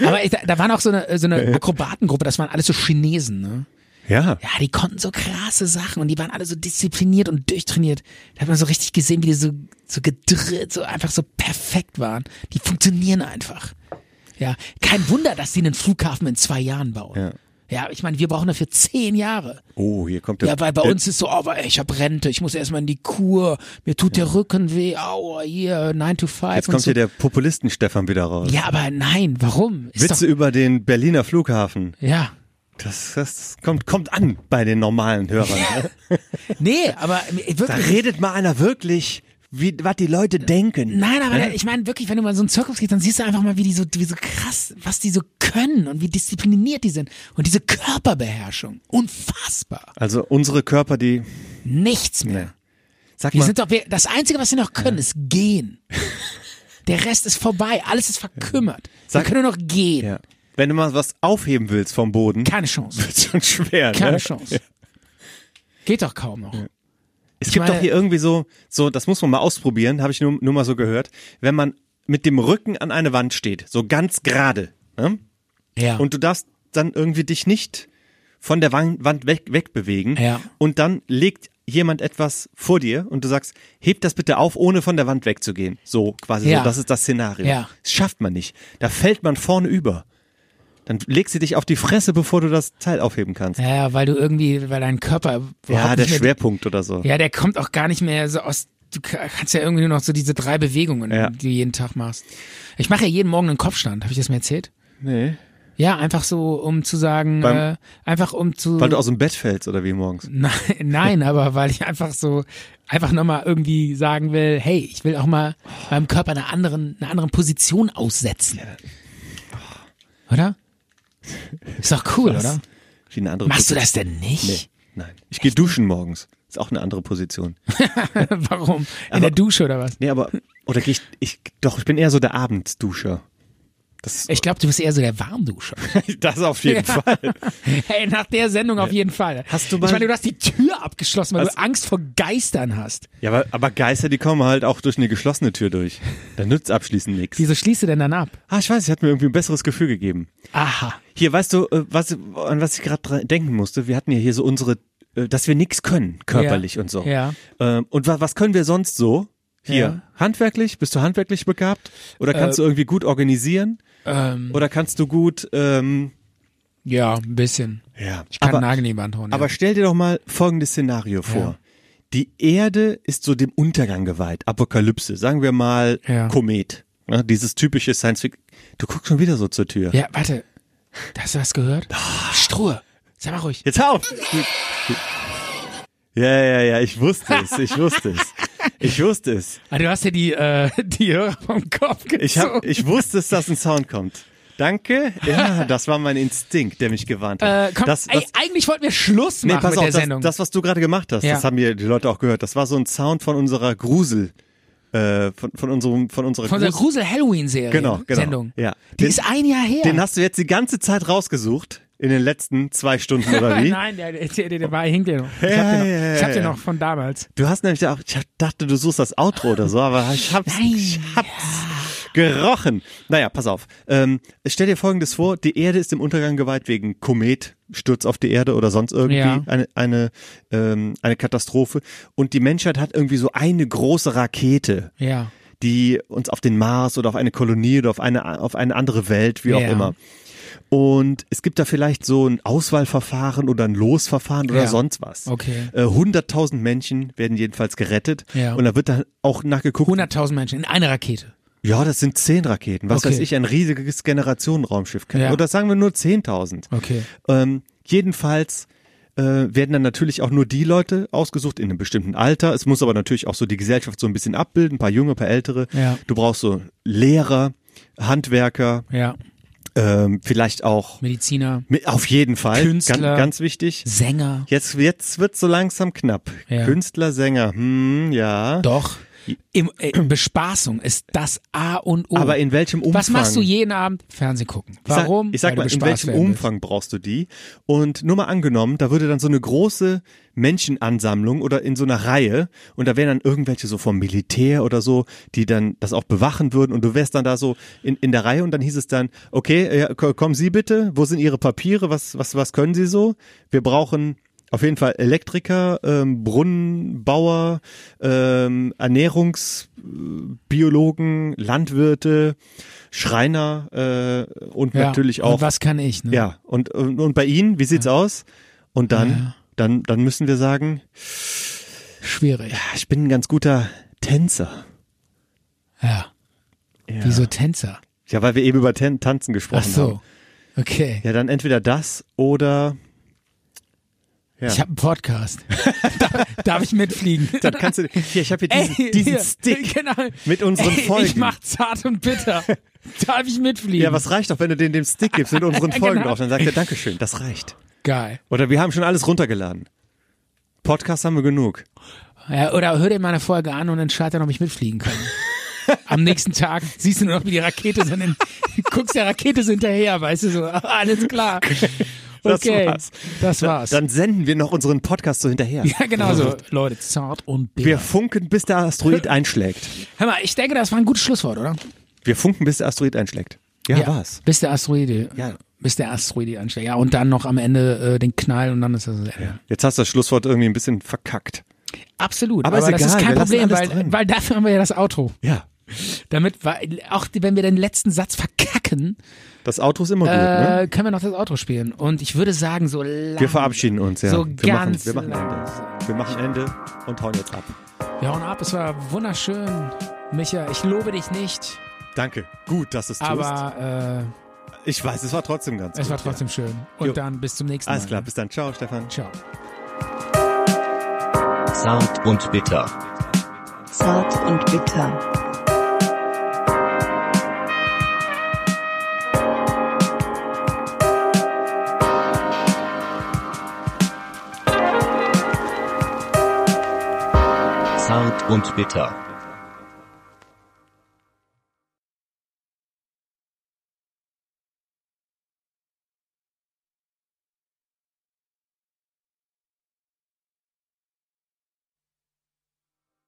[SPEAKER 3] Aber ich, da, da waren auch so eine, so eine Akrobatengruppe, das waren alles so Chinesen, ne?
[SPEAKER 4] Ja.
[SPEAKER 3] Ja, die konnten so krasse Sachen und die waren alle so diszipliniert und durchtrainiert. Da hat man so richtig gesehen, wie die so, so gedrillt, so einfach so perfekt waren. Die funktionieren einfach. Ja, kein Wunder, dass sie einen Flughafen in zwei Jahren bauen.
[SPEAKER 4] Ja.
[SPEAKER 3] Ja, ich meine, wir brauchen dafür zehn Jahre.
[SPEAKER 4] Oh, hier kommt der.
[SPEAKER 3] Ja, weil bei
[SPEAKER 4] der,
[SPEAKER 3] uns ist so, oh, aber ich hab Rente, ich muss erstmal in die Kur, mir tut der Rücken weh, aua, hier, 9 to 5.
[SPEAKER 4] Jetzt
[SPEAKER 3] und
[SPEAKER 4] kommt
[SPEAKER 3] so.
[SPEAKER 4] hier der Populisten-Stefan wieder raus.
[SPEAKER 3] ja, aber nein, warum? Ist
[SPEAKER 4] Witze über den Berliner Flughafen.
[SPEAKER 3] Doch, ja.
[SPEAKER 4] Das, das kommt, kommt an bei den normalen Hörern. ne?
[SPEAKER 3] Nee, aber äh,
[SPEAKER 4] da
[SPEAKER 3] wirklich,
[SPEAKER 4] redet mal einer wirklich wie, was die Leute denken.
[SPEAKER 3] Nein, aber ich meine wirklich, wenn du mal in so einen Zirkus gehst, dann siehst du einfach mal, wie die so, wie so krass, was die so können und wie diszipliniert die sind. Und diese Körperbeherrschung. Unfassbar.
[SPEAKER 4] Also unsere Körper, die,
[SPEAKER 3] Nichts mehr.
[SPEAKER 4] sag
[SPEAKER 3] Wir
[SPEAKER 4] mal,
[SPEAKER 3] sind doch, wir, das Einzige, was wir noch können, ist gehen. Der Rest ist vorbei. Alles ist verkümmert.
[SPEAKER 4] Sag-
[SPEAKER 3] wir können nur noch gehen.
[SPEAKER 4] ja. wenn du mal was aufheben willst vom Boden,
[SPEAKER 3] Keine Chance.
[SPEAKER 4] wird schon schwer.
[SPEAKER 3] Keine
[SPEAKER 4] ne?
[SPEAKER 3] Chance. Geht doch kaum noch.
[SPEAKER 4] Es gibt
[SPEAKER 3] meine-
[SPEAKER 4] doch hier irgendwie so, so, das muss man mal ausprobieren, habe ich nur, nur mal so gehört, wenn man mit dem Rücken an eine Wand steht, so ganz gerade, ne?
[SPEAKER 3] Ja.
[SPEAKER 4] und du darfst dann irgendwie dich nicht von der Wan- Wand weg, wegbewegen
[SPEAKER 3] Ja.
[SPEAKER 4] und dann legt jemand etwas vor dir und du sagst, heb das bitte auf, ohne von der Wand wegzugehen. So quasi,
[SPEAKER 3] Ja.
[SPEAKER 4] so, das ist das Szenario.
[SPEAKER 3] Ja.
[SPEAKER 4] Das schafft man nicht. Da fällt man vorne über. Dann legst du dich auf die Fresse, bevor du das Teil aufheben kannst.
[SPEAKER 3] ja, weil du irgendwie, weil dein Körper überhaupt
[SPEAKER 4] Ja, der
[SPEAKER 3] nicht mehr,
[SPEAKER 4] Schwerpunkt oder so.
[SPEAKER 3] Ja, der kommt auch gar nicht mehr so aus. Du ka- kannst ja irgendwie nur noch so diese drei Bewegungen,
[SPEAKER 4] Ja.
[SPEAKER 3] die du jeden Tag machst. Ich mache ja jeden Morgen einen Kopfstand. Habe ich das mir erzählt?
[SPEAKER 4] Nee.
[SPEAKER 3] Ja, einfach so, um zu sagen,
[SPEAKER 4] Beim-
[SPEAKER 3] äh, einfach um zu.
[SPEAKER 4] Weil du aus dem Bett fällst oder wie morgens.
[SPEAKER 3] nein, nein, aber weil ich einfach so, einfach nochmal irgendwie sagen will, hey, ich will auch mal meinem Körper einer anderen, einer anderen Position aussetzen. Oder? Ist doch cool,
[SPEAKER 4] Was?
[SPEAKER 3] oder?
[SPEAKER 4] Wie eine andere
[SPEAKER 3] Machst du
[SPEAKER 4] Position.
[SPEAKER 3] das denn nicht?
[SPEAKER 4] Nee, nein. Ich gehe duschen morgens. Ist auch eine andere Position.
[SPEAKER 3] Warum? In der Dusche oder was?
[SPEAKER 4] Nee, aber. Oder gehe ich, ich. Doch, ich bin eher so der Abendduscher. Das,
[SPEAKER 3] Ich glaube, du bist eher so der Warmduscher.
[SPEAKER 4] das auf jeden Fall.
[SPEAKER 3] Hey, nach der Sendung auf jeden Fall.
[SPEAKER 4] Hast du mal-
[SPEAKER 3] ich meine, du hast die Tür abgeschlossen, weil
[SPEAKER 4] Hast-
[SPEAKER 3] du Angst vor Geistern hast.
[SPEAKER 4] Ja, aber, aber Geister, die kommen halt auch durch eine geschlossene Tür durch. Da nützt abschließend nichts.
[SPEAKER 3] Wieso schließt du denn dann ab?
[SPEAKER 4] Ah, ich weiß, es hat mir irgendwie ein besseres Gefühl gegeben.
[SPEAKER 3] Aha.
[SPEAKER 4] Hier, weißt du, äh, was, an was ich gerade denken musste? Wir hatten ja hier so unsere, äh, dass wir nichts können, körperlich
[SPEAKER 3] Ja.
[SPEAKER 4] und so.
[SPEAKER 3] Ja.
[SPEAKER 4] Ähm, Und wa was können wir sonst so? Hier,
[SPEAKER 3] Ja. Äh,
[SPEAKER 4] handwerklich? Bist du handwerklich begabt? Oder kannst du irgendwie gut organisieren?
[SPEAKER 3] Ähm,
[SPEAKER 4] Oder kannst du gut, ähm,
[SPEAKER 3] ja, ein bisschen.
[SPEAKER 4] ja,
[SPEAKER 3] Ich kann
[SPEAKER 4] aber,
[SPEAKER 3] einen Nagel in die Wand hauen.
[SPEAKER 4] aber stell dir doch mal folgendes Szenario vor. Die Erde ist so dem Untergang geweiht, Apokalypse, sagen wir mal
[SPEAKER 3] Ja.
[SPEAKER 4] Komet. Ne, dieses typische Science Fiction. Du guckst schon wieder so zur Tür.
[SPEAKER 3] ja. ja, warte. Hast du was gehört?
[SPEAKER 4] Ah.
[SPEAKER 3] Struhe. Sag mal ruhig.
[SPEAKER 4] Jetzt hör auf! Ja, ja, ja, ich wusste es, ich wusste es. Ich wusste es.
[SPEAKER 3] Ah, du hast ja die, äh, die Hörer vom Kopf gezogen.
[SPEAKER 4] Ich, hab, ich wusste es, dass ein Sound kommt. Danke. Ja, das war mein Instinkt, der mich gewarnt hat.
[SPEAKER 3] äh, komm,
[SPEAKER 4] das,
[SPEAKER 3] ey,
[SPEAKER 4] das,
[SPEAKER 3] eigentlich wollten wir Schluss machen mit der
[SPEAKER 4] das,
[SPEAKER 3] Sendung.
[SPEAKER 4] das, was du gerade gemacht hast,
[SPEAKER 3] Ja.
[SPEAKER 4] das haben mir die Leute auch gehört. Das war so ein Sound von unserer Grusel, äh, von, von unserem, von unserer
[SPEAKER 3] von der
[SPEAKER 4] Grusel.
[SPEAKER 3] Grusel Halloween Serie
[SPEAKER 4] Genau, genau.
[SPEAKER 3] Sendung.
[SPEAKER 4] Ja.
[SPEAKER 3] Die
[SPEAKER 4] Den-
[SPEAKER 3] ist ein Jahr her.
[SPEAKER 4] Den hast du jetzt die ganze Zeit rausgesucht in den letzten zwei Stunden oder wie?
[SPEAKER 3] Nein, der, der, der, der war hinkt dir noch. Ich
[SPEAKER 4] Ja,
[SPEAKER 3] hab den noch,
[SPEAKER 4] ja,
[SPEAKER 3] ich hab
[SPEAKER 4] ja,
[SPEAKER 3] den
[SPEAKER 4] ja.
[SPEAKER 3] noch von damals.
[SPEAKER 4] Du hast nämlich auch, ich dachte, du suchst das Outro oder so, aber ich hab's,
[SPEAKER 3] Nein.
[SPEAKER 4] ich hab's gerochen. Naja, pass auf. Ähm, stell dir Folgendes vor, die Erde ist dem Untergang geweiht wegen Komet, Sturz auf die Erde oder sonst irgendwie
[SPEAKER 3] Ja.
[SPEAKER 4] eine, eine, ähm, eine Katastrophe. Und die Menschheit hat irgendwie so eine große Rakete,
[SPEAKER 3] Ja.
[SPEAKER 4] die uns auf den Mars oder auf eine Kolonie oder auf eine, auf eine andere Welt, wie auch
[SPEAKER 3] Ja.
[SPEAKER 4] immer. Und es gibt da vielleicht so ein Auswahlverfahren oder ein Losverfahren oder
[SPEAKER 3] Ja.
[SPEAKER 4] sonst was.
[SPEAKER 3] Okay.
[SPEAKER 4] Äh, 100.000 Menschen werden jedenfalls gerettet.
[SPEAKER 3] Ja.
[SPEAKER 4] Und da wird dann auch nachgeguckt.
[SPEAKER 3] 100.000 Menschen in einer Rakete.
[SPEAKER 4] Ja, das sind 10 Raketen. Was
[SPEAKER 3] Okay.
[SPEAKER 4] weiß ich, ein riesiges Generationenraumschiff.
[SPEAKER 3] Ja.
[SPEAKER 4] Oder sagen wir nur 10.000.
[SPEAKER 3] Okay.
[SPEAKER 4] Ähm, jedenfalls äh, werden dann natürlich auch nur die Leute ausgesucht in einem bestimmten Alter. Es muss aber natürlich auch so die Gesellschaft so ein bisschen abbilden, ein paar junge, ein paar ältere.
[SPEAKER 3] Ja.
[SPEAKER 4] Du brauchst so Lehrer, Handwerker,
[SPEAKER 3] Ja.
[SPEAKER 4] ähm, vielleicht auch
[SPEAKER 3] Mediziner,
[SPEAKER 4] mi- auf jeden Fall
[SPEAKER 3] Künstler.
[SPEAKER 4] Ganz, ganz wichtig.
[SPEAKER 3] Sänger.
[SPEAKER 4] Jetzt jetzt wird so langsam knapp.
[SPEAKER 3] Ja.
[SPEAKER 4] Künstler, Sänger, hm, ja.
[SPEAKER 3] Doch. Im, äh, Bespaßung ist das A und O.
[SPEAKER 4] Aber in welchem Umfang?
[SPEAKER 3] Was machst du jeden Abend? Fernsehen gucken.
[SPEAKER 4] Ich sag-
[SPEAKER 3] Warum?
[SPEAKER 4] Ich sag
[SPEAKER 3] Weil
[SPEAKER 4] mal,
[SPEAKER 3] du
[SPEAKER 4] in
[SPEAKER 3] bespaßt
[SPEAKER 4] welchem
[SPEAKER 3] werden willst.
[SPEAKER 4] Umfang brauchst du die? Und nur mal angenommen, da würde dann so eine große Menschenansammlung oder in so einer Reihe und da wären dann irgendwelche so vom Militär oder so, die dann das auch bewachen würden und du wärst dann da so in, in der Reihe und dann hieß es dann, okay, ja, ko- kommen Sie bitte, wo sind Ihre Papiere, was, was, was können Sie so? Wir brauchen auf jeden Fall Elektriker, ähm, Brunnenbauer, ähm, Ernährungs- Biologen, Landwirte, Schreiner äh, und
[SPEAKER 3] Ja.
[SPEAKER 4] natürlich auch.
[SPEAKER 3] Und was kann ich? Ne?
[SPEAKER 4] Ja, und, und, und bei Ihnen, wie sieht's aus? Und dann, dann, dann müssen wir sagen,
[SPEAKER 3] Schwierig.
[SPEAKER 4] ja, ich bin ein ganz guter Tänzer.
[SPEAKER 3] Ja.
[SPEAKER 4] Ja. genau.
[SPEAKER 3] Wieso Tänzer?
[SPEAKER 4] Ja, weil wir eben über Tan Tanzen gesprochen
[SPEAKER 3] Ach so.
[SPEAKER 4] haben.
[SPEAKER 3] Okay.
[SPEAKER 4] Ja, dann entweder das oder
[SPEAKER 3] Ich habe einen Podcast. darf, darf ich mitfliegen?
[SPEAKER 4] Dann kannst du, hier, ich habe hier diesen, diesen
[SPEAKER 3] hier,
[SPEAKER 4] Stick
[SPEAKER 3] genau.
[SPEAKER 4] mit unseren
[SPEAKER 3] Ey, Ich
[SPEAKER 4] Folgen.
[SPEAKER 3] mach zart und bitter. darf ich mitfliegen?
[SPEAKER 4] Ja, was reicht doch, wenn du den dem Stick gibst mit unseren Folgen
[SPEAKER 3] Genau.
[SPEAKER 4] drauf, dann sagt er Dankeschön, das reicht.
[SPEAKER 3] Geil.
[SPEAKER 4] Oder wir haben schon alles runtergeladen. Podcast haben wir genug.
[SPEAKER 3] Ja, oder hör dir meine Folge an und entscheide dann, ob ich mitfliegen kann. Am nächsten Tag siehst du nur noch, wie die Rakete so in den, guckst der Rakete so hinterher, weißt du so, alles klar.
[SPEAKER 4] Das
[SPEAKER 3] Okay,
[SPEAKER 4] war's.
[SPEAKER 3] Das war's.
[SPEAKER 4] Dann senden wir noch unseren Podcast so hinterher.
[SPEAKER 3] ja, genau so. Leute, zart und bitter.
[SPEAKER 4] Wir funken, bis der Asteroid einschlägt.
[SPEAKER 3] Hör mal, ich denke, das war ein gutes Schlusswort, oder?
[SPEAKER 4] Wir funken, bis der Asteroid einschlägt. Ja, war's.
[SPEAKER 3] Bis der Asteroide.
[SPEAKER 4] Ja.
[SPEAKER 3] Bis der Asteroide ansteigt. Ja, und dann noch am Ende äh, den Knall und dann ist das das Ende.
[SPEAKER 4] Jetzt hast du das Schlusswort irgendwie ein bisschen verkackt.
[SPEAKER 3] Absolut.
[SPEAKER 4] Aber
[SPEAKER 3] Aber,
[SPEAKER 4] ist
[SPEAKER 3] das
[SPEAKER 4] egal,
[SPEAKER 3] ist kein
[SPEAKER 4] wir lassen
[SPEAKER 3] Problem,
[SPEAKER 4] alles drin.
[SPEAKER 3] weil, weil dafür haben wir ja das Auto.
[SPEAKER 4] Ja.
[SPEAKER 3] Damit, weil, auch die- wenn wir den letzten Satz verkacken,
[SPEAKER 4] Das Auto ist immer gut, ne?
[SPEAKER 3] äh, können wir noch das Auto spielen. Und ich würde sagen, so lang.
[SPEAKER 4] Wir verabschieden uns, ja.
[SPEAKER 3] So
[SPEAKER 4] wir
[SPEAKER 3] ganz
[SPEAKER 4] machen, wir machen
[SPEAKER 3] langsam.
[SPEAKER 4] Ende. Wir machen Ende und hauen jetzt ab.
[SPEAKER 3] Ja, und ab, es war wunderschön. Micha, ich lobe dich nicht,
[SPEAKER 4] Danke. Gut, dass du es tust.
[SPEAKER 3] aber
[SPEAKER 4] ich weiß, es war trotzdem ganz
[SPEAKER 3] äh, es
[SPEAKER 4] gut.
[SPEAKER 3] war trotzdem schön. Und
[SPEAKER 4] Jo.
[SPEAKER 3] dann bis zum nächsten
[SPEAKER 4] Ja.
[SPEAKER 3] Mal.
[SPEAKER 4] Alles klar, bis dann. Ciao, Stefan.
[SPEAKER 3] Ciao.
[SPEAKER 1] Zart und bitter.
[SPEAKER 6] Zart und bitter.
[SPEAKER 1] Zart und bitter.